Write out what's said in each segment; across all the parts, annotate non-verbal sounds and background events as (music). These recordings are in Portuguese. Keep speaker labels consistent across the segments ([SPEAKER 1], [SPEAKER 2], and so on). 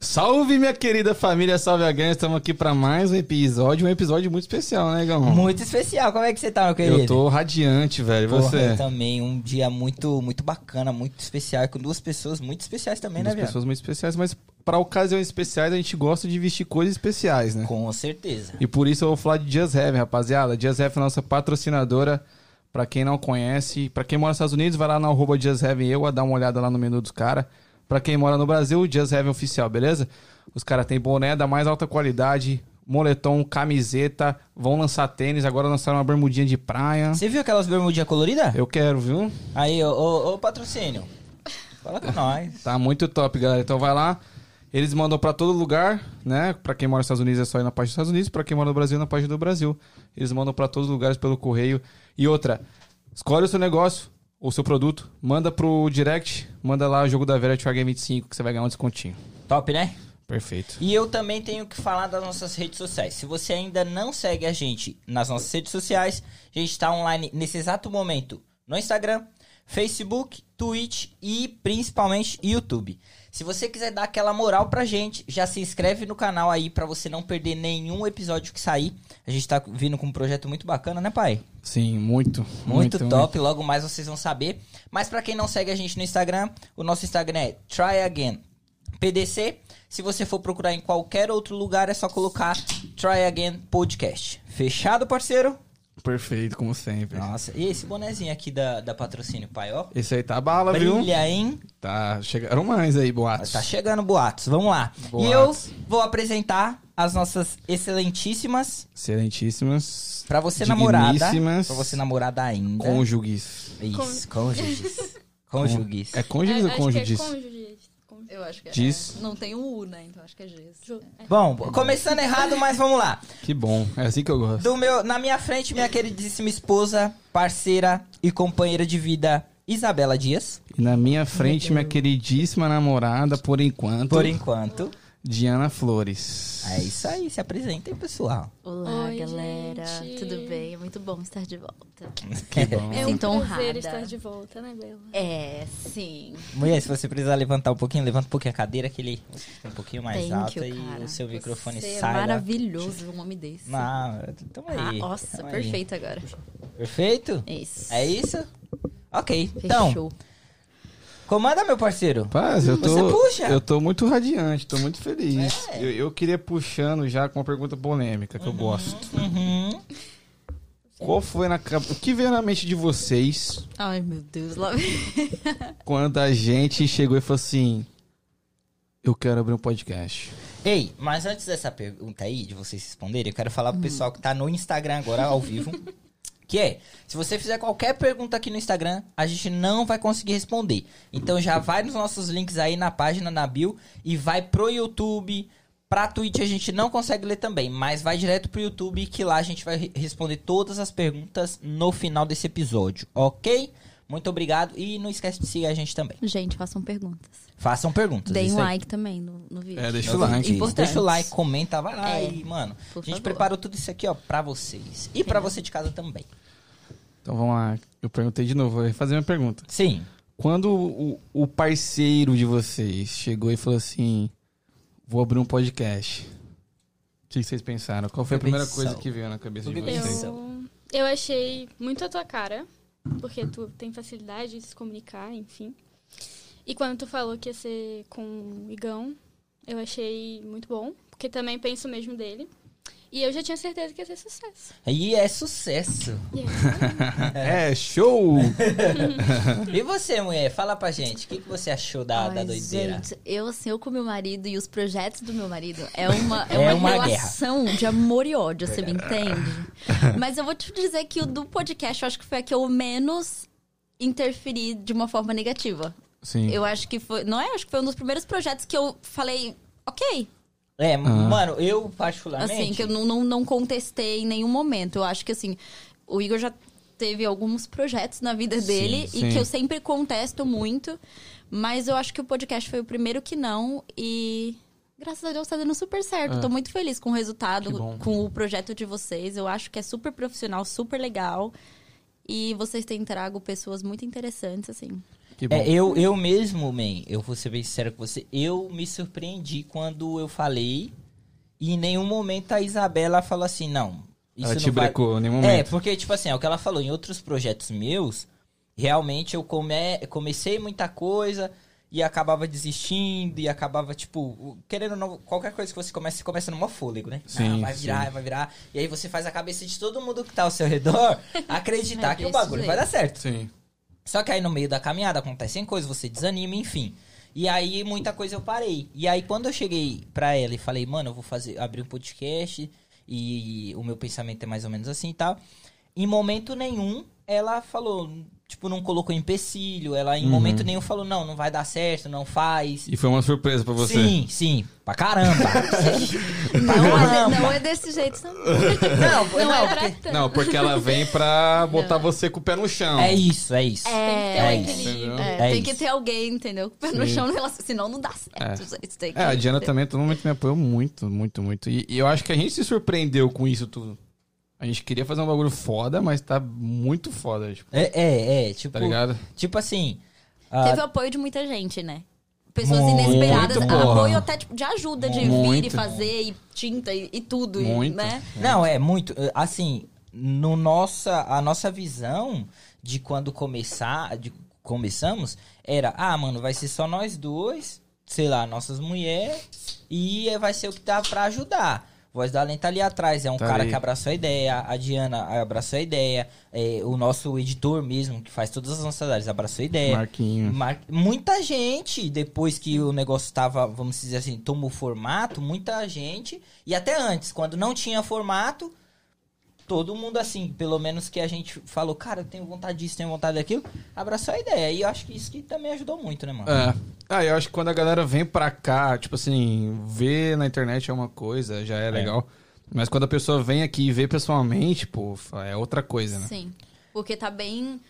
[SPEAKER 1] Salve, minha querida família, salve a gangue. Estamos aqui para mais um episódio, um episódio muito especial, né, Gão?
[SPEAKER 2] Muito especial. Como é que você tá, meu querido?
[SPEAKER 1] Eu tô radiante, velho. E
[SPEAKER 2] Porra,
[SPEAKER 1] você?
[SPEAKER 2] eu também. Um dia muito, muito bacana, muito especial. e Com duas pessoas muito especiais também,
[SPEAKER 1] Duas
[SPEAKER 2] né, viado?
[SPEAKER 1] pessoas muito especiais, mas para ocasiões especiais a gente gosta de vestir coisas especiais, né?
[SPEAKER 2] Com certeza.
[SPEAKER 1] E por isso eu vou falar de Just Heaven, rapaziada. Just Heaven é nossa patrocinadora. Pra quem não conhece, pra quem mora nos Estados Unidos, vai lá na arroba Just Heaven eu, dá uma olhada lá no menu dos caras. Pra quem mora no Brasil, Just Heaven oficial, beleza? Os caras têm boné da mais alta qualidade, moletom, camiseta, vão lançar tênis, agora lançaram uma bermudinha de praia.
[SPEAKER 2] Você viu aquelas bermudinhas coloridas?
[SPEAKER 1] Eu quero, viu?
[SPEAKER 2] Aí, ô, ô, ô, patrocínio.
[SPEAKER 1] (laughs)
[SPEAKER 2] Fala com nós.
[SPEAKER 1] Tá muito top, galera. Então vai lá. Eles mandam pra todo lugar, né? Pra quem mora nos Estados Unidos é só ir na página dos Estados Unidos, pra quem mora no Brasil é na página do Brasil. Eles mandam pra todos os lugares pelo correio. E outra, escolhe o seu negócio, ou seu produto, manda pro direct, manda lá o jogo da velha Try Game 25 que você vai ganhar um descontinho.
[SPEAKER 2] Top, né?
[SPEAKER 1] Perfeito.
[SPEAKER 2] E eu também tenho que falar das nossas redes sociais. Se você ainda não segue a gente nas nossas redes sociais, a gente está online nesse exato momento no Instagram, Facebook, Twitch e principalmente YouTube. Se você quiser dar aquela moral pra gente, já se inscreve no canal aí pra você não perder nenhum episódio que sair. A gente tá vindo com um projeto muito bacana, né, pai?
[SPEAKER 1] Sim, muito.
[SPEAKER 2] Muito, top, logo mais vocês vão saber. Mas pra quem não segue a gente no Instagram, o nosso Instagram é tryagain PDC. Se você for procurar em qualquer outro lugar, é só colocar Try Again Podcast. Fechado, parceiro?
[SPEAKER 1] Perfeito, como sempre.
[SPEAKER 2] Nossa, e esse bonezinho aqui da, da patrocínio, pai, ó.
[SPEAKER 1] Esse aí tá bala, viu?
[SPEAKER 2] Brilha, hein?
[SPEAKER 1] Tá, chegaram mais aí, boatos.
[SPEAKER 2] Tá chegando boatos, vamos lá. E eu
[SPEAKER 1] Boatos.
[SPEAKER 2] vou apresentar as nossas excelentíssimas
[SPEAKER 1] Excelentíssimas.
[SPEAKER 2] pra você namorada.
[SPEAKER 1] Digníssimas.
[SPEAKER 2] Pra você namorada ainda.
[SPEAKER 1] Cônjuges. (laughs)
[SPEAKER 2] Isso, cônjuges. Cônjuges.
[SPEAKER 1] É cônjuges ou
[SPEAKER 3] acho
[SPEAKER 1] cônjuges?
[SPEAKER 3] Que é cônjuges. Cônjuges.
[SPEAKER 4] Eu acho que é.
[SPEAKER 1] Diz.
[SPEAKER 4] Não tem um U, né? Então acho que é Giz.
[SPEAKER 3] Ju-
[SPEAKER 2] Bom, começando errado, mas vamos lá.
[SPEAKER 1] Que bom, é assim que eu gosto.
[SPEAKER 2] Do meu, na minha frente, minha queridíssima esposa, parceira e companheira de vida, Isabela Dias.
[SPEAKER 1] E na minha frente, minha queridíssima namorada, por enquanto,
[SPEAKER 2] Por enquanto.
[SPEAKER 1] Diana Flores.
[SPEAKER 2] É isso aí, se apresentem, pessoal.
[SPEAKER 4] Olá,
[SPEAKER 3] Oi,
[SPEAKER 4] galera.
[SPEAKER 3] gente.
[SPEAKER 4] Tudo bem? É muito bom estar de volta.
[SPEAKER 1] Que bom.
[SPEAKER 3] É um
[SPEAKER 4] Sinto
[SPEAKER 3] prazer
[SPEAKER 4] honrada.
[SPEAKER 3] estar de volta, né, Bela?
[SPEAKER 4] É, sim.
[SPEAKER 2] (laughs) Mulher, se você precisar levantar um pouquinho, levanta um pouquinho a cadeira, que ele fica um pouquinho mais
[SPEAKER 4] Thank
[SPEAKER 2] alto
[SPEAKER 4] you,
[SPEAKER 2] e
[SPEAKER 4] cara.
[SPEAKER 2] o seu microfone
[SPEAKER 4] Você
[SPEAKER 2] sai.
[SPEAKER 4] É
[SPEAKER 2] lá.
[SPEAKER 4] maravilhoso um homem desse.
[SPEAKER 2] Não, tamo
[SPEAKER 4] Ah,
[SPEAKER 2] aí.
[SPEAKER 4] nossa,
[SPEAKER 2] tamo aí.
[SPEAKER 4] perfeito agora.
[SPEAKER 2] Perfeito?
[SPEAKER 4] É isso.
[SPEAKER 2] É isso? Ok, então,
[SPEAKER 4] Fechou.
[SPEAKER 2] comanda, meu parceiro.
[SPEAKER 1] Paz, eu tô,
[SPEAKER 2] Você puxa. É.
[SPEAKER 1] eu tô muito radiante, tô muito feliz. Eu, eu queria puxando já com uma pergunta polêmica que eu gosto.
[SPEAKER 2] Uhum.
[SPEAKER 1] Qual foi na cap- o que veio na mente de vocês
[SPEAKER 4] Ai, meu Deus. Lá...
[SPEAKER 1] quando a gente chegou e falou assim: "Eu quero abrir um podcast".
[SPEAKER 2] Ei, mas antes dessa pergunta aí, de vocês responderem, eu quero falar
[SPEAKER 5] Hum.
[SPEAKER 2] pro pessoal que tá no Instagram agora, ao vivo. Que é, se você fizer qualquer pergunta aqui no Instagram, a gente não vai conseguir responder. Então já vai nos nossos links aí na página, na bio, e vai pro YouTube. Pra Twitch a gente não consegue ler também, mas vai direto pro YouTube que lá a gente vai re- responder todas as perguntas no final desse episódio, ok? Muito obrigado e não esquece de seguir a gente também.
[SPEAKER 5] Gente, façam perguntas.
[SPEAKER 2] Façam perguntas.
[SPEAKER 5] Deem
[SPEAKER 2] isso
[SPEAKER 5] um
[SPEAKER 2] aí.
[SPEAKER 5] like também no, no vídeo.
[SPEAKER 1] É, deixa o
[SPEAKER 4] Então,
[SPEAKER 1] like.
[SPEAKER 2] Importante.
[SPEAKER 5] Importante.
[SPEAKER 2] Deixa o like, comenta, vai lá
[SPEAKER 5] É.
[SPEAKER 2] e, mano.
[SPEAKER 5] Por
[SPEAKER 2] a gente
[SPEAKER 5] favor.
[SPEAKER 2] preparou tudo isso aqui, ó, pra vocês. E pra você de casa também.
[SPEAKER 1] Então vamos lá. Eu perguntei de novo, vou refazer minha pergunta.
[SPEAKER 2] Sim.
[SPEAKER 1] Quando o, o parceiro de vocês chegou e falou assim: Vou abrir um podcast. O que vocês pensaram? Qual foi a primeira
[SPEAKER 2] Pensou.
[SPEAKER 1] coisa que veio na cabeça de
[SPEAKER 2] Eu-
[SPEAKER 1] vocês?
[SPEAKER 2] Isso.
[SPEAKER 3] Eu, eu achei muito a tua cara, porque tu tem facilidade de se comunicar, enfim. E quando tu falou que ia ser com o Igão, eu achei muito bom, porque também penso o mesmo dele. E eu já tinha certeza que ia
[SPEAKER 2] (laughs)
[SPEAKER 3] ser sucesso.
[SPEAKER 2] E é sucesso.
[SPEAKER 3] E aí,
[SPEAKER 4] um-
[SPEAKER 1] É, show!
[SPEAKER 2] e você, mulher? Fala pra gente. O que, que você achou da, da
[SPEAKER 4] Ai,
[SPEAKER 2] doideira?
[SPEAKER 4] Gente, eu, assim, eu com meu marido e os projetos do meu marido
[SPEAKER 2] (laughs)
[SPEAKER 4] é uma, é
[SPEAKER 2] É
[SPEAKER 4] uma,
[SPEAKER 2] uma
[SPEAKER 4] relação de amor e ódio, você
[SPEAKER 2] (laughs)
[SPEAKER 4] me entende? Mas eu vou te dizer que o do podcast eu acho que foi a que eu menos interferi de uma forma negativa.
[SPEAKER 2] Hum.
[SPEAKER 1] Sim.
[SPEAKER 4] Eu acho que foi. Não é? Eu Acho que foi um dos primeiros projetos que eu falei,
[SPEAKER 1] Ah.
[SPEAKER 4] ok.
[SPEAKER 2] É, mano, eu particularmente.
[SPEAKER 4] Assim, que eu não, não, não contestei em nenhum momento. Eu acho que, assim, o Igor já teve alguns projetos na vida
[SPEAKER 1] Sim,
[SPEAKER 4] dele
[SPEAKER 1] sim.
[SPEAKER 4] e que eu sempre contesto muito. Mas eu acho que o podcast foi o primeiro que não. E graças a Deus tá dando super certo.
[SPEAKER 1] É.
[SPEAKER 4] Tô muito feliz com o
[SPEAKER 1] Que
[SPEAKER 4] resultado,
[SPEAKER 1] bom.
[SPEAKER 4] com o projeto de vocês. Eu acho que é super profissional, super legal. E vocês têm trago pessoas muito interessantes, assim.
[SPEAKER 1] Que bom.
[SPEAKER 2] É, eu, eu mesmo, man, eu vou ser bem sincero com você, eu me surpreendi quando eu falei e em nenhum momento a Isabela falou assim, não, isso
[SPEAKER 1] Ela
[SPEAKER 2] não
[SPEAKER 1] te
[SPEAKER 2] vai-
[SPEAKER 1] brecou em nenhum
[SPEAKER 2] É,
[SPEAKER 1] momento.
[SPEAKER 2] porque, tipo assim, é o que ela falou, em outros projetos meus, realmente eu come- comecei muita coisa e acabava desistindo e acabava, tipo, querendo ou não, qualquer coisa que você começa, você começa numa fôlego, né?
[SPEAKER 1] Sim,
[SPEAKER 2] ah, vai
[SPEAKER 1] sim.
[SPEAKER 2] virar, vai virar. E aí você faz a cabeça de todo mundo que tá ao seu
[SPEAKER 4] (laughs)
[SPEAKER 2] redor acreditar
[SPEAKER 4] É
[SPEAKER 2] que o
[SPEAKER 4] desse
[SPEAKER 2] bagulho vai
[SPEAKER 4] jeito.
[SPEAKER 2] dar certo.
[SPEAKER 1] Sim.
[SPEAKER 2] Só que aí no meio da caminhada acontecem coisas, você desanima, enfim. E aí muita coisa eu parei. E aí quando eu cheguei pra ela e falei, mano, eu vou fazer abrir um podcast e o meu pensamento é mais ou menos assim e tal. Em momento nenhum ela falou, tipo, não colocou empecilho, ela em
[SPEAKER 1] Uhum.
[SPEAKER 2] momento nenhum falou, não, não vai dar certo, não faz.
[SPEAKER 1] E foi uma surpresa pra você.
[SPEAKER 2] Sim, sim, pra
[SPEAKER 4] (laughs)
[SPEAKER 2] caramba. pra
[SPEAKER 4] Não, é de-
[SPEAKER 2] caramba.
[SPEAKER 4] não é desse jeito, não. assim.
[SPEAKER 2] Não,
[SPEAKER 3] Não,
[SPEAKER 2] não,
[SPEAKER 3] é pra
[SPEAKER 2] porque-
[SPEAKER 3] tanto.
[SPEAKER 1] Não, porque ela vem
[SPEAKER 4] (laughs)
[SPEAKER 1] pra botar você com o pé no chão.
[SPEAKER 2] É isso, é isso.
[SPEAKER 3] Tem que ter
[SPEAKER 2] É
[SPEAKER 3] um
[SPEAKER 2] isso.
[SPEAKER 3] equilíbrio.
[SPEAKER 1] Entendeu?
[SPEAKER 4] É,
[SPEAKER 2] É
[SPEAKER 4] tem
[SPEAKER 2] isso.
[SPEAKER 4] que ter alguém, entendeu? Com o pé no
[SPEAKER 1] Sim.
[SPEAKER 4] chão, no relacion- senão não dá certo. gente, tem que-
[SPEAKER 1] É, a Diana também, todo mundo me apoiou muito, muito, muito. E, e eu acho que a gente se surpreendeu com isso tudo. A gente queria fazer um bagulho foda, mas tá muito foda, tipo,
[SPEAKER 2] É, é, é, tipo,
[SPEAKER 1] tá ligado?
[SPEAKER 2] tipo assim. ah,
[SPEAKER 4] Teve o apoio de muita gente, né? Pessoas
[SPEAKER 2] Muito,
[SPEAKER 4] inesperadas.
[SPEAKER 1] porra.
[SPEAKER 4] Apoio até tipo, de ajuda, de vir
[SPEAKER 1] Muito.
[SPEAKER 4] e fazer, e tinta e, e tudo, e,
[SPEAKER 1] Muito.
[SPEAKER 4] né?
[SPEAKER 2] Não, é muito. eh, Assim, no nossa, a nossa visão de quando começar, de começamos, era, ah, mano, vai ser só nós dois, sei lá, nossas mulheres, e eh, vai ser o que dá pra ajudar. Voz da Além tá ali atrás, é um
[SPEAKER 1] Tá
[SPEAKER 2] cara
[SPEAKER 1] ali.
[SPEAKER 2] que abraçou a ideia, a Diana abraçou a ideia, eh, o nosso editor mesmo, que faz todas as nossas áreas, abraçou a
[SPEAKER 1] É.
[SPEAKER 2] ideia.
[SPEAKER 1] Marquinho.
[SPEAKER 2] Mar- Muita gente, depois que o negócio tava, vamos dizer assim, tomou formato, muita gente. E até antes, quando não tinha formato, todo mundo assim, pelo menos que a gente falou, cara, eu tenho vontade disso, tenho vontade daquilo, abraçou a ideia. E eu acho que isso que também ajudou muito, né, mano?
[SPEAKER 1] É. Ah, eu acho que quando a galera vem pra cá, tipo assim, ver na internet é uma coisa, já é legal. Mas quando a pessoa vem aqui e vê pessoalmente, pô, é outra coisa, né?
[SPEAKER 4] Sim. Porque tá bem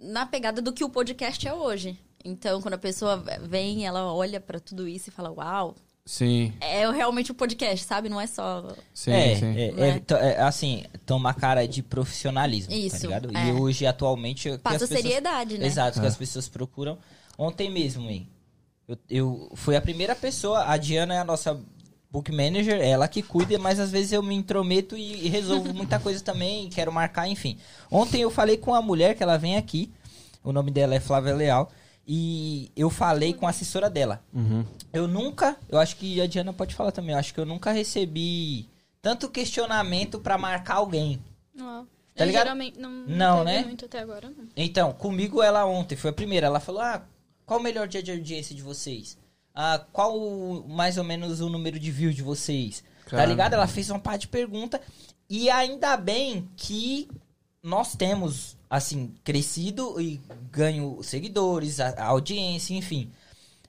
[SPEAKER 4] na pegada do que o podcast é hoje. Então, quando a pessoa vem, ela olha pra tudo isso e fala, uau,
[SPEAKER 1] Sim,
[SPEAKER 4] é realmente o podcast, sabe? Não é só.
[SPEAKER 1] sim,
[SPEAKER 2] é,
[SPEAKER 1] sim.
[SPEAKER 2] é,
[SPEAKER 4] Né?
[SPEAKER 2] é, to- é, assim, toma cara de profissionalismo, tá
[SPEAKER 4] Isso,
[SPEAKER 2] ligado?
[SPEAKER 4] é.
[SPEAKER 2] E hoje, atualmente... o que
[SPEAKER 4] Passa
[SPEAKER 2] as pessoas-
[SPEAKER 4] seriedade, né?
[SPEAKER 2] Exato, que
[SPEAKER 1] É.
[SPEAKER 2] as pessoas procuram. Ontem mesmo, hein? Eu, eu fui a primeira pessoa, a Diana é a nossa book manager, é ela que cuida, mas às vezes eu me intrometo e, e resolvo muita coisa também, quero marcar, enfim. Ontem eu falei com a mulher que ela vem aqui, o nome dela é Flávia Leal, e eu falei com a assessora dela.
[SPEAKER 1] Uhum.
[SPEAKER 2] Eu nunca, eu acho que a Diana pode falar também, eu acho que eu nunca recebi tanto questionamento pra marcar alguém.
[SPEAKER 3] Não,
[SPEAKER 2] Tá
[SPEAKER 3] eu
[SPEAKER 2] ligado?
[SPEAKER 3] Geralmente não,
[SPEAKER 2] Não,
[SPEAKER 3] teve
[SPEAKER 2] né?
[SPEAKER 3] muito até agora, não.
[SPEAKER 2] Então, comigo ela ontem foi a primeira. Ela falou: Ah, qual o melhor dia de audiência de vocês? Ah, qual o- mais ou menos o número de views de vocês? Tá
[SPEAKER 1] Cara.
[SPEAKER 2] ligado? Ela fez uma par de pergunta. E ainda bem que nós temos, assim, crescido e ganho seguidores, a, a audiência, enfim.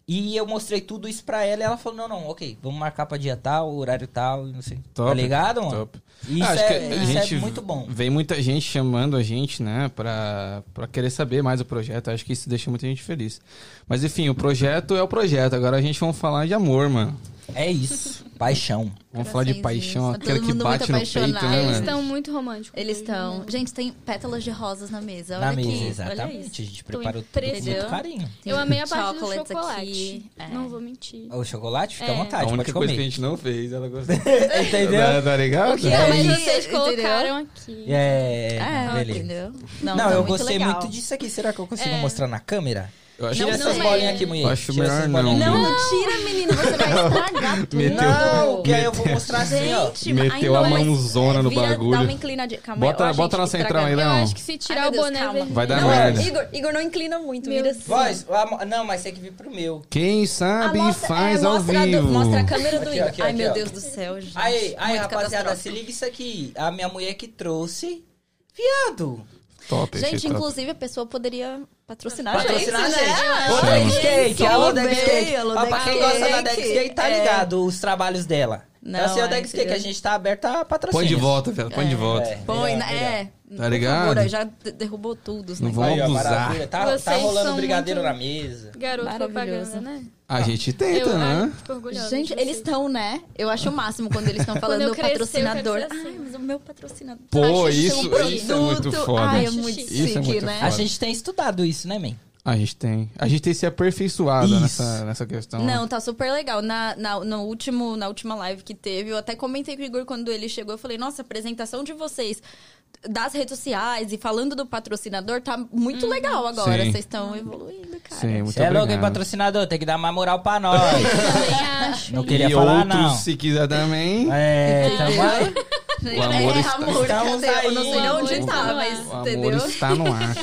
[SPEAKER 2] E eu mostrei tudo isso pra ela e ela falou: não, não, ok, vamos marcar pra dia tal, horário tal, e não sei. tá
[SPEAKER 1] Top,
[SPEAKER 2] ligado, mano?
[SPEAKER 1] Top. Ah,
[SPEAKER 2] Isso,
[SPEAKER 1] Acho que
[SPEAKER 2] é,
[SPEAKER 1] a
[SPEAKER 2] isso é
[SPEAKER 1] gente
[SPEAKER 2] muito bom.
[SPEAKER 1] Vem muita gente chamando a gente, né, pra, pra querer saber mais do projeto. Acho que isso deixa muita gente feliz. Mas enfim, o projeto é o projeto. Agora a gente vai falar de amor, mano.
[SPEAKER 2] É isso. Paixão.
[SPEAKER 1] Vamos falar de
[SPEAKER 4] Coraçõezinhos.
[SPEAKER 1] paixão,
[SPEAKER 4] Tá
[SPEAKER 1] aquela
[SPEAKER 4] todo
[SPEAKER 1] que
[SPEAKER 4] mundo
[SPEAKER 1] bate
[SPEAKER 4] muito
[SPEAKER 1] no peito,
[SPEAKER 4] apaixonado.
[SPEAKER 1] né,
[SPEAKER 4] Eles
[SPEAKER 1] mano?
[SPEAKER 3] Eles estão muito românticos.
[SPEAKER 4] Eles
[SPEAKER 3] hoje,
[SPEAKER 4] estão.
[SPEAKER 3] né?
[SPEAKER 4] Gente, tem pétalas de rosas na mesa. Então, Olha
[SPEAKER 2] Na mesa,
[SPEAKER 4] aqui. Olha
[SPEAKER 2] exatamente.
[SPEAKER 4] isso.
[SPEAKER 2] A gente
[SPEAKER 3] Tô
[SPEAKER 2] preparou tudo com muito
[SPEAKER 4] entendendo.
[SPEAKER 2] carinho.
[SPEAKER 3] Eu amei a parte do
[SPEAKER 4] Chocolates
[SPEAKER 3] chocolate.
[SPEAKER 4] aqui, é.
[SPEAKER 3] Não vou mentir.
[SPEAKER 2] O chocolate fica à
[SPEAKER 3] É.
[SPEAKER 1] A
[SPEAKER 2] vontade, pode
[SPEAKER 1] única coisa que a
[SPEAKER 2] comer.
[SPEAKER 1] gente não fez, ela gostou.
[SPEAKER 2] (laughs) Entendeu?
[SPEAKER 1] tá, tá ligado?
[SPEAKER 4] O que
[SPEAKER 2] É
[SPEAKER 3] Não, mas
[SPEAKER 2] isso,
[SPEAKER 3] vocês
[SPEAKER 4] entendeu?
[SPEAKER 3] colocaram aqui.
[SPEAKER 2] É,
[SPEAKER 4] É,
[SPEAKER 2] beleza.
[SPEAKER 4] entendeu?
[SPEAKER 2] Não,
[SPEAKER 4] tá
[SPEAKER 2] eu
[SPEAKER 4] muito
[SPEAKER 2] gostei
[SPEAKER 4] legal.
[SPEAKER 2] muito disso aqui. Será que eu consigo
[SPEAKER 3] É.
[SPEAKER 2] mostrar na câmera?
[SPEAKER 1] Eu acho
[SPEAKER 2] Tira
[SPEAKER 1] que
[SPEAKER 3] não
[SPEAKER 2] essas
[SPEAKER 3] sei.
[SPEAKER 2] bolinhas aqui, mulher.
[SPEAKER 1] Eu acho
[SPEAKER 2] Tira essas
[SPEAKER 1] melhor
[SPEAKER 2] bolinhas.
[SPEAKER 1] não.
[SPEAKER 4] Não, não tira, menino. Você vai estragar tudo.
[SPEAKER 1] Meteu.
[SPEAKER 2] Não, que aí eu vou mostrar assim, ó.
[SPEAKER 4] Gente,
[SPEAKER 1] Meteu
[SPEAKER 4] ainda
[SPEAKER 1] a
[SPEAKER 4] mais- é,
[SPEAKER 1] mãozona no
[SPEAKER 4] vira- Dá
[SPEAKER 1] bagulho.
[SPEAKER 4] uma inclinadinha. Calma
[SPEAKER 1] Bota-
[SPEAKER 4] aí, ó,
[SPEAKER 1] bota
[SPEAKER 4] gente,
[SPEAKER 1] na
[SPEAKER 4] que
[SPEAKER 1] central aí,
[SPEAKER 4] estraga-
[SPEAKER 1] Léo.
[SPEAKER 3] Eu
[SPEAKER 1] Não.
[SPEAKER 3] acho que se tirar
[SPEAKER 4] Ai,
[SPEAKER 3] o
[SPEAKER 4] meu Deus,
[SPEAKER 3] boné...
[SPEAKER 4] calma.
[SPEAKER 3] vermelho-
[SPEAKER 1] Vai dar
[SPEAKER 4] Não, é,
[SPEAKER 1] merda.
[SPEAKER 4] Igor, Igor não inclina muito,
[SPEAKER 3] Meu
[SPEAKER 4] vira assim.
[SPEAKER 2] Voz, a- não, mas tem que vir pro meu.
[SPEAKER 1] Quem sabe
[SPEAKER 4] Ah, mostra-
[SPEAKER 1] faz
[SPEAKER 4] é,
[SPEAKER 1] ao
[SPEAKER 4] mostra a do-
[SPEAKER 1] vivo.
[SPEAKER 4] mostra a câmera do
[SPEAKER 2] Aqui,
[SPEAKER 4] Igor.
[SPEAKER 2] aqui,
[SPEAKER 4] Ai,
[SPEAKER 2] aqui,
[SPEAKER 4] meu
[SPEAKER 2] ó.
[SPEAKER 4] Deus do céu, gente.
[SPEAKER 2] Aí, aí,
[SPEAKER 4] Muito
[SPEAKER 2] rapaziada,
[SPEAKER 4] catastrófico.
[SPEAKER 2] se liga isso aqui. A minha mulher que trouxe. Viado!
[SPEAKER 1] Top, achei
[SPEAKER 4] Gente,
[SPEAKER 1] top.
[SPEAKER 4] inclusive a pessoa poderia patrocinar,
[SPEAKER 2] tá. Patrocinar a
[SPEAKER 4] gente, né?
[SPEAKER 2] gente. Ô, Dex Cake, alô, Dex
[SPEAKER 4] Odeio,
[SPEAKER 2] Cake.
[SPEAKER 4] alô,
[SPEAKER 2] Ó, Pra
[SPEAKER 4] Dex
[SPEAKER 2] quem gosta da
[SPEAKER 4] Cake.
[SPEAKER 2] Dex Cake, tá
[SPEAKER 4] É.
[SPEAKER 2] ligado os trabalhos dela.
[SPEAKER 4] Não,
[SPEAKER 2] Então, assim, ó,
[SPEAKER 4] é,
[SPEAKER 2] Dex Cake, a
[SPEAKER 4] entendeu?
[SPEAKER 2] gente tá aberto a patrocínio.
[SPEAKER 1] Põe de volta, velho, põe de volta.
[SPEAKER 2] É.
[SPEAKER 4] Põe,
[SPEAKER 6] né?
[SPEAKER 2] Legal,
[SPEAKER 4] é.
[SPEAKER 1] Tá ligado?
[SPEAKER 4] Por favor, aí já de- derrubou tudo. os
[SPEAKER 1] Não
[SPEAKER 4] negócios.
[SPEAKER 1] Vamos
[SPEAKER 2] Aí, ó,
[SPEAKER 1] abusar.
[SPEAKER 2] maravilha. Tá, tá
[SPEAKER 3] Vocês
[SPEAKER 2] rolando
[SPEAKER 3] são
[SPEAKER 2] brigadeiro
[SPEAKER 3] muito-
[SPEAKER 2] na mesa.
[SPEAKER 3] Garoto
[SPEAKER 4] Maravilhoso.
[SPEAKER 3] propaganda, né?
[SPEAKER 1] A gente tenta,
[SPEAKER 3] eu
[SPEAKER 1] né?
[SPEAKER 3] ai, fico orgulhosa
[SPEAKER 4] Gente,
[SPEAKER 3] de
[SPEAKER 4] eles
[SPEAKER 3] vocês.
[SPEAKER 4] estão, né? Eu acho o máximo quando
[SPEAKER 6] (laughs)
[SPEAKER 4] eles estão
[SPEAKER 3] Quando
[SPEAKER 4] falando
[SPEAKER 3] eu
[SPEAKER 4] do
[SPEAKER 3] crescer, eu quero
[SPEAKER 4] patrocinador.
[SPEAKER 3] ser assim.
[SPEAKER 4] Ai, mas o meu patrocinador.
[SPEAKER 1] Pô,
[SPEAKER 4] Acho
[SPEAKER 1] isso-
[SPEAKER 4] chique um
[SPEAKER 1] isso é muito
[SPEAKER 4] produto.
[SPEAKER 1] foda.
[SPEAKER 4] Ai, é
[SPEAKER 3] Acho
[SPEAKER 4] muito
[SPEAKER 3] chique.
[SPEAKER 1] Isso é
[SPEAKER 4] chique,
[SPEAKER 1] muito
[SPEAKER 4] né?
[SPEAKER 1] Foda.
[SPEAKER 2] A gente tem estudado isso, né, man?
[SPEAKER 1] A gente tem. A gente tem se aperfeiçoado
[SPEAKER 2] Isso.
[SPEAKER 1] nessa, nessa
[SPEAKER 4] Ah.
[SPEAKER 1] questão. né?
[SPEAKER 6] Não, tá super legal. Na, na, no último, na última live que teve, eu até comentei com o Igor quando ele chegou. Eu falei, nossa, a apresentação de vocês das redes sociais e falando do patrocinador tá muito
[SPEAKER 4] Uhum.
[SPEAKER 6] legal agora.
[SPEAKER 1] Sim.
[SPEAKER 6] Vocês estão evoluindo, cara. (laughs)
[SPEAKER 1] Sim, muito
[SPEAKER 2] Você é louco, hein,
[SPEAKER 1] obrigado.
[SPEAKER 2] patrocinador? Tem que dar uma moral
[SPEAKER 1] (laughs)
[SPEAKER 2] pra nós.
[SPEAKER 3] Também
[SPEAKER 4] é
[SPEAKER 3] acho.
[SPEAKER 2] Não
[SPEAKER 3] hein?
[SPEAKER 2] queria
[SPEAKER 1] e
[SPEAKER 2] falar,
[SPEAKER 1] outros,
[SPEAKER 2] não.
[SPEAKER 1] se quiser também. (laughs)
[SPEAKER 2] É, então vai.
[SPEAKER 1] O amor
[SPEAKER 6] é,
[SPEAKER 1] está- (laughs)
[SPEAKER 6] amor,
[SPEAKER 2] Estamos
[SPEAKER 6] cadê? Eu não sei
[SPEAKER 2] aí.
[SPEAKER 6] nem
[SPEAKER 3] O
[SPEAKER 6] onde
[SPEAKER 3] amor
[SPEAKER 6] tá,
[SPEAKER 3] está
[SPEAKER 6] mas
[SPEAKER 1] O amor
[SPEAKER 6] entendeu?
[SPEAKER 1] está no ar.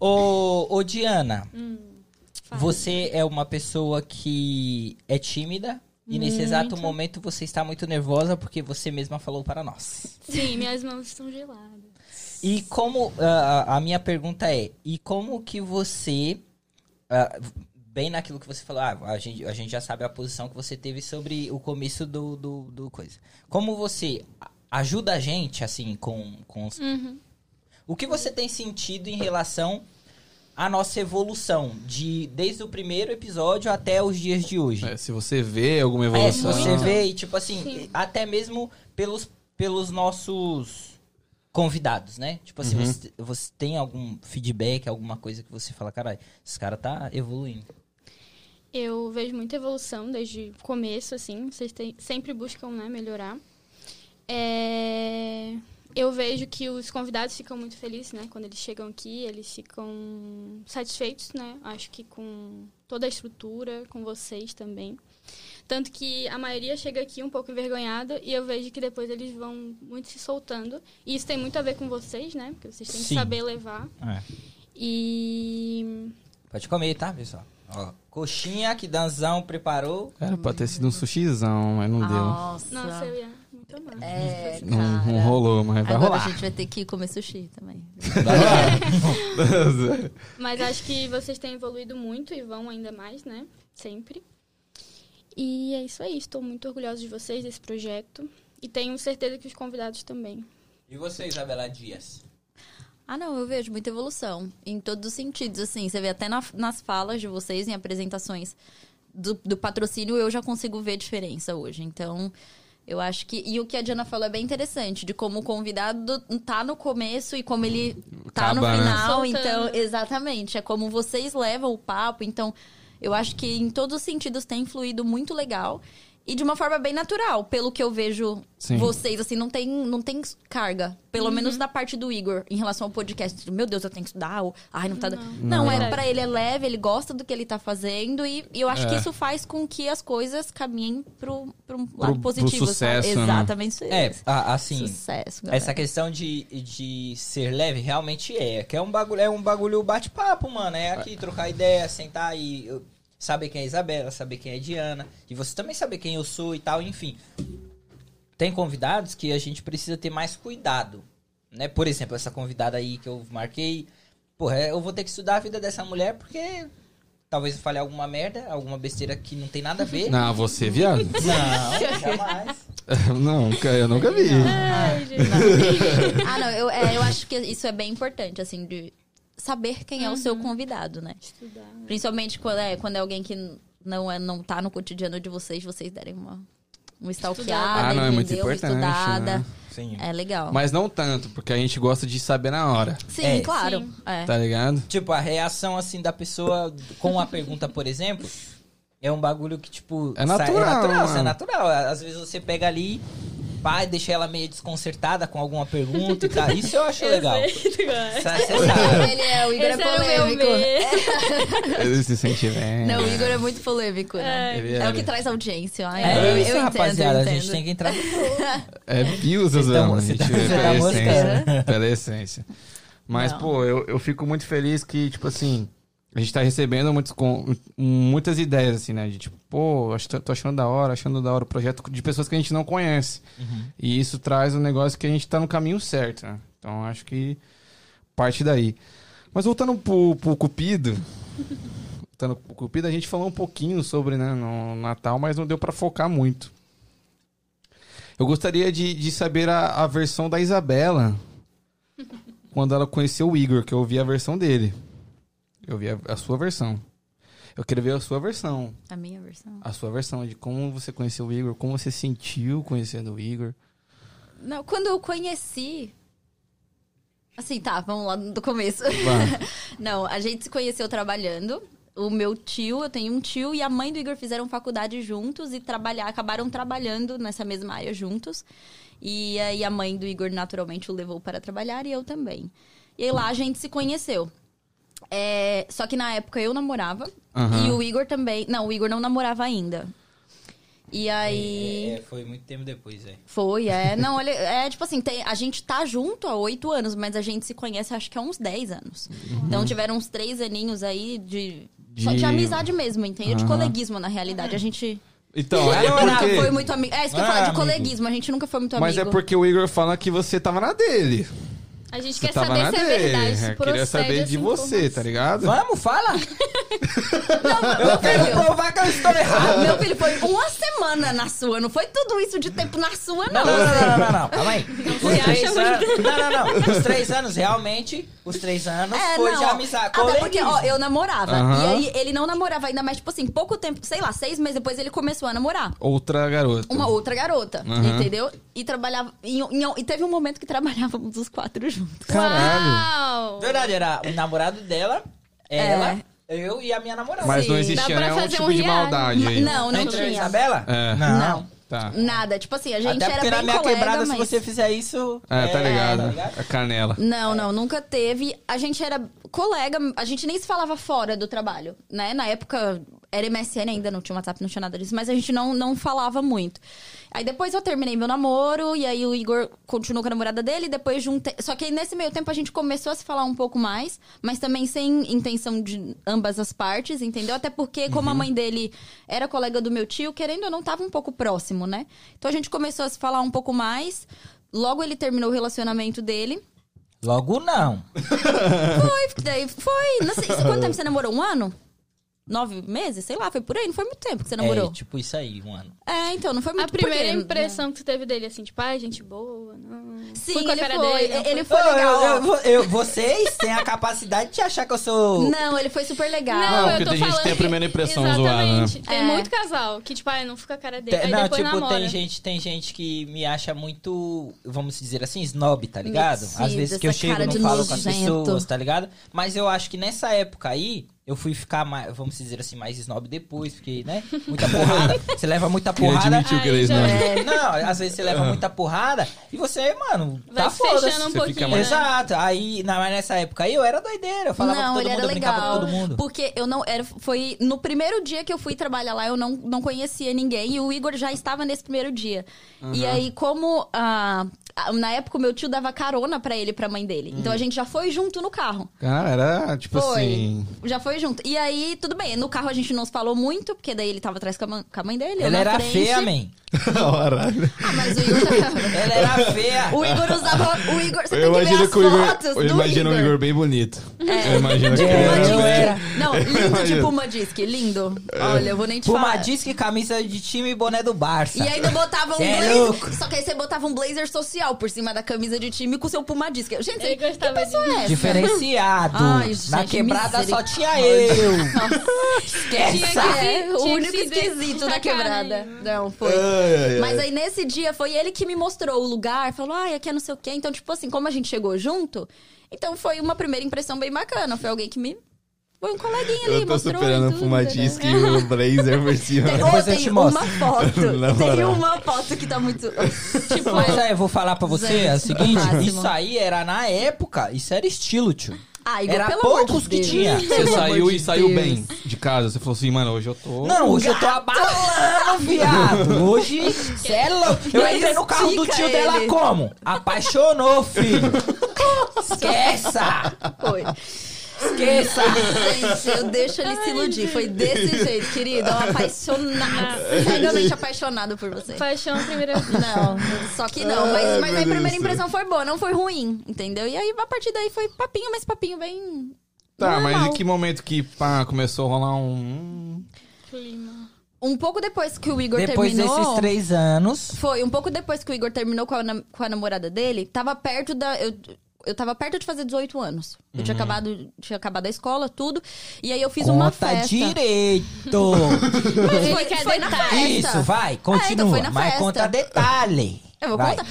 [SPEAKER 2] Ô, ô Diana,
[SPEAKER 3] fala.
[SPEAKER 2] você é uma pessoa que é tímida e nesse exato momento você está muito nervosa porque você mesma falou para nós.
[SPEAKER 3] Sim, minhas mãos estão geladas.
[SPEAKER 2] E como ah, a minha pergunta é, e como que você ah, bem naquilo que você falou, ah, a, gente, a gente já sabe a posição que você teve sobre o começo do, do, do coisa. Como você a- ajuda a gente, assim, com, com os
[SPEAKER 3] Uhum.
[SPEAKER 2] o que você tem sentido em relação à nossa evolução, de desde o primeiro episódio até os dias de hoje?
[SPEAKER 1] É, se você vê alguma
[SPEAKER 2] É,
[SPEAKER 1] evolução.
[SPEAKER 2] você vê, e, tipo assim,
[SPEAKER 3] Sim.
[SPEAKER 2] até mesmo pelos, pelos nossos convidados, né? Tipo assim, você, você tem algum feedback, alguma coisa que você fala, caralho, esse cara tá evoluindo.
[SPEAKER 3] Eu vejo muita evolução desde o começo, assim. Vocês têm- sempre buscam né, melhorar. É, Eu vejo que os convidados ficam muito felizes, né? Quando eles chegam aqui, eles ficam satisfeitos, né? Acho que com toda a estrutura, com vocês também. Tanto que a maioria chega aqui um pouco envergonhada e eu vejo que depois eles vão muito se soltando. E isso tem muito a ver com vocês, né? Porque vocês têm que
[SPEAKER 2] Sim.
[SPEAKER 3] saber levar.
[SPEAKER 2] É.
[SPEAKER 3] E
[SPEAKER 2] Pode comer, tá, pessoal? Ó, coxinha que Danzão preparou.
[SPEAKER 1] Era pra ter sido um sushizão, mas
[SPEAKER 4] Ah,
[SPEAKER 1] não
[SPEAKER 4] Nossa.
[SPEAKER 3] Nossa, eu ia muito amar.
[SPEAKER 4] É,
[SPEAKER 1] deu. Não, não
[SPEAKER 4] cara.
[SPEAKER 1] rolou, mas vai
[SPEAKER 4] Agora a
[SPEAKER 1] rolar. (laughs)
[SPEAKER 4] gente vai ter que comer sushi também.
[SPEAKER 3] Mas acho que vocês têm evoluído muito e vão ainda mais, né? Sempre. E é isso aí. Estou muito orgulhosa de vocês, desse projeto. E tenho certeza que os convidados também.
[SPEAKER 2] E você, Isabela Dias?
[SPEAKER 4] Ah, não, eu vejo muita evolução. Em todos os sentidos, assim. Você vê até na- nas falas de vocês, em apresentações do, do patrocínio, eu já consigo ver diferença hoje. Então, eu acho que. E o que a Diana falou é bem interessante, de como o convidado tá no começo e como ele tá
[SPEAKER 1] Acaba, né?
[SPEAKER 4] no final.
[SPEAKER 3] Soltando.
[SPEAKER 4] Então, exatamente. É como vocês levam o papo. Então, eu acho que em todos os sentidos tem fluído muito legal. E de uma forma bem natural, pelo que eu vejo
[SPEAKER 1] Sim.
[SPEAKER 4] vocês, assim, não tem, não tem carga. Pelo menos da parte do Igor, em relação ao podcast. Tipo, Meu Deus, eu tenho que estudar. Ou, ai, não tá. dando. Não, é pra ele é leve, ele gosta do que ele tá fazendo. E, e eu acho que
[SPEAKER 1] É.
[SPEAKER 4] isso faz com que as coisas caminhem pro, pro um
[SPEAKER 1] pro
[SPEAKER 4] lado positivo.
[SPEAKER 1] sucesso, né? É.
[SPEAKER 4] sabe? Exatamente
[SPEAKER 2] É,
[SPEAKER 4] isso.
[SPEAKER 2] a- assim,
[SPEAKER 4] Sucesso, galera.
[SPEAKER 2] Essa questão de, de ser leve realmente é. Que é um bagulho, é um bagulho bate-papo, mano. É aqui trocar ideia, sentar e eu- saber quem é a Isabela, saber quem é a Diana. E você também saber quem eu sou e tal, enfim. Tem convidados que a gente precisa ter mais cuidado. Né? Por exemplo, essa convidada aí que eu marquei. Porra, eu vou ter que estudar a vida dessa mulher porque talvez eu fale alguma merda, alguma besteira que não tem nada a
[SPEAKER 1] (laughs)
[SPEAKER 2] ver.
[SPEAKER 1] Não, você, viado?
[SPEAKER 2] Não, jamais.
[SPEAKER 1] não, cara, eu nunca vi.
[SPEAKER 3] Ai, gente.
[SPEAKER 4] Ah, não, eu, é, eu acho que isso é bem importante, assim, de saber quem é o seu convidado, né?
[SPEAKER 3] Estudar.
[SPEAKER 4] Principalmente quando é, quando é alguém que não, é, não tá no cotidiano de vocês, vocês derem uma, uma stalkeada,
[SPEAKER 1] Ah, não, é muito
[SPEAKER 4] entendeu? Uma
[SPEAKER 1] importante,
[SPEAKER 4] estudada.
[SPEAKER 1] né?
[SPEAKER 2] Sim.
[SPEAKER 4] É legal.
[SPEAKER 1] Mas não tanto, porque a gente gosta de saber na hora,
[SPEAKER 4] Sim,
[SPEAKER 2] É.
[SPEAKER 4] claro.
[SPEAKER 3] Sim.
[SPEAKER 4] É.
[SPEAKER 1] tá ligado?
[SPEAKER 2] Tipo, a reação, assim, da pessoa com a pergunta, por exemplo, é um bagulho que, tipo...
[SPEAKER 1] É
[SPEAKER 2] sai-
[SPEAKER 1] natural,
[SPEAKER 2] é natural,
[SPEAKER 1] mano.
[SPEAKER 2] é natural. Às vezes você pega ali, pá, e deixa ela meio desconcertada com alguma pergunta e tal. Isso eu
[SPEAKER 4] (laughs)
[SPEAKER 2] acho legal.
[SPEAKER 3] Perfeito, (laughs) agora.
[SPEAKER 2] Sa- cê sabe.
[SPEAKER 4] Ele é, o Igor
[SPEAKER 3] Esse
[SPEAKER 4] é
[SPEAKER 3] era o meu
[SPEAKER 4] polêmico.
[SPEAKER 3] medo.
[SPEAKER 1] Ele se sente bem. né?
[SPEAKER 4] não, o Igor é muito polêmico, né?
[SPEAKER 1] Ele
[SPEAKER 4] É,
[SPEAKER 1] é,
[SPEAKER 4] o que traz audiência. Ai,
[SPEAKER 2] É,
[SPEAKER 4] eu, eu
[SPEAKER 2] isso,
[SPEAKER 4] entendo,
[SPEAKER 2] rapaziada.
[SPEAKER 4] eu
[SPEAKER 2] A gente
[SPEAKER 4] entendo.
[SPEAKER 2] tem que entrar...
[SPEAKER 1] É views,
[SPEAKER 2] Vocês tão-
[SPEAKER 1] Zé, a
[SPEAKER 2] vocês
[SPEAKER 1] gente
[SPEAKER 2] tão-
[SPEAKER 1] vê
[SPEAKER 2] vocês
[SPEAKER 1] pela
[SPEAKER 2] tão
[SPEAKER 1] essência. Pela essência. Mas,
[SPEAKER 4] Não.
[SPEAKER 1] pô, eu, eu fico muito feliz que, tipo assim, a gente tá recebendo muitos, com, muitas ideias, assim, né? De tipo, pô, acho, que tô achando da hora, achando da hora o projeto de pessoas que a gente não conhece. E isso traz um negócio que a gente tá no caminho certo, né? Então acho que parte daí. Mas voltando pro, pro Cupido. voltando pro Cupido, a gente falou um pouquinho sobre, né, no Natal, mas não deu pra focar muito. Eu gostaria de, de saber a, a versão da Isabela. quando ela conheceu o Igor, que eu ouvi a versão dele. Eu vi a, a sua versão. Eu queria ver a sua versão.
[SPEAKER 4] A minha versão.
[SPEAKER 1] A sua versão de como você conheceu o Igor, como você sentiu conhecendo o Igor.
[SPEAKER 4] Não, quando eu conheci, Assim, tá, vamos lá do começo.
[SPEAKER 3] (laughs)
[SPEAKER 4] Não, a gente se conheceu trabalhando. O meu tio, eu tenho um tio, e a mãe do Igor fizeram faculdade juntos e trabalhar, acabaram trabalhando nessa mesma área juntos. E aí a mãe do Igor naturalmente o levou para trabalhar e eu também. E aí lá a gente se conheceu. É, só que na época eu namorava
[SPEAKER 7] Aham.
[SPEAKER 4] e o Igor também. Não, o Igor não namorava ainda. E aí.
[SPEAKER 2] É, foi muito tempo depois, velho.
[SPEAKER 4] Foi, é. Não, olha, é tipo assim, tem, a gente tá junto há oito anos, mas a gente se conhece acho que há uns dez anos. Então tiveram uns três aninhos aí de. Só
[SPEAKER 7] Uhum. De-
[SPEAKER 4] de amizade mesmo, entendeu? De
[SPEAKER 7] Aham.
[SPEAKER 4] coleguismo, na realidade. A gente
[SPEAKER 7] Então, é
[SPEAKER 4] nunca
[SPEAKER 7] porque...
[SPEAKER 4] foi muito amigo. É, isso que eu ia
[SPEAKER 2] Ah,
[SPEAKER 4] falar, de
[SPEAKER 2] amigo.
[SPEAKER 4] coleguismo. A gente nunca foi muito
[SPEAKER 7] Mas é
[SPEAKER 4] amigo.
[SPEAKER 7] porque o Igor fala que você tava na dele.
[SPEAKER 3] A gente
[SPEAKER 7] Você
[SPEAKER 3] quer
[SPEAKER 7] tava
[SPEAKER 3] saber
[SPEAKER 7] na
[SPEAKER 3] se é
[SPEAKER 7] dele.
[SPEAKER 3] verdade.
[SPEAKER 7] Eu
[SPEAKER 3] se
[SPEAKER 7] Queria
[SPEAKER 3] procede assim
[SPEAKER 7] saber
[SPEAKER 3] essa
[SPEAKER 7] de você, tá
[SPEAKER 3] informação.
[SPEAKER 7] ligado?
[SPEAKER 2] Vamos, (laughs) fala!
[SPEAKER 4] Não, meu filho.
[SPEAKER 2] provar que eu estou errado!
[SPEAKER 4] Ah, meu filho, foi uma semana na sua. Não foi tudo isso de tempo na sua,
[SPEAKER 2] Não, não,
[SPEAKER 4] não.
[SPEAKER 2] não, não, não, não. calma aí.
[SPEAKER 3] se
[SPEAKER 2] Os três
[SPEAKER 3] acha
[SPEAKER 2] anos... Não, não, não. Os três anos, realmente, os três anos foi de amizade.
[SPEAKER 4] É, Até porque, ó,
[SPEAKER 2] Coleguismo.
[SPEAKER 4] eu namorava.
[SPEAKER 7] Aham.
[SPEAKER 4] E aí, ele não namorava ainda, mas, tipo assim, pouco tempo, sei lá, seis meses depois, ele começou a namorar.
[SPEAKER 7] Outra garota.
[SPEAKER 2] Então.
[SPEAKER 4] Uma outra garota,
[SPEAKER 7] Aham.
[SPEAKER 4] entendeu? E trabalhava. em- em- e teve um momento que trabalhávamos os quatro juntos.
[SPEAKER 7] Caralho.
[SPEAKER 3] Uau!
[SPEAKER 2] Verdade, era o namorado dela,
[SPEAKER 4] É.
[SPEAKER 2] ela, eu e a minha namorada.
[SPEAKER 7] Mas não
[SPEAKER 4] Sim.
[SPEAKER 7] existia
[SPEAKER 3] Dá pra
[SPEAKER 7] nenhum
[SPEAKER 3] fazer
[SPEAKER 7] tipo
[SPEAKER 3] um
[SPEAKER 7] de
[SPEAKER 3] reality.
[SPEAKER 7] maldade aí.
[SPEAKER 4] Não, não
[SPEAKER 2] Entre eu e a
[SPEAKER 4] tinha.
[SPEAKER 2] Isabela?
[SPEAKER 7] É.
[SPEAKER 4] Não.
[SPEAKER 7] Tá.
[SPEAKER 4] Nada. Tipo assim, a gente
[SPEAKER 2] Até
[SPEAKER 4] era
[SPEAKER 2] porque
[SPEAKER 4] bem
[SPEAKER 2] na minha
[SPEAKER 4] colega,
[SPEAKER 2] quebrada, se
[SPEAKER 4] mas-
[SPEAKER 2] você fizer isso...
[SPEAKER 7] É, tá ligado.
[SPEAKER 2] tá ligado?
[SPEAKER 7] A canela.
[SPEAKER 4] Não, não, nunca teve. A gente era colega, a gente nem se falava fora do trabalho, né? Na época era MSN ainda, não tinha WhatsApp, não tinha nada disso, mas a gente não, não falava muito. Aí depois eu terminei meu namoro, e aí o Igor continuou com a namorada dele, depois juntei. Só que aí nesse meio tempo a gente começou a se falar um pouco mais, mas também sem intenção de ambas as partes, entendeu? Até porque, como a mãe dele era colega do meu tio, querendo ou não, tava um pouco próximo, né? Então a gente começou a se falar um pouco mais. Logo ele terminou o relacionamento dele.
[SPEAKER 2] Logo não.
[SPEAKER 4] Foi, daí foi. Não sei, quanto tempo você namorou? Um ano? Nove meses? Sei lá, foi por aí. Não foi muito tempo que você namorou.
[SPEAKER 2] É,
[SPEAKER 4] É,
[SPEAKER 2] tipo isso aí, mano.
[SPEAKER 4] então, não foi muito
[SPEAKER 3] A primeira
[SPEAKER 4] porque-
[SPEAKER 3] impressão que tu teve dele, assim, tipo, ah, gente boa, não.
[SPEAKER 4] Sim,
[SPEAKER 3] Fui com a
[SPEAKER 4] ele
[SPEAKER 3] cara
[SPEAKER 4] foi.
[SPEAKER 3] dele, não
[SPEAKER 4] ele
[SPEAKER 3] fui.
[SPEAKER 4] foi
[SPEAKER 2] Ô, eu-
[SPEAKER 4] legal.
[SPEAKER 2] eu- eu- eu- vocês têm a capacidade de achar que eu sou...
[SPEAKER 4] Não, ele foi super legal.
[SPEAKER 7] Não,
[SPEAKER 3] eu
[SPEAKER 7] porque
[SPEAKER 3] tô
[SPEAKER 7] tem gente que
[SPEAKER 3] falando
[SPEAKER 7] tem a primeira impressão zoada, né?
[SPEAKER 3] Exatamente. Tem
[SPEAKER 4] É.
[SPEAKER 3] muito casal que, tipo, ah, não fica a cara dele.
[SPEAKER 2] Te-
[SPEAKER 3] Aí
[SPEAKER 2] não,
[SPEAKER 3] depois
[SPEAKER 2] tipo,
[SPEAKER 3] namora.
[SPEAKER 2] tem gente, tem gente que me acha muito, vamos dizer assim, snob, tá ligado? Às
[SPEAKER 4] Metido,
[SPEAKER 2] vezes que eu
[SPEAKER 4] essa
[SPEAKER 2] chego
[SPEAKER 4] cara
[SPEAKER 2] e não
[SPEAKER 4] de
[SPEAKER 2] falo com as
[SPEAKER 4] nojento.
[SPEAKER 2] pessoas, tá ligado? Mas eu acho que nessa época aí, eu fui ficar mais, vamos dizer assim, mais snob depois, porque, né? Muita
[SPEAKER 4] (laughs)
[SPEAKER 2] porrada. você leva muita
[SPEAKER 7] Queria
[SPEAKER 2] porrada.
[SPEAKER 7] admitir Ah. o que
[SPEAKER 3] Aí
[SPEAKER 7] eles
[SPEAKER 3] já
[SPEAKER 7] não.
[SPEAKER 3] é.
[SPEAKER 2] Não, às vezes você leva muita porrada e você, mano,
[SPEAKER 3] Vai
[SPEAKER 2] tá
[SPEAKER 3] se
[SPEAKER 2] foda.
[SPEAKER 3] fechando um
[SPEAKER 7] Você
[SPEAKER 3] pouquinho.
[SPEAKER 7] fica
[SPEAKER 3] né?
[SPEAKER 7] mais-
[SPEAKER 2] Exato. Aí, na, mas nessa época aí, eu era doideira. Eu falava
[SPEAKER 4] não,
[SPEAKER 2] com todo
[SPEAKER 4] ele
[SPEAKER 2] mundo,
[SPEAKER 4] era
[SPEAKER 2] eu brincava
[SPEAKER 4] legal.
[SPEAKER 2] com todo mundo.
[SPEAKER 4] Porque eu não era. Foi no primeiro dia que eu fui trabalhar lá, eu não, não conhecia ninguém. E o Igor já estava nesse primeiro dia. E aí, como. ah, ah, na época, o meu tio dava carona pra ele e pra mãe dele.
[SPEAKER 2] Uhum.
[SPEAKER 4] Então a gente já foi junto no carro.
[SPEAKER 7] Cara, era tipo assim. (laughs)
[SPEAKER 4] Já foi junto. E aí, tudo bem. No carro a gente não se falou muito, porque daí ele tava atrás com a, man- com a mãe dele. eu
[SPEAKER 2] Ela
[SPEAKER 4] na
[SPEAKER 2] era
[SPEAKER 4] frente.
[SPEAKER 2] feia, man.
[SPEAKER 7] Caralho.
[SPEAKER 4] Ah, mas o Igor.
[SPEAKER 2] Ela era feia. (laughs)
[SPEAKER 4] (laughs) o Igor usava. O Igor. Você
[SPEAKER 7] Eu
[SPEAKER 4] tem que ver
[SPEAKER 7] imagino
[SPEAKER 4] as
[SPEAKER 7] que o Igor.
[SPEAKER 4] fotos
[SPEAKER 7] Eu
[SPEAKER 4] do
[SPEAKER 7] imagino o
[SPEAKER 4] Igor.
[SPEAKER 7] Igor bem bonito. Eu imagino que
[SPEAKER 2] É,
[SPEAKER 7] ele
[SPEAKER 4] Puma
[SPEAKER 7] era.
[SPEAKER 2] eu
[SPEAKER 4] Disc.
[SPEAKER 7] bem-
[SPEAKER 2] era.
[SPEAKER 4] Não, lindo tipo, de
[SPEAKER 7] imagino.
[SPEAKER 4] Puma Disc. Lindo. Olha, eu vou nem te
[SPEAKER 2] Puma
[SPEAKER 4] falar.
[SPEAKER 2] disque, camisa de time e boné do Barça.
[SPEAKER 4] E ainda botava um
[SPEAKER 2] Cê é
[SPEAKER 4] blazer.
[SPEAKER 2] louco.
[SPEAKER 4] só que aí você botava um blazer social por cima da camisa de time com seu Puma Disc. Gente,
[SPEAKER 3] Ele
[SPEAKER 4] que
[SPEAKER 3] gostava
[SPEAKER 4] pessoa
[SPEAKER 3] de-
[SPEAKER 4] é essa? (laughs)
[SPEAKER 2] Diferenciado.
[SPEAKER 4] Ai, gente,
[SPEAKER 2] Na quebrada só tinha
[SPEAKER 4] misericórdia.
[SPEAKER 2] eu.
[SPEAKER 3] Tinha
[SPEAKER 2] Esquece.
[SPEAKER 3] que-
[SPEAKER 4] É,
[SPEAKER 3] tinha
[SPEAKER 4] o
[SPEAKER 3] que
[SPEAKER 4] único
[SPEAKER 3] se ver-
[SPEAKER 4] esquisito da
[SPEAKER 3] sacar,
[SPEAKER 4] quebrada.
[SPEAKER 3] né?
[SPEAKER 4] Não, foi.
[SPEAKER 7] Ah, Ai, ai,
[SPEAKER 4] Mas aí nesse dia foi ele que me mostrou o lugar, falou, ai, aqui é não sei o quê. Então, tipo assim, como a gente chegou junto, então foi uma primeira impressão bem bacana. Foi alguém que me. Foi um coleguinha ali,
[SPEAKER 7] Eu tô
[SPEAKER 4] mostrou.
[SPEAKER 7] superando
[SPEAKER 4] e
[SPEAKER 7] o
[SPEAKER 4] tudo, né?
[SPEAKER 7] Fumadisque e o Blazer por cima.
[SPEAKER 4] Tem,
[SPEAKER 2] Depois
[SPEAKER 4] oh,
[SPEAKER 2] eu te
[SPEAKER 4] tem
[SPEAKER 2] mostro.
[SPEAKER 4] uma foto.
[SPEAKER 7] (laughs) Na
[SPEAKER 4] tem
[SPEAKER 7] moral.
[SPEAKER 4] uma foto que
[SPEAKER 2] (laughs)
[SPEAKER 4] tá muito. tipo,
[SPEAKER 2] Mas aí, eu vou falar pra você
[SPEAKER 4] Gente,
[SPEAKER 2] é o seguinte:
[SPEAKER 4] máximo.
[SPEAKER 2] isso aí era na época, isso era estilo, tio.
[SPEAKER 4] ai,
[SPEAKER 2] Era
[SPEAKER 4] pelo
[SPEAKER 2] poucos
[SPEAKER 4] amor de
[SPEAKER 2] que
[SPEAKER 4] Deus.
[SPEAKER 2] tinha.
[SPEAKER 7] Você
[SPEAKER 4] Pelo
[SPEAKER 7] saiu
[SPEAKER 4] amor
[SPEAKER 7] e
[SPEAKER 4] de
[SPEAKER 7] saiu
[SPEAKER 4] Deus.
[SPEAKER 7] bem de casa. Você falou assim, mano, hoje eu tô.
[SPEAKER 2] Não, hoje eu tô abalando, viado. Hoje, cê é louco. Eu entrei no carro do
[SPEAKER 4] Estica
[SPEAKER 2] tio dela
[SPEAKER 4] ele.
[SPEAKER 2] como? Apaixonou, filho. Esqueça!
[SPEAKER 4] Foi.
[SPEAKER 2] Esqueça!
[SPEAKER 4] Gente, eu deixo ele se iludir. Foi desse jeito, querido.
[SPEAKER 7] (laughs)
[SPEAKER 4] Eu apaixonada.
[SPEAKER 7] É
[SPEAKER 4] Realmente apaixonado por você.
[SPEAKER 3] Paixão à primeira vista.
[SPEAKER 4] Não, só que não. Mas,
[SPEAKER 7] Ai,
[SPEAKER 4] mas
[SPEAKER 7] meu
[SPEAKER 4] a
[SPEAKER 7] Deus
[SPEAKER 4] primeira
[SPEAKER 7] do
[SPEAKER 4] impressão foi boa, não foi ruim, entendeu? E aí, a partir daí foi papinho, mas papinho bem.
[SPEAKER 7] Tá,
[SPEAKER 4] normal.
[SPEAKER 7] mas em que momento que pá, começou a rolar um. hum,
[SPEAKER 3] (laughs) Clima.
[SPEAKER 4] Um pouco depois que o Igor
[SPEAKER 2] Depois
[SPEAKER 4] terminou.
[SPEAKER 2] desses três anos.
[SPEAKER 4] Foi, um pouco depois que o Igor terminou com a, nam- com a namorada dele, tava perto da. Eu, eu tava perto de fazer 18 anos. Eu tinha,
[SPEAKER 7] Uhum.
[SPEAKER 4] acabado, tinha acabado a escola, tudo. E aí eu fiz uma
[SPEAKER 2] Conta
[SPEAKER 4] festa.
[SPEAKER 2] direito!
[SPEAKER 4] Mas
[SPEAKER 3] Ele
[SPEAKER 4] foi,
[SPEAKER 3] quer
[SPEAKER 4] foi na
[SPEAKER 3] detalhes.
[SPEAKER 4] festa.
[SPEAKER 2] Isso, vai,
[SPEAKER 4] É, então
[SPEAKER 2] continua.
[SPEAKER 4] foi na
[SPEAKER 2] mas
[SPEAKER 4] festa.
[SPEAKER 2] conta detalhe.
[SPEAKER 4] Eu vou
[SPEAKER 2] Vai.
[SPEAKER 4] contar.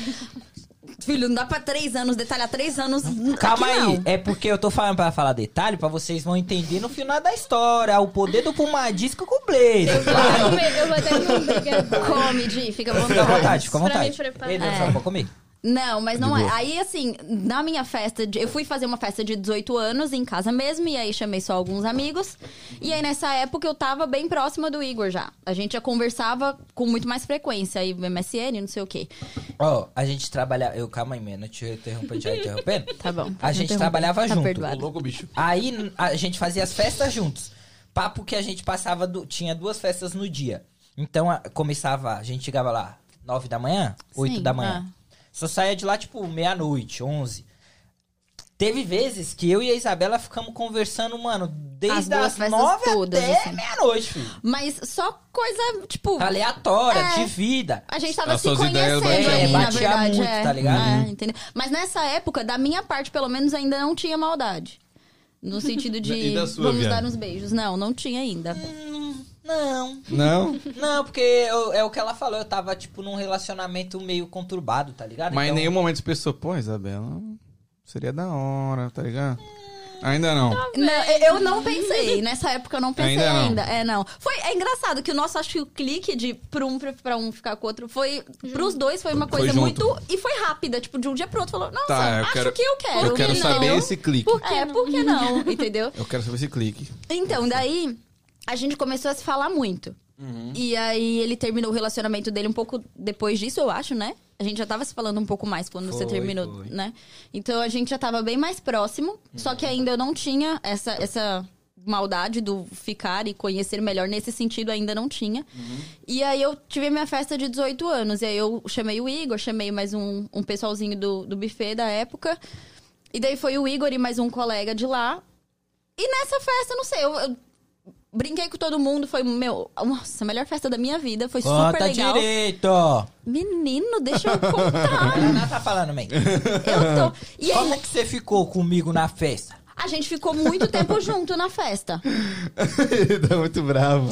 [SPEAKER 4] Filho, não dá pra três anos, detalhar três anos.
[SPEAKER 2] Calma
[SPEAKER 4] aqui
[SPEAKER 2] aí,
[SPEAKER 4] não.
[SPEAKER 2] é porque eu tô falando pra falar detalhe, pra vocês vão entender no final da história. O poder do pumadisco com o Blazer.
[SPEAKER 3] Eu vou até comer- eu vou até comer um
[SPEAKER 4] (laughs)
[SPEAKER 3] brigadeiro.
[SPEAKER 4] Come, Di, fica à
[SPEAKER 2] Fica à
[SPEAKER 4] vontade.
[SPEAKER 2] vontade, fica à
[SPEAKER 3] Pra
[SPEAKER 2] vontade.
[SPEAKER 3] me preparar.
[SPEAKER 2] Ei, Deus,
[SPEAKER 4] É.
[SPEAKER 2] só um vou comer.
[SPEAKER 4] Não, mas
[SPEAKER 1] De
[SPEAKER 4] não é.
[SPEAKER 1] boa.
[SPEAKER 4] Aí, assim, na minha festa, de- eu fui fazer uma festa de 18 anos em casa mesmo, e aí chamei só alguns amigos. E aí, nessa época, eu tava bem próxima do Igor já. A gente já conversava com muito mais frequência, aí MSN, não sei o quê.
[SPEAKER 2] Ó, a gente trabalhava. Eu, calma aí, mano, eu te interrompendo, já interrompendo.
[SPEAKER 4] (laughs) Tá bom.
[SPEAKER 2] A
[SPEAKER 4] Não
[SPEAKER 2] gente
[SPEAKER 4] interrompa,
[SPEAKER 2] trabalhava
[SPEAKER 4] tá
[SPEAKER 2] junto.
[SPEAKER 7] Ô,
[SPEAKER 4] Perdoado.
[SPEAKER 7] louco,
[SPEAKER 4] (laughs)
[SPEAKER 7] bicho.
[SPEAKER 2] Aí n- a gente fazia as festas juntos. Papo que a gente passava, do- tinha duas festas no dia. Então a- começava, a gente chegava lá 9 da manhã, 8
[SPEAKER 4] Sim, ah.
[SPEAKER 2] da manhã. Só saía de lá tipo meia-noite, 11. Teve vezes que eu e a Isabela ficamos conversando, mano,
[SPEAKER 4] As
[SPEAKER 2] desde
[SPEAKER 4] duas
[SPEAKER 2] as,
[SPEAKER 4] festas
[SPEAKER 2] 9
[SPEAKER 4] todas,
[SPEAKER 2] até
[SPEAKER 4] assim.
[SPEAKER 2] meia-noite, filho.
[SPEAKER 4] Mas só coisa, tipo.
[SPEAKER 2] Aleatória,
[SPEAKER 4] É.
[SPEAKER 2] de vida.
[SPEAKER 4] A gente tava
[SPEAKER 1] As
[SPEAKER 4] se
[SPEAKER 1] suas ideias Uhum.
[SPEAKER 4] conhecendo
[SPEAKER 1] batiam
[SPEAKER 4] ali, na
[SPEAKER 2] muito.
[SPEAKER 4] verdade.
[SPEAKER 2] Batia muito,
[SPEAKER 4] é.
[SPEAKER 2] tá ligado?
[SPEAKER 4] É, entendeu? Mas nessa época, da minha parte, pelo menos, ainda não tinha maldade. No sentido
[SPEAKER 1] (laughs)
[SPEAKER 4] de
[SPEAKER 1] E da sua,
[SPEAKER 4] vamos
[SPEAKER 1] Viana?
[SPEAKER 4] dar uns beijos. Não, não tinha ainda.
[SPEAKER 2] Hum, não,
[SPEAKER 7] Não,
[SPEAKER 2] não, porque eu- é o que ela falou, eu tava, tipo, num relacionamento meio conturbado, tá ligado?
[SPEAKER 7] mas em
[SPEAKER 2] Então-
[SPEAKER 7] nenhum momento você pensou, pô, Isabela, seria da hora, tá ligado? Ainda não.
[SPEAKER 4] Não, eu não pensei. Nessa época eu não pensei
[SPEAKER 7] Ainda
[SPEAKER 4] ainda.
[SPEAKER 7] não.
[SPEAKER 4] É, não. Foi, é engraçado que o nosso, acho que o clique de pra um, pra um ficar com o outro foi. Pros dois foi uma
[SPEAKER 1] Foi
[SPEAKER 4] coisa
[SPEAKER 1] junto.
[SPEAKER 4] muito. E foi rápida, tipo, de um dia pro outro. Falou, nossa,
[SPEAKER 1] Tá, eu
[SPEAKER 4] acho
[SPEAKER 1] quero-
[SPEAKER 4] que eu quero.
[SPEAKER 1] Eu quero
[SPEAKER 4] Não.
[SPEAKER 1] saber esse clique.
[SPEAKER 4] É, por que não? Entendeu?
[SPEAKER 7] Eu quero saber esse clique.
[SPEAKER 4] Então, daí a gente começou a se falar muito.
[SPEAKER 2] Uhum.
[SPEAKER 4] E aí ele terminou o relacionamento dele um pouco depois disso, eu acho, né? A gente já tava se falando um pouco mais quando você
[SPEAKER 2] Foi,
[SPEAKER 4] terminou,
[SPEAKER 2] foi. Uhum.
[SPEAKER 4] né? Então a gente já tava bem mais próximo, só que ainda eu não tinha essa essa maldade do ficar e conhecer melhor nesse sentido ainda não tinha.
[SPEAKER 2] Uhum.
[SPEAKER 4] E aí eu tive a minha festa de 18 anos e aí eu chamei o Igor, chamei mais um, um pessoalzinho do, do buffet da época. E daí foi o Igor e mais um colega de lá. E nessa festa, não sei, eu, eu brinquei com todo mundo, foi, meu, nossa, a melhor festa da minha vida, foi é super
[SPEAKER 7] tá
[SPEAKER 2] Conta
[SPEAKER 4] legal.
[SPEAKER 2] direito!
[SPEAKER 4] Menino, deixa
[SPEAKER 7] (laughs)
[SPEAKER 4] eu contar.
[SPEAKER 2] Ela tá falando, man.
[SPEAKER 4] eu tô. E aí,
[SPEAKER 2] Como é que você ficou comigo na festa?
[SPEAKER 4] a gente ficou muito tempo junto
[SPEAKER 7] (laughs)
[SPEAKER 4] na festa. Ah,
[SPEAKER 7] Ele (laughs) tá muito bravo.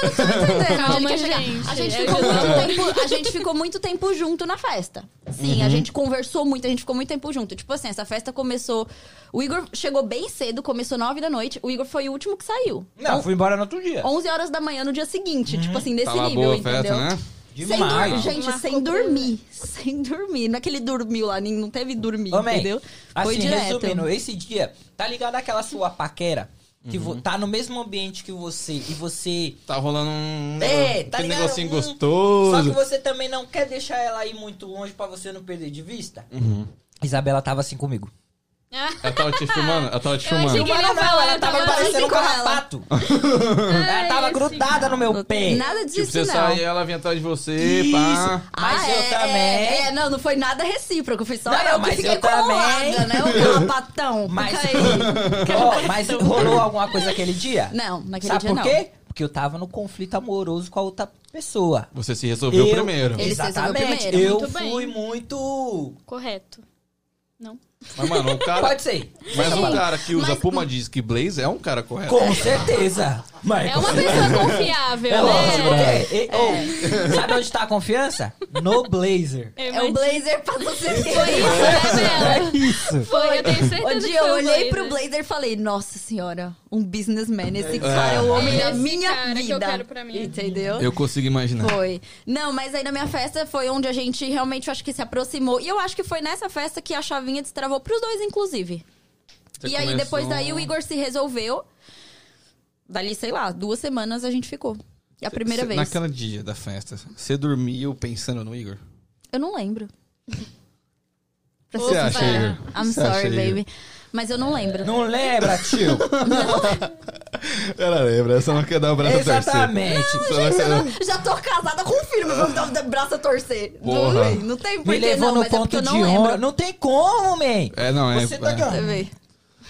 [SPEAKER 4] Calma,
[SPEAKER 3] Calma, gente.
[SPEAKER 4] gente. É A gente,
[SPEAKER 3] Eu
[SPEAKER 4] ficou
[SPEAKER 3] já
[SPEAKER 4] muito tempo, a gente ficou muito tempo junto na festa. Sim,
[SPEAKER 7] Uhum.
[SPEAKER 4] a gente conversou muito, a gente ficou muito tempo junto. Tipo assim, essa festa começou. O Igor chegou bem cedo, começou nove da noite. O Igor foi o último que saiu.
[SPEAKER 2] Não, fui embora no outro dia.
[SPEAKER 4] 11 horas da manhã no dia seguinte. Tipo assim, desse
[SPEAKER 7] Uhum. Tava
[SPEAKER 4] nível,
[SPEAKER 7] boa Tá a
[SPEAKER 4] entendeu?
[SPEAKER 7] festa, né?
[SPEAKER 4] Sem dur-
[SPEAKER 2] Demais.
[SPEAKER 4] gente,
[SPEAKER 3] Marcou
[SPEAKER 4] sem dormir. Sem dormir. Não é que ele dormiu lá, nem, não teve dormir,
[SPEAKER 2] Ô, man,
[SPEAKER 4] entendeu? Foi
[SPEAKER 2] assim,
[SPEAKER 4] direto.
[SPEAKER 2] resumindo, esse dia, tá ligado aquela sua paquera? Que vo- tá no mesmo ambiente que você e você...
[SPEAKER 7] Tá rolando um,
[SPEAKER 2] É,
[SPEAKER 7] um
[SPEAKER 2] tá ligado?
[SPEAKER 7] negocinho
[SPEAKER 2] Hum. Só que
[SPEAKER 7] gostoso.
[SPEAKER 2] você também não quer deixar ela ir muito longe pra você não perder de vista? Isabela tava assim comigo.
[SPEAKER 3] Ah,
[SPEAKER 7] Ela tava te filmando? Ela
[SPEAKER 2] É,
[SPEAKER 7] tava te
[SPEAKER 3] Eu achei
[SPEAKER 7] filmando. Tipo,
[SPEAKER 3] que ele ia falar,
[SPEAKER 2] ela
[SPEAKER 3] eu
[SPEAKER 2] tava
[SPEAKER 3] tava
[SPEAKER 2] parecendo um
[SPEAKER 4] assim com ela.
[SPEAKER 2] carrapato. ela tava
[SPEAKER 3] esse
[SPEAKER 2] grudada no meu pé.
[SPEAKER 4] Nada
[SPEAKER 7] Tipo,
[SPEAKER 4] disso,
[SPEAKER 7] você
[SPEAKER 4] não.
[SPEAKER 7] sai e ela vem atrás de você, pá.
[SPEAKER 2] Mas eu
[SPEAKER 4] é,
[SPEAKER 2] também.
[SPEAKER 4] É, é, não, não foi nada recíproco. Foi só
[SPEAKER 2] Não,
[SPEAKER 4] eu
[SPEAKER 2] mas
[SPEAKER 4] que fiquei
[SPEAKER 2] eu também.
[SPEAKER 4] colada, né? O rapatão.
[SPEAKER 2] (laughs) Mas,
[SPEAKER 4] Fica aí.
[SPEAKER 2] (laughs) Ó, mas rolou alguma coisa aquele dia?
[SPEAKER 4] Não, naquele
[SPEAKER 2] Sabe
[SPEAKER 4] dia
[SPEAKER 2] por
[SPEAKER 4] não.
[SPEAKER 2] quê? Porque eu tava no conflito amoroso com a outra pessoa.
[SPEAKER 7] Você se resolveu
[SPEAKER 2] Eu- É.
[SPEAKER 7] primeiro.
[SPEAKER 4] Ele- se resolveu
[SPEAKER 2] Exatamente.
[SPEAKER 4] primeiro,
[SPEAKER 2] Eu
[SPEAKER 3] muito bem.
[SPEAKER 2] fui muito.
[SPEAKER 3] Correto. Não.
[SPEAKER 7] Mas, mano, o cara.
[SPEAKER 2] Pode ser.
[SPEAKER 7] Mas
[SPEAKER 4] Sim,
[SPEAKER 7] um cara que usa
[SPEAKER 4] mas-
[SPEAKER 7] Puma diz que Blaze é um cara correto.
[SPEAKER 2] Com certeza. Mas
[SPEAKER 3] É uma pessoa confiável,
[SPEAKER 2] É lógico que
[SPEAKER 3] né?
[SPEAKER 2] é. E- ô, Sabe onde tá a confiança? No blazer.
[SPEAKER 3] Eu
[SPEAKER 4] É o
[SPEAKER 3] imagino.
[SPEAKER 4] blazer pra você.
[SPEAKER 3] Foi isso,
[SPEAKER 4] (laughs)
[SPEAKER 3] né, Bela?
[SPEAKER 2] Isso.
[SPEAKER 3] Foi, eu tenho certeza
[SPEAKER 4] Um
[SPEAKER 3] que
[SPEAKER 4] dia
[SPEAKER 3] foi
[SPEAKER 4] eu
[SPEAKER 3] o
[SPEAKER 4] olhei
[SPEAKER 3] Blazer.
[SPEAKER 4] pro blazer e falei, nossa senhora, um businessman. Esse cara é o homem da
[SPEAKER 3] Esse
[SPEAKER 4] minha
[SPEAKER 3] cara que
[SPEAKER 4] vida.
[SPEAKER 3] eu quero pra minha vida.
[SPEAKER 4] Entendeu?
[SPEAKER 7] Eu consigo imaginar.
[SPEAKER 4] Foi. Não, mas aí na minha festa foi onde a gente realmente, eu acho que se aproximou. E eu acho que foi nessa festa que a chavinha destravou pros dois, inclusive.
[SPEAKER 7] Você
[SPEAKER 4] e aí,
[SPEAKER 7] começou-
[SPEAKER 4] depois daí, o Igor se resolveu. Dali, sei lá, duas semanas a gente ficou. É a primeira
[SPEAKER 7] Cê-
[SPEAKER 4] vez.
[SPEAKER 7] Naquele dia da festa, você dormiu pensando no Igor?
[SPEAKER 4] Eu
[SPEAKER 7] (laughs)
[SPEAKER 4] não lembro.
[SPEAKER 7] O que você acha, Igor? O
[SPEAKER 4] I'm
[SPEAKER 7] que você acha,
[SPEAKER 4] sorry,
[SPEAKER 7] Igor?
[SPEAKER 4] baby. Mas eu não lembro.
[SPEAKER 2] Não lembra, tio?
[SPEAKER 7] (laughs) Ela lembra, ela só não quer dar um o braço a torcer.
[SPEAKER 2] Exatamente.
[SPEAKER 7] Só não quer dar-
[SPEAKER 4] Já tô casada com um filho, mas vou dar o braço a torcer. Não,
[SPEAKER 7] Porra.
[SPEAKER 4] véi, não tem porquê
[SPEAKER 2] Me levou
[SPEAKER 4] não,
[SPEAKER 2] no
[SPEAKER 4] mas é
[SPEAKER 2] ponto
[SPEAKER 4] porque eu
[SPEAKER 2] de
[SPEAKER 4] não lembro.
[SPEAKER 2] honra. Não tem como, man.
[SPEAKER 7] É, não, é.
[SPEAKER 2] Você tá aqui, ó.
[SPEAKER 4] Você vê.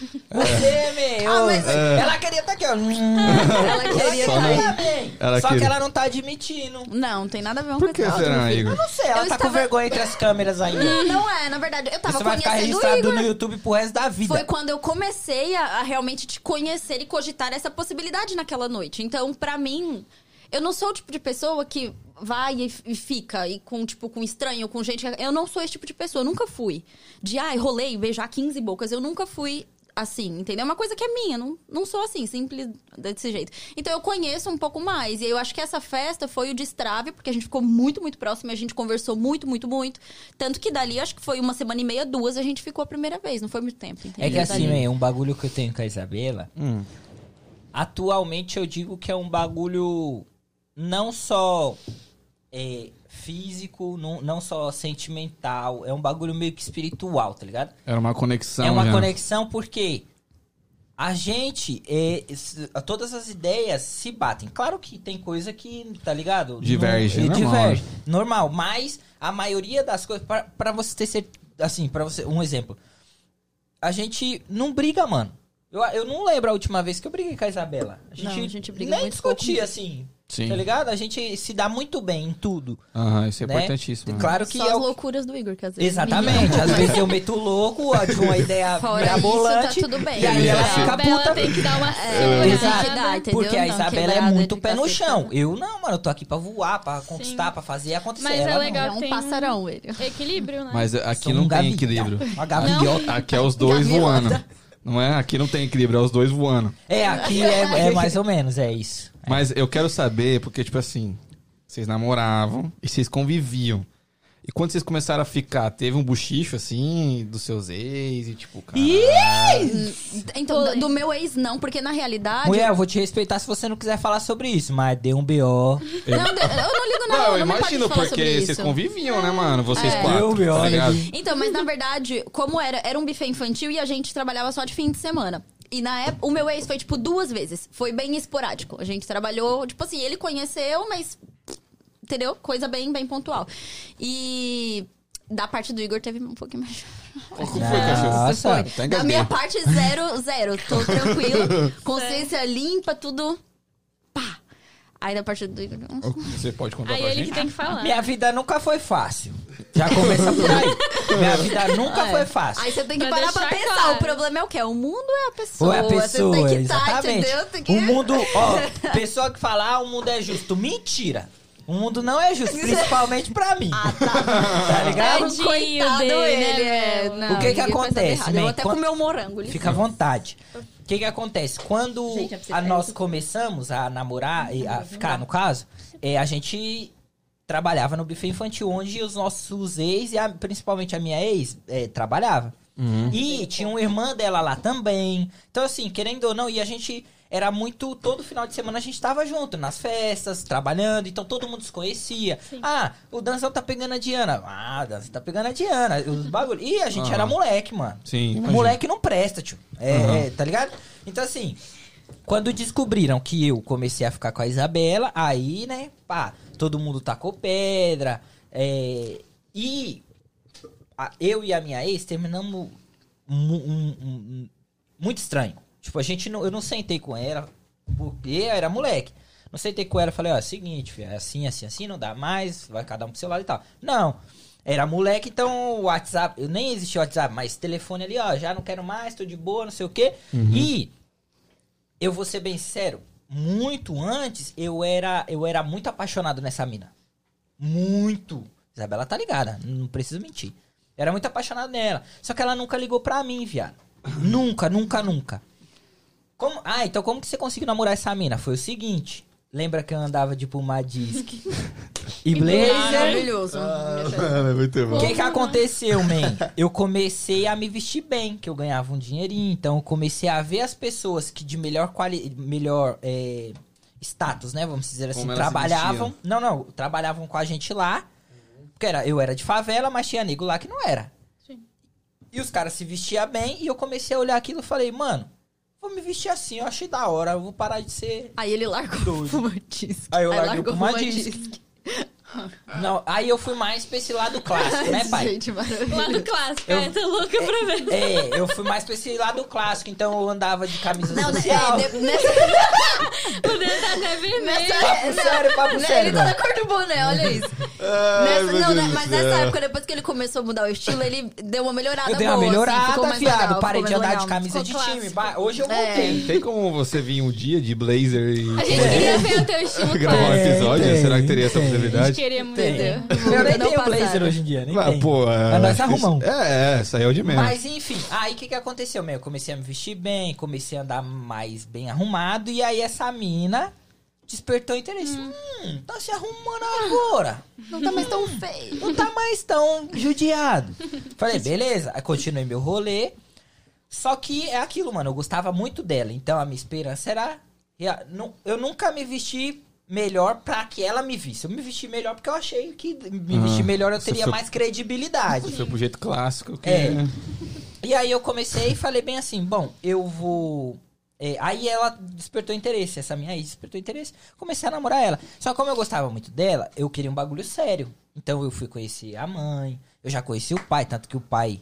[SPEAKER 2] Você, meu.
[SPEAKER 4] Ah, mas-
[SPEAKER 7] é.
[SPEAKER 2] Ela queria estar aqui, ó.
[SPEAKER 4] Ela queria
[SPEAKER 7] Só não-
[SPEAKER 4] estar
[SPEAKER 2] Ela bem.
[SPEAKER 7] Ela
[SPEAKER 2] Só que
[SPEAKER 7] queria.
[SPEAKER 2] ela não tá admitindo.
[SPEAKER 4] Não, não tem nada a ver uma
[SPEAKER 7] Por que
[SPEAKER 4] coisa com a outra, meu
[SPEAKER 7] será,
[SPEAKER 4] filho.
[SPEAKER 7] Igor?
[SPEAKER 2] Não sei, ela tá
[SPEAKER 4] Eu
[SPEAKER 2] com
[SPEAKER 4] estava-
[SPEAKER 2] vergonha entre as câmeras ainda.
[SPEAKER 4] Não, não é, na verdade. Eu tava
[SPEAKER 2] Isso vai ficar
[SPEAKER 4] conhecendo o
[SPEAKER 2] registrado
[SPEAKER 4] Igor.
[SPEAKER 2] no YouTube pro resto da vida.
[SPEAKER 4] Foi quando eu comecei a, a realmente te conhecer e cogitar essa possibilidade naquela noite. Então, pra mim, eu não sou o tipo de pessoa que vai e f- e fica, e com, tipo, com estranho, com gente. que- Eu não sou esse tipo de pessoa, eu nunca fui. De, ai, rolei, beijar 15 bocas, eu nunca fui assim, entendeu? É uma coisa que é minha, não, não sou assim, simples desse jeito. Então eu conheço um pouco mais, e eu acho que essa festa foi o destrave, porque a gente ficou muito, muito próximo, e a gente conversou muito, muito, muito. Tanto que dali, acho que foi uma semana e meia, duas, a gente ficou a primeira vez, não foi muito tempo, entendeu?
[SPEAKER 2] É que assim,
[SPEAKER 4] Dali.
[SPEAKER 2] man, um bagulho que eu tenho com a Isabela.
[SPEAKER 7] Hum,
[SPEAKER 2] Atualmente eu digo que é um bagulho não só é, físico, não, não só sentimental, é um bagulho meio que espiritual, tá ligado?
[SPEAKER 7] Era uma conexão.
[SPEAKER 2] é uma
[SPEAKER 7] já.
[SPEAKER 2] conexão porque a gente, é, s- todas as ideias se batem. Claro que tem coisa que, tá ligado?
[SPEAKER 7] Diverge,
[SPEAKER 2] Não- é,
[SPEAKER 7] normal.
[SPEAKER 2] diverge, normal. Mas a maioria das coisas, pra, pra você ter certeza, assim, pra você, um exemplo. A gente não briga, mano. Eu, eu não lembro a última vez que eu briguei com a Isabela. A gente,
[SPEAKER 4] a gente briga
[SPEAKER 2] nem
[SPEAKER 4] muito
[SPEAKER 2] discutia,
[SPEAKER 4] pouco.
[SPEAKER 2] assim,
[SPEAKER 7] Sim.
[SPEAKER 2] tá ligado? A gente se dá muito bem em tudo,
[SPEAKER 7] Aham, isso é
[SPEAKER 2] né?
[SPEAKER 7] importantíssimo. né?
[SPEAKER 2] Claro que
[SPEAKER 4] Só
[SPEAKER 2] é
[SPEAKER 4] as
[SPEAKER 2] o que
[SPEAKER 4] loucuras do Igor, que às vezes.
[SPEAKER 2] Exatamente. Às vezes eu meto louco ó, de uma ideia
[SPEAKER 4] (laughs) Fora
[SPEAKER 2] mirabolante.
[SPEAKER 4] isso, tá tudo bem.
[SPEAKER 2] E assim, aí ela
[SPEAKER 7] Sim.
[SPEAKER 2] fica
[SPEAKER 3] Bela
[SPEAKER 2] puta.
[SPEAKER 3] tem que dar uma
[SPEAKER 4] É, tem que
[SPEAKER 3] segurada.
[SPEAKER 4] dar, entendeu?
[SPEAKER 2] Porque a
[SPEAKER 4] Não,
[SPEAKER 2] Isabela é
[SPEAKER 4] quebrada
[SPEAKER 2] muito
[SPEAKER 4] de
[SPEAKER 2] pé no
[SPEAKER 4] cacete,
[SPEAKER 2] chão.
[SPEAKER 4] não.
[SPEAKER 2] Eu não, mano. Eu tô aqui pra voar, pra conquistar, pra fazer acontecer.
[SPEAKER 3] Mas é
[SPEAKER 2] ela
[SPEAKER 3] legal.
[SPEAKER 4] É um
[SPEAKER 3] Tem-
[SPEAKER 4] passarão, ele.
[SPEAKER 3] Equilíbrio, né?
[SPEAKER 7] Mas aqui
[SPEAKER 2] Sou
[SPEAKER 7] não
[SPEAKER 2] um
[SPEAKER 7] tem
[SPEAKER 2] gavião.
[SPEAKER 7] equilíbrio.
[SPEAKER 2] Uma
[SPEAKER 7] Aqui,
[SPEAKER 2] gaviota.
[SPEAKER 7] é- aqui é os dois
[SPEAKER 4] Gaviota.
[SPEAKER 7] voando. Não é? Aqui não tem equilíbrio, é os dois voando.
[SPEAKER 2] não. É, aqui é, é mais ou menos, é isso.
[SPEAKER 7] Mas eu quero saber, porque, tipo assim, vocês namoravam e vocês conviviam. E quando vocês começaram a ficar, teve um buchicho, assim, dos seus ex e, tipo, cara...
[SPEAKER 4] Então, do, do meu ex, não, porque na realidade.
[SPEAKER 2] Mulher, eu vou te respeitar se você não quiser falar sobre isso, mas deu um BO.
[SPEAKER 4] Não, eu não ligo, não.
[SPEAKER 7] Não, eu
[SPEAKER 4] não me pode
[SPEAKER 7] imagino,
[SPEAKER 4] falar
[SPEAKER 7] porque
[SPEAKER 4] sobre
[SPEAKER 7] vocês
[SPEAKER 4] isso.
[SPEAKER 7] conviviam, né, mano? Vocês
[SPEAKER 2] Eu,
[SPEAKER 7] quatro,
[SPEAKER 2] meu,
[SPEAKER 7] tá
[SPEAKER 2] olha
[SPEAKER 7] ligado?
[SPEAKER 2] aqui.
[SPEAKER 4] Então, mas na verdade, como era, era um buffet infantil e a gente trabalhava só de fim de semana. E na época, o meu ex foi, tipo, duas vezes. Foi bem esporádico. A gente trabalhou, tipo assim, ele conheceu, mas. Entendeu? Coisa bem, bem pontual. E. Da parte do Igor teve um pouquinho mais.
[SPEAKER 7] Qual que foi, cachorro?
[SPEAKER 2] Nossa.
[SPEAKER 7] Tá
[SPEAKER 4] Da
[SPEAKER 7] engasguei.
[SPEAKER 4] minha parte, zero, zero. Tô tranquilo.
[SPEAKER 2] (laughs)
[SPEAKER 4] Consciência limpa, tudo. Pá! Aí da parte do Igor.
[SPEAKER 7] Você pode contar
[SPEAKER 3] Aí
[SPEAKER 7] pra
[SPEAKER 3] ele
[SPEAKER 7] gente?
[SPEAKER 3] que tem que falar.
[SPEAKER 2] Minha vida nunca foi fácil. Já começa por
[SPEAKER 4] (laughs)
[SPEAKER 2] aí. Minha vida nunca foi fácil.
[SPEAKER 4] Aí você tem que
[SPEAKER 3] Pra
[SPEAKER 4] parar pra
[SPEAKER 3] deixar
[SPEAKER 4] pensar.
[SPEAKER 3] claro.
[SPEAKER 4] O problema é o quê? O mundo é a pessoa.
[SPEAKER 2] Ou é a pessoa,
[SPEAKER 4] você tem que estar,
[SPEAKER 2] exatamente.
[SPEAKER 4] entendeu? Tem que...
[SPEAKER 2] O
[SPEAKER 4] (laughs)
[SPEAKER 2] mundo, ó, pessoa que fala, ah, o mundo é justo. Mentira! O mundo não é
[SPEAKER 4] (laughs)
[SPEAKER 2] justo, principalmente pra mim.
[SPEAKER 4] Ah, tá.
[SPEAKER 2] Tá ligado?
[SPEAKER 3] É Tadinho
[SPEAKER 4] Coitado
[SPEAKER 3] dele,
[SPEAKER 4] ele,
[SPEAKER 3] né,
[SPEAKER 4] é.
[SPEAKER 3] meu?
[SPEAKER 4] Não,
[SPEAKER 2] O que que
[SPEAKER 4] ninguém faz nada
[SPEAKER 2] acontece,
[SPEAKER 4] errado.
[SPEAKER 2] man?
[SPEAKER 4] Eu vou até
[SPEAKER 2] Quando-
[SPEAKER 4] comer o morango. ali.
[SPEAKER 2] Fica à vontade. O que que acontece? Quando
[SPEAKER 4] Gente, é pra você Uhum.
[SPEAKER 2] a
[SPEAKER 4] pegar
[SPEAKER 2] nós começamos a namorar e a ficar, no caso, é, a gente trabalhava no buffet infantil, onde os nossos ex, e a- principalmente a minha ex, é, trabalhava. E tinha uma irmã dela lá também. Então, assim, querendo ou não, e a gente era muito. Todo final de semana a gente tava junto, nas festas, trabalhando, então todo mundo se conhecia. Ah, o Danzão tá pegando a Diana. Ah, o Danzão tá pegando a Diana. Os bagulho. E a gente
[SPEAKER 7] Aham.
[SPEAKER 2] era moleque, mano.
[SPEAKER 7] Sim,
[SPEAKER 4] Um
[SPEAKER 7] imagino.
[SPEAKER 2] Moleque não presta, tio. É,
[SPEAKER 7] Aham.
[SPEAKER 2] é, tá ligado? Então, assim, quando descobriram que eu comecei a ficar com a Isabela, aí, né, pá, todo mundo tacou pedra. é, e a- eu e a minha ex terminamos mu- um- um- um- muito estranho. Tipo, a gente não, eu não sentei com ela, porque eu era moleque. Não sentei com ela e falei, ó, é seguinte, filha, assim, assim, assim, não dá mais, vai cada um pro seu lado e tal. Não. Era moleque, então o WhatsApp, eu nem existia o WhatsApp, mas telefone ali, ó, já não quero mais, tô de boa, não sei o quê. E eu vou ser bem sério, muito antes eu era, eu era muito apaixonado nessa mina. Muito. Isabela tá ligada, não preciso mentir. Eu era muito apaixonado nela. Só que ela nunca ligou pra mim, viado. nunca, nunca, nunca. Como- Ah, então como que você conseguiu namorar essa mina? Foi o seguinte. Lembra que eu andava de Puma Disc e blazer?
[SPEAKER 4] Maravilhoso.
[SPEAKER 2] Ah. é
[SPEAKER 7] Muito
[SPEAKER 2] O que que aconteceu, man?
[SPEAKER 7] (laughs)
[SPEAKER 2] Eu comecei a me vestir bem, que eu ganhava um dinheirinho, então eu comecei a ver as pessoas que de melhor quali melhor é, status, né, vamos dizer assim,
[SPEAKER 7] Como elas se
[SPEAKER 2] trabalhavam. Não, não, trabalhavam com a gente lá. Porque era, eu era de favela, mas tinha nego lá que não era.
[SPEAKER 3] Sim.
[SPEAKER 2] E os caras se vestiam bem e eu comecei a olhar aquilo e falei, mano, vou me vestir assim, eu achei da hora, eu vou parar de ser
[SPEAKER 4] Aí ele largou o fumatisco.
[SPEAKER 2] Aí eu larguei o
[SPEAKER 4] largou
[SPEAKER 2] fumadisco.
[SPEAKER 4] fumadisco.
[SPEAKER 7] Ah.
[SPEAKER 2] Não, aí eu fui mais pra esse lado
[SPEAKER 7] (laughs)
[SPEAKER 2] clássico, né, pai?
[SPEAKER 4] Gente, maravilha.
[SPEAKER 8] Lá no clássico,
[SPEAKER 2] Eu-
[SPEAKER 8] é, tô louca pra
[SPEAKER 2] (laughs)
[SPEAKER 8] ver.
[SPEAKER 2] É, eu fui mais pra esse lado clássico, então eu andava de camisa
[SPEAKER 4] Não, né,
[SPEAKER 2] social.
[SPEAKER 4] é, de- nessa,
[SPEAKER 8] O dedo tá até vermelho.
[SPEAKER 2] Papo sério, papo
[SPEAKER 4] né,
[SPEAKER 2] sério.
[SPEAKER 4] ele tá na cor do boné, olha isso. Nessa- não, né, mas nessa época, depois que ele começou a mudar o estilo, ele deu uma melhorada
[SPEAKER 2] Eu dei uma
[SPEAKER 4] boa, assim,
[SPEAKER 2] melhorada,
[SPEAKER 4] ficou mais
[SPEAKER 2] fiado.
[SPEAKER 4] legal,
[SPEAKER 2] Parei
[SPEAKER 4] ficou
[SPEAKER 2] de
[SPEAKER 4] mais
[SPEAKER 2] andar
[SPEAKER 4] legal.
[SPEAKER 2] de camisa de
[SPEAKER 8] Ficou
[SPEAKER 2] time.
[SPEAKER 8] clássico.
[SPEAKER 2] Bah, hoje eu
[SPEAKER 4] É.
[SPEAKER 2] voltei.
[SPEAKER 1] Tem como você vir um dia de blazer
[SPEAKER 3] A
[SPEAKER 1] (laughs)
[SPEAKER 3] gente
[SPEAKER 1] e né,
[SPEAKER 3] queria ver o teu estilo
[SPEAKER 1] gravar um
[SPEAKER 3] quase.
[SPEAKER 1] episódio?
[SPEAKER 2] tem,
[SPEAKER 1] Será que teria essa
[SPEAKER 2] tem.
[SPEAKER 3] A gente
[SPEAKER 1] possibilidade?
[SPEAKER 3] queria muito.
[SPEAKER 2] Tem.
[SPEAKER 3] ver.
[SPEAKER 2] Eu nem
[SPEAKER 4] Não
[SPEAKER 2] tenho
[SPEAKER 4] passaram.
[SPEAKER 2] blazer hoje em dia, nem
[SPEAKER 1] Mas,
[SPEAKER 2] tenho.
[SPEAKER 1] pô, é,
[SPEAKER 2] nós
[SPEAKER 1] acho que
[SPEAKER 2] arrumamos.
[SPEAKER 1] isso- É, é, isso aí é o de menos.
[SPEAKER 2] Mas enfim, aí o que, que aconteceu? Meu, eu comecei a me vestir bem, comecei a andar mais bem arrumado, e aí essa mina despertou interesse. Hum, tá se arrumando agora.
[SPEAKER 4] Não tá mais tão feio.
[SPEAKER 2] Não tá mais tão judiado. Falei, beleza. Aí continuei meu rolê. Só que é aquilo, mano. Eu gostava muito dela. Então a minha esperança era. rea- nu- Eu nunca me vesti melhor pra que ela me visse. Eu me vesti melhor porque eu achei que me vestir melhor eu
[SPEAKER 1] Ah, você
[SPEAKER 2] teria
[SPEAKER 1] foi-
[SPEAKER 2] mais credibilidade.
[SPEAKER 1] Foi pro jeito clássico. Que...
[SPEAKER 2] É. E aí eu comecei e falei bem assim, bom, eu vou. é, aí ela despertou interesse, essa minha aí despertou interesse. Comecei a namorar ela. Só que como eu gostava muito dela, eu queria um bagulho sério. Então eu fui conhecer a mãe, eu já conheci o pai, tanto que o pai.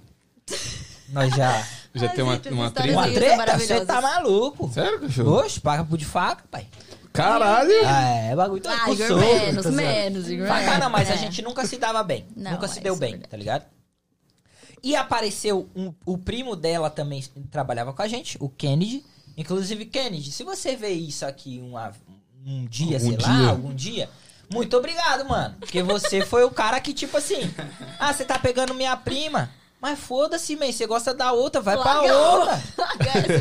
[SPEAKER 2] Nós já.
[SPEAKER 1] Já
[SPEAKER 4] Ai,
[SPEAKER 1] tem uma,
[SPEAKER 4] gente, essas
[SPEAKER 1] uma
[SPEAKER 4] histórias
[SPEAKER 1] treta.
[SPEAKER 2] Uma
[SPEAKER 4] Maravilhosas.
[SPEAKER 2] treta? Você tá maluco?
[SPEAKER 1] Sério, cachorro?
[SPEAKER 2] Oxe, paga por de faca, pai.
[SPEAKER 1] Caralho!
[SPEAKER 2] Ah, é bagulho tá
[SPEAKER 4] Ah,
[SPEAKER 2] com
[SPEAKER 4] Igor,
[SPEAKER 2] soco,
[SPEAKER 4] menos,
[SPEAKER 2] tá zoando.
[SPEAKER 4] menos, Igor.
[SPEAKER 2] Bacana,
[SPEAKER 4] menos.
[SPEAKER 2] mas a
[SPEAKER 4] É.
[SPEAKER 2] gente nunca se dava bem.
[SPEAKER 4] Não,
[SPEAKER 2] nunca se
[SPEAKER 4] é,
[SPEAKER 2] deu
[SPEAKER 4] isso é
[SPEAKER 2] bem,
[SPEAKER 4] verdade.
[SPEAKER 2] tá ligado? E apareceu um- o primo dela também trabalhava com a gente, o Kennedy. Inclusive, Kennedy, se você vê isso aqui uma- um dia,
[SPEAKER 1] Algum
[SPEAKER 2] sei
[SPEAKER 1] dia.
[SPEAKER 2] lá, algum dia, muito obrigado, mano. Porque você foi o cara que, tipo assim, ah, você tá pegando minha prima. Mas foda-se, man, você gosta da outra, vai
[SPEAKER 4] Larga
[SPEAKER 2] pra
[SPEAKER 4] (laughs)
[SPEAKER 2] outra.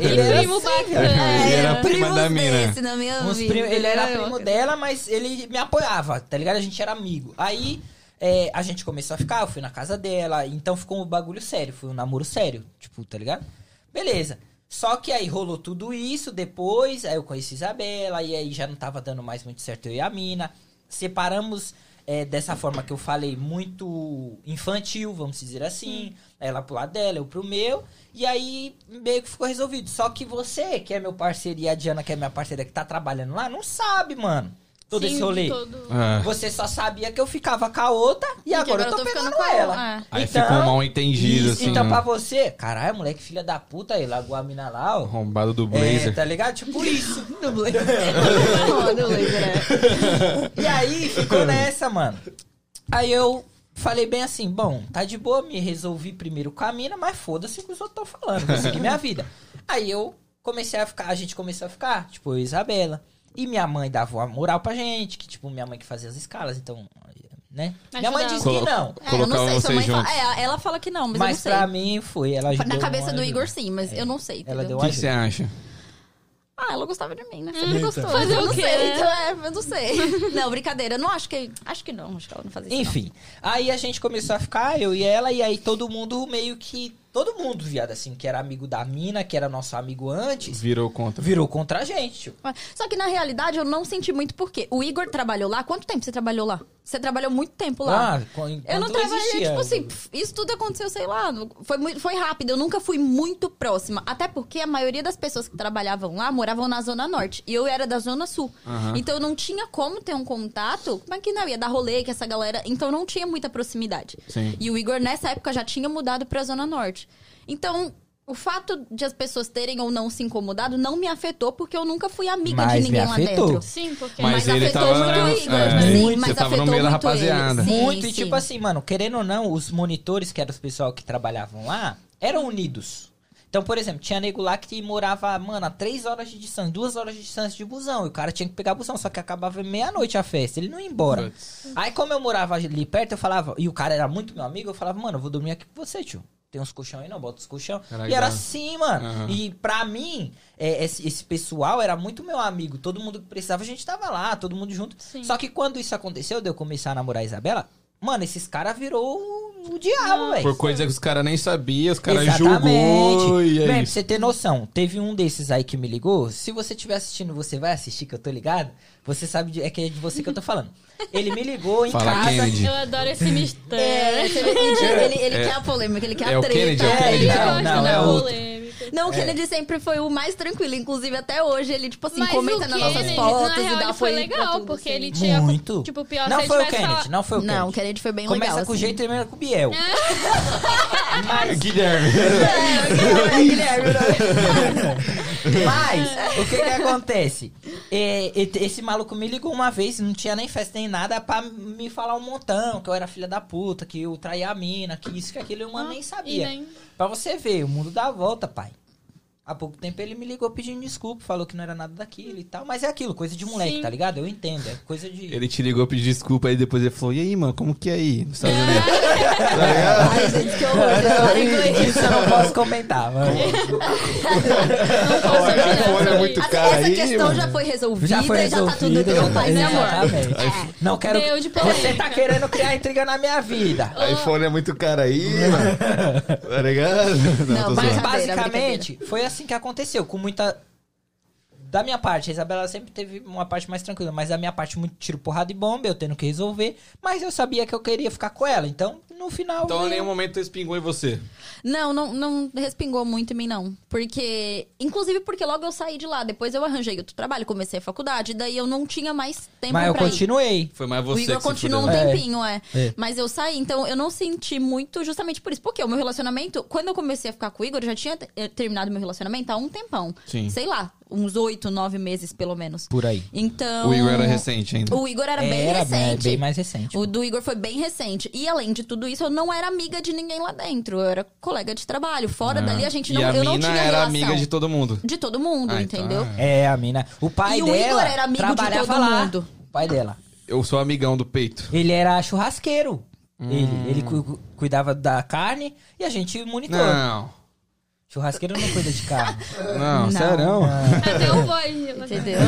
[SPEAKER 2] Ele era
[SPEAKER 3] Primo bacana.
[SPEAKER 1] Ele era
[SPEAKER 4] É,
[SPEAKER 1] prima da
[SPEAKER 4] primos
[SPEAKER 1] mina.
[SPEAKER 4] desse na minha
[SPEAKER 2] Uns
[SPEAKER 4] vida,
[SPEAKER 2] prim- ele era
[SPEAKER 4] né?
[SPEAKER 2] primo dela, mas ele me apoiava, tá ligado? A gente era amigo. Aí é, a gente começou a ficar, eu fui na casa dela, então ficou um bagulho sério, foi um namoro sério, tipo, tá ligado? Beleza. Só que aí rolou tudo isso depois, aí eu conheci Isabela, e aí já não tava dando mais muito certo eu e a mina. Separamos é, dessa forma que eu falei, muito infantil, vamos dizer assim. Ela pro lado dela, eu pro meu. E aí meio que ficou resolvido. Só que você, que é meu parceiro, e a Diana, que é minha parceira, que tá trabalhando lá, não sabe, mano. Todo
[SPEAKER 3] Sim,
[SPEAKER 2] esse rolê.
[SPEAKER 3] todo.
[SPEAKER 1] Ah,
[SPEAKER 2] Você só sabia que eu ficava com a outra e, agora eu tô, pegando com ela.
[SPEAKER 1] Aí ficou mal entendido,
[SPEAKER 2] isso,
[SPEAKER 1] assim.
[SPEAKER 2] Então,
[SPEAKER 1] né?
[SPEAKER 2] pra você, caralho, moleque, filha da puta, ele largou a mina lá, ó.
[SPEAKER 1] Arrombado do
[SPEAKER 2] É,
[SPEAKER 1] blazer.
[SPEAKER 2] tá ligado?
[SPEAKER 1] (laughs)
[SPEAKER 2] Tipo isso.
[SPEAKER 4] Não, não lembro, né?
[SPEAKER 2] E aí ficou nessa, mano. Aí eu falei bem assim, bom, tá de boa, me resolvi primeiro com a mina, mas foda-se o que os outros estão falando, vou seguir minha vida. Aí eu comecei a ficar, a gente começou a ficar, tipo, eu e Isabela. E minha mãe dava uma moral pra gente, que tipo, minha mãe que fazia as escalas, então, né? Minha mãe
[SPEAKER 3] Ajudava.
[SPEAKER 2] disse que
[SPEAKER 1] Colo-
[SPEAKER 2] não.
[SPEAKER 4] É, eu
[SPEAKER 1] Colocava
[SPEAKER 4] não sei, sua
[SPEAKER 1] vocês
[SPEAKER 4] mãe
[SPEAKER 1] juntos.
[SPEAKER 4] fala, é, ela fala que não, mas,
[SPEAKER 2] Mas
[SPEAKER 4] eu não
[SPEAKER 2] pra mim foi, ela
[SPEAKER 4] sei.
[SPEAKER 2] ajudou. um
[SPEAKER 4] Na cabeça
[SPEAKER 2] uma
[SPEAKER 4] do
[SPEAKER 2] ajuda.
[SPEAKER 4] Igor sim, mas eu não sei.
[SPEAKER 2] Ela deu
[SPEAKER 4] entendeu?
[SPEAKER 2] um
[SPEAKER 1] O que que você acha?
[SPEAKER 4] Ah, ela gostava de mim, né? Sempre gostou.
[SPEAKER 3] Fazer
[SPEAKER 4] eu
[SPEAKER 3] o
[SPEAKER 4] não
[SPEAKER 3] quê,
[SPEAKER 4] sei,
[SPEAKER 3] né?
[SPEAKER 4] então, é, eu não sei. (laughs) Não, brincadeira, eu não acho que... Acho que não, acho que ela não fazia isso, não.
[SPEAKER 2] Enfim, aí a gente começou a ficar, eu e ela, e aí todo mundo meio que. Todo mundo, viado, assim, que era amigo da mina, que era nosso amigo antes,
[SPEAKER 1] Virou contra.
[SPEAKER 2] virou contra a gente. tipo.
[SPEAKER 4] Mas- Só que na realidade eu não senti muito por quê. O Igor trabalhou lá. Quanto tempo você trabalhou lá? Você trabalhou muito tempo lá.
[SPEAKER 2] Ah, co- enquanto
[SPEAKER 4] eu não trabalhei,
[SPEAKER 2] existia.
[SPEAKER 4] tipo assim, pff, isso tudo aconteceu, sei lá, no- foi, mui- foi rápido, eu nunca fui muito próxima. Até porque a maioria das pessoas que trabalhavam lá moravam na Zona Norte. E eu era da Zona Sul.
[SPEAKER 1] Aham.
[SPEAKER 4] Então eu não tinha como ter um contato. Como é que não? Ia dar rolê com essa galera. Então não tinha muita proximidade.
[SPEAKER 1] Sim.
[SPEAKER 4] E o Igor, nessa época, já tinha mudado pra Zona Norte. Então. O fato de as pessoas terem ou não se incomodado não me afetou, porque eu nunca fui amiga
[SPEAKER 2] Mas me
[SPEAKER 4] de ninguém lá
[SPEAKER 2] afetou.
[SPEAKER 4] dentro.
[SPEAKER 3] Sim, porque é
[SPEAKER 1] Mas,
[SPEAKER 4] Mas
[SPEAKER 1] ele
[SPEAKER 4] afetou
[SPEAKER 1] tava.
[SPEAKER 4] muito o Igor,
[SPEAKER 1] é,
[SPEAKER 4] sim,
[SPEAKER 1] você
[SPEAKER 4] mas
[SPEAKER 1] tava no meio da
[SPEAKER 4] afetou muito ele,
[SPEAKER 1] rapaziada.
[SPEAKER 4] sim.
[SPEAKER 2] Muito, e tipo assim, mano, querendo ou não, os monitores, que eram os pessoal que trabalhavam lá, eram unidos. Então, por exemplo, tinha nego lá que morava, mano, a três horas de distância, duas horas de distância de busão. E o cara tinha que pegar busão, só que acabava meia-noite a festa, ele não ia embora.
[SPEAKER 1] Uhum.
[SPEAKER 2] Aí, como eu morava ali perto, eu falava, e o cara era muito meu amigo, eu falava, mano, eu vou dormir aqui com você, tio. Tem uns colchão aí, não, bota os colchão.
[SPEAKER 1] Caralho,
[SPEAKER 2] e era
[SPEAKER 1] dá.
[SPEAKER 2] assim, mano.
[SPEAKER 1] Aham.
[SPEAKER 2] E pra mim, é, esse, esse pessoal era muito meu amigo. Todo mundo que precisava, a gente tava lá, todo mundo junto.
[SPEAKER 3] Sim.
[SPEAKER 2] Só que quando isso aconteceu, de eu começar a namorar a Isabela, mano, esses caras virou o, o diabo,
[SPEAKER 4] É
[SPEAKER 2] velho.
[SPEAKER 1] Por coisa que os caras nem sabiam, os caras
[SPEAKER 2] Exatamente.
[SPEAKER 1] julgou e
[SPEAKER 2] Bem,
[SPEAKER 1] é
[SPEAKER 2] pra
[SPEAKER 1] isso.
[SPEAKER 2] você ter noção, teve um desses aí que me ligou. Se você estiver assistindo, você vai assistir, que eu tô ligado. Você sabe, de- é que é de você que eu tô falando. Ele me ligou em
[SPEAKER 1] Fala, é.
[SPEAKER 2] casa.
[SPEAKER 1] Kennedy.
[SPEAKER 3] Ah, eu adoro esse mistério.
[SPEAKER 4] É, você vê que ele, ele quer a polêmica, ele quer
[SPEAKER 1] É
[SPEAKER 4] a
[SPEAKER 1] o
[SPEAKER 4] treta.
[SPEAKER 1] Kennedy, é o
[SPEAKER 2] É,
[SPEAKER 1] Kennedy.
[SPEAKER 3] Ele
[SPEAKER 2] Não,
[SPEAKER 3] gosta
[SPEAKER 2] não,
[SPEAKER 3] da
[SPEAKER 2] é outro.
[SPEAKER 3] polêmica.
[SPEAKER 4] Não, o Kennedy sempre foi o mais tranquilo. Inclusive, até hoje, ele, tipo assim, comenta nas nossas fotos
[SPEAKER 3] na real,
[SPEAKER 4] e dá
[SPEAKER 3] ele foi
[SPEAKER 4] apoio pra
[SPEAKER 3] legal,
[SPEAKER 4] tudo,
[SPEAKER 3] porque
[SPEAKER 4] assim.
[SPEAKER 3] ele tinha...
[SPEAKER 2] Muito.
[SPEAKER 3] Tipo, pior
[SPEAKER 2] não
[SPEAKER 3] se
[SPEAKER 2] foi
[SPEAKER 3] ele
[SPEAKER 2] o
[SPEAKER 3] tivesse
[SPEAKER 2] Kennedy,
[SPEAKER 3] falado-
[SPEAKER 2] não foi o Kennedy. é
[SPEAKER 4] Não, o Kennedy foi bem
[SPEAKER 2] Começa
[SPEAKER 4] legal.
[SPEAKER 2] com o
[SPEAKER 4] assim.
[SPEAKER 2] jeito e termina com o Biel.
[SPEAKER 3] É.
[SPEAKER 4] (laughs)
[SPEAKER 1] Guilherme.
[SPEAKER 4] É,
[SPEAKER 2] é,
[SPEAKER 3] (laughs)
[SPEAKER 2] Mas,
[SPEAKER 3] É.
[SPEAKER 2] o que que acontece? É, e- esse maluco me ligou uma vez, não tinha nem festa nem nada, pra me falar um montão, que eu era filha da puta, que eu traía a mina, que isso, que aquilo, eu mano nem
[SPEAKER 3] Ah, E
[SPEAKER 2] sabia.
[SPEAKER 3] nem...
[SPEAKER 2] Pra você ver, o mundo dá a volta, pai. Há pouco tempo ele me ligou pedindo desculpa, falou que não era nada daquilo e tal, mas é aquilo, coisa de moleque,
[SPEAKER 3] Sim.
[SPEAKER 2] tá ligado? Eu entendo, é coisa de...
[SPEAKER 1] Ele te ligou pedir desculpa aí depois ele falou: E aí, mano, como que é aí? Nos Estados Unidos?
[SPEAKER 4] (laughs)
[SPEAKER 2] Tá
[SPEAKER 4] Ai, gente, que horror. É. Você fala inglês.
[SPEAKER 2] é Isso eu não posso comentar, mano.
[SPEAKER 1] O iPhone é muito
[SPEAKER 4] Assim,
[SPEAKER 1] caro
[SPEAKER 4] essa
[SPEAKER 1] aí,
[SPEAKER 4] questão
[SPEAKER 1] mano.
[SPEAKER 4] já foi resolvida,
[SPEAKER 2] Já
[SPEAKER 4] já,
[SPEAKER 2] foi né?
[SPEAKER 4] tá tudo
[SPEAKER 2] resolvido.
[SPEAKER 4] bem, paz e amor.
[SPEAKER 2] Exatamente. Não quero...
[SPEAKER 3] Deu de polêmica.
[SPEAKER 2] Você tá querendo criar intriga na minha vida.
[SPEAKER 1] iPhone é muito caro aí, mano. Tá ligado?
[SPEAKER 4] Não,
[SPEAKER 1] tô zoando.
[SPEAKER 4] mas- Brincadeira,
[SPEAKER 2] basicamente, foi assim que aconteceu, com muita. Da minha parte, a Isabela sempre teve uma parte mais tranquila, mas da minha parte, muito tiro, porrada e bomba, eu tendo que resolver. Mas eu sabia que eu queria ficar com ela, então no final.
[SPEAKER 1] Então
[SPEAKER 2] eu-
[SPEAKER 1] em nenhum momento tu espingou em você.
[SPEAKER 4] Não, não, não respingou muito em mim, não. Porque. Inclusive porque logo eu saí de lá. Depois eu arranjei outro trabalho, comecei a faculdade, daí eu não tinha mais tempo
[SPEAKER 2] Mas eu
[SPEAKER 4] pra ir.
[SPEAKER 2] continuei.
[SPEAKER 1] Foi mais
[SPEAKER 4] O
[SPEAKER 1] você
[SPEAKER 4] Igor
[SPEAKER 1] que se
[SPEAKER 4] continuou
[SPEAKER 1] fudeu. né?
[SPEAKER 4] um
[SPEAKER 2] fudeu.
[SPEAKER 4] tempinho, é.
[SPEAKER 2] É.
[SPEAKER 4] Mas eu saí, então eu não senti muito justamente por isso. Porque o meu relacionamento, quando eu comecei a ficar com o Igor, eu já tinha eh, terminado meu relacionamento há um tempão.
[SPEAKER 1] Sim.
[SPEAKER 4] Sei lá, uns oito, nove meses pelo menos.
[SPEAKER 2] Por aí.
[SPEAKER 4] Então.
[SPEAKER 1] O Igor era recente ainda.
[SPEAKER 4] O Igor era bem
[SPEAKER 2] Era bem-
[SPEAKER 4] recente.
[SPEAKER 2] bem mais recente.
[SPEAKER 4] O do Igor foi bem recente. E além de tudo isso, eu não era amiga de ninguém lá dentro. Eu era colega de trabalho. Fora dali, a gente não,
[SPEAKER 1] Ah. e a
[SPEAKER 4] eu
[SPEAKER 1] mina
[SPEAKER 4] não tinha
[SPEAKER 1] era
[SPEAKER 4] relação
[SPEAKER 1] amiga de todo mundo.
[SPEAKER 4] de todo mundo,
[SPEAKER 1] Ah, então,
[SPEAKER 4] entendeu?
[SPEAKER 2] É, a mina. O pai
[SPEAKER 4] E o
[SPEAKER 2] dela.
[SPEAKER 4] Igor era amigo de
[SPEAKER 2] trabalhava
[SPEAKER 4] todo
[SPEAKER 2] lá.
[SPEAKER 4] mundo.
[SPEAKER 2] O pai dela.
[SPEAKER 1] Eu sou amigão do peito.
[SPEAKER 2] Ele era churrasqueiro.
[SPEAKER 1] Hum.
[SPEAKER 2] Ele, ele cu- cu- cuidava da carne e a gente monitorou.
[SPEAKER 1] Não.
[SPEAKER 2] Churrasqueiro não cuida de
[SPEAKER 4] (laughs)
[SPEAKER 2] carne.
[SPEAKER 1] Não, sério.
[SPEAKER 3] Até o né? voz.
[SPEAKER 1] (laughs)
[SPEAKER 4] Entendeu?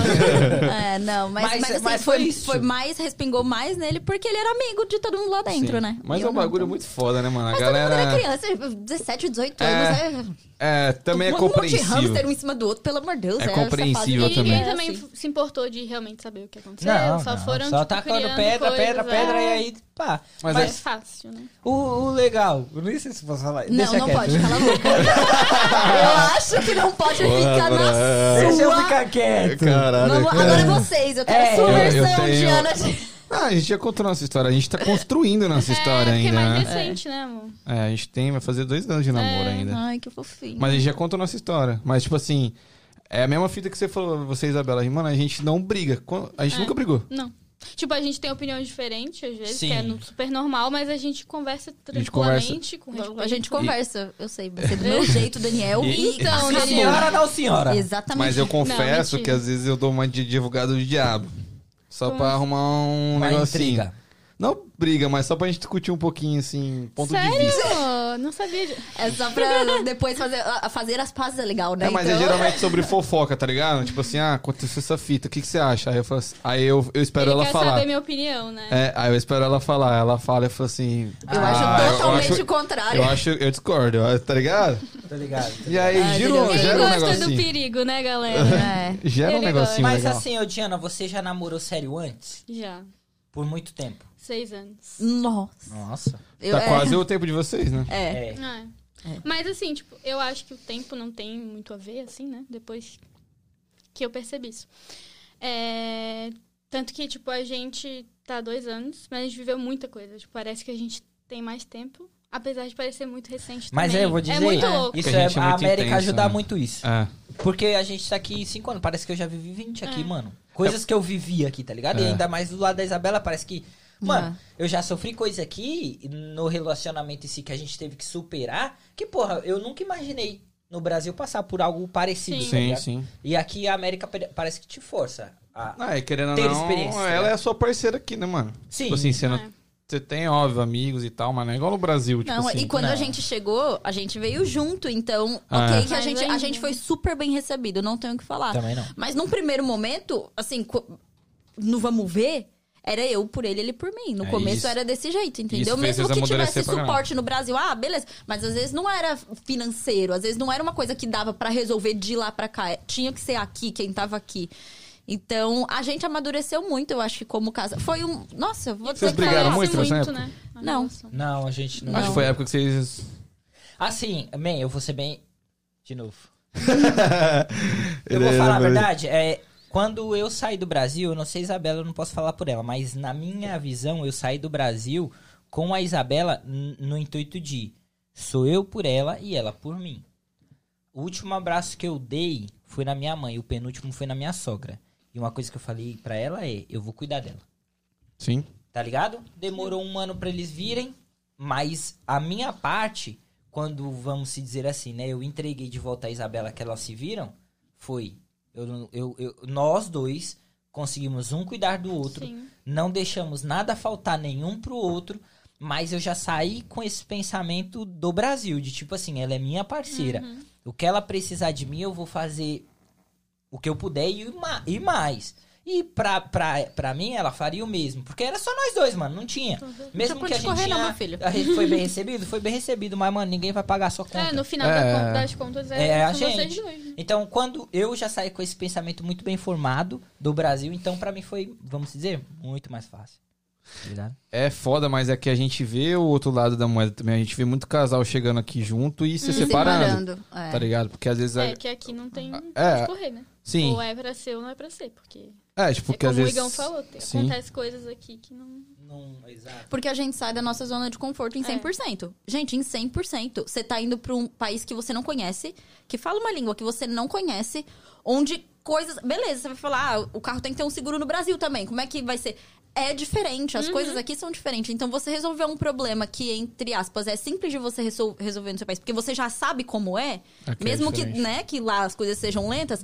[SPEAKER 4] é, não, mas,
[SPEAKER 2] Mas-
[SPEAKER 4] mas, assim,
[SPEAKER 2] mas foi
[SPEAKER 4] foi,
[SPEAKER 2] isso.
[SPEAKER 4] foi mais, respingou mais nele, porque ele era amigo de todo mundo lá dentro, né?
[SPEAKER 1] Mas
[SPEAKER 4] E
[SPEAKER 1] é
[SPEAKER 4] eu
[SPEAKER 1] um
[SPEAKER 4] não,
[SPEAKER 1] bagulho
[SPEAKER 4] então.
[SPEAKER 1] muito foda, né, mano? A
[SPEAKER 4] Mas
[SPEAKER 1] galera.
[SPEAKER 4] todo mundo era criança, 17, 18
[SPEAKER 1] É,
[SPEAKER 4] anos, é...
[SPEAKER 1] É, também é
[SPEAKER 4] um monte de
[SPEAKER 1] compreensível.
[SPEAKER 4] hamster um em cima do outro, pelo amor de Deus.
[SPEAKER 1] É
[SPEAKER 4] essa fase
[SPEAKER 1] compreensível
[SPEAKER 4] de-
[SPEAKER 3] E ninguém
[SPEAKER 1] também.
[SPEAKER 3] também
[SPEAKER 4] É assim.
[SPEAKER 3] se importou de realmente saber o que aconteceu.
[SPEAKER 2] Não,
[SPEAKER 3] só
[SPEAKER 2] não.
[SPEAKER 3] foram,
[SPEAKER 2] Só
[SPEAKER 3] tipo,
[SPEAKER 2] tacando
[SPEAKER 3] criando
[SPEAKER 2] pedra,
[SPEAKER 3] coisas,
[SPEAKER 2] pedra, pedra e
[SPEAKER 3] é.
[SPEAKER 2] aí pá.
[SPEAKER 1] Mas
[SPEAKER 3] Mas é fácil, né?
[SPEAKER 2] O, o legal, eu nem sei se posso falar.
[SPEAKER 4] Não,
[SPEAKER 2] Deixa
[SPEAKER 4] não
[SPEAKER 2] quieto.
[SPEAKER 4] pode, cala a boca. Eu acho que não pode ficar na
[SPEAKER 2] (laughs) Deixa eu
[SPEAKER 4] sua.
[SPEAKER 2] ficar quieto.
[SPEAKER 1] Caralho.
[SPEAKER 4] Vamos- agora vocês, eu quero
[SPEAKER 2] É,
[SPEAKER 4] a sua
[SPEAKER 2] eu-
[SPEAKER 1] eu
[SPEAKER 4] versão
[SPEAKER 1] tenho-
[SPEAKER 4] de Ana. de-
[SPEAKER 1] Ah, a gente já contou nossa história. A gente tá construindo nossa história
[SPEAKER 3] (laughs) é, porque
[SPEAKER 1] ainda,
[SPEAKER 3] é mais É,
[SPEAKER 1] né?
[SPEAKER 3] recente, né, amor?
[SPEAKER 1] É, a gente tem, vai fazer dois anos de namoro ainda.
[SPEAKER 4] Ai, que fofinho.
[SPEAKER 1] Mas a gente já contou nossa história. Mas, tipo assim, é a mesma fita que você falou, você, Isabela. Mano, a gente não briga. Quan-
[SPEAKER 3] É.
[SPEAKER 1] A gente nunca brigou.
[SPEAKER 3] Não. Tipo, a gente tem opiniões diferentes, às vezes,
[SPEAKER 2] Sim.
[SPEAKER 3] que é no- super normal, mas a gente conversa
[SPEAKER 1] gente conversa.
[SPEAKER 3] tranquilamente com respeito.
[SPEAKER 4] A gente conversa, eu sei, você do (laughs) meu jeito, Daniel. E,
[SPEAKER 3] Então,
[SPEAKER 4] acabou.
[SPEAKER 2] Não, senhora não, senhora.
[SPEAKER 4] Exatamente.
[SPEAKER 1] Mas eu confesso
[SPEAKER 3] mentira.
[SPEAKER 1] que às vezes eu dou uma de advogado do diabo. Só
[SPEAKER 3] Como assim?
[SPEAKER 1] pra arrumar um
[SPEAKER 2] Uma
[SPEAKER 1] negocinho.
[SPEAKER 2] intriga.
[SPEAKER 1] Não briga, mas só pra gente discutir um pouquinho, assim, ponto de
[SPEAKER 3] Sério?
[SPEAKER 1] vista.
[SPEAKER 3] Não sabia. De...
[SPEAKER 4] É só pra depois fazer, a- fazer as pazes é legal, né?
[SPEAKER 1] É, mas é
[SPEAKER 4] Então-
[SPEAKER 1] geralmente sobre fofoca, tá ligado? Tipo assim, ah, aconteceu essa fita, o que, que você acha? Aí eu, falo assim- aí eu, eu espero
[SPEAKER 3] Ele
[SPEAKER 1] ela
[SPEAKER 3] quer
[SPEAKER 1] falar.
[SPEAKER 3] saber minha opinião, né?
[SPEAKER 1] É, aí eu espero ela falar. Ela fala e eu falo assim.
[SPEAKER 4] Eu acho
[SPEAKER 1] "Ah,
[SPEAKER 4] totalmente
[SPEAKER 1] acho-
[SPEAKER 4] o contrário.
[SPEAKER 1] Eu acho, eu discordo, eu- tá ligado?
[SPEAKER 2] Tá ligado?
[SPEAKER 1] E aí
[SPEAKER 4] Ai,
[SPEAKER 1] gira,
[SPEAKER 4] Julião,
[SPEAKER 1] um-
[SPEAKER 4] quem
[SPEAKER 3] Ele
[SPEAKER 1] gera um
[SPEAKER 3] gosta do
[SPEAKER 1] negocinho.
[SPEAKER 3] perigo, né,
[SPEAKER 1] (laughs)
[SPEAKER 3] galera?
[SPEAKER 4] É.
[SPEAKER 1] Gera um
[SPEAKER 3] Ele
[SPEAKER 1] negocinho
[SPEAKER 2] Mas
[SPEAKER 1] legal.
[SPEAKER 2] assim, ô Diana, você já namorou sério antes?
[SPEAKER 3] Já.
[SPEAKER 2] Por muito tempo.
[SPEAKER 3] Seis anos.
[SPEAKER 4] Nossa.
[SPEAKER 2] Nossa.
[SPEAKER 4] Eu-
[SPEAKER 1] tá
[SPEAKER 4] é.
[SPEAKER 1] quase o tempo de vocês, né?
[SPEAKER 4] É.
[SPEAKER 2] É.
[SPEAKER 3] É. Mas assim, tipo, eu acho que o tempo não tem muito a ver, assim, né? Depois que eu percebi isso. É, Tanto que, tipo, a gente tá há dois anos, mas a gente viveu muita coisa. Tipo, parece que a gente tem mais tempo, apesar de parecer muito recente
[SPEAKER 2] Mas
[SPEAKER 3] também.
[SPEAKER 2] é, eu vou dizer.
[SPEAKER 3] É muito louco.
[SPEAKER 2] Isso
[SPEAKER 1] Porque a
[SPEAKER 2] é,
[SPEAKER 1] gente é
[SPEAKER 2] a
[SPEAKER 1] muito
[SPEAKER 2] América
[SPEAKER 1] intenso,
[SPEAKER 2] ajuda
[SPEAKER 1] né?
[SPEAKER 2] muito isso.
[SPEAKER 1] É.
[SPEAKER 2] Porque a gente tá aqui cinco anos. Parece que eu já vivi 20 aqui,
[SPEAKER 3] É.
[SPEAKER 2] mano. Coisas que eu vivi aqui, tá ligado? E
[SPEAKER 1] É.
[SPEAKER 2] ainda mais do lado da Isabela, parece que. Mano,
[SPEAKER 4] Uhum.
[SPEAKER 3] Ah.
[SPEAKER 2] eu já sofri coisa aqui no relacionamento em si que a gente teve que superar. Que, porra, eu nunca imaginei no Brasil passar por algo parecido.
[SPEAKER 3] Sim.
[SPEAKER 2] tá
[SPEAKER 1] Sim,
[SPEAKER 2] ligado?
[SPEAKER 1] sim.
[SPEAKER 2] E aqui a América pare- parece que te força. a-
[SPEAKER 1] Ah, e querendo ou
[SPEAKER 2] Ter experiência,
[SPEAKER 1] não, ela
[SPEAKER 2] né?
[SPEAKER 1] é a sua parceira aqui, né, mano?
[SPEAKER 2] Sim.
[SPEAKER 1] Tipo assim, você, não-
[SPEAKER 3] É.
[SPEAKER 1] você tem, óbvio, amigos e tal, mas não é igual no Brasil, tipo
[SPEAKER 4] Não,
[SPEAKER 1] assim.
[SPEAKER 4] e quando
[SPEAKER 2] não.
[SPEAKER 4] a gente chegou, a gente veio junto, então,
[SPEAKER 1] Ah, é.
[SPEAKER 4] ok, que a
[SPEAKER 3] Mas
[SPEAKER 4] gente, a
[SPEAKER 3] ainda.
[SPEAKER 4] gente foi super bem recebido, não tenho o que falar.
[SPEAKER 2] Também não.
[SPEAKER 4] Mas num primeiro momento, assim, co- no vamos ver, era eu por ele, ele por mim. No
[SPEAKER 1] É
[SPEAKER 4] começo
[SPEAKER 1] isso.
[SPEAKER 4] era desse jeito,
[SPEAKER 1] Isso
[SPEAKER 4] entendeu?
[SPEAKER 1] fez
[SPEAKER 4] Mesmo
[SPEAKER 1] vocês
[SPEAKER 4] que tivesse
[SPEAKER 1] amadurecer pra caramba.
[SPEAKER 4] suporte no Brasil, ah, beleza. Mas às vezes não era financeiro, às vezes não era uma coisa que dava pra resolver de lá pra cá. É, Tinha que ser aqui, quem tava aqui. Então, a gente amadureceu muito, eu acho que como casa. Foi um. Nossa,
[SPEAKER 2] É.
[SPEAKER 4] eu vou
[SPEAKER 1] Vocês
[SPEAKER 4] dizer que
[SPEAKER 1] brigaram
[SPEAKER 4] foi-
[SPEAKER 1] muito nessa época?
[SPEAKER 3] né? A
[SPEAKER 4] Não.
[SPEAKER 3] relação.
[SPEAKER 2] Não, a gente não.
[SPEAKER 1] Acho que foi a época que vocês.
[SPEAKER 2] Assim, man, eu vou ser bem. de novo. Eu
[SPEAKER 1] Ele
[SPEAKER 2] vou
[SPEAKER 1] é
[SPEAKER 2] falar a
[SPEAKER 1] namorado.
[SPEAKER 2] verdade. É, quando eu saí do Brasil, eu não sei Isabela, eu não posso falar por ela, mas na minha visão, eu saí do Brasil com a Isabela n- no intuito de sou eu por ela e ela por mim. O último abraço que eu dei foi na minha mãe, o penúltimo foi na minha sogra. E uma coisa que eu falei pra ela é, eu vou cuidar dela.
[SPEAKER 7] Sim.
[SPEAKER 2] Tá ligado? Demorou um ano pra eles virem, mas a minha parte, quando vamos se dizer assim, né? Eu entreguei de volta a Isabela que elas se viram, foi. Eu, não- eu, eu- nós dois conseguimos um cuidar do outro,
[SPEAKER 3] Sim.
[SPEAKER 2] não deixamos nada faltar nenhum pro outro, mas eu já saí com esse pensamento do Brasil, de tipo assim, ela é minha parceira.
[SPEAKER 3] Uhum.
[SPEAKER 2] O que ela precisar de mim, eu vou fazer o que eu puder e, ma- e mais. E pra, pra, pra mim, ela faria o mesmo. Porque era só nós dois, mano. Não tinha. Mesmo
[SPEAKER 8] pode
[SPEAKER 2] que a gente
[SPEAKER 8] correr,
[SPEAKER 2] tinha,
[SPEAKER 8] não, meu filho.
[SPEAKER 2] A gente foi bem recebido? Foi bem recebido. Mas, mano, ninguém vai pagar a sua conta.
[SPEAKER 3] É, no final
[SPEAKER 7] É.
[SPEAKER 3] da conta- das contas é,
[SPEAKER 2] É a
[SPEAKER 3] são vocês
[SPEAKER 2] gente.
[SPEAKER 3] dois. né?
[SPEAKER 2] Então, quando eu já saí com esse pensamento muito bem formado do Brasil, então pra mim foi, vamos dizer, muito mais fácil. Tá ligado?
[SPEAKER 7] É foda, mas é que a gente vê o outro lado da moeda também. A gente vê muito casal chegando aqui junto e se separando,
[SPEAKER 4] é.
[SPEAKER 7] Tá ligado? Porque às vezes. a-
[SPEAKER 3] É, que aqui não tem
[SPEAKER 7] É.
[SPEAKER 3] pra correr, né?
[SPEAKER 7] Sim.
[SPEAKER 3] Ou é pra ser ou não é pra ser, porque...
[SPEAKER 7] É, tipo,
[SPEAKER 3] é
[SPEAKER 7] porque
[SPEAKER 3] como
[SPEAKER 7] às vezes.
[SPEAKER 3] o Igão falou, tem,
[SPEAKER 7] Sim.
[SPEAKER 3] acontece coisas aqui que não...
[SPEAKER 2] Não, exato.
[SPEAKER 4] Porque a gente sai da nossa zona de conforto em
[SPEAKER 8] É.
[SPEAKER 4] 100%. Gente, em 100%. Você tá indo pra um país que você não conhece, que fala uma língua que você não conhece, onde coisas. Beleza, você vai falar, ah, o carro tem que ter um seguro no Brasil também. Como é que vai ser? É diferente, as coisas aqui são diferentes. Então, você resolver um problema que, entre aspas, é simples de você resol- resolver no seu país, porque você já sabe como é,
[SPEAKER 7] Aqui é
[SPEAKER 4] mesmo que,
[SPEAKER 7] diferente.
[SPEAKER 4] né, que lá as coisas sejam lentas,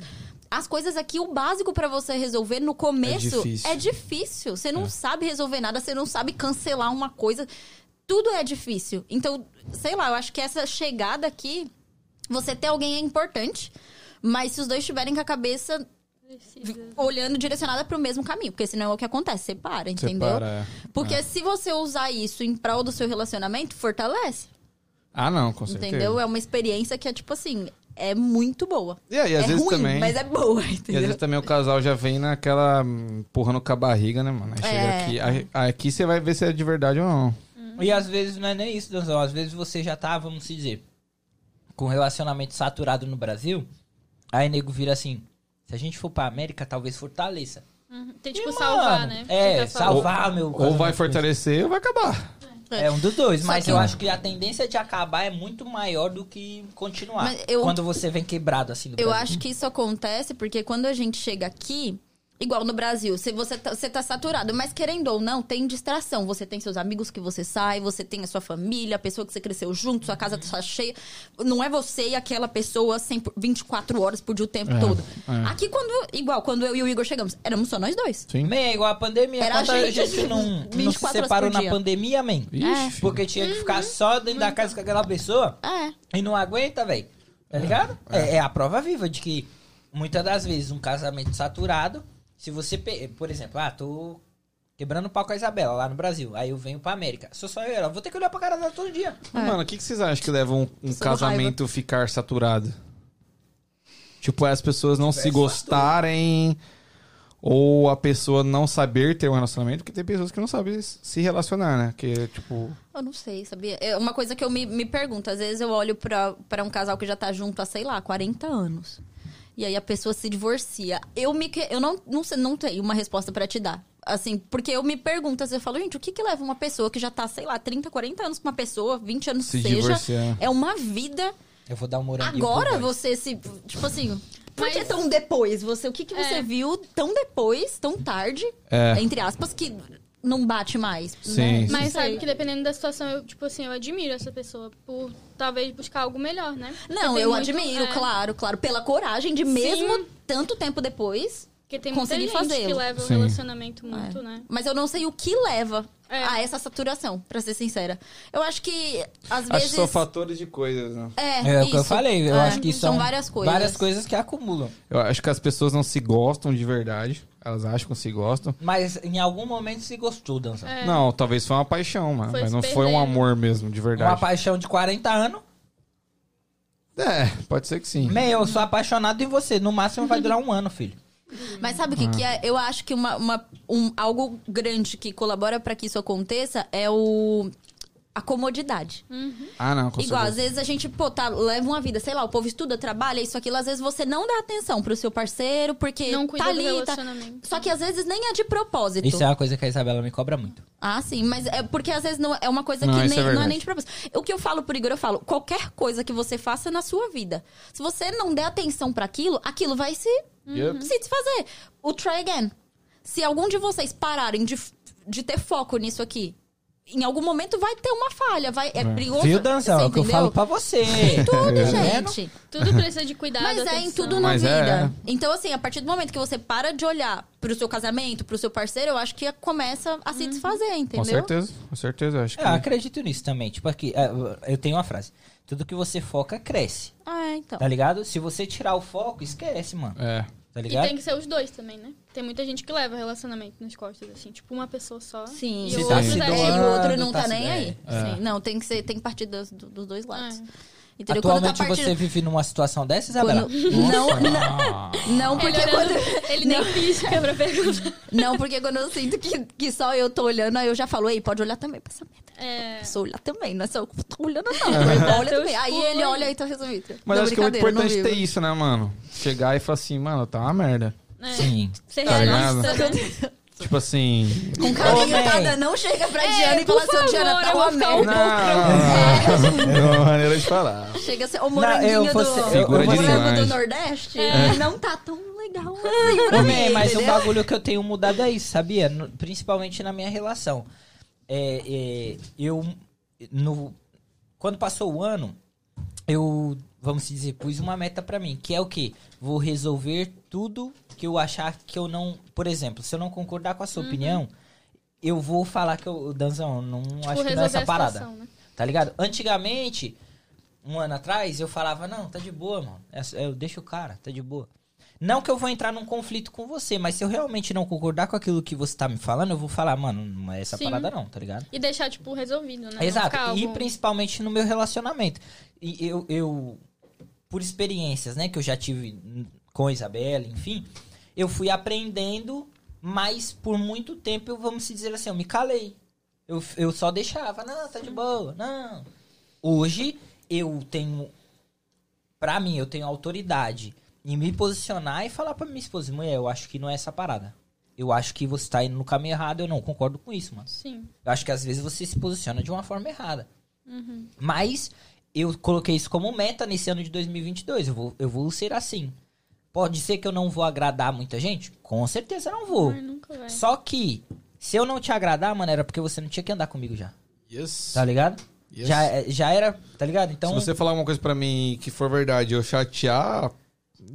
[SPEAKER 4] as coisas aqui, o básico pra você resolver no começo
[SPEAKER 7] É difícil. É.
[SPEAKER 4] é difícil. Você não sabe resolver nada, você não sabe cancelar uma coisa. Tudo é difícil. Então, sei lá, eu acho que essa chegada aqui, você ter alguém é importante. Mas se os dois estiverem com a cabeça
[SPEAKER 3] Precisa.
[SPEAKER 4] olhando direcionada para o mesmo caminho, porque senão é o que acontece, separa, entendeu?
[SPEAKER 7] Separa. é.
[SPEAKER 4] Porque se você usar isso em prol do seu relacionamento, fortalece,
[SPEAKER 7] Ah, não, com certeza.
[SPEAKER 4] entendeu? É uma experiência que é tipo assim, é muito boa.
[SPEAKER 7] E aí, às
[SPEAKER 4] é
[SPEAKER 7] vezes
[SPEAKER 4] ruim,
[SPEAKER 7] também.
[SPEAKER 4] mas é boa,
[SPEAKER 7] E às
[SPEAKER 4] entendeu?
[SPEAKER 7] vezes também o casal já vem naquela. hum, empurrando com a barriga, né, mano? Aí
[SPEAKER 4] É.
[SPEAKER 7] chega aqui. a- Aqui você vai ver se é de verdade ou não.
[SPEAKER 2] E às vezes não é nem isso, Danzão. Às vezes você já tá, vamos se dizer, com relacionamento saturado no Brasil, aí nego vira assim, se a gente for pra América, talvez fortaleça.
[SPEAKER 3] Uhum. Tem tipo
[SPEAKER 2] E,
[SPEAKER 3] salvar,
[SPEAKER 2] mano,
[SPEAKER 3] né?
[SPEAKER 4] tá
[SPEAKER 2] É,
[SPEAKER 3] Tentar salvar.
[SPEAKER 2] salvar, meu.
[SPEAKER 7] Ou vai
[SPEAKER 2] casamento.
[SPEAKER 7] fortalecer ou vai acabar.
[SPEAKER 2] É um dos dois, mas
[SPEAKER 4] que-
[SPEAKER 2] eu acho que a tendência de acabar é muito maior do que continuar.
[SPEAKER 4] Mas eu-
[SPEAKER 2] Quando você vem quebrado assim do
[SPEAKER 4] Eu
[SPEAKER 2] Brasil.
[SPEAKER 4] acho que isso acontece porque quando a gente chega aqui, igual no Brasil, se você tá, você tá saturado, mas querendo ou não, tem distração. Você tem seus amigos que você sai, você tem a sua família, a pessoa que você cresceu junto, sua casa tá cheia. Não é você e aquela pessoa 100 por- 24 horas por dia o
[SPEAKER 7] É,
[SPEAKER 4] tempo todo. Aqui quando igual quando eu e o Igor chegamos, éramos só nós dois.
[SPEAKER 2] Man, é igual a pandemia.
[SPEAKER 4] Era
[SPEAKER 2] Quanta
[SPEAKER 4] a
[SPEAKER 2] gente,
[SPEAKER 4] gente
[SPEAKER 2] não, não se
[SPEAKER 4] 24 horas
[SPEAKER 2] separou
[SPEAKER 4] por
[SPEAKER 2] na
[SPEAKER 4] dia. Uhum.
[SPEAKER 2] pandemia, man?
[SPEAKER 7] Ixi.
[SPEAKER 2] Porque tinha que ficar só dentro da casa com aquela pessoa
[SPEAKER 4] É.
[SPEAKER 2] e não aguenta, velho. Tá ligado? É. é a prova viva de que muitas das vezes um casamento saturado, se você, pe- por exemplo, ah, tô quebrando o pau com a Isabela lá no Brasil, aí eu venho pra América. Sou só eu e ela, vou ter que olhar pra cara dela todo dia.
[SPEAKER 4] É.
[SPEAKER 7] Mano, o que, que vocês acham que leva um, um
[SPEAKER 4] Sou
[SPEAKER 7] casamento ficar saturado? Tipo, as pessoas não
[SPEAKER 4] é
[SPEAKER 7] se gostarem ou a pessoa não saber ter um relacionamento, porque tem pessoas que não sabem se relacionar, né? Que, tipo,
[SPEAKER 4] Eu não sei, sabia? É uma coisa que eu me, me pergunto. Às vezes eu olho pra pra um casal que já tá junto há, sei lá, 40 anos. E aí a pessoa se divorcia. Eu me que- eu não, não, sei, não tenho uma resposta pra te dar. Assim, porque eu me pergunto, às vezes eu falo, gente, o que que leva uma pessoa que já tá, sei lá, 30, 40 anos com uma pessoa, 20 anos
[SPEAKER 7] se
[SPEAKER 4] que seja,
[SPEAKER 7] divorciar.
[SPEAKER 4] é uma vida.
[SPEAKER 2] Eu vou dar um moranguinho.
[SPEAKER 4] Agora
[SPEAKER 2] pro boy.
[SPEAKER 4] você se, tipo assim, por que
[SPEAKER 3] Mas-
[SPEAKER 4] tão depois? Você, o que que você
[SPEAKER 3] É.
[SPEAKER 4] viu tão depois, tão tarde,
[SPEAKER 7] é.
[SPEAKER 4] entre aspas, que não bate mais,
[SPEAKER 7] Sim,
[SPEAKER 4] né?
[SPEAKER 7] sim.
[SPEAKER 4] Não
[SPEAKER 3] Mas
[SPEAKER 4] sei.
[SPEAKER 3] sabe que dependendo da situação, eu, tipo assim, eu admiro essa pessoa por talvez buscar algo melhor, né? Porque
[SPEAKER 4] Não,
[SPEAKER 3] tem
[SPEAKER 4] eu
[SPEAKER 3] muito-
[SPEAKER 4] admiro,
[SPEAKER 3] é,
[SPEAKER 4] claro, claro. Pela coragem de mesmo tanto tempo depois.
[SPEAKER 3] Porque tem muita
[SPEAKER 4] conseguir
[SPEAKER 3] gente que
[SPEAKER 4] fazê-lo.
[SPEAKER 3] leva o
[SPEAKER 7] Sim.
[SPEAKER 3] relacionamento muito,
[SPEAKER 4] é.
[SPEAKER 3] né?
[SPEAKER 4] Mas eu não sei o que leva
[SPEAKER 3] É.
[SPEAKER 4] a essa saturação, pra ser sincera. Eu acho que, às
[SPEAKER 7] Acho
[SPEAKER 4] vezes.
[SPEAKER 7] que são fatores de coisas, né?
[SPEAKER 4] É,
[SPEAKER 2] É o que
[SPEAKER 4] isso.
[SPEAKER 2] eu falei, eu
[SPEAKER 4] É.
[SPEAKER 2] acho que são,
[SPEAKER 4] várias coisas.
[SPEAKER 2] várias coisas que acumulam.
[SPEAKER 7] Eu acho que as pessoas não se gostam de verdade. Elas acham que se gostam.
[SPEAKER 2] Mas em algum momento se gostou, Dança.
[SPEAKER 3] É.
[SPEAKER 7] Não, talvez foi uma paixão, mano.
[SPEAKER 3] Foi
[SPEAKER 7] mas
[SPEAKER 3] se
[SPEAKER 7] não foi um
[SPEAKER 3] perdendo.
[SPEAKER 7] amor mesmo, de
[SPEAKER 2] Uma
[SPEAKER 7] verdade.
[SPEAKER 2] paixão de 40 anos.
[SPEAKER 7] É, pode ser que sim.
[SPEAKER 2] Man, eu sou apaixonado em você. No máximo vai durar um ano, filho.
[SPEAKER 4] Mas
[SPEAKER 2] Ah.
[SPEAKER 4] sabe o que, que é? Eu acho que uma, uma- um, algo grande que colabora pra que isso aconteça é o. a comodidade.
[SPEAKER 1] Ah, não, com certeza.
[SPEAKER 4] Igual, às vezes a gente, pô, tá, leva uma vida, sei lá, o povo estuda, trabalha, isso, aquilo. Às vezes você não dá atenção pro seu parceiro, porque
[SPEAKER 3] Não cuida
[SPEAKER 4] tá
[SPEAKER 3] do
[SPEAKER 4] ali, tá...
[SPEAKER 3] relacionamento.
[SPEAKER 4] Só que às vezes nem é de propósito.
[SPEAKER 2] Isso é uma coisa que a Isabela me cobra muito.
[SPEAKER 4] Ah, sim, mas é porque às vezes não é uma coisa
[SPEAKER 1] Não,
[SPEAKER 4] que
[SPEAKER 1] isso
[SPEAKER 4] nem,
[SPEAKER 1] é
[SPEAKER 4] não é
[SPEAKER 1] verdade.
[SPEAKER 4] nem de propósito. O que eu falo pro Igor, eu falo, qualquer coisa que você faça na sua vida, se você não der atenção pra aquilo, aquilo vai se,
[SPEAKER 1] Yep.
[SPEAKER 4] se desfazer. O try again. Se algum de vocês pararem de, de ter foco nisso aqui, em algum momento vai ter uma falha, vai é perigoso.
[SPEAKER 2] Viu, Danzão?
[SPEAKER 4] você
[SPEAKER 2] É o que eu
[SPEAKER 4] entendeu?
[SPEAKER 2] falo pra você.
[SPEAKER 4] (laughs) Tudo,
[SPEAKER 2] Tá vendo?
[SPEAKER 4] gente.
[SPEAKER 3] Tudo precisa de cuidado.
[SPEAKER 4] Mas é em
[SPEAKER 3] atenção.
[SPEAKER 4] tudo na
[SPEAKER 1] É. Mas é,
[SPEAKER 4] vida. Então, assim, a partir do momento que você para de olhar pro seu casamento, pro seu parceiro, eu acho que começa a se
[SPEAKER 2] Uhum.
[SPEAKER 4] desfazer, entendeu?
[SPEAKER 1] Com certeza, com certeza. eu Acho que...
[SPEAKER 2] É,
[SPEAKER 7] É,
[SPEAKER 2] Eu acredito nisso também. Tipo aqui, ah, eu tenho uma frase. Tudo que você foca, cresce.
[SPEAKER 4] Ah, então.
[SPEAKER 2] Tá ligado? Se você tirar o foco, esquece, mano.
[SPEAKER 1] É.
[SPEAKER 2] Tá
[SPEAKER 3] E
[SPEAKER 2] ligado?
[SPEAKER 3] tem que ser os dois também, né? Tem muita gente que leva relacionamento nas costas, assim. Tipo, uma pessoa só.
[SPEAKER 4] Sim,
[SPEAKER 3] E
[SPEAKER 2] Se
[SPEAKER 4] o
[SPEAKER 3] o
[SPEAKER 2] tá
[SPEAKER 3] outro
[SPEAKER 2] se
[SPEAKER 3] dá-
[SPEAKER 2] doando,
[SPEAKER 4] é, e o outro não
[SPEAKER 2] tá
[SPEAKER 4] tá,
[SPEAKER 2] se-
[SPEAKER 4] nem
[SPEAKER 2] é.
[SPEAKER 4] aí. Sim, não, tem que, ser, tem que partir dos, dos dois lados.
[SPEAKER 3] É.
[SPEAKER 4] Entendeu?
[SPEAKER 2] Atualmente
[SPEAKER 4] quando tá
[SPEAKER 2] você
[SPEAKER 4] partindo...
[SPEAKER 2] vive numa situação dessa, Isabela?
[SPEAKER 4] Quando... Não,
[SPEAKER 1] Ah,
[SPEAKER 4] não, porque
[SPEAKER 3] Ele,
[SPEAKER 4] quando...
[SPEAKER 3] olhando- (laughs) ele nem pisca pra perguntar.
[SPEAKER 4] não, porque quando eu sinto que, que só eu tô olhando, aí eu já falo, ei, pode olhar também pra essa merda.
[SPEAKER 3] (laughs) É.
[SPEAKER 4] Só olhar também, não é só eu que tô
[SPEAKER 1] (laughs)
[SPEAKER 4] olhando, não.
[SPEAKER 2] Tá
[SPEAKER 4] Olha
[SPEAKER 3] Teus
[SPEAKER 4] também. Aí
[SPEAKER 3] pulos.
[SPEAKER 4] ele olha e tá resolvido.
[SPEAKER 1] Mas
[SPEAKER 4] não,
[SPEAKER 1] acho que é muito
[SPEAKER 4] brincadeira, não
[SPEAKER 1] importante ter
[SPEAKER 4] vivo.
[SPEAKER 1] isso, né, mano? Chegar e falar assim, mano, tá uma merda.
[SPEAKER 3] é.
[SPEAKER 2] Sim.
[SPEAKER 3] Ser
[SPEAKER 1] Tá
[SPEAKER 3] realista, né?
[SPEAKER 1] Tipo assim.
[SPEAKER 4] Com cara de
[SPEAKER 2] Homem.
[SPEAKER 4] irritada, não chega pra
[SPEAKER 3] É,
[SPEAKER 4] Diana e
[SPEAKER 3] por
[SPEAKER 4] fala assim, "Ô, Diana,
[SPEAKER 3] favor,
[SPEAKER 4] tá
[SPEAKER 3] eu
[SPEAKER 4] uma
[SPEAKER 3] vou ficar um
[SPEAKER 4] merda.
[SPEAKER 1] Não, é uma maneira de falar.
[SPEAKER 4] Chega a ser o
[SPEAKER 2] eu
[SPEAKER 4] moranguinho do,
[SPEAKER 2] fosse- eu-
[SPEAKER 1] Figura
[SPEAKER 4] o
[SPEAKER 1] de
[SPEAKER 4] morango do
[SPEAKER 1] linguagem.
[SPEAKER 4] Nordeste. Não tá tão legal assim pra
[SPEAKER 2] Ô,
[SPEAKER 4] mim,
[SPEAKER 2] man, mas um
[SPEAKER 4] entendeu?
[SPEAKER 2] bagulho que eu tenho mudado é isso, sabia? No- principalmente na minha relação. É, é, eu. No, quando passou o ano, eu, vamos dizer, pus uma meta pra mim, que é o quê? Vou resolver tudo que eu achar que eu não. Por exemplo, se eu não concordar com a
[SPEAKER 3] Uhum.
[SPEAKER 2] sua opinião, eu vou falar que eu. Danzão, eu não acho que dá
[SPEAKER 3] Tipo, resolver
[SPEAKER 2] essa
[SPEAKER 3] a
[SPEAKER 2] parada.
[SPEAKER 3] situação, né?
[SPEAKER 2] Tá ligado? Antigamente, um ano atrás, eu falava, não, tá de boa, mano. É- Eu deixo o cara, tá de boa. Não que eu vou entrar num conflito com você, mas se eu realmente não concordar com aquilo que você tá me falando, eu vou falar, mano, não é essa
[SPEAKER 3] Sim.
[SPEAKER 2] parada não, tá ligado?
[SPEAKER 3] E deixar, tipo, resolvido, né? Não
[SPEAKER 2] Exato.
[SPEAKER 3] ficar
[SPEAKER 2] E
[SPEAKER 3] algo-
[SPEAKER 2] principalmente no meu relacionamento. E eu, eu, por experiências, né, que eu já tive hum, com a Isabela, enfim, eu fui aprendendo, mas por muito tempo, eu, vamos dizer assim, eu me calei. Eu, eu só deixava, não, tá de boa, não. Hoje, eu tenho, pra mim, eu tenho autoridade em me posicionar e falar pra minha esposa, mulher, eu acho que não é essa parada. Eu acho que você tá indo no caminho errado, eu não concordo com isso, mano.
[SPEAKER 3] Sim.
[SPEAKER 2] Eu acho que às vezes você se posiciona de uma forma errada. Mas eu coloquei isso como meta nesse ano de 2022. Eu vou, eu vou ser assim. Pode ser que eu não vou agradar muita gente? Com certeza não vou.
[SPEAKER 3] Ai, nunca vai.
[SPEAKER 2] Só que, se eu não te agradar, mano, era porque você não tinha que andar comigo já.
[SPEAKER 1] Yes.
[SPEAKER 2] Tá ligado?
[SPEAKER 1] Yes.
[SPEAKER 2] Já, é- já era, tá ligado? Então.
[SPEAKER 1] Se você falar alguma coisa pra mim que for verdade e eu chatear,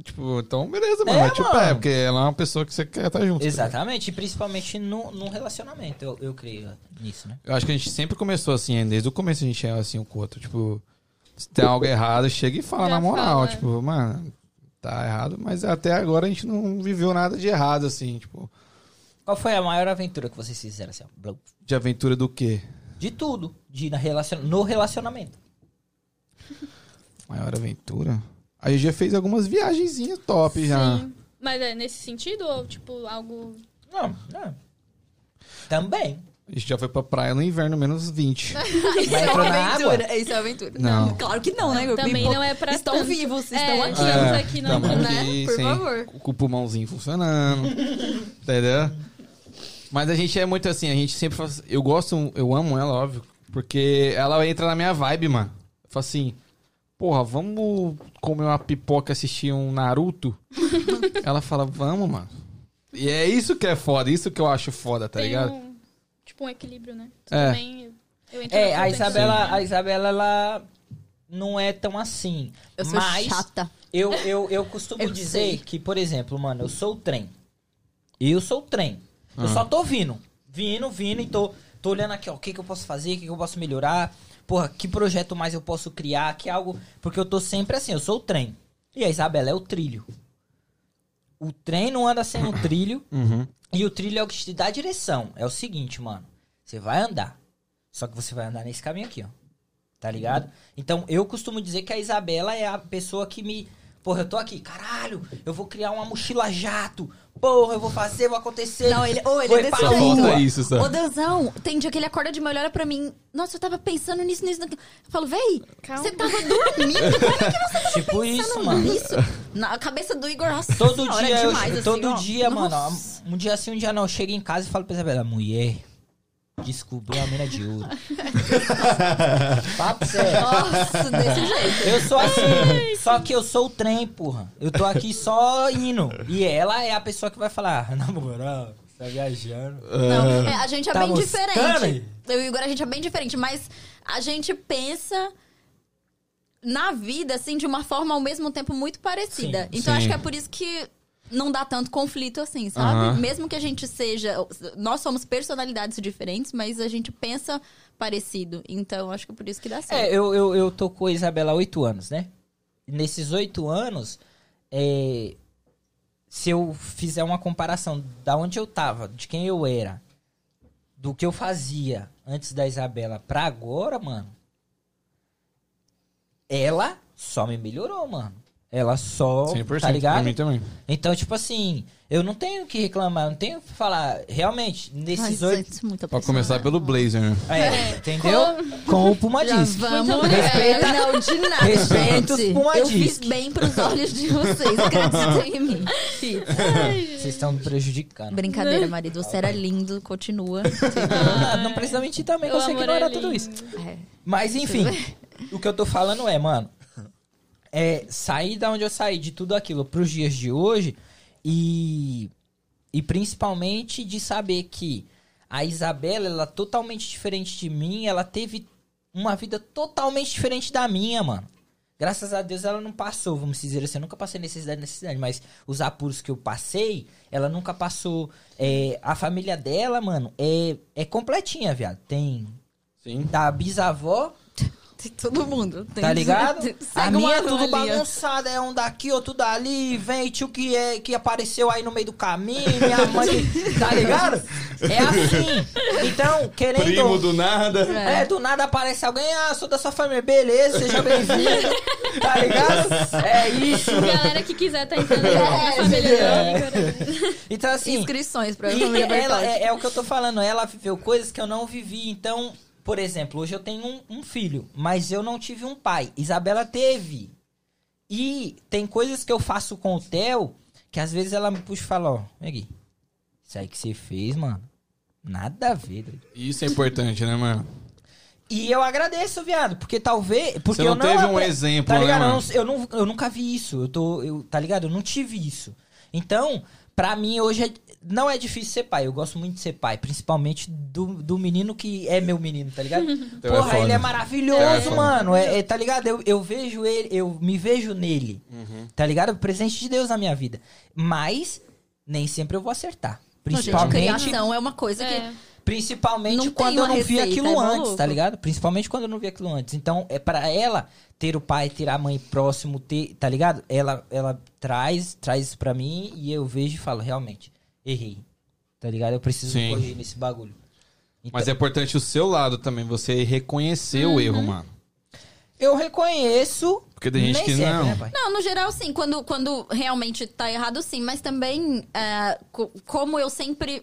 [SPEAKER 1] tipo, então beleza, mano.
[SPEAKER 2] É,
[SPEAKER 1] mete o
[SPEAKER 2] mano.
[SPEAKER 1] pé, porque ela é uma pessoa que você quer estar junto. tá ligado?
[SPEAKER 2] Exatamente, e principalmente no, num relacionamento, eu, eu creio nisso, né?
[SPEAKER 1] Eu acho que a gente sempre começou assim, né? desde o começo a gente é assim um com o outro. Tipo, se tem
[SPEAKER 2] (laughs)
[SPEAKER 1] algo errado, chega e fala
[SPEAKER 3] Já
[SPEAKER 1] na moral.
[SPEAKER 3] fala.
[SPEAKER 1] Tipo, mano, tá errado, mas até agora a gente não viveu nada de errado, assim, tipo,
[SPEAKER 2] Qual foi a maior aventura que vocês fizeram? Assim, ó? Blum.
[SPEAKER 1] de aventura do quê?
[SPEAKER 2] de tudo, de na relacion... no relacionamento.
[SPEAKER 1] Maior aventura? A gente já fez algumas viagenzinhas top já.
[SPEAKER 3] Sim. Mas é nesse sentido ou, tipo, algo...
[SPEAKER 2] Não, não. Também.
[SPEAKER 1] A gente já foi pra praia no inverno, menos
[SPEAKER 3] (laughs)
[SPEAKER 1] 20.
[SPEAKER 4] Isso
[SPEAKER 2] Vai
[SPEAKER 4] é
[SPEAKER 2] entrar
[SPEAKER 4] uma
[SPEAKER 2] na água?
[SPEAKER 4] aventura. Isso é uma aventura.
[SPEAKER 1] Não.
[SPEAKER 4] Claro que não, né?
[SPEAKER 3] Também não é pra
[SPEAKER 4] Estão
[SPEAKER 3] tanto.
[SPEAKER 4] vivos,
[SPEAKER 3] É,
[SPEAKER 4] estão aqui.
[SPEAKER 3] estamos aqui no
[SPEAKER 1] tamo
[SPEAKER 3] mundo,
[SPEAKER 4] né? Por
[SPEAKER 1] Tá sim.
[SPEAKER 4] favor.
[SPEAKER 1] Com o pulmãozinho
[SPEAKER 3] (laughs)
[SPEAKER 1] funcionando. entendeu? Mas a gente é muito assim, a gente sempre faz. Eu gosto, eu amo ela, óbvio. Porque ela entra na minha vibe, mano. Eu falo assim, porra, vamos comer uma pipoca e assistir um
[SPEAKER 3] (laughs)
[SPEAKER 1] Naruto? ela fala, vamos, mano. E é isso que é foda, isso que eu acho foda, tá
[SPEAKER 3] tem
[SPEAKER 1] ligado?
[SPEAKER 3] um, tipo, um equilíbrio, né? Tu
[SPEAKER 1] É.
[SPEAKER 3] também... Eu entro
[SPEAKER 2] É,
[SPEAKER 3] na
[SPEAKER 2] a
[SPEAKER 3] tua intenção,
[SPEAKER 2] Isabela,
[SPEAKER 3] né?
[SPEAKER 2] a Isabela, ela não é tão assim.
[SPEAKER 4] Eu sou
[SPEAKER 2] mas
[SPEAKER 4] chata.
[SPEAKER 2] Eu, eu, eu costumo
[SPEAKER 4] (laughs) Eu
[SPEAKER 2] dizer
[SPEAKER 4] sei.
[SPEAKER 2] que, por exemplo, mano, eu sou o trem. Eu sou o trem. Eu só tô vindo. Vindo, vindo e tô, tô olhando aqui, ó, o que, que eu posso fazer, o que, que eu posso melhorar. Porra, que projeto mais eu posso criar, que algo. Porque eu tô sempre assim, eu sou o trem. E a Isabela é o trilho. O trem não anda sem o trilho.
[SPEAKER 3] um
[SPEAKER 1] Uhum.
[SPEAKER 2] E o trilho é o que te dá a direção. É o seguinte, mano. Você vai andar. Só que você vai andar nesse caminho aqui, ó. Tá ligado? Então, eu costumo dizer que a Isabela é a pessoa que me Porra, eu tô aqui, caralho, eu vou criar uma mochila jato. Porra, eu vou fazer, vou acontecer.
[SPEAKER 4] Não, ele- ou ele
[SPEAKER 2] Foi
[SPEAKER 4] é desse
[SPEAKER 2] pra
[SPEAKER 4] jeito.
[SPEAKER 2] rua.
[SPEAKER 1] Falta isso,
[SPEAKER 4] Ô,
[SPEAKER 1] sabe?
[SPEAKER 4] Deusão, tem dia que ele acorda de manhã e olha pra mim. Nossa, eu tava pensando nisso, nisso, naquilo. Eu falo, véi,
[SPEAKER 3] Calma.
[SPEAKER 4] você tava dormindo
[SPEAKER 2] Tipo isso, mano.
[SPEAKER 4] nisso. Na cabeça do Igor, nossa,
[SPEAKER 2] Todo
[SPEAKER 4] senhora,
[SPEAKER 2] dia,
[SPEAKER 4] é
[SPEAKER 2] eu-
[SPEAKER 4] demais, assim,
[SPEAKER 2] todo
[SPEAKER 4] ó.
[SPEAKER 2] dia, mano. ó,
[SPEAKER 4] Nossa.
[SPEAKER 2] Um dia assim, um dia não. Eu chego em casa e falo pra Isabela, mulher, descobriu a mina de ouro. Papo sério.
[SPEAKER 4] Nossa,
[SPEAKER 2] É.
[SPEAKER 4] desse jeito.
[SPEAKER 2] Eu sou assim, só que eu sou o trem, porra. Eu tô aqui só indo. E ela é a pessoa que vai falar, na moral, você tá viajando.
[SPEAKER 4] Não, é, a gente é
[SPEAKER 2] Tá
[SPEAKER 4] bem
[SPEAKER 2] buscando,
[SPEAKER 4] diferente.
[SPEAKER 2] hein?
[SPEAKER 4] Eu e o Igor, a gente é bem diferente, mas a gente pensa na vida, assim, de uma forma ao mesmo tempo muito parecida.
[SPEAKER 2] Sim.
[SPEAKER 4] então
[SPEAKER 1] Sim.
[SPEAKER 4] acho que é por isso que não dá tanto conflito assim, sabe?
[SPEAKER 1] Aham.
[SPEAKER 4] Mesmo que a gente seja. Nós somos personalidades diferentes, mas a gente pensa parecido. Então acho que é por isso que dá certo.
[SPEAKER 2] É, eu, eu, eu tô com a Isabela há oito anos, né? Nesses oito anos, é, se eu fizer uma comparação da onde eu tava, de quem eu era, do que eu fazia antes da Isabela pra agora, mano, ela só me melhorou, mano. Ela só,
[SPEAKER 1] 100%
[SPEAKER 2] tá ligado?
[SPEAKER 1] pra mim também.
[SPEAKER 2] Então, tipo assim, eu não tenho o que reclamar, não tenho o que falar. Realmente, nesses
[SPEAKER 4] Nossa,
[SPEAKER 2] oito.
[SPEAKER 4] isso é muita
[SPEAKER 1] Pra
[SPEAKER 4] pessoa.
[SPEAKER 1] começar pelo blazer, né?
[SPEAKER 2] É, entendeu? Com o Puma
[SPEAKER 4] Já
[SPEAKER 2] Disc.
[SPEAKER 4] vamos.
[SPEAKER 2] Respeita-
[SPEAKER 4] É, não, de nada.
[SPEAKER 2] respeita os
[SPEAKER 4] gente. Eu
[SPEAKER 2] Pumadis.
[SPEAKER 4] fiz bem pros olhos de vocês. Acreditem em mim. Fiz.
[SPEAKER 2] (laughs) Vocês estão me prejudicando.
[SPEAKER 4] Brincadeira, marido. Você era lindo, continua.
[SPEAKER 2] Ah, não precisa mentir também, que eu
[SPEAKER 3] Meu
[SPEAKER 2] sei que
[SPEAKER 3] amor
[SPEAKER 2] não
[SPEAKER 3] é
[SPEAKER 2] era tudo
[SPEAKER 3] lindo.
[SPEAKER 2] isso.
[SPEAKER 4] (laughs) É.
[SPEAKER 2] Mas enfim, o que eu tô falando é, mano, é sair da onde eu saí, de tudo aquilo, pros dias de hoje e. E principalmente de saber que a Isabela, ela é totalmente diferente de mim, ela teve uma vida totalmente diferente da minha, mano. Graças a Deus ela não passou, vamos dizer assim, eu nunca passei necessidade, necessidade, mas os apuros que eu passei, ela nunca passou. É, a família dela, mano, é, é completinha, viado. Tem
[SPEAKER 1] Sim.
[SPEAKER 2] da bisavó,
[SPEAKER 4] Tem todo mundo. Tem-
[SPEAKER 2] tá ligado? A
[SPEAKER 4] (laughs) Segue
[SPEAKER 2] minha
[SPEAKER 4] uma
[SPEAKER 2] é tudo
[SPEAKER 4] linha.
[SPEAKER 2] bagunçada, é um daqui, outro dali, vem tio que, é, que apareceu aí no meio do caminho, minha mãe, que- tá ligado? É assim. Então, querendo...
[SPEAKER 1] Primo do nada.
[SPEAKER 2] É. do nada aparece alguém, ah, sou da sua família, beleza, seja bem-vindo, tá ligado? É isso.
[SPEAKER 3] Galera que quiser tá entrando na família
[SPEAKER 2] É.
[SPEAKER 3] do Igor.
[SPEAKER 2] Então, assim,
[SPEAKER 4] Inscrições pra
[SPEAKER 2] E
[SPEAKER 4] família
[SPEAKER 2] ela-
[SPEAKER 4] Bertotti.
[SPEAKER 2] é, é o que eu tô falando, ela viveu coisas que eu não vivi. Então, por exemplo, hoje eu tenho um, um filho, mas eu não tive um pai. Isabela teve. E tem coisas que eu faço com o Theo que às vezes ela me puxa e fala: Ó, vem aqui. Isso aí que você fez, mano. Nada a ver. doido."
[SPEAKER 1] Isso é importante, né, mano?
[SPEAKER 2] E eu agradeço, viado, porque talvez.
[SPEAKER 1] Você
[SPEAKER 2] Porque
[SPEAKER 1] não
[SPEAKER 2] eu não
[SPEAKER 1] teve um
[SPEAKER 2] apre-
[SPEAKER 1] exemplo,
[SPEAKER 2] Tá
[SPEAKER 1] né,
[SPEAKER 2] ligado? Eu,
[SPEAKER 1] mano?
[SPEAKER 2] não- eu, não, eu nunca vi isso. Eu tô. Eu, tá ligado? Eu não tive isso. Então, pra mim hoje é- não é difícil ser pai. Eu gosto muito de ser pai. Principalmente do, do menino que é meu menino, tá ligado?
[SPEAKER 1] é
[SPEAKER 2] Porra,
[SPEAKER 1] foda.
[SPEAKER 2] ele é maravilhoso,
[SPEAKER 1] foda.
[SPEAKER 2] mano. É, é, tá ligado? Eu, eu vejo ele, eu me vejo nele. Tá ligado? Presente de Deus na minha vida. Mas nem sempre eu vou acertar.
[SPEAKER 4] Não, gente,
[SPEAKER 2] Principalmente
[SPEAKER 4] criação é uma coisa que...
[SPEAKER 3] É.
[SPEAKER 2] Principalmente
[SPEAKER 4] Não tem
[SPEAKER 2] quando eu
[SPEAKER 4] uma
[SPEAKER 2] não vi
[SPEAKER 4] receita,
[SPEAKER 2] aquilo
[SPEAKER 4] é
[SPEAKER 2] antes,
[SPEAKER 4] maluco.
[SPEAKER 2] tá ligado? Principalmente quando eu não vi aquilo antes. Então, é para ela ter o pai, ter a mãe próximo, ter, tá ligado? Ela ela traz, traz isso pra mim e eu vejo e falo, realmente, errei. Tá ligado? Eu preciso
[SPEAKER 1] Sim.
[SPEAKER 2] corrigir nesse bagulho. Então,
[SPEAKER 1] Mas é importante o seu lado também, você reconhecer
[SPEAKER 2] Uhum.
[SPEAKER 1] o erro, mano.
[SPEAKER 2] eu reconheço.
[SPEAKER 1] Porque tem gente
[SPEAKER 2] nem
[SPEAKER 1] que
[SPEAKER 2] sempre,
[SPEAKER 1] não.
[SPEAKER 2] né, pai?
[SPEAKER 4] Não, no geral, sim. Quando, quando realmente tá errado, sim. Mas também, é, co- como eu sempre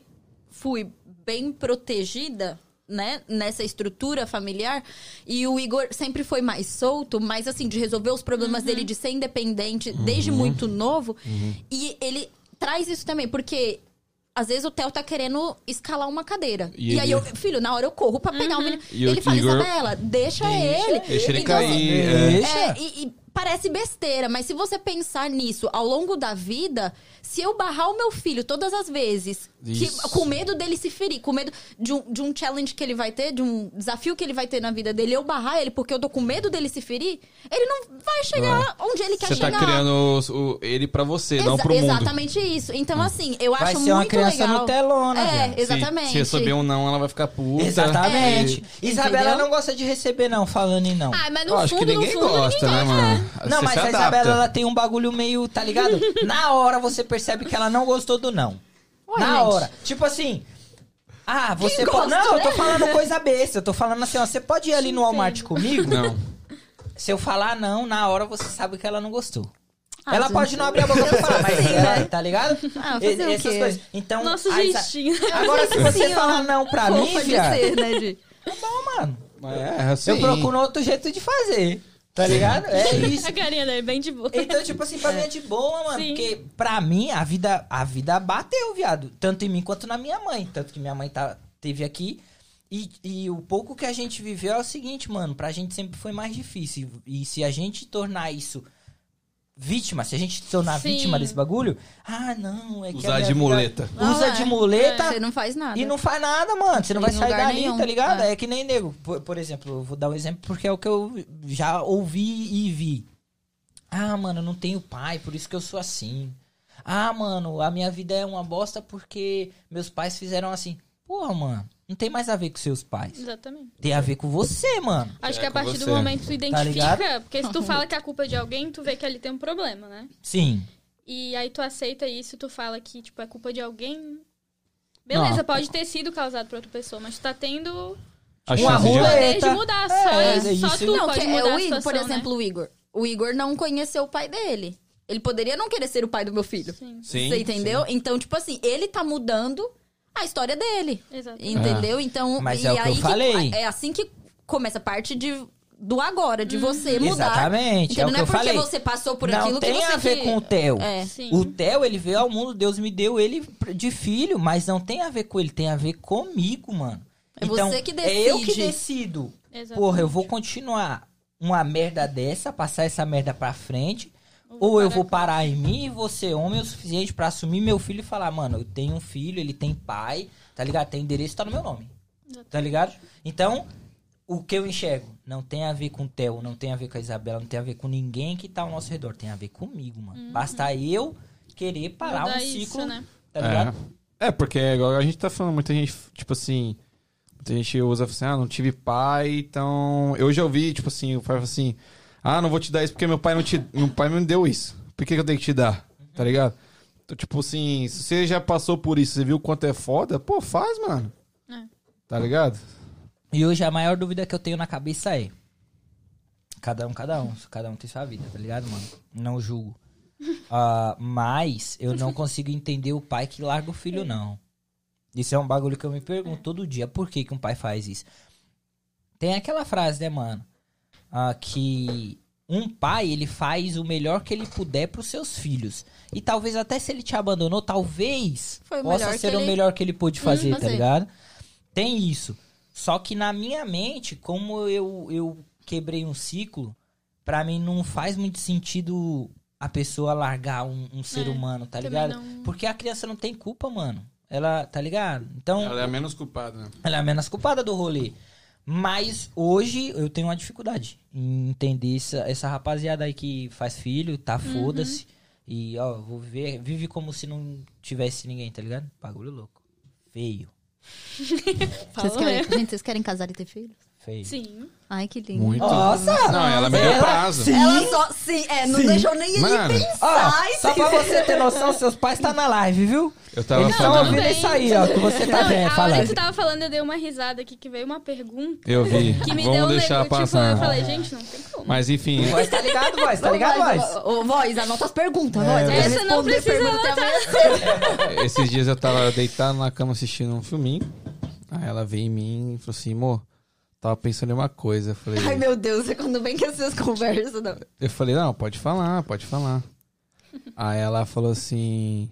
[SPEAKER 4] fui bem protegida, né? Nessa estrutura familiar. E o Igor sempre foi mais solto, mas assim, de resolver os problemas dele, de ser independente
[SPEAKER 1] Uhum.
[SPEAKER 4] desde muito novo. E ele traz isso também, porque... Às vezes o Theo tá querendo escalar uma cadeira.
[SPEAKER 1] E
[SPEAKER 4] E, aí
[SPEAKER 1] ele-
[SPEAKER 4] eu, filho, na hora eu corro pra pegar o menino.
[SPEAKER 1] E
[SPEAKER 4] ele
[SPEAKER 1] o
[SPEAKER 4] fala,
[SPEAKER 1] Igor-
[SPEAKER 4] Isabela, deixa, ele.
[SPEAKER 1] Deixa ele
[SPEAKER 4] Então, assim,
[SPEAKER 1] cair. é.
[SPEAKER 2] Deixa.
[SPEAKER 4] é, e, e parece besteira, mas se você pensar nisso ao longo da vida, se eu barrar o meu filho todas as vezes, que-
[SPEAKER 1] Isso.
[SPEAKER 4] com medo dele se ferir, com medo de um, de um challenge que ele vai ter, de um desafio que ele vai ter na vida dele, eu barrar ele porque eu tô com medo dele se ferir, ele não vai chegar onde ele quer
[SPEAKER 1] Você tá
[SPEAKER 4] chegar.
[SPEAKER 1] criando o- o- ele pra você, não
[SPEAKER 4] Exa-
[SPEAKER 1] pro mundo. Hum.
[SPEAKER 4] Exatamente isso. Então, assim, eu
[SPEAKER 2] Vai
[SPEAKER 4] acho
[SPEAKER 2] ser uma
[SPEAKER 4] muito
[SPEAKER 2] criança
[SPEAKER 4] legal.
[SPEAKER 2] Nutelona,
[SPEAKER 4] é,
[SPEAKER 2] viado.
[SPEAKER 1] Se- Se,
[SPEAKER 4] exatamente.
[SPEAKER 1] receber um não, ela vai ficar puta.
[SPEAKER 2] Exatamente.
[SPEAKER 4] É.
[SPEAKER 2] Isabela
[SPEAKER 4] Entendeu?
[SPEAKER 2] não gosta de receber não, falando em não.
[SPEAKER 3] Ah, mas
[SPEAKER 1] Eu
[SPEAKER 3] no
[SPEAKER 1] acho que
[SPEAKER 3] fundo, no
[SPEAKER 1] ninguém
[SPEAKER 3] fundo,
[SPEAKER 1] gosta, né, mano?
[SPEAKER 2] Não,
[SPEAKER 1] Você
[SPEAKER 2] mas
[SPEAKER 1] se
[SPEAKER 2] a
[SPEAKER 1] adapta.
[SPEAKER 2] Isabela, ela tem um bagulho meio, tá
[SPEAKER 4] (laughs)
[SPEAKER 2] ligado? Na hora você percebe que ela não gostou do não.
[SPEAKER 4] Ué,
[SPEAKER 2] Na
[SPEAKER 4] gente.
[SPEAKER 2] hora. Tipo assim. Ah, você
[SPEAKER 4] gosta,
[SPEAKER 2] pode. Não, eu tô
[SPEAKER 4] né?
[SPEAKER 2] falando coisa besta. Eu tô falando assim, ó. Você pode ir é
[SPEAKER 4] (laughs)
[SPEAKER 2] ali no Walmart comigo?
[SPEAKER 1] Não.
[SPEAKER 2] Se eu falar não, na hora você sabe que ela não gostou. ela
[SPEAKER 8] gente.
[SPEAKER 2] pode não abrir a boca pra falar,
[SPEAKER 4] (laughs)
[SPEAKER 2] mas ela, tá ligado?
[SPEAKER 4] Ah,
[SPEAKER 2] E-
[SPEAKER 4] fazer o
[SPEAKER 2] essas
[SPEAKER 4] quê?
[SPEAKER 2] coisas.
[SPEAKER 8] é um
[SPEAKER 2] Então,
[SPEAKER 3] Nosso
[SPEAKER 2] aí, sa-
[SPEAKER 3] jeitinho.
[SPEAKER 2] agora
[SPEAKER 4] (laughs)
[SPEAKER 2] se você falar não pra mim,
[SPEAKER 4] Fofa de
[SPEAKER 2] Tá viado,
[SPEAKER 4] ser, né, Di?
[SPEAKER 2] mano,
[SPEAKER 1] Mas é, assim.
[SPEAKER 2] eu procuro um outro jeito de fazer. Tá ligado? É isso.
[SPEAKER 3] A carinha dele é bem de boa.
[SPEAKER 2] Então, tipo assim,
[SPEAKER 3] (laughs)
[SPEAKER 2] pra mim é de boa, mano.
[SPEAKER 3] Sim.
[SPEAKER 2] Porque pra mim, a vida, a vida bateu, viado. Tanto em mim quanto na minha mãe. Tanto que minha mãe tá, teve aqui. E, e o pouco que a gente viveu é o seguinte, mano. Pra gente sempre foi mais difícil. E se a gente tornar isso vítima, se a gente se tornar
[SPEAKER 3] Sim.
[SPEAKER 2] vítima desse bagulho, ah, não, é que. a
[SPEAKER 1] Usar
[SPEAKER 2] minha
[SPEAKER 1] de
[SPEAKER 2] vida-
[SPEAKER 1] muleta.
[SPEAKER 2] Usa
[SPEAKER 8] Ah,
[SPEAKER 2] de
[SPEAKER 8] é.
[SPEAKER 2] muleta.
[SPEAKER 4] Você não faz nada.
[SPEAKER 2] Tá E não faz nada, mano. Você não
[SPEAKER 4] Em
[SPEAKER 2] vai sair
[SPEAKER 4] lugar
[SPEAKER 2] dali,
[SPEAKER 4] nenhum.
[SPEAKER 2] tá ligado? É. que nem nego. Por, por exemplo, eu vou dar um exemplo porque é o que eu já ouvi e vi. Ah, mano, eu não tenho pai, por isso que eu sou assim. Ah, mano, a minha vida é uma bosta porque meus pais fizeram assim. Porra, mano, não tem mais a ver com seus pais.
[SPEAKER 3] Exatamente.
[SPEAKER 2] Tem a ver com você, mano.
[SPEAKER 3] Acho
[SPEAKER 1] É
[SPEAKER 3] que a
[SPEAKER 1] com
[SPEAKER 3] partir
[SPEAKER 1] você.
[SPEAKER 3] do momento que tu identifica,
[SPEAKER 2] Tá ligado? (laughs)
[SPEAKER 3] porque se tu fala que a culpa é de alguém, tu vê que ali tem um problema, né?
[SPEAKER 2] Sim.
[SPEAKER 3] E aí tu aceita isso, tu fala que, tipo, é culpa de alguém. Beleza,
[SPEAKER 2] Não.
[SPEAKER 3] pode ter sido causado por outra pessoa, mas tu tá tendo
[SPEAKER 1] A
[SPEAKER 3] Um
[SPEAKER 2] Uma
[SPEAKER 1] chance de-
[SPEAKER 2] rola-
[SPEAKER 3] poder de
[SPEAKER 2] Eita.
[SPEAKER 3] mudar.
[SPEAKER 2] É,
[SPEAKER 3] só,
[SPEAKER 2] é
[SPEAKER 3] só
[SPEAKER 2] isso.
[SPEAKER 3] tu
[SPEAKER 8] Não,
[SPEAKER 3] pode
[SPEAKER 8] que
[SPEAKER 3] mudar
[SPEAKER 8] é o Igor,
[SPEAKER 3] a
[SPEAKER 4] né?
[SPEAKER 3] situação, né?
[SPEAKER 8] por exemplo, o Igor. O Igor não conheceu o pai dele. Ele poderia não querer ser o pai do meu filho.
[SPEAKER 3] Né? Sim,
[SPEAKER 1] Sim,
[SPEAKER 8] Você entendeu? Então, tipo assim, ele tá mudando a história dele.
[SPEAKER 3] exato.
[SPEAKER 8] Entendeu? Então,
[SPEAKER 2] Mas
[SPEAKER 8] e
[SPEAKER 2] é o que eu
[SPEAKER 8] aí
[SPEAKER 2] falei.
[SPEAKER 8] é assim que começa a parte de, do agora,
[SPEAKER 4] Uhum.
[SPEAKER 8] de você mudar.
[SPEAKER 2] Exatamente.
[SPEAKER 8] Entendeu?
[SPEAKER 2] É o
[SPEAKER 8] não
[SPEAKER 2] que
[SPEAKER 8] é
[SPEAKER 2] eu
[SPEAKER 8] porque
[SPEAKER 2] falei.
[SPEAKER 8] você passou por
[SPEAKER 2] não
[SPEAKER 8] aquilo
[SPEAKER 2] tem
[SPEAKER 8] que você
[SPEAKER 2] a ver
[SPEAKER 8] que-
[SPEAKER 2] com o Theo.
[SPEAKER 8] É.
[SPEAKER 3] Sim.
[SPEAKER 2] O Theo, ele veio ao mundo, Deus me deu ele pr- de filho, mas não tem a ver com ele, tem a ver comigo, mano.
[SPEAKER 8] É você que
[SPEAKER 2] É eu que
[SPEAKER 8] decide.
[SPEAKER 2] decido.
[SPEAKER 3] Exatamente.
[SPEAKER 2] Porra, eu vou continuar uma merda dessa, passar essa merda pra frente, ou eu vou parar em mim e você homem o suficiente pra assumir meu filho e falar, mano, eu tenho um filho, ele tem pai, tá ligado? Tem endereço, tá no meu nome. Tá ligado? Então, o que eu enxergo não tem a ver com o Theo, não tem a ver com a Isabela, não tem a ver com ninguém que tá ao nosso redor, tem a ver comigo, mano. Basta eu querer parar
[SPEAKER 3] Uhum. Mudar
[SPEAKER 2] um ciclo,
[SPEAKER 3] isso, né?
[SPEAKER 2] tá
[SPEAKER 1] é.
[SPEAKER 2] ligado?
[SPEAKER 1] é, porque igual a gente tá falando, muita gente, tipo assim. Muita gente usa assim, ah, não tive pai, então. Eu já ouvi, tipo assim, o pai fala assim, ah, não vou te dar isso porque meu pai não te. Meu pai não me deu isso. Por que, que eu tenho que te dar? Tá ligado? Então, tipo assim, se você já passou por isso, você viu o quanto é foda, pô, faz, mano.
[SPEAKER 3] É.
[SPEAKER 1] Tá ligado?
[SPEAKER 2] E hoje a maior dúvida que eu tenho na cabeça é. Cada um, cada um. Cada um tem sua vida, tá ligado, mano?
[SPEAKER 8] (laughs)
[SPEAKER 2] Não julgo. Ah, mas eu não consigo entender o pai que larga o filho, não. Isso é um bagulho que eu me
[SPEAKER 8] É.
[SPEAKER 2] pergunto todo dia. Por que, que um pai faz isso? Tem aquela frase, né, mano? Ah, que um pai, ele faz o melhor que ele puder pros seus filhos. E talvez até se ele te abandonou, talvez
[SPEAKER 8] Foi o
[SPEAKER 2] possa
[SPEAKER 8] melhor
[SPEAKER 2] ser um
[SPEAKER 8] que
[SPEAKER 2] o
[SPEAKER 8] ele-
[SPEAKER 2] melhor que ele
[SPEAKER 3] Hum,
[SPEAKER 2] pôde fazer, tá
[SPEAKER 8] fazer.
[SPEAKER 2] ligado? Tem isso. Só que na minha mente, como eu, eu quebrei um ciclo, pra mim não faz muito sentido a pessoa largar um, um ser
[SPEAKER 3] É,
[SPEAKER 2] humano, tá
[SPEAKER 3] também
[SPEAKER 2] ligado?
[SPEAKER 3] não-
[SPEAKER 2] Porque a criança não tem culpa, mano. Ela, tá ligado? Então,
[SPEAKER 1] é a menos culpada, né?
[SPEAKER 2] ela é a menos culpada do rolê. Mas hoje eu tenho uma dificuldade em entender essa, essa rapaziada aí que faz filho, tá foda-se. E, ó, vou viver, vive como se não tivesse ninguém, tá ligado? Bagulho louco. Feio,
[SPEAKER 4] Vocês
[SPEAKER 3] Falou,
[SPEAKER 4] querem,
[SPEAKER 3] né?
[SPEAKER 4] gente, vocês querem casar e ter filhos?
[SPEAKER 2] feio.
[SPEAKER 3] Sim.
[SPEAKER 4] Ai, que lindo.
[SPEAKER 1] Muito.
[SPEAKER 2] Nossa!
[SPEAKER 1] Não, ela é meio
[SPEAKER 2] Ela-
[SPEAKER 1] prazo.
[SPEAKER 8] Ela só. Sim, é, não deixou nem ele
[SPEAKER 1] Mano,
[SPEAKER 2] Ó,
[SPEAKER 8] Sai,
[SPEAKER 2] só pra você ter noção, seus pais tá na live, viu?
[SPEAKER 1] eu tava
[SPEAKER 2] Eles estão
[SPEAKER 1] falando.
[SPEAKER 2] ouvindo
[SPEAKER 3] bem.
[SPEAKER 2] isso aí, ó, que você tá
[SPEAKER 3] Não,
[SPEAKER 2] vendo,
[SPEAKER 3] a hora que
[SPEAKER 2] falando.
[SPEAKER 3] tu tava falando, eu dei uma risada aqui, que veio uma pergunta
[SPEAKER 1] Eu vi.
[SPEAKER 3] que me deu
[SPEAKER 1] Vamos
[SPEAKER 3] um
[SPEAKER 1] deixar
[SPEAKER 3] nego-
[SPEAKER 1] passar.
[SPEAKER 3] Tipo, eu falei, gente, não tem como.
[SPEAKER 1] Mas enfim,
[SPEAKER 2] Voz tá ligado, voz, tá ligado, É. voz?
[SPEAKER 8] Ô, voz, anota as perguntas, voz. eu quero
[SPEAKER 3] Essa não
[SPEAKER 8] responder
[SPEAKER 3] precisa
[SPEAKER 8] pergunta até amanhã.
[SPEAKER 1] esses dias eu tava deitado na cama assistindo um filminho. Aí ela veio em mim e falou assim, amor, tava pensando em uma coisa. Eu falei,
[SPEAKER 8] Ai, meu Deus, é quando vem que essas (laughs) conversas. Não.
[SPEAKER 1] eu falei, não, pode falar, pode falar. Aí ela falou assim.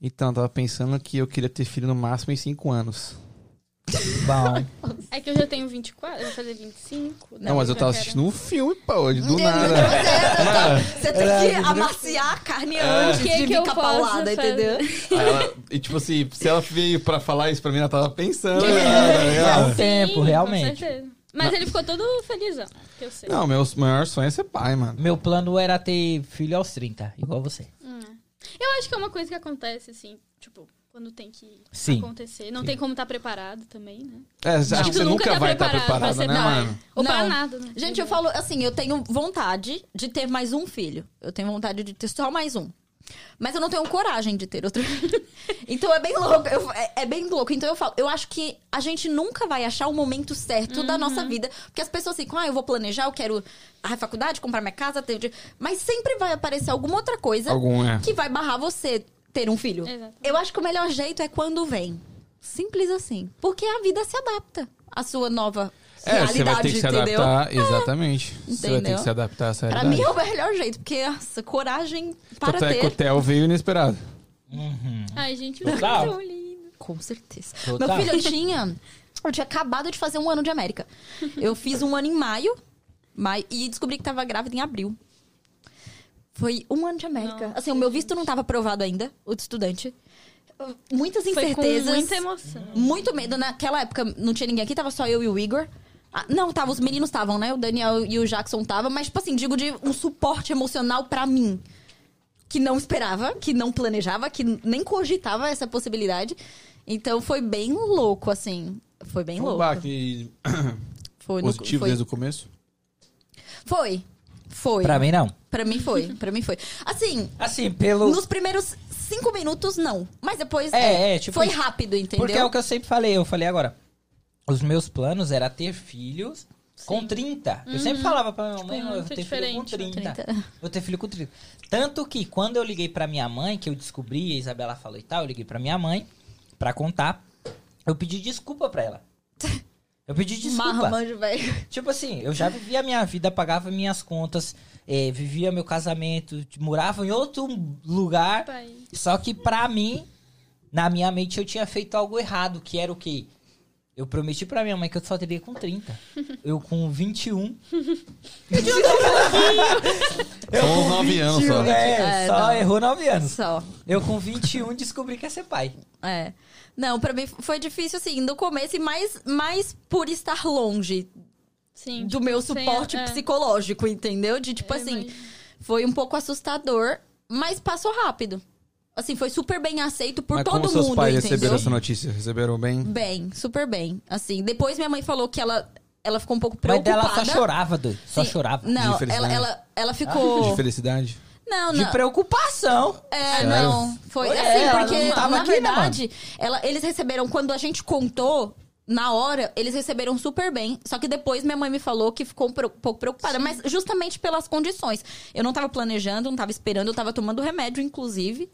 [SPEAKER 1] Então, tava pensando que eu queria ter filho no máximo em 5 anos.
[SPEAKER 2] Bom,
[SPEAKER 3] É que eu já tenho 24, eu vou fazer 25.
[SPEAKER 1] Não, mas eu tava assistindo um filme, pô, de- do
[SPEAKER 8] É,
[SPEAKER 1] nada.
[SPEAKER 8] Você tem que amaciar a carne antes
[SPEAKER 3] Que
[SPEAKER 8] de
[SPEAKER 3] que eu
[SPEAKER 8] ficar
[SPEAKER 3] posso
[SPEAKER 8] paulada,
[SPEAKER 3] fazer?
[SPEAKER 8] entendeu?
[SPEAKER 1] Aí ela- e tipo assim, se ela veio pra falar isso pra mim, ela tava pensando. né, tá
[SPEAKER 2] é
[SPEAKER 1] ligado?
[SPEAKER 2] um tempo,
[SPEAKER 3] Com
[SPEAKER 2] realmente.
[SPEAKER 3] certeza. Mas ele ficou todo felizão, que eu sei.
[SPEAKER 1] Não, meu maior sonho é ser pai, mano.
[SPEAKER 2] Meu plano era ter filho aos 30, igual você.
[SPEAKER 3] Hum. Eu acho que é uma coisa que acontece, assim, tipo, quando tem que
[SPEAKER 2] Sim.
[SPEAKER 3] acontecer. Não tem como estar preparado também, né?
[SPEAKER 1] É, acho
[SPEAKER 3] Acho
[SPEAKER 1] que você nunca vai estar preparado,
[SPEAKER 3] pra
[SPEAKER 1] né,
[SPEAKER 3] ser pai.
[SPEAKER 1] mano?
[SPEAKER 3] Ou pra
[SPEAKER 8] Não.
[SPEAKER 3] nada, né?
[SPEAKER 4] Gente, eu falo assim, eu tenho vontade de ter mais um filho. Eu tenho vontade de ter só mais um. Mas eu não tenho coragem de ter outro. (laughs) então é bem louco. eu- é, é bem louco. Então eu falo, eu acho que a gente nunca vai achar o momento certo da
[SPEAKER 3] Uhum.
[SPEAKER 4] nossa vida. Porque as pessoas ficam, ah, eu vou planejar, eu quero a faculdade, comprar minha casa, ter... um mas sempre vai aparecer alguma outra coisa
[SPEAKER 1] Algum, é.
[SPEAKER 4] que vai barrar você ter um filho.
[SPEAKER 3] Exatamente.
[SPEAKER 4] Eu acho que o melhor jeito é quando vem. Simples assim. Porque a vida se adapta à sua nova
[SPEAKER 1] É,
[SPEAKER 4] realidade,
[SPEAKER 1] você vai ter que se
[SPEAKER 4] entendeu? É.
[SPEAKER 1] adaptar. é Exatamente. Você vai ter
[SPEAKER 4] entendeu?
[SPEAKER 1] que se adaptar a essa
[SPEAKER 4] Pra
[SPEAKER 1] realidade.
[SPEAKER 4] mim é o melhor jeito, porque, nossa, coragem para
[SPEAKER 1] Tanto é que o
[SPEAKER 4] ter.
[SPEAKER 1] Theo veio inesperado.
[SPEAKER 3] Ai, gente, o
[SPEAKER 2] Total.
[SPEAKER 3] tão lindo.
[SPEAKER 4] Com certeza.
[SPEAKER 2] Total.
[SPEAKER 4] Meu filho, eu tinha. Eu tinha acabado de fazer um ano de América. Eu fiz um ano em maio, maio e descobri que tava grávida em abril. Foi um ano de América. assim, o meu visto não tava aprovado ainda, o de estudante. Muitas
[SPEAKER 3] Foi com
[SPEAKER 4] incertezas.
[SPEAKER 3] muita emoção. né,
[SPEAKER 4] Muito medo. Naquela época não tinha ninguém aqui, tava só eu e o Igor. Ah, não, tava, os meninos estavam, né? O Daniel e o Jackson estavam, mas, tipo assim, digo de um suporte emocional pra mim. Que não esperava, que não planejava, que nem cogitava essa possibilidade. Então foi bem louco, assim. Foi bem
[SPEAKER 1] Foi um
[SPEAKER 4] louco.
[SPEAKER 1] baque
[SPEAKER 4] Foi, no-
[SPEAKER 1] positivo
[SPEAKER 4] foi,
[SPEAKER 1] desde o começo?
[SPEAKER 4] foi. Foi.
[SPEAKER 2] Pra mim, não.
[SPEAKER 4] Pra mim foi. Pra mim foi. Assim,
[SPEAKER 2] Assim, pelo.
[SPEAKER 4] nos primeiros cinco minutos, não. Mas depois.
[SPEAKER 2] É, é, tipo-
[SPEAKER 4] Foi rápido, entendeu?
[SPEAKER 2] Porque é o que eu sempre falei, eu falei agora. Os meus planos era ter filhos com 30. Eu sempre falava pra minha mãe, eu vou
[SPEAKER 3] Uhum. Tipo, muito
[SPEAKER 2] ter filho com
[SPEAKER 3] diferente,
[SPEAKER 2] 30. Vou ter filho com 30. Tanto que quando eu liguei pra minha mãe, que eu descobri, a Isabela falou e tal, eu liguei pra minha mãe pra contar. Eu pedi desculpa pra ela. Eu pedi desculpa.
[SPEAKER 4] Marra,
[SPEAKER 2] (laughs)
[SPEAKER 4] manjo, velho.
[SPEAKER 2] Tipo assim, eu já vivia a minha vida, pagava minhas contas, eh, vivia meu casamento, morava em outro lugar.
[SPEAKER 3] Pai.
[SPEAKER 2] Só que pra mim, na minha mente, eu tinha feito algo errado, que era o quê? Eu prometi pra minha mãe que eu só teria com
[SPEAKER 4] (laughs)
[SPEAKER 2] 30. Eu com 21.
[SPEAKER 1] (laughs)
[SPEAKER 2] eu
[SPEAKER 1] Só uns
[SPEAKER 2] com
[SPEAKER 1] nove anos só.
[SPEAKER 2] É,
[SPEAKER 4] É,
[SPEAKER 2] só
[SPEAKER 4] não.
[SPEAKER 2] errou 9 anos.
[SPEAKER 4] Só.
[SPEAKER 2] Eu com 21 descobri que ia ser pai.
[SPEAKER 4] É. Não, pra mim foi difícil, assim, no começo, e mais, mais por estar longe
[SPEAKER 3] Sim. tipo,
[SPEAKER 4] do meu
[SPEAKER 3] Sem-
[SPEAKER 4] suporte
[SPEAKER 3] é.
[SPEAKER 4] psicológico, entendeu? De tipo
[SPEAKER 3] Eu
[SPEAKER 4] assim,
[SPEAKER 3] imagino.
[SPEAKER 4] foi um pouco assustador, mas passou rápido. Assim, foi super bem aceito por
[SPEAKER 1] Mas
[SPEAKER 4] todo
[SPEAKER 1] como
[SPEAKER 4] mundo,
[SPEAKER 1] seus pais
[SPEAKER 4] entendeu?
[SPEAKER 1] receberam essa notícia? Receberam bem?
[SPEAKER 4] Bem, super bem. Assim, depois minha mãe falou que ela, ela ficou um pouco
[SPEAKER 2] Mas
[SPEAKER 4] preocupada.
[SPEAKER 2] dela só chorava, doido. Só
[SPEAKER 4] Sim.
[SPEAKER 2] chorava.
[SPEAKER 4] Não,
[SPEAKER 1] De
[SPEAKER 4] ela,
[SPEAKER 1] felicidade.
[SPEAKER 4] ela, ela
[SPEAKER 1] De
[SPEAKER 4] ficou.
[SPEAKER 1] felicidade?
[SPEAKER 4] Não,
[SPEAKER 2] De
[SPEAKER 4] não.
[SPEAKER 2] preocupação.
[SPEAKER 4] É,
[SPEAKER 1] Sério?
[SPEAKER 4] não. Foi
[SPEAKER 2] Foi,
[SPEAKER 4] assim,
[SPEAKER 2] é, ela
[SPEAKER 4] porque
[SPEAKER 2] não tava
[SPEAKER 4] na
[SPEAKER 2] aqui, né,
[SPEAKER 4] verdade, ela, eles receberam, quando a gente contou, na hora, eles receberam super bem. Só que depois minha mãe me falou que ficou um pro- pouco preocupada, mas justamente pelas condições. Eu não tava planejando, não tava esperando, eu tava tomando remédio, inclusive.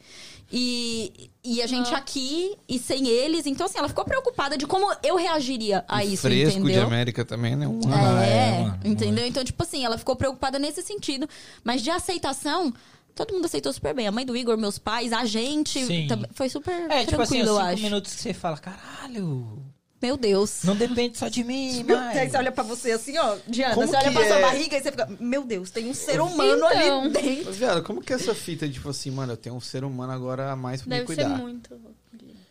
[SPEAKER 4] E, e a gente aqui, e sem eles. Então, assim, ela ficou preocupada de como eu reagiria a
[SPEAKER 1] E
[SPEAKER 4] isso,
[SPEAKER 1] fresco de
[SPEAKER 4] entendeu?
[SPEAKER 1] América também, né? Um ano.
[SPEAKER 4] É,
[SPEAKER 2] é, mano,
[SPEAKER 4] entendeu? Então, tipo assim, ela ficou preocupada nesse sentido. Mas de aceitação, todo mundo aceitou super bem. A mãe do Igor, meus pais, a gente.
[SPEAKER 2] Sim.
[SPEAKER 4] também- Foi super
[SPEAKER 2] É, tipo
[SPEAKER 4] tranquilo,
[SPEAKER 2] assim, os
[SPEAKER 4] eu
[SPEAKER 2] cinco
[SPEAKER 4] acho.
[SPEAKER 2] minutos que você fala, caralho,
[SPEAKER 4] Meu Deus.
[SPEAKER 2] não depende só de mim, mas...
[SPEAKER 4] olha pra você assim, ó, Diana.
[SPEAKER 1] Como você olha que pra sua é?
[SPEAKER 4] barriga e você fica, meu Deus, tem um ser
[SPEAKER 3] humano ali Então.
[SPEAKER 4] dentro.
[SPEAKER 1] Mas, viado, como que é essa fita, tipo assim, mano, eu tenho um ser humano agora a mais pra me
[SPEAKER 3] Deve ser
[SPEAKER 1] cuidar?
[SPEAKER 3] muito louco.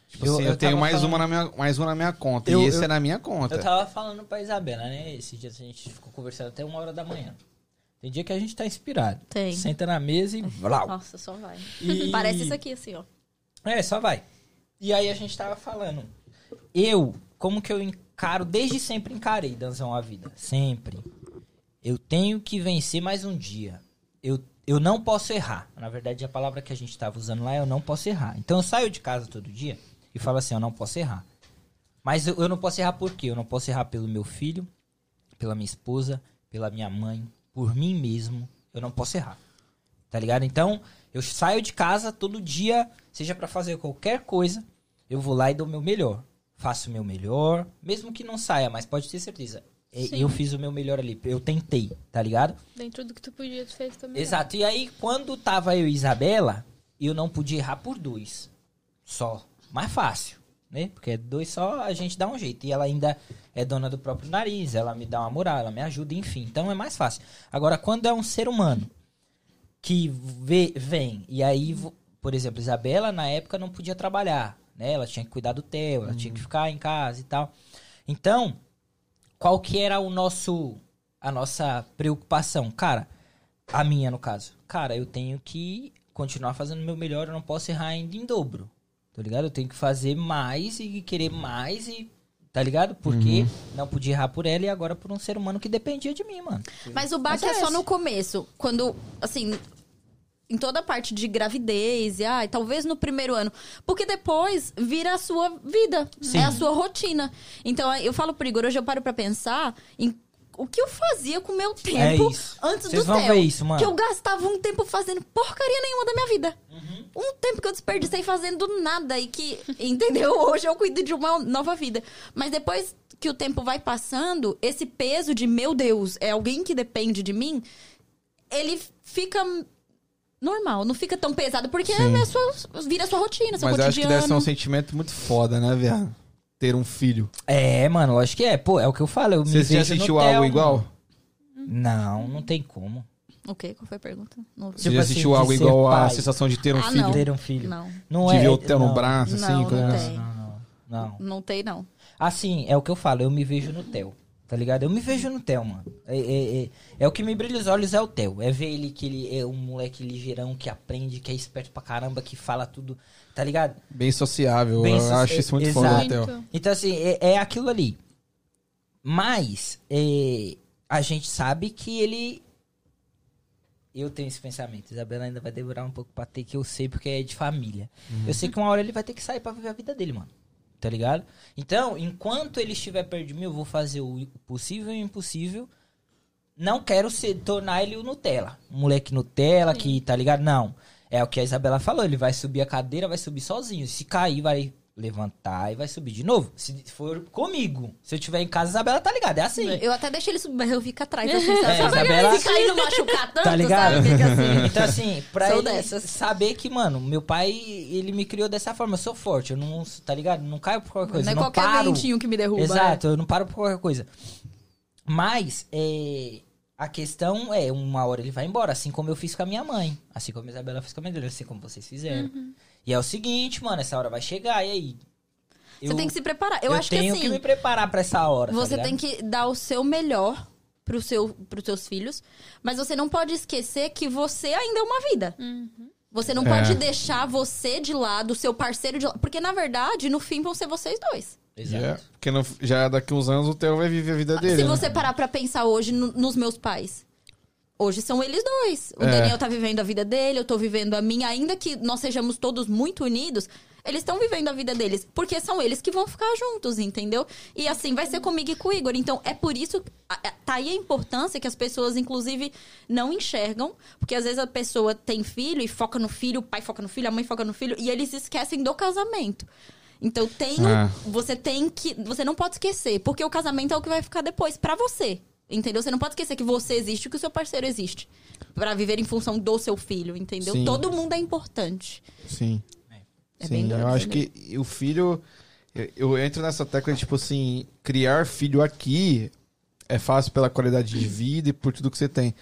[SPEAKER 1] Tipo assim, eu,
[SPEAKER 2] Eu- eu
[SPEAKER 1] tenho
[SPEAKER 2] tava
[SPEAKER 1] mais,
[SPEAKER 2] falando-
[SPEAKER 1] uma na minha, mais uma na minha conta.
[SPEAKER 2] Eu-
[SPEAKER 1] e esse
[SPEAKER 2] eu-
[SPEAKER 1] é na minha conta.
[SPEAKER 2] Eu tava falando pra Isabela, né, esse dia a gente ficou conversando até uma hora da manhã. Tem dia que a gente tá inspirado.
[SPEAKER 4] Tem.
[SPEAKER 2] Senta na mesa e... Vlau.
[SPEAKER 4] Nossa, só vai.
[SPEAKER 2] E-
[SPEAKER 4] (laughs) Parece isso aqui, assim, ó.
[SPEAKER 2] É, só vai. E aí a gente tava falando, eu, como que eu encaro, desde sempre encarei, Danzão, a vida. Sempre. Eu tenho que vencer mais um dia. Eu, eu não posso errar. Na verdade, a palavra que a gente estava usando lá é eu não posso errar. Então eu saio de casa todo dia e falo assim, eu não posso errar. Mas eu, eu não posso errar por quê? Eu não posso errar pelo meu filho, pela minha esposa, pela minha mãe, por mim mesmo. Eu não posso errar. Tá ligado? Então, eu saio de casa todo dia, seja pra fazer qualquer coisa, eu vou lá e dou o meu melhor. Faço o meu melhor, mesmo que não saia, mas pode ter certeza. É,
[SPEAKER 3] Sim.
[SPEAKER 2] Eu fiz o meu melhor ali, eu tentei, tá ligado?
[SPEAKER 3] Dentro do que tu podia, tu fez também.
[SPEAKER 2] Exato. E aí, quando tava eu e Isabela, eu não podia errar por dois. Só. Mais fácil, né? Porque dois só a gente dá um jeito. E ela ainda é dona do próprio nariz, ela me dá uma moral, ela me ajuda, enfim. Então é mais fácil. Agora, quando é um ser humano que vê, vem, e aí, vo- por exemplo, Isabela na época não podia trabalhar, né? Ela tinha que cuidar do Theo, ela tinha que ficar em casa e tal. Então, qual que era o nosso a nossa preocupação, cara? A minha, no caso. Cara, eu tenho que continuar fazendo o meu melhor, eu não posso errar ainda em dobro. Tá ligado? Eu tenho que fazer mais e querer mais e. Tá ligado? Porque
[SPEAKER 1] Uhum.
[SPEAKER 2] não podia errar por ela e agora por um ser humano que dependia de mim, mano.
[SPEAKER 4] Mas o baque
[SPEAKER 2] Mas é
[SPEAKER 4] é só
[SPEAKER 2] esse.
[SPEAKER 4] no começo. Quando, assim, em toda a parte de gravidez e ai, talvez no primeiro ano, porque depois vira a sua vida, é a sua rotina. Então eu falo pro Igor, hoje eu paro pra pensar em o que eu fazia com o meu tempo
[SPEAKER 2] É isso.
[SPEAKER 4] antes
[SPEAKER 2] Vocês
[SPEAKER 4] do
[SPEAKER 2] vão
[SPEAKER 4] Theo,
[SPEAKER 2] ver isso, mano.
[SPEAKER 4] que eu gastava um tempo fazendo porcaria nenhuma da minha vida.
[SPEAKER 2] Uhum.
[SPEAKER 4] Um tempo que eu desperdicei fazendo nada e que, entendeu? (laughs) Hoje eu cuido de uma nova vida. Mas depois que o tempo vai passando, esse peso de, meu Deus, é alguém que depende de mim, ele fica normal, não fica tão pesado, porque
[SPEAKER 1] Sim.
[SPEAKER 4] é a sua- vira a sua rotina, seu
[SPEAKER 1] Mas eu acho que
[SPEAKER 4] cotidiano.
[SPEAKER 1] deve ser um sentimento muito foda, né, viado? Ter um filho.
[SPEAKER 2] É, mano, lógico que é. Pô, é o que eu falo. Eu me
[SPEAKER 1] Você já
[SPEAKER 2] vejo no
[SPEAKER 1] assistiu
[SPEAKER 2] Theo,
[SPEAKER 1] algo
[SPEAKER 2] mano.
[SPEAKER 1] igual?
[SPEAKER 2] Não, não tem como.
[SPEAKER 4] O quê? Qual foi a pergunta? Não, ouvi.
[SPEAKER 1] Você
[SPEAKER 2] Tipo
[SPEAKER 1] já
[SPEAKER 2] assim,
[SPEAKER 1] assistiu
[SPEAKER 2] de
[SPEAKER 1] algo
[SPEAKER 2] ser
[SPEAKER 1] igual a
[SPEAKER 2] pai.
[SPEAKER 1] sensação de ter um
[SPEAKER 4] Ah,
[SPEAKER 1] filho?
[SPEAKER 4] não.
[SPEAKER 2] Ter um filho.
[SPEAKER 4] não,
[SPEAKER 2] Não
[SPEAKER 1] de
[SPEAKER 2] é.
[SPEAKER 1] ver o teu no
[SPEAKER 2] não,
[SPEAKER 1] braço, assim?
[SPEAKER 4] Não,
[SPEAKER 1] coisa
[SPEAKER 4] não
[SPEAKER 1] assim?
[SPEAKER 4] tem.
[SPEAKER 2] Não, não, não.
[SPEAKER 4] não tem não.
[SPEAKER 2] Assim, é o que eu falo, eu me vejo no Theo, tá ligado? Eu me vejo no Theo, mano. É, é, é- é o que me brilha os olhos é o Theo. É ver ele que ele é um moleque ligeirão, que aprende, que é esperto pra caramba, que fala tudo, tá ligado?
[SPEAKER 1] Bem sociável.
[SPEAKER 2] Bem
[SPEAKER 1] eu
[SPEAKER 2] soci-
[SPEAKER 1] acho isso muito
[SPEAKER 2] exato.
[SPEAKER 1] foda,
[SPEAKER 3] Muito.
[SPEAKER 1] Theo.
[SPEAKER 2] Então, assim, é, é aquilo ali. Mas, é, a gente sabe que ele. Eu tenho esse pensamento. Isabela ainda vai demorar um pouco pra ter, que eu sei, porque é de família. Eu sei que uma hora ele vai ter que sair pra viver a vida dele, mano. Tá ligado? Então, enquanto ele estiver perto de mim, eu vou fazer o possível e o impossível. Não quero ser, tornar ele o Nutella. Um moleque Nutella que, tá ligado? Não. É o que a Isabela falou. Ele vai subir a cadeira, vai subir sozinho. Se cair, vai levantar e vai subir de novo. Se for comigo. Se eu estiver em casa, a Isabela tá ligada. É assim.
[SPEAKER 4] Eu até deixo ele subir, mas eu fico (laughs) atrás. Assim, sabe?
[SPEAKER 2] É,
[SPEAKER 4] Só pra ele
[SPEAKER 2] Isabela-
[SPEAKER 4] ficar aí não machucar tanto,
[SPEAKER 2] Tá ligado?
[SPEAKER 4] sabe? Fica (laughs) assim.
[SPEAKER 2] Então, assim, pra
[SPEAKER 4] Sou
[SPEAKER 2] ele
[SPEAKER 4] dessas.
[SPEAKER 2] saber que, mano, meu pai, ele me criou dessa forma. Eu sou forte, eu não, tá ligado? Não caio por qualquer coisa.
[SPEAKER 4] Não é
[SPEAKER 2] eu não
[SPEAKER 4] qualquer
[SPEAKER 2] paro.
[SPEAKER 4] ventinho que me derruba. né?
[SPEAKER 2] Exato, eu não paro por qualquer coisa. Mas, é, a questão é, uma hora ele vai embora, assim como eu fiz com a minha mãe. Assim como a Isabela fez com a minha mãe, assim como vocês fizeram.
[SPEAKER 4] Uhum.
[SPEAKER 2] E é o seguinte, mano, essa hora vai chegar, e aí?
[SPEAKER 4] é. Você tem que se preparar. Eu,
[SPEAKER 2] Eu,
[SPEAKER 4] acho que
[SPEAKER 2] tenho
[SPEAKER 4] assim,
[SPEAKER 2] me preparar pra essa hora,
[SPEAKER 4] você
[SPEAKER 2] tá
[SPEAKER 4] tem
[SPEAKER 2] ligado?
[SPEAKER 4] que dar o seu melhor pro seu, pros seus filhos, mas você não pode esquecer que você ainda é uma vida. Você não
[SPEAKER 1] É.
[SPEAKER 4] pode deixar você de lado, o seu parceiro de lado. Porque, na verdade, no fim vão ser vocês dois.
[SPEAKER 2] Exato.
[SPEAKER 1] Yeah, Porque no- já daqui uns anos o Theo vai viver a vida dele.
[SPEAKER 4] Ah, Se
[SPEAKER 1] né?
[SPEAKER 4] você parar pra pensar hoje no- nos meus pais. Hoje são eles dois. O
[SPEAKER 1] É.
[SPEAKER 4] Daniel tá vivendo a vida dele, eu tô vivendo a minha. Ainda que nós sejamos todos muito unidos, eles estão vivendo a vida deles. Porque são eles que vão ficar juntos, entendeu? E assim vai ser comigo e com o Igor. Então é por isso. a- a- Tá aí a importância que as pessoas, inclusive, não enxergam. Porque às vezes a pessoa tem filho e foca no filho, o pai foca no filho, a mãe foca no filho, e eles esquecem do casamento. Então tem um-
[SPEAKER 1] É.
[SPEAKER 4] você tem que, você não pode esquecer, porque o casamento é o que vai ficar depois pra você. Entendeu? Você não pode esquecer que você existe e que o seu parceiro existe. Pra viver em função do seu filho, entendeu?
[SPEAKER 1] Sim.
[SPEAKER 4] Todo mundo é importante.
[SPEAKER 1] Sim.
[SPEAKER 4] É
[SPEAKER 1] Sim,
[SPEAKER 4] bem doido,
[SPEAKER 1] eu acho
[SPEAKER 4] né?
[SPEAKER 1] que o filho. Eu, eu entro nessa tecla, tipo assim, criar filho aqui é fácil pela qualidade
[SPEAKER 4] Uhum.
[SPEAKER 1] de vida e por tudo que você tem.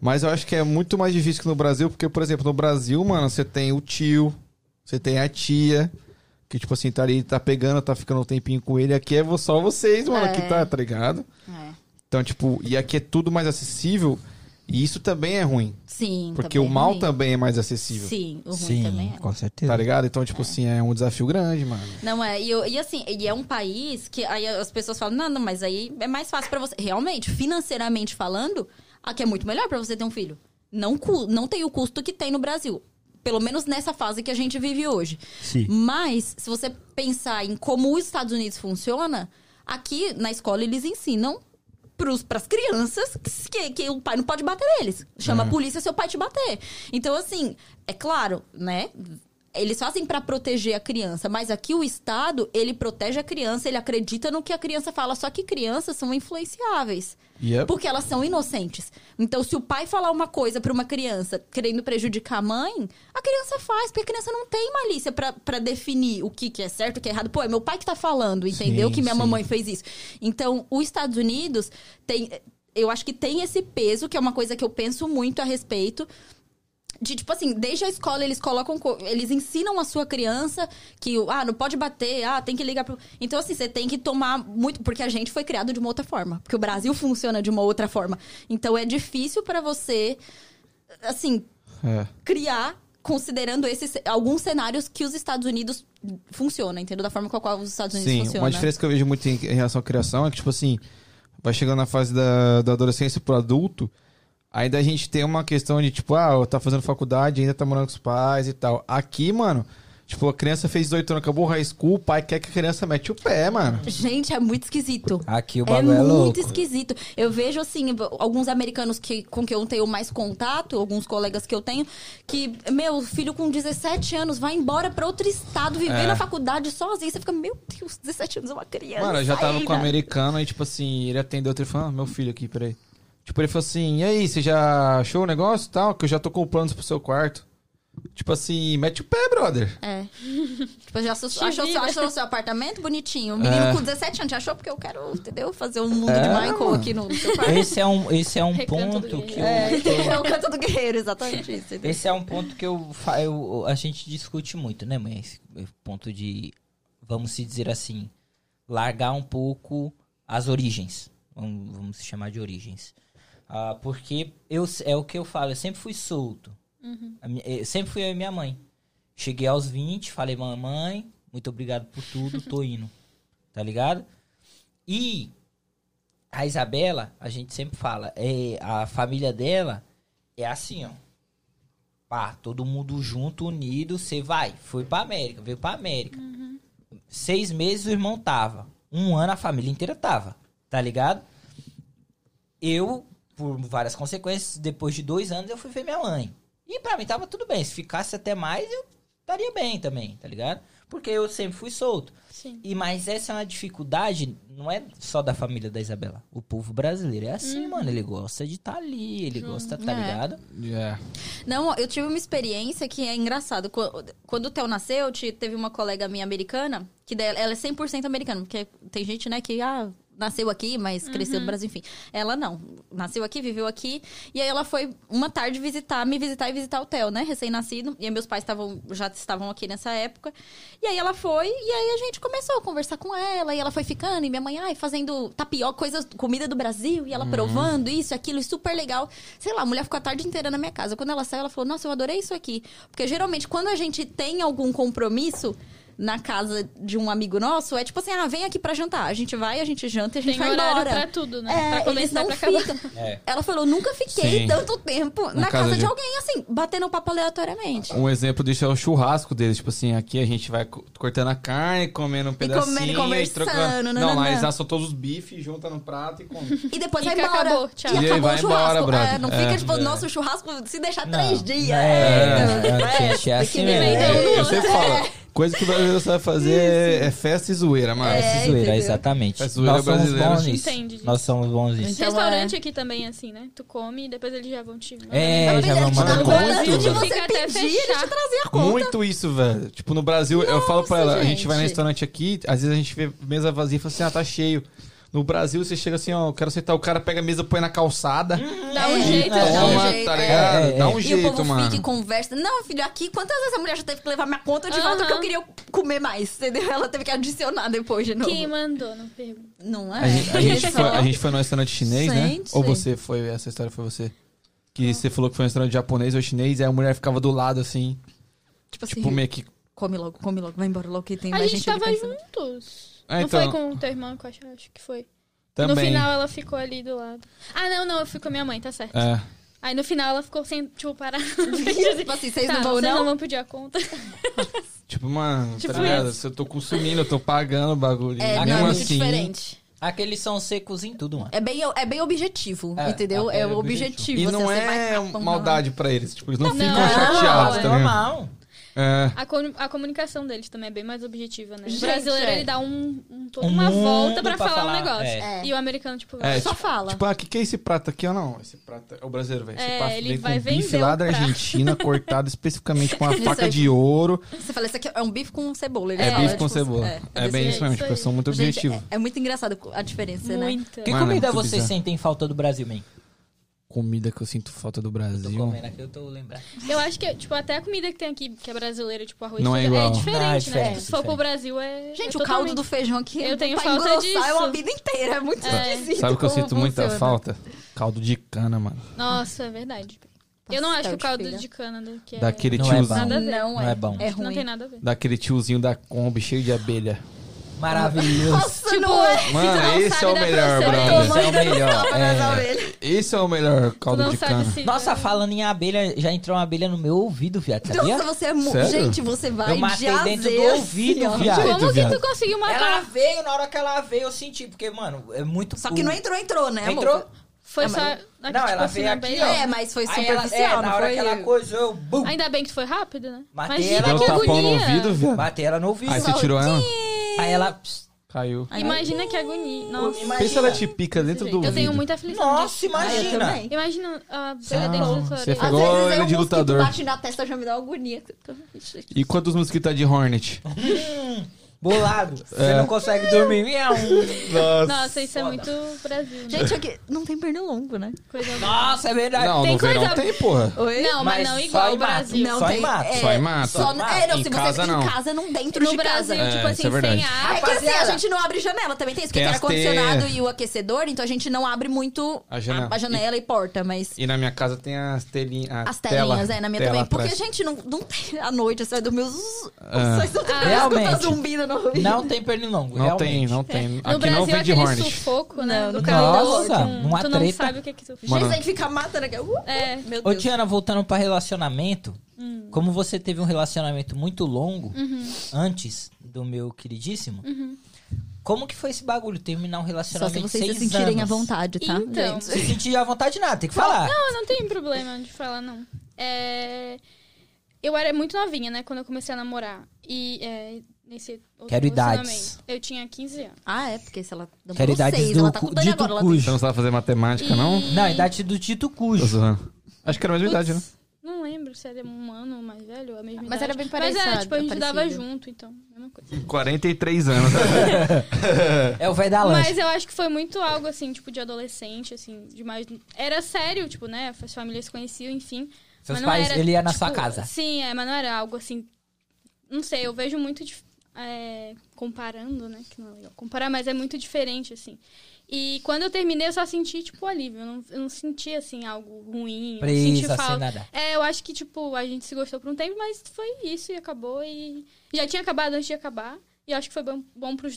[SPEAKER 1] Mas eu acho que é muito mais difícil que no Brasil, porque, por exemplo, no Brasil, mano, você tem o tio, você tem a tia, que, tipo assim, tá ali, tá pegando, tá ficando um tempinho com ele. Aqui é vo- só vocês, mano, que
[SPEAKER 4] É.
[SPEAKER 1] tá, tá ligado? Então, tipo, e aqui é tudo mais acessível. E isso também é ruim.
[SPEAKER 4] Sim.
[SPEAKER 1] Porque
[SPEAKER 4] também
[SPEAKER 1] o mal
[SPEAKER 4] é ruim.
[SPEAKER 1] também é mais acessível.
[SPEAKER 4] Sim, o ruim também é.
[SPEAKER 2] com certeza.
[SPEAKER 1] Tá ligado? Então, tipo assim, é um desafio grande, mano.
[SPEAKER 4] Não é, e, eu- e assim, e é um país que aí as pessoas falam, não, não, mas aí é mais fácil pra você. Realmente, financeiramente falando, aqui é muito melhor pra você ter um filho. Não, cu- não tem o custo que tem no Brasil. Pelo menos nessa fase que a gente vive hoje.
[SPEAKER 2] Sim.
[SPEAKER 4] Mas, se você pensar em como os Estados Unidos funciona, aqui na escola eles ensinam para as crianças que, que o pai não pode bater neles. Chama a polícia se o pai te bater. Então, assim, é claro, né? Eles fazem para proteger a criança, mas aqui o Estado, ele protege a criança, ele acredita no que a criança fala, só que crianças são influenciáveis.
[SPEAKER 1] Yep.
[SPEAKER 4] Porque elas são inocentes. Então, se o pai falar uma coisa pra uma criança querendo prejudicar a mãe, a criança faz, porque a criança não tem malícia pra- pra definir o que, que é certo, o que é errado. Pô, é meu pai que tá falando, entendeu?
[SPEAKER 1] Sim,
[SPEAKER 4] que minha
[SPEAKER 1] sim.
[SPEAKER 4] mamãe fez isso. Então, os Estados Unidos tem. Eu acho que tem esse peso, que é uma coisa que eu penso muito a respeito. De, tipo assim, desde a escola eles colocam. co- Eles ensinam a sua criança que, ah, não pode bater, ah, tem que ligar pro. Então, assim, você tem que tomar muito. Porque a gente foi criado de uma outra forma. Porque o Brasil funciona de uma outra forma. Então, é difícil pra você, assim,
[SPEAKER 1] É.
[SPEAKER 4] criar considerando esses alguns cenários que os Estados Unidos funcionam, entendeu? Da forma com a qual os Estados Unidos
[SPEAKER 1] Sim,
[SPEAKER 4] funcionam.
[SPEAKER 1] uma diferença que eu vejo muito em, em relação à criação é que, tipo assim, vai chegando na fase da, da adolescência pro adulto, Ainda a gente tem uma questão de, tipo, ah, tá fazendo faculdade, ainda tá morando com os pais e tal. Aqui, mano, tipo, a criança fez 18 anos, acabou o high school, o pai quer que a criança mete o pé, mano.
[SPEAKER 4] Gente, é muito esquisito.
[SPEAKER 2] Aqui o
[SPEAKER 4] É
[SPEAKER 2] bagulho é,
[SPEAKER 4] muito
[SPEAKER 2] louco.
[SPEAKER 4] esquisito. Eu vejo, assim, alguns americanos que, com quem eu tenho mais contato, alguns colegas que eu tenho, que, meu, filho com 17 anos vai embora pra outro estado, viver na faculdade sozinho. Você fica, meu Deus, 17 anos é uma criança.
[SPEAKER 1] Mano, eu já tava com o
[SPEAKER 4] ainda.
[SPEAKER 1] americano e, tipo assim, ele atendeu o telefone, ah, meu filho aqui, peraí. Tipo, ele falou assim, e aí, você já achou o negócio e tal? Que eu já tô com planos pro seu quarto. Tipo assim, mete o pé, brother.
[SPEAKER 4] Tipo, já achou, achou,
[SPEAKER 3] vida.
[SPEAKER 4] seu- achou seu apartamento bonitinho. O menino com 17 anos já achou porque eu quero, entendeu? Fazer um mundo de
[SPEAKER 2] É,
[SPEAKER 4] Michael
[SPEAKER 2] mano.
[SPEAKER 4] aqui no seu quarto.
[SPEAKER 2] Esse é um, esse é um
[SPEAKER 3] Recanto do
[SPEAKER 2] ponto que eu...
[SPEAKER 3] guerreiro.
[SPEAKER 4] (laughs) É o canto do guerreiro, exatamente isso. entendeu?
[SPEAKER 2] Esse é um ponto que eu, fa- eu- a gente discute muito, né, mãe? Esse ponto de, vamos se dizer assim, largar um pouco as origens. Vamos, vamos se chamar de origens. Ah, porque eu, s- é o que eu falo, eu sempre fui solto. A minha- eu sempre fui eu e minha mãe. Cheguei aos 20, falei, mamãe, muito obrigado por tudo, tô indo. Tá ligado? E a Isabela, a gente sempre fala, é, a família dela é assim, ó. Pá, todo mundo junto, unido, você vai. Foi pra América, veio pra América. Seis meses o irmão tava. Um ano a família inteira tava. Tá ligado? Eu, por várias consequências, depois de dois anos eu fui ver minha mãe. E pra mim tava tudo bem. Se ficasse até mais, eu estaria bem também, tá ligado? Porque eu sempre fui solto.
[SPEAKER 3] Sim.
[SPEAKER 2] E mas essa é uma dificuldade, não é só da família da Isabela. O povo brasileiro é assim, mano. Ele gosta de estar ali, ele gosta, tá
[SPEAKER 4] É.
[SPEAKER 2] ligado?
[SPEAKER 4] Não, eu tive uma experiência que é engraçado. Qu- Quando o Theo nasceu, te- teve uma colega minha americana, que daí ela é 100% americana, porque tem gente, né, que ah, nasceu aqui, mas cresceu no Brasil, enfim. Ela não, nasceu aqui, viveu aqui, e aí ela foi uma tarde visitar, me visitar e visitar o Theo, né, recém-nascido, e aí meus pais estavam já estavam aqui nessa época. E aí ela foi, e aí a gente começou a conversar com ela, e ela foi ficando, e minha mãe, ai, fazendo tapioca, coisas, comida do Brasil, e ela provando isso, aquilo, e super legal. Sei lá, a mulher ficou a tarde inteira na minha casa. Quando ela saiu, ela falou, nossa, eu adorei isso aqui. Porque geralmente, quando a gente tem algum compromisso na casa de um amigo nosso, é tipo assim, ah, vem aqui pra jantar. A gente vai, a gente janta e a gente
[SPEAKER 3] Tem
[SPEAKER 4] vai
[SPEAKER 3] horário
[SPEAKER 4] embora.
[SPEAKER 3] pra tudo, né?
[SPEAKER 4] É,
[SPEAKER 3] pra
[SPEAKER 4] eles
[SPEAKER 3] começar,
[SPEAKER 4] não
[SPEAKER 3] pra acabar.
[SPEAKER 4] ficam.
[SPEAKER 2] É.
[SPEAKER 4] Ela falou, nunca fiquei
[SPEAKER 1] Sim.
[SPEAKER 4] tanto tempo na, casa, de... alguém, assim, batendo papo aleatoriamente.
[SPEAKER 1] Um exemplo disso é o churrasco deles. Tipo assim, aqui a gente vai co- cortando a carne, comendo um pedacinho.
[SPEAKER 4] comendo
[SPEAKER 1] aí
[SPEAKER 4] e conversando,
[SPEAKER 1] trocando.
[SPEAKER 4] não,
[SPEAKER 1] Não,
[SPEAKER 4] não,
[SPEAKER 1] lá eles
[SPEAKER 4] não.
[SPEAKER 1] assam todos os bifes, junta no prato e come.
[SPEAKER 4] E depois
[SPEAKER 3] E
[SPEAKER 4] vai
[SPEAKER 3] que
[SPEAKER 4] embora.
[SPEAKER 3] acabou, tchau.
[SPEAKER 4] E
[SPEAKER 1] E aí
[SPEAKER 4] acabou o
[SPEAKER 1] vai
[SPEAKER 4] churrasco.
[SPEAKER 1] embora, brother.
[SPEAKER 4] É, não
[SPEAKER 1] É,
[SPEAKER 4] fica tipo,
[SPEAKER 1] é.
[SPEAKER 4] nossa, o churrasco se deixar
[SPEAKER 2] Não.
[SPEAKER 4] três dias.
[SPEAKER 2] É, é, gente,
[SPEAKER 4] É,
[SPEAKER 2] é
[SPEAKER 4] tem
[SPEAKER 2] assim
[SPEAKER 4] que
[SPEAKER 2] mesmo.
[SPEAKER 4] viver,
[SPEAKER 2] É,
[SPEAKER 4] então,
[SPEAKER 1] eu
[SPEAKER 4] não.
[SPEAKER 1] sempre falo, coisa que o brasileiro sabe fazer é, é festa e zoeira, mano.
[SPEAKER 2] É, zoeira,
[SPEAKER 4] entendeu?
[SPEAKER 2] exatamente.
[SPEAKER 1] É zoeira
[SPEAKER 2] Nós somos
[SPEAKER 1] brasileira.
[SPEAKER 2] bons nisso.
[SPEAKER 3] Entende disso.
[SPEAKER 2] Nós somos bons nisso.
[SPEAKER 4] Então,
[SPEAKER 3] Restaurante aqui também é assim, né? Tu come e depois eles já vão te mandar.
[SPEAKER 2] É, já
[SPEAKER 4] Apesar
[SPEAKER 2] não
[SPEAKER 4] de
[SPEAKER 1] manda
[SPEAKER 4] dar
[SPEAKER 1] conta.
[SPEAKER 4] vontade de
[SPEAKER 1] Muito.
[SPEAKER 4] você
[SPEAKER 3] Fica até
[SPEAKER 4] pedir, eles
[SPEAKER 3] fechar.
[SPEAKER 4] te trazem a conta.
[SPEAKER 1] Muito isso, velho. Tipo, no Brasil, eu falo pra ela, a gente vai no
[SPEAKER 4] gente.
[SPEAKER 1] restaurante aqui, às vezes a gente vê mesa vazia e fala assim, ah, tá cheio. No Brasil, você chega assim, ó, eu quero sentar, o cara pega a mesa, põe na calçada.
[SPEAKER 3] Dá um
[SPEAKER 4] É,
[SPEAKER 3] jeito,
[SPEAKER 4] é.
[SPEAKER 3] dá um
[SPEAKER 1] toma,
[SPEAKER 3] jeito.
[SPEAKER 4] jeito,
[SPEAKER 1] tá
[SPEAKER 4] é.
[SPEAKER 1] ligado?
[SPEAKER 2] É, é,
[SPEAKER 1] Dá
[SPEAKER 2] é.
[SPEAKER 1] um
[SPEAKER 4] e o
[SPEAKER 1] jeito,
[SPEAKER 4] povo fica e
[SPEAKER 1] mano.
[SPEAKER 4] conversa. Não, filho, aqui quantas vezes a mulher já teve que levar minha conta de volta
[SPEAKER 3] Aham.
[SPEAKER 4] que eu queria comer mais, entendeu? Ela teve que adicionar depois de novo.
[SPEAKER 3] Quem mandou, não pergunto.
[SPEAKER 4] Não é?
[SPEAKER 1] A gente, a, gente
[SPEAKER 4] Só-
[SPEAKER 1] foi, a gente foi no restaurante chinês, né?
[SPEAKER 4] Gente.
[SPEAKER 1] Ou você foi, essa história foi você? Que você falou que foi um restaurante japonês ou chinês, aí a mulher ficava do lado assim,
[SPEAKER 4] tipo assim,
[SPEAKER 1] tipo meio que.
[SPEAKER 4] come logo, come logo, vai embora logo que tem
[SPEAKER 3] A
[SPEAKER 4] mais
[SPEAKER 3] gente
[SPEAKER 4] ali
[SPEAKER 3] tava
[SPEAKER 4] pensando.
[SPEAKER 3] juntos.
[SPEAKER 1] Ah,
[SPEAKER 3] não
[SPEAKER 1] então-
[SPEAKER 3] foi com o teu irmão, que eu acho, acho que foi. No
[SPEAKER 1] Também.
[SPEAKER 3] final ela ficou ali do lado. Ah, não, não, eu fui com a minha mãe, tá certo.
[SPEAKER 1] É.
[SPEAKER 3] Aí no final ela ficou sem, tipo, parada.
[SPEAKER 4] (laughs) Tipo assim, vocês não
[SPEAKER 3] Tá,
[SPEAKER 4] vão,
[SPEAKER 3] vocês
[SPEAKER 4] não?
[SPEAKER 3] vão pedir a conta.
[SPEAKER 1] Tipo, mano,
[SPEAKER 3] Tipo
[SPEAKER 1] tá ligado?
[SPEAKER 3] isso.
[SPEAKER 1] Se eu tô consumindo, eu tô pagando o bagulho.
[SPEAKER 4] É,
[SPEAKER 1] E
[SPEAKER 4] não, é
[SPEAKER 1] mesmo
[SPEAKER 4] muito
[SPEAKER 1] assim,
[SPEAKER 4] diferente.
[SPEAKER 2] Aqueles são secos em tudo, mano.
[SPEAKER 4] É bem, é bem objetivo,
[SPEAKER 2] É,
[SPEAKER 4] entendeu?
[SPEAKER 2] é
[SPEAKER 4] É o
[SPEAKER 2] objetivo.
[SPEAKER 4] objetivo.
[SPEAKER 1] E
[SPEAKER 4] você-
[SPEAKER 1] não
[SPEAKER 4] você vai
[SPEAKER 1] é
[SPEAKER 4] na porra.
[SPEAKER 1] maldade pra eles. Tipo, eles não, ficam
[SPEAKER 3] não,
[SPEAKER 1] chateados,
[SPEAKER 3] é
[SPEAKER 1] tá ligado?
[SPEAKER 2] normal.
[SPEAKER 1] É.
[SPEAKER 3] A, com- a comunicação deles também é bem mais objetiva, né?
[SPEAKER 4] Gente,
[SPEAKER 3] o brasileiro,
[SPEAKER 4] é.
[SPEAKER 3] ele dá um, um- toda
[SPEAKER 2] Um
[SPEAKER 3] uma
[SPEAKER 2] mundo
[SPEAKER 3] volta pra
[SPEAKER 2] pra
[SPEAKER 3] falar, um
[SPEAKER 2] falar,
[SPEAKER 3] negócio.
[SPEAKER 4] é.
[SPEAKER 3] E o americano, tipo,
[SPEAKER 1] É,
[SPEAKER 4] Só fala.
[SPEAKER 1] Tipo, ah, que que é esse prato aqui? Ah, não, esse prato é o brasileiro, velho. Esse
[SPEAKER 3] É,
[SPEAKER 1] prato
[SPEAKER 3] ele
[SPEAKER 1] vem com
[SPEAKER 3] vai
[SPEAKER 1] bife
[SPEAKER 3] vender
[SPEAKER 1] lá
[SPEAKER 3] o
[SPEAKER 1] da
[SPEAKER 3] prato.
[SPEAKER 1] Argentina, cortado especificamente
[SPEAKER 3] (laughs)
[SPEAKER 1] com uma
[SPEAKER 4] Isso
[SPEAKER 1] faca
[SPEAKER 4] aí.
[SPEAKER 1] de ouro.
[SPEAKER 4] Você fala, isso aqui é um bife com cebola. Ele
[SPEAKER 1] É,
[SPEAKER 4] fala,
[SPEAKER 1] bife com
[SPEAKER 4] tipo,
[SPEAKER 1] cebola.
[SPEAKER 4] é.
[SPEAKER 1] É,
[SPEAKER 3] desse
[SPEAKER 1] bem isso
[SPEAKER 3] jeito,
[SPEAKER 1] mesmo,
[SPEAKER 3] isso
[SPEAKER 1] tipo, eu sou muito
[SPEAKER 4] Gente,
[SPEAKER 1] objetivo.
[SPEAKER 4] é, é muito engraçado a diferença, né?
[SPEAKER 3] muita.
[SPEAKER 2] Que
[SPEAKER 1] Mano,
[SPEAKER 2] comida
[SPEAKER 1] muito
[SPEAKER 2] vocês
[SPEAKER 1] bizarro.
[SPEAKER 2] sentem falta do Brasil, man?
[SPEAKER 1] Comida que eu sinto falta do
[SPEAKER 2] Tô
[SPEAKER 1] Brasil.
[SPEAKER 2] comendo aqui, eu tô lembrando.
[SPEAKER 3] Eu acho que, tipo, até a comida que tem aqui, que é brasileira, tipo, arroz
[SPEAKER 1] Não
[SPEAKER 3] e
[SPEAKER 1] é
[SPEAKER 3] feijão,
[SPEAKER 1] igual.
[SPEAKER 3] diferente,
[SPEAKER 2] Não, é
[SPEAKER 3] né?
[SPEAKER 2] diferente,
[SPEAKER 3] Se for pro
[SPEAKER 2] diferente.
[SPEAKER 3] Brasil, é...
[SPEAKER 4] Gente,
[SPEAKER 3] é
[SPEAKER 4] o caldo
[SPEAKER 3] totalmente-
[SPEAKER 4] do feijão aqui
[SPEAKER 3] Eu tenho
[SPEAKER 4] pra
[SPEAKER 3] falta
[SPEAKER 4] engrossar
[SPEAKER 3] disso.
[SPEAKER 4] é uma vida inteira. É muito
[SPEAKER 3] É.
[SPEAKER 4] esquisito.
[SPEAKER 1] Sabe o que eu
[SPEAKER 3] (laughs)
[SPEAKER 4] como
[SPEAKER 1] sinto muita
[SPEAKER 4] funciona.
[SPEAKER 1] falta? Caldo de cana, mano.
[SPEAKER 3] Nossa, é verdade. eu não acho que o caldo de cana do que é...
[SPEAKER 1] Daquele
[SPEAKER 2] Não é
[SPEAKER 1] tiozinho.
[SPEAKER 2] bom.
[SPEAKER 3] Nada a ver.
[SPEAKER 4] Não
[SPEAKER 2] Não é bom.
[SPEAKER 4] É
[SPEAKER 3] Não
[SPEAKER 4] ruim.
[SPEAKER 3] tem nada a ver.
[SPEAKER 1] Daquele tiozinho da Kombi cheio de abelha.
[SPEAKER 2] Maravilhoso.
[SPEAKER 3] (laughs)
[SPEAKER 4] Continua.
[SPEAKER 1] Mano,
[SPEAKER 3] Tipo, não
[SPEAKER 1] esse
[SPEAKER 3] sabe,
[SPEAKER 1] é o
[SPEAKER 3] dá pra
[SPEAKER 1] melhor,
[SPEAKER 3] você.
[SPEAKER 1] brother.
[SPEAKER 2] Esse é o melhor. é.
[SPEAKER 1] Esse é o melhor
[SPEAKER 3] Tu
[SPEAKER 1] caldo
[SPEAKER 3] não
[SPEAKER 1] de
[SPEAKER 3] sabe
[SPEAKER 1] cana.
[SPEAKER 3] se.
[SPEAKER 2] Nossa, falando em abelha, já entrou uma abelha no meu ouvido, viado, sabia?
[SPEAKER 4] Nossa, você é muito.
[SPEAKER 1] Sério?
[SPEAKER 4] Gente, você vai
[SPEAKER 2] Eu matei
[SPEAKER 4] jazer,
[SPEAKER 2] dentro do ouvido,
[SPEAKER 4] assim, ó.
[SPEAKER 2] viado.
[SPEAKER 3] Como que
[SPEAKER 1] viado.
[SPEAKER 3] tu conseguiu
[SPEAKER 2] Ela
[SPEAKER 3] matar?
[SPEAKER 2] veio, na hora que ela veio, eu senti, porque, mano, é muito.
[SPEAKER 4] Só que não entrou, entrou, né?
[SPEAKER 2] Entrou?
[SPEAKER 4] amor?
[SPEAKER 3] Foi
[SPEAKER 4] Ah,
[SPEAKER 3] só. tipo, assim,
[SPEAKER 4] mas-
[SPEAKER 3] Não,
[SPEAKER 2] ela veio aqui, ó.
[SPEAKER 4] É, mas foi
[SPEAKER 2] Aí ela, é, na
[SPEAKER 4] superficial, não
[SPEAKER 2] hora
[SPEAKER 4] foi?
[SPEAKER 2] que ela coisou, eu. Bum,
[SPEAKER 3] Ainda bem que foi rápido, né?
[SPEAKER 2] Matei
[SPEAKER 3] Imagina
[SPEAKER 2] ela
[SPEAKER 1] Deu
[SPEAKER 3] que
[SPEAKER 1] um tapão no
[SPEAKER 3] agonia.
[SPEAKER 1] ouvido, viado.
[SPEAKER 2] Batei ela no ouvido.
[SPEAKER 1] Aí você tirou ela,
[SPEAKER 2] Aí ela. pss,
[SPEAKER 1] caiu.
[SPEAKER 3] Imagina que agonia. Nossa.
[SPEAKER 2] Imagina.
[SPEAKER 1] Pensa ela te pica dentro do
[SPEAKER 3] Eu tenho
[SPEAKER 1] ouvido.
[SPEAKER 3] muita aflição. disso.
[SPEAKER 2] Nossa,
[SPEAKER 4] Eu
[SPEAKER 2] imagina.
[SPEAKER 4] também.
[SPEAKER 3] Imagina a abelha dentro do
[SPEAKER 1] Você
[SPEAKER 3] floreio.
[SPEAKER 4] Às
[SPEAKER 1] pegou
[SPEAKER 4] vezes
[SPEAKER 1] ele
[SPEAKER 4] eu
[SPEAKER 1] de
[SPEAKER 4] mosquito
[SPEAKER 1] lutador.
[SPEAKER 4] bate na testa já me dá uma agonia.
[SPEAKER 1] E quantos mosquitos tá de Hornet? (laughs)
[SPEAKER 2] Bolado.
[SPEAKER 1] É.
[SPEAKER 2] Você não consegue dormir. é um, Miau.
[SPEAKER 3] Nossa, isso é muito Brasil. Né?
[SPEAKER 4] Gente, aqui não tem pernilongo, né?
[SPEAKER 3] Coisa boa.
[SPEAKER 2] Nossa, é verdade.
[SPEAKER 1] Não,
[SPEAKER 3] Tem
[SPEAKER 1] no verão
[SPEAKER 3] coisa-
[SPEAKER 1] tem, porra.
[SPEAKER 4] Oi?
[SPEAKER 3] Não, mas,
[SPEAKER 2] Mas
[SPEAKER 3] não
[SPEAKER 2] só
[SPEAKER 3] igual
[SPEAKER 2] em
[SPEAKER 3] o Brasil.
[SPEAKER 2] mato. Só em mato.
[SPEAKER 4] é.
[SPEAKER 1] Só em mato.
[SPEAKER 4] Só no- é, não,
[SPEAKER 1] Em
[SPEAKER 4] se você
[SPEAKER 1] casa,
[SPEAKER 4] em
[SPEAKER 1] não.
[SPEAKER 4] casa, não dentro
[SPEAKER 3] No
[SPEAKER 4] de
[SPEAKER 3] Brasil,
[SPEAKER 1] É,
[SPEAKER 3] tipo assim,
[SPEAKER 1] isso é verdade.
[SPEAKER 3] sem ar.
[SPEAKER 4] É que assim, a
[SPEAKER 2] Rapaziada.
[SPEAKER 4] gente não abre janela, também tem isso, porque
[SPEAKER 1] Tem
[SPEAKER 4] tem
[SPEAKER 1] as
[SPEAKER 4] ar-condicionado
[SPEAKER 1] te-
[SPEAKER 4] e o aquecedor, então a gente não abre muito
[SPEAKER 1] A janela.
[SPEAKER 4] a, janela e... porta, mas
[SPEAKER 1] E na minha casa tem as telinhas. a
[SPEAKER 4] as
[SPEAKER 1] tela-
[SPEAKER 4] telinhas, é, na minha
[SPEAKER 1] tela
[SPEAKER 4] também. Porque,
[SPEAKER 1] atrás.
[SPEAKER 4] gente, não, não tem à noite, você vai dormir os...
[SPEAKER 1] Ah.
[SPEAKER 4] Só escuta
[SPEAKER 2] Realmente.
[SPEAKER 4] zumbido no ouvido.
[SPEAKER 2] Não tem pernilongo.
[SPEAKER 1] Não
[SPEAKER 2] realmente.
[SPEAKER 1] tem, não tem.
[SPEAKER 3] No
[SPEAKER 1] Aqui
[SPEAKER 3] Brasil
[SPEAKER 1] não
[SPEAKER 3] é
[SPEAKER 1] vem de
[SPEAKER 3] aquele
[SPEAKER 1] Hornet.
[SPEAKER 3] sufoco,
[SPEAKER 4] Não, é
[SPEAKER 3] né?
[SPEAKER 4] não
[SPEAKER 3] Do cara da
[SPEAKER 2] Nossa,
[SPEAKER 3] outra, um-
[SPEAKER 2] uma
[SPEAKER 3] Tu
[SPEAKER 2] treta.
[SPEAKER 3] não sabe o que que tu fez.
[SPEAKER 1] Mano.
[SPEAKER 4] Gente, tem que ficar matando aqui. Uh,
[SPEAKER 3] É.
[SPEAKER 4] Meu
[SPEAKER 2] Ô,
[SPEAKER 4] Deus. Hum.
[SPEAKER 2] Tiana, voltando pra relacionamento, como você teve um relacionamento muito longo
[SPEAKER 4] Uhum.
[SPEAKER 2] antes do meu queridíssimo, como que foi esse bagulho? Terminar um
[SPEAKER 4] Só se
[SPEAKER 2] relacionamento
[SPEAKER 4] vocês se
[SPEAKER 2] seis
[SPEAKER 4] sentirem
[SPEAKER 2] anos.
[SPEAKER 4] à vontade, tá?
[SPEAKER 3] Então.
[SPEAKER 4] gente?
[SPEAKER 2] Se sentir à vontade, nada, tem que falar.
[SPEAKER 3] Não, não tem problema de falar, não. É, Eu era muito novinha, né? Quando eu comecei a namorar. E é, nesse outro
[SPEAKER 2] Quero idades.
[SPEAKER 3] relacionamento, Eu tinha 15 anos.
[SPEAKER 4] Ah, é, porque se ela não
[SPEAKER 2] Quero idade
[SPEAKER 4] seis,
[SPEAKER 2] do
[SPEAKER 4] ela tá
[SPEAKER 2] cu-
[SPEAKER 4] com Dani
[SPEAKER 2] dito
[SPEAKER 4] agora. Ela
[SPEAKER 1] Você
[SPEAKER 2] cujo.
[SPEAKER 1] não sabe fazer matemática, não?
[SPEAKER 3] E-
[SPEAKER 2] Não, a idade do Tito
[SPEAKER 1] Tô
[SPEAKER 2] cujo.
[SPEAKER 1] zoando. (laughs) Acho que era a mesma idade, né?
[SPEAKER 3] Não lembro se era um ano ou mais velho, a mesma
[SPEAKER 4] Mas
[SPEAKER 3] idade.
[SPEAKER 4] era bem
[SPEAKER 3] Mas
[SPEAKER 4] parecido,
[SPEAKER 3] é, tipo, a gente
[SPEAKER 4] parecido.
[SPEAKER 3] dava junto, então. Mesma coisa.
[SPEAKER 1] 43 anos.
[SPEAKER 2] É o velho da lancha.
[SPEAKER 3] Mas eu acho que foi muito algo, assim, tipo, de adolescente, assim, de mais... Era sério, tipo, né? As famílias se conheciam, enfim.
[SPEAKER 2] Seus
[SPEAKER 3] Mas não
[SPEAKER 2] pais,
[SPEAKER 3] era,
[SPEAKER 2] ele ia na
[SPEAKER 3] tipo,
[SPEAKER 2] sua casa.
[SPEAKER 3] Sim, é, mas não era algo assim. Não sei, eu vejo muito. dif- é, comparando, né? Que não é legal comparar, mas é muito diferente, assim. E quando eu terminei, eu só senti, tipo, alívio. Eu não, eu não senti, assim, algo ruim. Eu senti
[SPEAKER 2] Presa, sem
[SPEAKER 3] falta.
[SPEAKER 2] assim, nada.
[SPEAKER 3] É, eu acho que, tipo, a gente se gostou por um tempo, mas foi isso e acabou. E já tinha acabado antes de acabar. E eu acho que foi bom, bom pros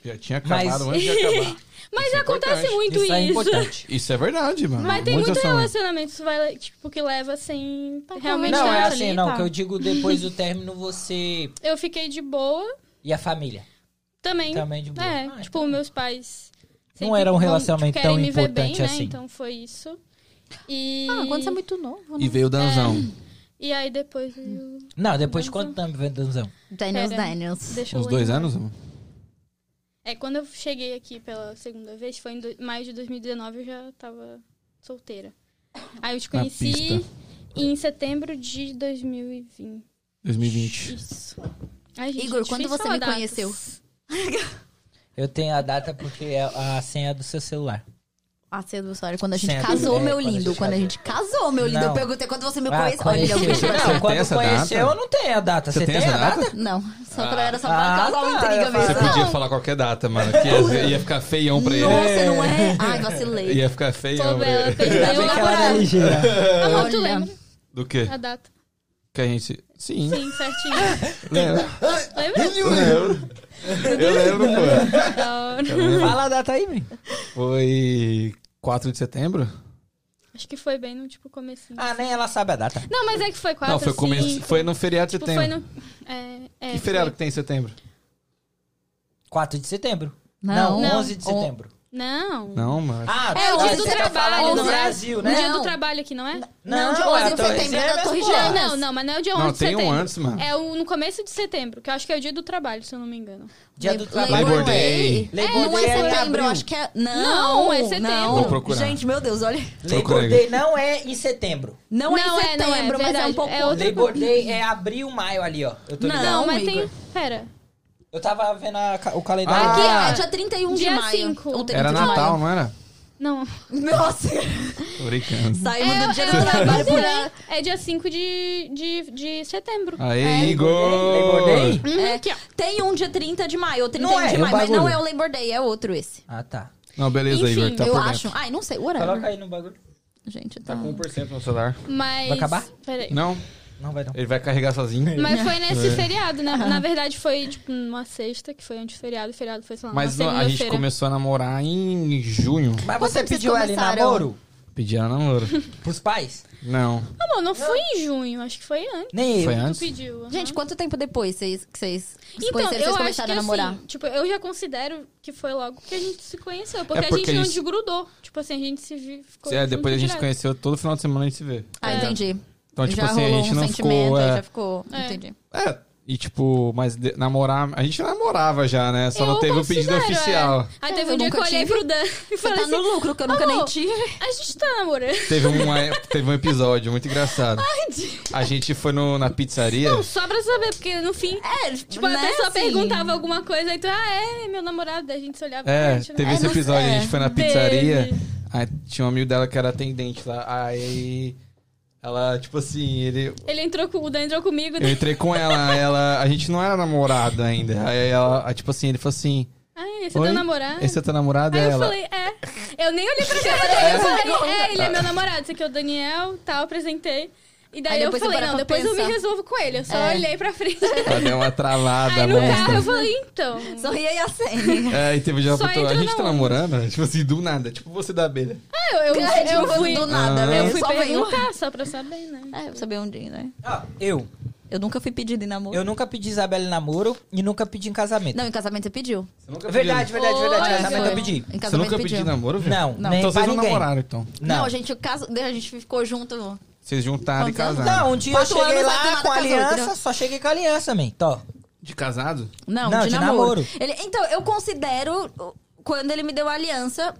[SPEAKER 1] (laughs) Já tinha
[SPEAKER 2] Mas-
[SPEAKER 1] acabado antes de acabar.
[SPEAKER 3] Mas
[SPEAKER 1] Isso é
[SPEAKER 3] acontece
[SPEAKER 1] importante.
[SPEAKER 3] muito
[SPEAKER 2] Isso é
[SPEAKER 3] isso.
[SPEAKER 2] importante.
[SPEAKER 1] Isso é verdade, mano.
[SPEAKER 3] (laughs) mas tem muito
[SPEAKER 1] Muitos são-
[SPEAKER 3] relacionamento que vai, tipo, que leva sem realmente
[SPEAKER 2] Não, é
[SPEAKER 3] nada
[SPEAKER 2] assim,
[SPEAKER 3] ali,
[SPEAKER 2] não,
[SPEAKER 3] tá?
[SPEAKER 2] que eu digo depois do término você
[SPEAKER 3] Eu fiquei de boa,
[SPEAKER 2] e a família.
[SPEAKER 3] Também.
[SPEAKER 2] Também de boa.
[SPEAKER 3] É,
[SPEAKER 2] Ah,
[SPEAKER 3] tipo, meus pais.
[SPEAKER 2] Não
[SPEAKER 3] sempre
[SPEAKER 2] era um
[SPEAKER 3] vão-
[SPEAKER 2] relacionamento
[SPEAKER 3] querem
[SPEAKER 2] tão
[SPEAKER 3] me ver
[SPEAKER 2] importante
[SPEAKER 3] bem,
[SPEAKER 2] assim.
[SPEAKER 3] Né? Então foi isso. E.
[SPEAKER 4] Ah, quando você é muito novo,
[SPEAKER 1] E
[SPEAKER 4] né?
[SPEAKER 1] veio o Danzão.
[SPEAKER 3] E aí depois. Eu...
[SPEAKER 2] Não, depois de quanto tempo, Danzão?
[SPEAKER 4] Daniels,
[SPEAKER 3] Pera.
[SPEAKER 4] Daniels.
[SPEAKER 3] Deixa eu
[SPEAKER 1] Uns dois
[SPEAKER 3] lembrar.
[SPEAKER 1] anos, mano?
[SPEAKER 3] É, quando eu cheguei aqui pela segunda vez, foi em do- maio de 2019, eu já tava solteira. Aí eu te
[SPEAKER 1] Na
[SPEAKER 3] conheci
[SPEAKER 1] pista.
[SPEAKER 3] em setembro de 2020.
[SPEAKER 1] 2020.
[SPEAKER 3] Isso. Ai, gente,
[SPEAKER 4] Igor,
[SPEAKER 3] é
[SPEAKER 4] quando
[SPEAKER 3] difícil
[SPEAKER 4] você
[SPEAKER 3] falar
[SPEAKER 4] me
[SPEAKER 3] datas.
[SPEAKER 4] conheceu?
[SPEAKER 2] Eu tenho a data porque é a senha do seu celular.
[SPEAKER 4] A ceia do usuário, quando a gente
[SPEAKER 2] Certo, é,
[SPEAKER 4] casou, meu
[SPEAKER 2] quando a
[SPEAKER 4] lindo.
[SPEAKER 2] gente
[SPEAKER 4] Quando a gente casou, meu lindo.
[SPEAKER 2] Não.
[SPEAKER 4] Eu perguntei quando você me
[SPEAKER 2] Ah,
[SPEAKER 4] conheceu. Olha,
[SPEAKER 2] conheceu.
[SPEAKER 4] eu vejo
[SPEAKER 1] Você
[SPEAKER 2] Não,
[SPEAKER 1] tem
[SPEAKER 2] quando
[SPEAKER 1] essa
[SPEAKER 2] conheceu,
[SPEAKER 1] data?
[SPEAKER 2] eu não tenho a data. Você, tem, a data?
[SPEAKER 4] (laughs) Não, só pra, era só pra
[SPEAKER 2] Ah,
[SPEAKER 4] causar uma
[SPEAKER 2] tá,
[SPEAKER 4] intriga
[SPEAKER 2] eu
[SPEAKER 4] mesmo.
[SPEAKER 1] Você
[SPEAKER 2] Não.
[SPEAKER 1] podia falar qualquer data, mano. Que ia, ia ficar feião pra ele.
[SPEAKER 4] Nossa, não é? Ai, vacilei.
[SPEAKER 1] Ia ficar feião pra
[SPEAKER 3] Pô,
[SPEAKER 1] (laughs)
[SPEAKER 3] Bela,
[SPEAKER 1] ele.
[SPEAKER 2] Ainda
[SPEAKER 3] perdeu
[SPEAKER 2] bem
[SPEAKER 3] a
[SPEAKER 2] que ela não é
[SPEAKER 3] namorada. (laughs)
[SPEAKER 2] ligeira.
[SPEAKER 3] Amor, tu
[SPEAKER 4] Olha.
[SPEAKER 3] lembra
[SPEAKER 1] Do quê?
[SPEAKER 3] a data?
[SPEAKER 1] Que a gente... Sim.
[SPEAKER 3] Sim, certinho.
[SPEAKER 1] Lembro.
[SPEAKER 3] Lembra?
[SPEAKER 1] (laughs) Eu lembro. Eu lembro, pô.
[SPEAKER 3] Da hora.
[SPEAKER 2] Fala a data aí, menino.
[SPEAKER 1] Foi 4 de setembro?
[SPEAKER 3] Acho que foi bem no tipo comecinho.
[SPEAKER 2] Ah, nem ela sabe a data.
[SPEAKER 3] Não, mas é que foi quatro,
[SPEAKER 1] não, foi, come-
[SPEAKER 3] cinco.
[SPEAKER 1] foi no feriado de
[SPEAKER 3] Tipo,
[SPEAKER 1] setembro.
[SPEAKER 3] foi no... É, é,
[SPEAKER 1] Que feriado que tem em setembro?
[SPEAKER 2] 4 de setembro.
[SPEAKER 4] Não. um
[SPEAKER 3] Não.
[SPEAKER 2] 11 de setembro.
[SPEAKER 3] foi- Não.
[SPEAKER 1] Não, mano.
[SPEAKER 2] Ah,
[SPEAKER 3] É o
[SPEAKER 2] tá,
[SPEAKER 3] dia do
[SPEAKER 2] você tá
[SPEAKER 3] trabalho,
[SPEAKER 2] falando
[SPEAKER 3] não
[SPEAKER 2] no
[SPEAKER 3] é?
[SPEAKER 2] Brasil,
[SPEAKER 3] No
[SPEAKER 2] né?
[SPEAKER 3] dia
[SPEAKER 4] Não.
[SPEAKER 3] do trabalho aqui, não é? Não,
[SPEAKER 4] Não, de
[SPEAKER 2] é a
[SPEAKER 4] 11 de
[SPEAKER 2] Torre
[SPEAKER 4] setembro é
[SPEAKER 2] Gêmeas,
[SPEAKER 4] da Torre
[SPEAKER 2] pô.
[SPEAKER 4] Gêmeas.
[SPEAKER 3] não, não, mas não é o dia 11
[SPEAKER 1] Não,
[SPEAKER 3] de
[SPEAKER 1] tem
[SPEAKER 3] setembro.
[SPEAKER 1] um antes, mano.
[SPEAKER 3] É o, no começo de setembro, que eu acho que é o dia do trabalho, se eu não me engano.
[SPEAKER 2] Dia do
[SPEAKER 4] Labor
[SPEAKER 2] trabalho. não é.
[SPEAKER 1] Day.
[SPEAKER 2] Labor
[SPEAKER 4] Não
[SPEAKER 2] Day
[SPEAKER 4] é
[SPEAKER 2] é em
[SPEAKER 4] setembro, eu
[SPEAKER 2] abril.
[SPEAKER 4] acho que é. Não,
[SPEAKER 3] Não, é setembro.
[SPEAKER 4] não.
[SPEAKER 1] Vou procurar.
[SPEAKER 4] Gente, meu Deus, olha.
[SPEAKER 1] Procura
[SPEAKER 2] Labor
[SPEAKER 1] aí.
[SPEAKER 2] Day não é em setembro.
[SPEAKER 4] Não,
[SPEAKER 3] Não
[SPEAKER 4] é em
[SPEAKER 3] é, não é,
[SPEAKER 4] setembro, mas é um
[SPEAKER 3] verdade,
[SPEAKER 4] pouco.
[SPEAKER 3] é outra-
[SPEAKER 2] Labor Day é abril, maio ali, ó. Eu tô
[SPEAKER 4] Não.
[SPEAKER 2] ligado.
[SPEAKER 3] Não, mas
[SPEAKER 4] Igor.
[SPEAKER 3] tem... Pera.
[SPEAKER 2] Eu tava vendo a ca- o calendário.
[SPEAKER 1] Ah,
[SPEAKER 4] Aqui, ó,
[SPEAKER 3] Ah.
[SPEAKER 4] é dia 31
[SPEAKER 3] Dia
[SPEAKER 4] de maio.
[SPEAKER 3] cinco.
[SPEAKER 4] Ou 30
[SPEAKER 1] Era
[SPEAKER 4] de
[SPEAKER 1] Natal,
[SPEAKER 4] maio.
[SPEAKER 1] não era?
[SPEAKER 3] Não. (laughs)
[SPEAKER 4] Nossa, (laughs)
[SPEAKER 1] Tô brincando.
[SPEAKER 4] saímos do dia
[SPEAKER 3] é,
[SPEAKER 4] do trabalho por
[SPEAKER 3] é, é dia 5 de, de, de setembro.
[SPEAKER 1] Aê,
[SPEAKER 2] Labor
[SPEAKER 1] Igor!
[SPEAKER 2] Day?
[SPEAKER 3] Uhum,
[SPEAKER 4] É.
[SPEAKER 3] aqui, ó.
[SPEAKER 4] Tem um dia 30 de maio, ou 31
[SPEAKER 2] Não é,
[SPEAKER 4] de
[SPEAKER 2] é
[SPEAKER 3] um
[SPEAKER 4] maio,
[SPEAKER 2] o
[SPEAKER 4] mas não
[SPEAKER 2] bagulho.
[SPEAKER 4] é o Labor Day, é outro esse.
[SPEAKER 2] Ah, tá.
[SPEAKER 1] Não, beleza,
[SPEAKER 3] Enfim,
[SPEAKER 1] Igor, tá
[SPEAKER 4] eu
[SPEAKER 1] por
[SPEAKER 4] acho.
[SPEAKER 1] dentro.
[SPEAKER 4] Ai, não sei,
[SPEAKER 2] Coloca
[SPEAKER 4] whatever.
[SPEAKER 2] aí no bagulho.
[SPEAKER 4] Gente, tá.
[SPEAKER 1] Tá com 1% no celular.
[SPEAKER 3] Mas...
[SPEAKER 2] Vai acabar?
[SPEAKER 3] Peraí.
[SPEAKER 1] Não?
[SPEAKER 2] Não vai não.
[SPEAKER 1] Ele vai carregar sozinho.
[SPEAKER 4] Né?
[SPEAKER 3] Mas foi nesse
[SPEAKER 1] É.
[SPEAKER 3] feriado, né? Na verdade, foi tipo numa sexta, que foi antes do feriado. O feriado foi, sei lá,
[SPEAKER 1] Mas a
[SPEAKER 3] uma
[SPEAKER 1] gente
[SPEAKER 3] é segunda-feira.
[SPEAKER 1] começou a namorar em junho.
[SPEAKER 2] Mas
[SPEAKER 4] Quando
[SPEAKER 2] você
[SPEAKER 4] vocês
[SPEAKER 2] pediu ela em
[SPEAKER 4] começaram?
[SPEAKER 2] namoro?
[SPEAKER 1] Pedi ela namoro.
[SPEAKER 2] Pros pais?
[SPEAKER 1] Não.
[SPEAKER 3] Amor, não foi em junho, acho que foi antes.
[SPEAKER 2] Nem
[SPEAKER 1] Foi
[SPEAKER 2] eu.
[SPEAKER 3] Tu
[SPEAKER 1] antes?
[SPEAKER 3] pediu. aham.
[SPEAKER 4] Gente, quanto tempo depois vocês, que vocês se
[SPEAKER 3] Então,
[SPEAKER 4] conheceram,
[SPEAKER 3] eu acho
[SPEAKER 4] vocês
[SPEAKER 3] que
[SPEAKER 4] começaram a namorar?
[SPEAKER 3] assim, tipo, eu já considero que foi logo que a gente se conheceu. Porque,
[SPEAKER 1] É porque
[SPEAKER 3] a gente
[SPEAKER 1] a
[SPEAKER 3] não
[SPEAKER 1] gente-
[SPEAKER 3] desgrudou. Tipo assim, a gente se vi- ficou
[SPEAKER 1] É, depois
[SPEAKER 3] junto
[SPEAKER 1] a gente se
[SPEAKER 3] direto.
[SPEAKER 1] conheceu todo final de semana a gente se vê.
[SPEAKER 4] Ah,
[SPEAKER 3] É.
[SPEAKER 4] entendi.
[SPEAKER 1] Então, tipo
[SPEAKER 4] já
[SPEAKER 1] assim, a
[SPEAKER 4] rolou
[SPEAKER 1] gente
[SPEAKER 4] um
[SPEAKER 1] não
[SPEAKER 4] sentimento,
[SPEAKER 1] ficou.
[SPEAKER 4] aí
[SPEAKER 1] é,
[SPEAKER 4] já ficou...
[SPEAKER 3] É.
[SPEAKER 4] Entendi.
[SPEAKER 1] é, e tipo, mas de- namorar. A gente namorava já, né? Só não
[SPEAKER 3] Eu
[SPEAKER 1] teve o pedido
[SPEAKER 3] considero,
[SPEAKER 1] oficial.
[SPEAKER 3] é. Aí
[SPEAKER 4] É,
[SPEAKER 3] teve
[SPEAKER 4] eu
[SPEAKER 3] um dia que
[SPEAKER 4] nunca
[SPEAKER 3] eu olhei
[SPEAKER 4] tive.
[SPEAKER 3] pro Dan (laughs) e
[SPEAKER 4] Você
[SPEAKER 3] falei
[SPEAKER 4] tá
[SPEAKER 3] assim,
[SPEAKER 4] no lucro, que eu nunca nem
[SPEAKER 3] amor.
[SPEAKER 4] tive.
[SPEAKER 3] a gente tá namorando.
[SPEAKER 1] Teve, uma, teve um episódio muito engraçado. A gente foi no- na pizzaria.
[SPEAKER 3] Não, só pra saber, porque no fim...
[SPEAKER 4] É,
[SPEAKER 3] Tipo, a pessoa perguntava alguma coisa, aí tu, ah, é, meu namorado, daí a gente se olhava pra
[SPEAKER 1] É,
[SPEAKER 3] gente, né?
[SPEAKER 1] teve
[SPEAKER 4] É,
[SPEAKER 1] esse
[SPEAKER 4] não-
[SPEAKER 1] episódio, a
[SPEAKER 4] é,
[SPEAKER 1] gente foi na
[SPEAKER 3] teve.
[SPEAKER 1] pizzaria, aí tinha um amigo dela que era atendente lá, aí ela, tipo assim, ele...
[SPEAKER 3] Ele entrou com o Dan entrou comigo, né?
[SPEAKER 1] Eu
[SPEAKER 3] daí,
[SPEAKER 1] entrei com ela, ela... A gente não era namorado ainda, aí ela, aí, tipo assim, ele falou assim,
[SPEAKER 3] ah, esse é
[SPEAKER 1] Oi?
[SPEAKER 3] teu namorado?
[SPEAKER 1] esse é teu namorado?
[SPEAKER 3] Aí
[SPEAKER 1] É
[SPEAKER 3] eu
[SPEAKER 1] ela,
[SPEAKER 3] falei, é. Eu nem olhei
[SPEAKER 4] (laughs)
[SPEAKER 3] pra cara dele, eu falei, é, ele é meu namorado, esse aqui é o Daniel, tal, apresentei. E daí
[SPEAKER 4] Aí
[SPEAKER 3] eu
[SPEAKER 4] depois você
[SPEAKER 3] falei,
[SPEAKER 4] para
[SPEAKER 3] não,
[SPEAKER 4] pra
[SPEAKER 3] depois eu me
[SPEAKER 4] pensar.
[SPEAKER 3] resolvo com ele, eu só
[SPEAKER 4] É.
[SPEAKER 3] olhei pra frente.
[SPEAKER 1] ela deu uma travada,
[SPEAKER 3] Aí no carro eu
[SPEAKER 1] monstra.
[SPEAKER 3] falei, então.
[SPEAKER 4] Sorria e acene.
[SPEAKER 1] É, e teve já
[SPEAKER 3] Só
[SPEAKER 1] puto, a
[SPEAKER 3] entra
[SPEAKER 1] gente tá
[SPEAKER 3] na
[SPEAKER 1] namorando? Tipo assim, do nada, tipo você da abelha.
[SPEAKER 3] Ah, (laughs) Eu, eu, eu fui,
[SPEAKER 4] do nada,
[SPEAKER 1] Ah.
[SPEAKER 4] né?
[SPEAKER 3] eu fui
[SPEAKER 4] Só veio.
[SPEAKER 3] perguntar, só pra saber, né?
[SPEAKER 4] É, eu sabia um dia, né?
[SPEAKER 2] Ah, eu.
[SPEAKER 4] Eu nunca fui pedida em namoro.
[SPEAKER 2] Eu nunca pedi Isabela em namoro e nunca pedi em casamento.
[SPEAKER 4] Não, em casamento você pediu.
[SPEAKER 1] Você nunca
[SPEAKER 2] Verdade, verdade, verdade.
[SPEAKER 3] Olha,
[SPEAKER 2] casamento eu
[SPEAKER 4] Foi.
[SPEAKER 2] pedi.
[SPEAKER 4] Em
[SPEAKER 1] Pediu. Você
[SPEAKER 4] casamento
[SPEAKER 1] nunca pediu
[SPEAKER 4] pediu.
[SPEAKER 1] namoro, velho?
[SPEAKER 2] Não,
[SPEAKER 4] Não.
[SPEAKER 2] nem
[SPEAKER 1] Então
[SPEAKER 2] pra
[SPEAKER 1] vocês não
[SPEAKER 2] ninguém.
[SPEAKER 1] namoraram, então.
[SPEAKER 4] Não,
[SPEAKER 2] Não,
[SPEAKER 4] gente, o caso... a gente ficou junto.
[SPEAKER 1] Vocês juntaram e
[SPEAKER 4] Quantos anos?
[SPEAKER 1] casaram.
[SPEAKER 2] Não, um dia eu
[SPEAKER 4] Quatro
[SPEAKER 2] cheguei
[SPEAKER 4] anos, do
[SPEAKER 2] lá
[SPEAKER 4] nada
[SPEAKER 2] com a
[SPEAKER 4] casou,
[SPEAKER 2] aliança,
[SPEAKER 4] entendeu?
[SPEAKER 2] só cheguei com a aliança, man.
[SPEAKER 4] (laughs)
[SPEAKER 2] Tó.
[SPEAKER 1] De casado?
[SPEAKER 4] Não,
[SPEAKER 2] Não,
[SPEAKER 4] de,
[SPEAKER 2] de namoro.
[SPEAKER 4] namoro. Ele- então, eu considero uh, quando ele me deu a aliança.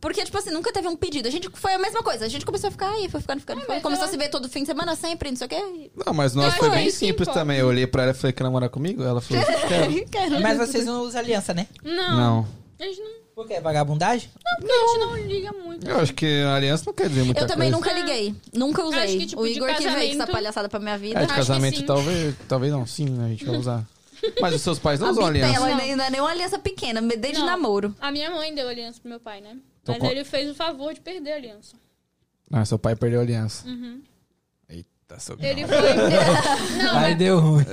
[SPEAKER 4] Porque, tipo assim, nunca teve um pedido. A gente foi a mesma coisa. A gente começou a ficar aí, foi ficando, ficando, ficando. Começou a se ver todo fim de semana sempre, não sei o quê.
[SPEAKER 1] Não, mas nós
[SPEAKER 3] Eu
[SPEAKER 1] foi
[SPEAKER 3] acho
[SPEAKER 1] bem
[SPEAKER 3] que sim,
[SPEAKER 1] simples
[SPEAKER 3] pô.
[SPEAKER 1] também. Eu olhei pra ela e falei, quer namorar comigo? Ela falou, quero.
[SPEAKER 4] Quero.
[SPEAKER 2] Mas vocês não usam aliança, né?
[SPEAKER 3] (laughs) Não,
[SPEAKER 1] assim, Não.
[SPEAKER 3] a gente não,
[SPEAKER 2] Por quê? Vagabundagem?
[SPEAKER 3] porque a gente não liga muito.
[SPEAKER 1] Eu acho que a aliança não quer dizer muita
[SPEAKER 4] Eu também
[SPEAKER 1] coisa.
[SPEAKER 4] nunca liguei. Nunca usei.
[SPEAKER 3] Acho que, tipo,
[SPEAKER 4] o
[SPEAKER 3] de
[SPEAKER 4] Igor É. que veio com essa
[SPEAKER 3] casamento-
[SPEAKER 4] palhaçada pra minha
[SPEAKER 1] É,
[SPEAKER 4] vida.
[SPEAKER 1] de
[SPEAKER 3] que
[SPEAKER 1] casamento
[SPEAKER 3] sim.
[SPEAKER 1] talvez, talvez não, sim, né? A gente vai
[SPEAKER 3] (laughs)
[SPEAKER 1] usar. Mas os seus pais não
[SPEAKER 4] a
[SPEAKER 1] usam aliança.
[SPEAKER 3] né?
[SPEAKER 4] bitela, nem- não é nem uma aliança pequena, desde
[SPEAKER 3] Não.
[SPEAKER 4] namoro.
[SPEAKER 3] A minha mãe deu aliança pro meu pai, né?
[SPEAKER 1] Tô
[SPEAKER 3] Mas
[SPEAKER 1] com-
[SPEAKER 3] ele fez o favor de perder a aliança.
[SPEAKER 1] Ah, seu pai perdeu a aliança. Eita, seu
[SPEAKER 3] Uhum.
[SPEAKER 1] (laughs)
[SPEAKER 3] Ele foi. não, mas,
[SPEAKER 2] deu ruim.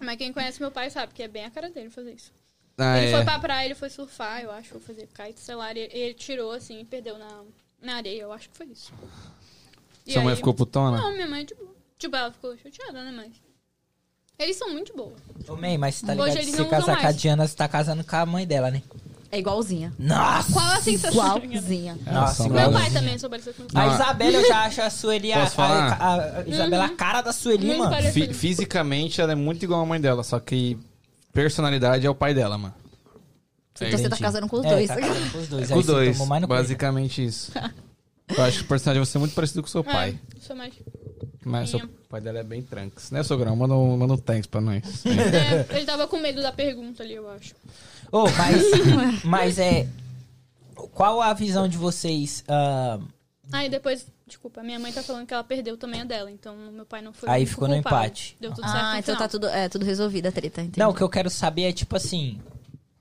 [SPEAKER 3] mas quem conhece meu pai sabe que é bem a cara dele fazer isso.
[SPEAKER 1] Ah, é.
[SPEAKER 3] ele foi pra praia, ele foi surfar, eu acho, ou fazer kite, sei lá. e Ele, ele tirou assim e perdeu na, na areia, eu acho que foi isso. E
[SPEAKER 1] Sua mãe
[SPEAKER 3] aí-
[SPEAKER 1] ficou né? putona?
[SPEAKER 3] Não, minha mãe é de boa. Tipo, ela ficou chateada, né, mas. Eles são muito boa.
[SPEAKER 2] Ô, man, mas tá
[SPEAKER 3] Hoje
[SPEAKER 2] ligado que
[SPEAKER 3] eles
[SPEAKER 2] você
[SPEAKER 3] não
[SPEAKER 2] casar
[SPEAKER 3] usam
[SPEAKER 2] com a
[SPEAKER 3] mais.
[SPEAKER 2] Diana, você tá casando com a mãe dela, né?
[SPEAKER 4] É igualzinha.
[SPEAKER 2] Nossa!
[SPEAKER 3] Qual a sensação?
[SPEAKER 4] Igualzinha.
[SPEAKER 1] são
[SPEAKER 2] Nossa,
[SPEAKER 3] Meu
[SPEAKER 1] igualzinhas.
[SPEAKER 2] igual.
[SPEAKER 3] pai também é sou parecido com meu
[SPEAKER 2] A
[SPEAKER 3] pai.
[SPEAKER 1] Não,
[SPEAKER 2] Isabela, eu já acho a Sueli a,
[SPEAKER 1] Ah. Posso falar?
[SPEAKER 2] a- a Isabela
[SPEAKER 3] Uhum.
[SPEAKER 2] a cara da Sueli,
[SPEAKER 3] Muito
[SPEAKER 2] mano.
[SPEAKER 3] parecido.
[SPEAKER 1] Fi- fisicamente ela é muito igual à mãe dela, só que personalidade é o pai dela, mano.
[SPEAKER 4] Então você tá
[SPEAKER 1] Entendi.
[SPEAKER 4] casando com os
[SPEAKER 2] É,
[SPEAKER 4] dois.
[SPEAKER 2] tá casando com os dois.
[SPEAKER 1] Com
[SPEAKER 2] aí
[SPEAKER 1] os
[SPEAKER 2] você
[SPEAKER 1] dois,
[SPEAKER 2] tomou mais no cu. né?
[SPEAKER 1] basicamente isso. Eu acho que o personagem vai ser muito parecido com o seu
[SPEAKER 3] É,
[SPEAKER 1] pai.
[SPEAKER 3] eu sou mais.
[SPEAKER 1] Mas seu
[SPEAKER 3] Minha.
[SPEAKER 1] pai dela é bem tranks, né, sogrão? Manda um, manda um thanks pra
[SPEAKER 3] (laughs)
[SPEAKER 1] nós.
[SPEAKER 3] É, ele tava com medo da pergunta ali, eu acho.
[SPEAKER 2] Ô,
[SPEAKER 4] (laughs)
[SPEAKER 2] mas, mas é. Qual a visão de vocês? ah,
[SPEAKER 3] Aí depois, desculpa, minha mãe tá falando que ela perdeu também a dela, então meu pai não foi.
[SPEAKER 2] Aí
[SPEAKER 3] muito
[SPEAKER 2] ficou no
[SPEAKER 3] culpado.
[SPEAKER 2] empate.
[SPEAKER 3] Deu tudo certo.
[SPEAKER 4] Ah,
[SPEAKER 3] no
[SPEAKER 4] então
[SPEAKER 3] final.
[SPEAKER 4] tá tudo, é, tudo resolvido a treta, entendi.
[SPEAKER 2] não, o que eu quero saber é tipo assim.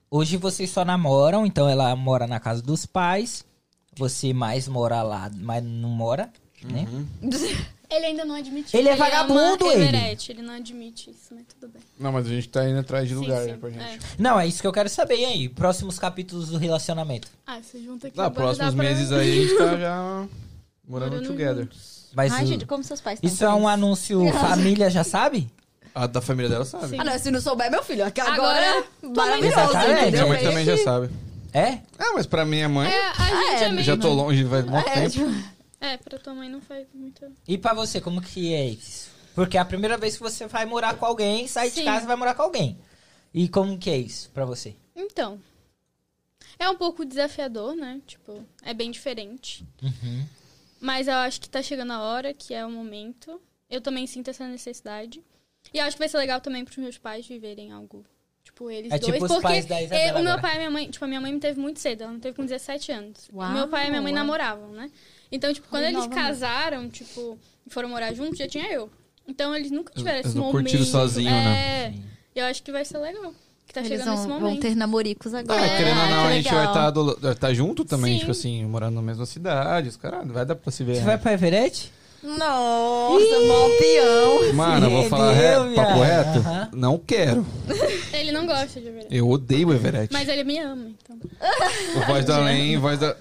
[SPEAKER 2] Hoje vocês só namoram, então ela mora na casa dos pais. Você mais mora lá, mas não mora, né?
[SPEAKER 3] Ele ainda não admite.
[SPEAKER 2] Ele é
[SPEAKER 3] ama
[SPEAKER 2] vagabundo, ele.
[SPEAKER 3] Everett, ele não admite isso, mas tudo bem.
[SPEAKER 1] Não, mas a gente tá indo atrás de
[SPEAKER 3] Sim,
[SPEAKER 1] lugar
[SPEAKER 3] sim,
[SPEAKER 1] né, pra gente.
[SPEAKER 3] é.
[SPEAKER 2] Não, é isso que eu quero saber. E aí, próximos capítulos do relacionamento.
[SPEAKER 3] Ah, você junta aqui.
[SPEAKER 1] Não,
[SPEAKER 3] agora
[SPEAKER 1] próximos
[SPEAKER 3] dá pra-
[SPEAKER 1] meses aí a gente tá já morando
[SPEAKER 3] (laughs) Morando
[SPEAKER 1] together.
[SPEAKER 2] Mas
[SPEAKER 4] Ai,
[SPEAKER 2] o-
[SPEAKER 4] gente, como seus pais estão
[SPEAKER 2] isso é um
[SPEAKER 4] felizes. (laughs)
[SPEAKER 2] anúncio, família já sabe?
[SPEAKER 1] A da família dela sabe.
[SPEAKER 3] Sim.
[SPEAKER 4] Ah, não, se não souber, meu filho, aqui agora, é
[SPEAKER 3] Agora,
[SPEAKER 4] maravilhoso,
[SPEAKER 2] Exatamente.
[SPEAKER 4] entendeu?
[SPEAKER 1] Minha mãe
[SPEAKER 4] Aí-
[SPEAKER 1] também já sabe.
[SPEAKER 2] É?
[SPEAKER 1] Ah, mas pra minha mãe,
[SPEAKER 3] É, a gente é, meio.
[SPEAKER 1] já tô longe, vai muito
[SPEAKER 4] É,
[SPEAKER 1] tempo.
[SPEAKER 4] tipo,
[SPEAKER 3] É, pra tua mãe não faz muito.
[SPEAKER 2] E pra você, como que é isso? Porque é a primeira vez que você vai morar com alguém, sai de
[SPEAKER 3] Sim.
[SPEAKER 2] casa e vai morar com alguém. E como que é isso pra você?
[SPEAKER 3] Então. É um pouco desafiador, né? Tipo, é bem diferente.
[SPEAKER 2] Uhum.
[SPEAKER 3] Mas eu acho que tá chegando a hora, que é o momento. Eu também sinto essa necessidade. E eu acho que vai ser legal também pros meus pais viverem algo. Tipo, eles
[SPEAKER 2] É
[SPEAKER 3] dois.
[SPEAKER 2] tipo os
[SPEAKER 3] porque
[SPEAKER 2] pais da
[SPEAKER 3] eh,
[SPEAKER 2] Isabela
[SPEAKER 3] o meu
[SPEAKER 2] agora.
[SPEAKER 3] pai e minha mãe. Tipo, a minha mãe me teve muito cedo. Ela me teve com 17 anos.
[SPEAKER 4] Uau,
[SPEAKER 3] meu pai e minha mãe
[SPEAKER 4] uau.
[SPEAKER 3] namoravam, né? Então, tipo, quando
[SPEAKER 4] Ai,
[SPEAKER 3] eles
[SPEAKER 4] nova mãe.
[SPEAKER 3] casaram, tipo, e foram morar juntos, já tinha eu. Então eles nunca tiveram
[SPEAKER 1] Eles
[SPEAKER 3] esse
[SPEAKER 1] não
[SPEAKER 3] momento.
[SPEAKER 1] curtiram sozinho,
[SPEAKER 3] é,
[SPEAKER 1] né?
[SPEAKER 3] Eu acho que vai ser legal. Que tá
[SPEAKER 4] Eles
[SPEAKER 3] chegando esse
[SPEAKER 4] vão,
[SPEAKER 3] momento.
[SPEAKER 4] vão ter namoricos agora.
[SPEAKER 1] Ah, querendo ou
[SPEAKER 4] Ai,
[SPEAKER 1] não,
[SPEAKER 4] É, que
[SPEAKER 1] a gente vai
[SPEAKER 4] legal.
[SPEAKER 1] estar do- vai tá junto também,
[SPEAKER 3] Sim.
[SPEAKER 1] tipo assim, morando na mesma cidade, os caras, vai dar pra se ver.
[SPEAKER 2] Você
[SPEAKER 1] né?
[SPEAKER 2] vai pra Everett?
[SPEAKER 4] Nossa, mó peão.
[SPEAKER 1] Mano, eu vou falar
[SPEAKER 2] Entendeu,
[SPEAKER 1] reto, papo
[SPEAKER 2] viado?
[SPEAKER 1] reto.
[SPEAKER 2] Aham.
[SPEAKER 1] Não quero.
[SPEAKER 3] Ele não gosta de Everett.
[SPEAKER 1] Eu odeio o Everett.
[SPEAKER 3] Mas ele me ama, então.
[SPEAKER 1] O Voz do Além, Voz da...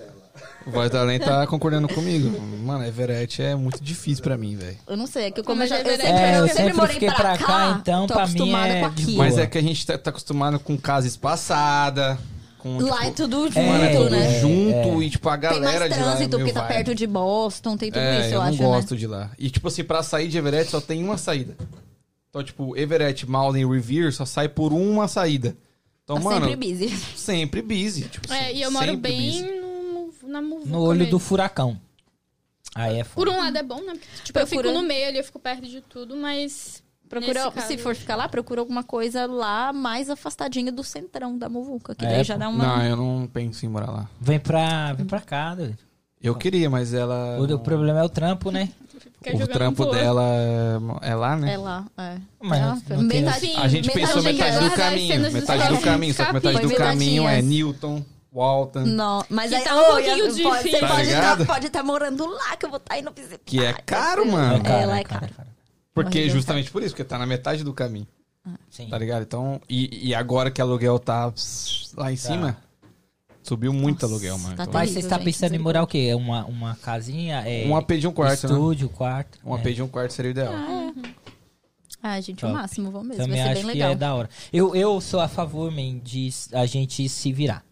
[SPEAKER 1] o Voz do Além tá concordando comigo. Mano, Everett é muito difícil pra mim, velho.
[SPEAKER 4] Eu não sei, é que eu
[SPEAKER 3] Como
[SPEAKER 4] comecei
[SPEAKER 3] já
[SPEAKER 4] a
[SPEAKER 3] é
[SPEAKER 4] eu sempre,
[SPEAKER 3] verdade.
[SPEAKER 2] É,
[SPEAKER 4] eu
[SPEAKER 2] eu
[SPEAKER 4] sempre
[SPEAKER 2] sempre
[SPEAKER 4] morei
[SPEAKER 2] fiquei
[SPEAKER 4] pra,
[SPEAKER 2] pra cá,
[SPEAKER 4] cá,
[SPEAKER 2] então
[SPEAKER 4] tô
[SPEAKER 2] pra mim
[SPEAKER 4] acostumada
[SPEAKER 2] é
[SPEAKER 4] com aquilo.
[SPEAKER 2] de boa.
[SPEAKER 1] Mas é que a gente tá, tá acostumado com casa espaçada, com...
[SPEAKER 4] Lá é
[SPEAKER 1] tipo,
[SPEAKER 4] tudo junto,
[SPEAKER 1] Mano, é tudo
[SPEAKER 4] né?
[SPEAKER 1] junto e, tipo, a
[SPEAKER 4] Tem mais
[SPEAKER 1] galera de lá é
[SPEAKER 4] trânsito,
[SPEAKER 1] meio
[SPEAKER 4] porque tá
[SPEAKER 1] vibe.
[SPEAKER 4] perto de Boston, tem tudo
[SPEAKER 1] é,
[SPEAKER 4] isso, eu,
[SPEAKER 1] eu não
[SPEAKER 4] acho, né?
[SPEAKER 1] gosto de lá. E, tipo assim, pra sair de Everett só tem uma saída. Então, tipo, Everett, Malden e Revere só sai por uma saída. Então,
[SPEAKER 4] né? Tá
[SPEAKER 1] mano,
[SPEAKER 4] sempre busy.
[SPEAKER 1] sempre busy. Tipo,
[SPEAKER 3] É,
[SPEAKER 1] assim,
[SPEAKER 3] e eu moro
[SPEAKER 1] sempre
[SPEAKER 3] bem
[SPEAKER 1] busy.
[SPEAKER 3] no, na muvuca
[SPEAKER 2] No olho do
[SPEAKER 3] mesmo.
[SPEAKER 2] furacão. Aí é
[SPEAKER 3] Por
[SPEAKER 2] foda.
[SPEAKER 3] um lado é bom, né? Porque, tipo, eu fico
[SPEAKER 4] Procura-
[SPEAKER 3] no meio ali, eu fico perto de tudo, mas...
[SPEAKER 4] Procura,
[SPEAKER 3] nesse caso-
[SPEAKER 4] se for ficar lá, procura alguma coisa lá mais afastadinha do centrão da Muvuca, que
[SPEAKER 2] É,
[SPEAKER 4] daí já
[SPEAKER 2] pô.
[SPEAKER 4] dá uma...
[SPEAKER 1] Não, eu não penso em morar lá.
[SPEAKER 2] Vem pra, vem pra cá, doido.
[SPEAKER 1] Eu queria, mas ela...
[SPEAKER 2] O, o problema é o trampo, né?
[SPEAKER 3] ficar
[SPEAKER 1] o
[SPEAKER 3] jogando
[SPEAKER 1] trampo
[SPEAKER 3] boa.
[SPEAKER 1] dela é lá, né?
[SPEAKER 4] É lá, é.
[SPEAKER 2] Mas
[SPEAKER 4] Ah,
[SPEAKER 2] não tem-
[SPEAKER 3] É,
[SPEAKER 4] metade-
[SPEAKER 1] A gente
[SPEAKER 4] metade
[SPEAKER 1] pensou
[SPEAKER 4] da
[SPEAKER 1] metade
[SPEAKER 4] galera
[SPEAKER 1] do
[SPEAKER 3] das
[SPEAKER 1] caminho.
[SPEAKER 3] cenas dos
[SPEAKER 1] Metade do
[SPEAKER 3] escapes.
[SPEAKER 1] caminho, só que metade do
[SPEAKER 4] Foi
[SPEAKER 1] caminho é
[SPEAKER 4] metadinhas.
[SPEAKER 1] Newton, Walton,
[SPEAKER 4] Não, mas
[SPEAKER 3] Que
[SPEAKER 4] aí
[SPEAKER 3] tá um
[SPEAKER 4] Ô,
[SPEAKER 3] pouquinho
[SPEAKER 4] Yas, pode-
[SPEAKER 3] difícil.
[SPEAKER 4] Você
[SPEAKER 1] Tá
[SPEAKER 4] pode estar
[SPEAKER 1] ligado?
[SPEAKER 4] morando lá que eu vou estar indo visitar.
[SPEAKER 1] que é caro, mano.
[SPEAKER 4] É, lá é
[SPEAKER 2] cara.
[SPEAKER 1] Porque
[SPEAKER 4] horrível,
[SPEAKER 1] justamente por isso, porque tá na metade do caminho,
[SPEAKER 2] Sim.
[SPEAKER 1] tá ligado? Então, e, e agora que aluguel tá lá em cima, subiu muito aluguel, mano.
[SPEAKER 4] tá
[SPEAKER 1] Então,
[SPEAKER 2] Mas você
[SPEAKER 4] Terrível,
[SPEAKER 2] tá
[SPEAKER 4] gente,
[SPEAKER 2] pensando em morar o quê? É Uma, uma casinha? É...
[SPEAKER 1] Um AP de um quarto, né?
[SPEAKER 2] Estúdio, quarto.
[SPEAKER 1] Um
[SPEAKER 2] é.
[SPEAKER 1] AP de um quarto seria o ideal.
[SPEAKER 4] Uhum. Ah, gente, o
[SPEAKER 2] Top.
[SPEAKER 4] máximo, vamos mesmo.
[SPEAKER 2] Também
[SPEAKER 4] Vai ser
[SPEAKER 2] acho
[SPEAKER 4] bem
[SPEAKER 2] que
[SPEAKER 4] legal.
[SPEAKER 2] é da hora. Eu, eu sou a favor, man, de s- a gente se virar.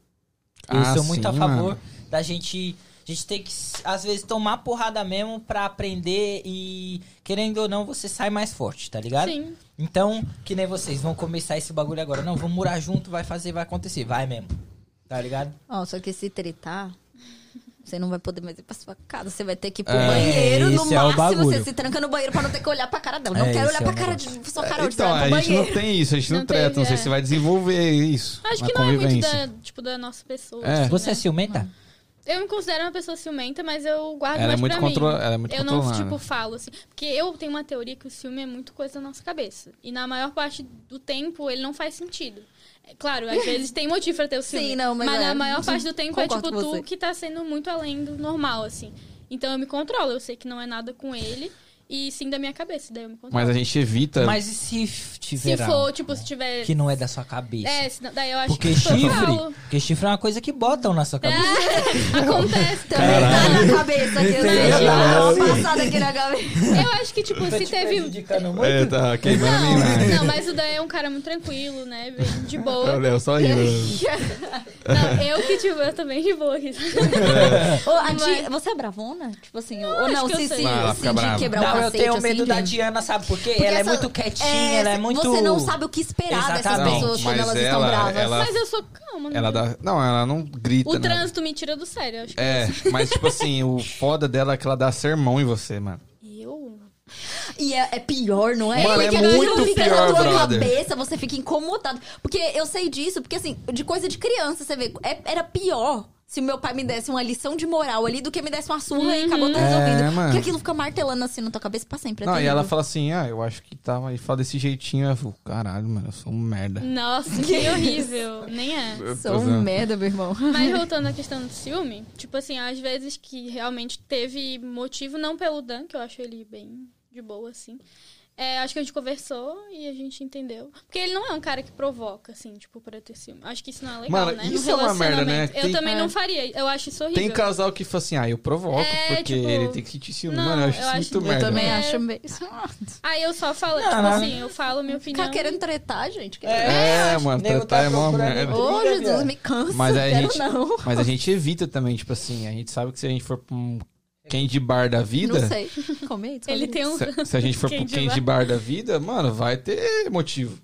[SPEAKER 2] Eu
[SPEAKER 1] Ah,
[SPEAKER 2] sou muito a
[SPEAKER 1] sim,
[SPEAKER 2] favor
[SPEAKER 1] mano.
[SPEAKER 2] da gente. A gente tem que, s- às vezes, tomar porrada mesmo pra aprender e, querendo ou não, você sai mais forte, tá ligado?
[SPEAKER 3] Sim.
[SPEAKER 2] Então, que nem vocês, vão começar esse bagulho agora. Não, vamos morar junto, vai fazer, vai acontecer. Vai mesmo. Tá ligado?
[SPEAKER 4] Ó, só que se tretar, você não vai poder mais ir pra sua casa. Você vai ter que ir pro
[SPEAKER 2] É,
[SPEAKER 4] banheiro no
[SPEAKER 2] esse é o
[SPEAKER 4] máximo.
[SPEAKER 2] bagulho.
[SPEAKER 4] Você se tranca no banheiro pra não ter que olhar pra cara dela. Não
[SPEAKER 2] É,
[SPEAKER 4] quero
[SPEAKER 2] esse
[SPEAKER 4] olhar
[SPEAKER 2] é
[SPEAKER 4] pra
[SPEAKER 2] o
[SPEAKER 4] cara de
[SPEAKER 2] negócio.
[SPEAKER 4] sua cara hoje.
[SPEAKER 1] Então,
[SPEAKER 4] vai
[SPEAKER 1] a
[SPEAKER 4] pro
[SPEAKER 1] gente não
[SPEAKER 4] banheiro.
[SPEAKER 1] tem isso, a gente não,
[SPEAKER 3] Não
[SPEAKER 1] treta,
[SPEAKER 3] teve,
[SPEAKER 1] não sei
[SPEAKER 3] é.
[SPEAKER 1] se vai desenvolver isso.
[SPEAKER 3] Acho
[SPEAKER 1] na
[SPEAKER 3] que não é muito
[SPEAKER 1] convivência.
[SPEAKER 3] da, tipo, da nossa pessoa.
[SPEAKER 1] É.
[SPEAKER 3] assim,
[SPEAKER 2] Você
[SPEAKER 3] né?
[SPEAKER 2] é ciumenta?
[SPEAKER 3] Eu me considero uma pessoa ciumenta, mas eu guardo
[SPEAKER 1] Ela é
[SPEAKER 3] mais
[SPEAKER 1] muito
[SPEAKER 3] pra mim.
[SPEAKER 1] controlada. Ela é muito
[SPEAKER 3] eu não,
[SPEAKER 1] controlada.
[SPEAKER 3] tipo, falo assim. Porque eu tenho uma teoria que o ciúme é muito coisa da nossa cabeça. E na maior parte do tempo ele não faz sentido. É Claro, às vezes tem motivo pra
[SPEAKER 4] (laughs)
[SPEAKER 3] ter o ciúme.
[SPEAKER 4] Sim, não, mas é,
[SPEAKER 3] na maior parte do tempo é
[SPEAKER 4] concordo
[SPEAKER 3] tipo
[SPEAKER 4] com você.
[SPEAKER 3] tu que tá sendo muito além do normal, assim. Então eu me controlo, eu sei que não é nada com ele. E sim da minha cabeça, daí eu me controlo.
[SPEAKER 1] Mas a gente evita.
[SPEAKER 2] Mas e se f- tiver
[SPEAKER 3] se for,
[SPEAKER 2] algo
[SPEAKER 3] tipo, se tiver.
[SPEAKER 2] que não é da sua cabeça?
[SPEAKER 3] É, se não- daí eu acho
[SPEAKER 2] Porque
[SPEAKER 3] que eu
[SPEAKER 2] chifre,
[SPEAKER 3] falo.
[SPEAKER 2] porque chifre é uma coisa que botam na sua cabeça.
[SPEAKER 3] É,
[SPEAKER 1] (laughs)
[SPEAKER 3] acontece também.
[SPEAKER 1] Então.
[SPEAKER 4] Também tá na cabeça aqui. Né?
[SPEAKER 2] Entendeu?
[SPEAKER 4] Dá uma passada aqui
[SPEAKER 2] (laughs)
[SPEAKER 4] na cabeça.
[SPEAKER 3] Eu acho que, tipo, se teve.
[SPEAKER 2] muito.
[SPEAKER 1] É, tá queimando a minha imagem.
[SPEAKER 3] Não, não, mas o Dan é um cara muito tranquilo, né? Bem de boa.
[SPEAKER 1] Olha, eu só indo.
[SPEAKER 3] (laughs) Não, eu que, tipo, eu também de boa aqui.
[SPEAKER 4] Ô, a
[SPEAKER 3] Mas-
[SPEAKER 4] Ti- Você é bravona? Tipo assim, ou não?
[SPEAKER 3] acho que eu
[SPEAKER 4] Se, se,
[SPEAKER 3] sei.
[SPEAKER 4] se,
[SPEAKER 1] Não, ela fica brava.
[SPEAKER 4] de quebrar o
[SPEAKER 2] Não, eu
[SPEAKER 4] cacete,
[SPEAKER 2] tenho
[SPEAKER 4] assim,
[SPEAKER 2] medo da
[SPEAKER 4] de-
[SPEAKER 2] Diana, sabe por quê?
[SPEAKER 4] Porque
[SPEAKER 2] ela
[SPEAKER 4] essa-
[SPEAKER 2] é muito quietinha, ela é muito.
[SPEAKER 4] Você não sabe o que esperar
[SPEAKER 2] Exatamente.
[SPEAKER 4] dessas pessoas quando
[SPEAKER 1] Mas
[SPEAKER 4] elas
[SPEAKER 1] ela-
[SPEAKER 4] estão bravas.
[SPEAKER 1] ela-
[SPEAKER 3] Mas eu sou calma, né?
[SPEAKER 1] Ela dá. Não, ela não grita.
[SPEAKER 3] O
[SPEAKER 1] né?
[SPEAKER 3] trânsito me tira do sério, eu acho que
[SPEAKER 1] É, mas tipo assim, o foda dela é que ela dá sermão em você, mano.
[SPEAKER 3] Eu?
[SPEAKER 4] E é, é pior, não é?
[SPEAKER 1] Mano, é
[SPEAKER 4] porque aquilo
[SPEAKER 1] muito
[SPEAKER 4] fica
[SPEAKER 1] pior,
[SPEAKER 4] na tua
[SPEAKER 1] brother.
[SPEAKER 4] cabeça, você fica incomodado. Porque eu sei disso, porque assim, de coisa de criança, você vê, é- era pior se meu pai me desse uma lição de moral ali do que me desse uma surra e acabou tudo
[SPEAKER 1] É,
[SPEAKER 4] resolvido.
[SPEAKER 1] mano.
[SPEAKER 4] Porque aquilo fica martelando assim na tua cabeça pra sempre. é
[SPEAKER 1] não, e
[SPEAKER 4] terrível.
[SPEAKER 1] ela fala assim, ah, eu acho que tá. Aí fala desse jeitinho, eu falo, caralho, mano, eu sou um merda.
[SPEAKER 3] Nossa, que horrível. Nem é.
[SPEAKER 4] Hum, Sou um merda, meu irmão.
[SPEAKER 3] Mas voltando à questão do ciúme, tipo assim, às vezes que realmente teve motivo, não pelo Dan, que eu acho ele bem de boa, assim. É, acho que a gente conversou e a gente entendeu. Porque ele não é um cara que provoca, assim, tipo, pra ter ciúme. Acho que isso não é legal,
[SPEAKER 1] Mano,
[SPEAKER 3] né? No
[SPEAKER 1] isso é uma merda, né?
[SPEAKER 3] relacionamento. Eu
[SPEAKER 1] Tem-
[SPEAKER 3] também
[SPEAKER 1] é.
[SPEAKER 3] não faria. Eu acho isso horrível.
[SPEAKER 1] Tem casal que fala assim, ah, eu provoco,
[SPEAKER 3] É,
[SPEAKER 1] porque
[SPEAKER 3] tipo,
[SPEAKER 1] ele tem que sentir ciúme.
[SPEAKER 3] não,
[SPEAKER 1] mano, eu acho
[SPEAKER 3] eu
[SPEAKER 1] isso
[SPEAKER 3] acho-
[SPEAKER 1] muito
[SPEAKER 3] eu
[SPEAKER 1] merda.
[SPEAKER 4] Também
[SPEAKER 1] mano.
[SPEAKER 3] É.
[SPEAKER 4] acho meio.
[SPEAKER 3] Aí eu só falo, tipo
[SPEAKER 2] Não.
[SPEAKER 3] assim, eu falo minha opinião.
[SPEAKER 4] Ficar querendo tretar, gente. quer-
[SPEAKER 1] É, mano,
[SPEAKER 2] nego
[SPEAKER 1] tá,
[SPEAKER 2] tá
[SPEAKER 1] é mó
[SPEAKER 2] procurando
[SPEAKER 1] merda.
[SPEAKER 2] outro.
[SPEAKER 4] Ô,
[SPEAKER 2] Liga,
[SPEAKER 4] Jesus,
[SPEAKER 2] viado.
[SPEAKER 4] me cansa.
[SPEAKER 1] Mas a
[SPEAKER 4] quero
[SPEAKER 1] gente-
[SPEAKER 4] não.
[SPEAKER 1] Mas a gente evita também, tipo assim, a gente sabe que se a gente for pra um candy bar da vida.
[SPEAKER 4] Não (laughs) sei. Comer,
[SPEAKER 3] Ele tem um.
[SPEAKER 1] Se, se a gente
[SPEAKER 4] (laughs)
[SPEAKER 1] for pro
[SPEAKER 3] Candy
[SPEAKER 1] candy bar da vida, mano, vai ter motivo.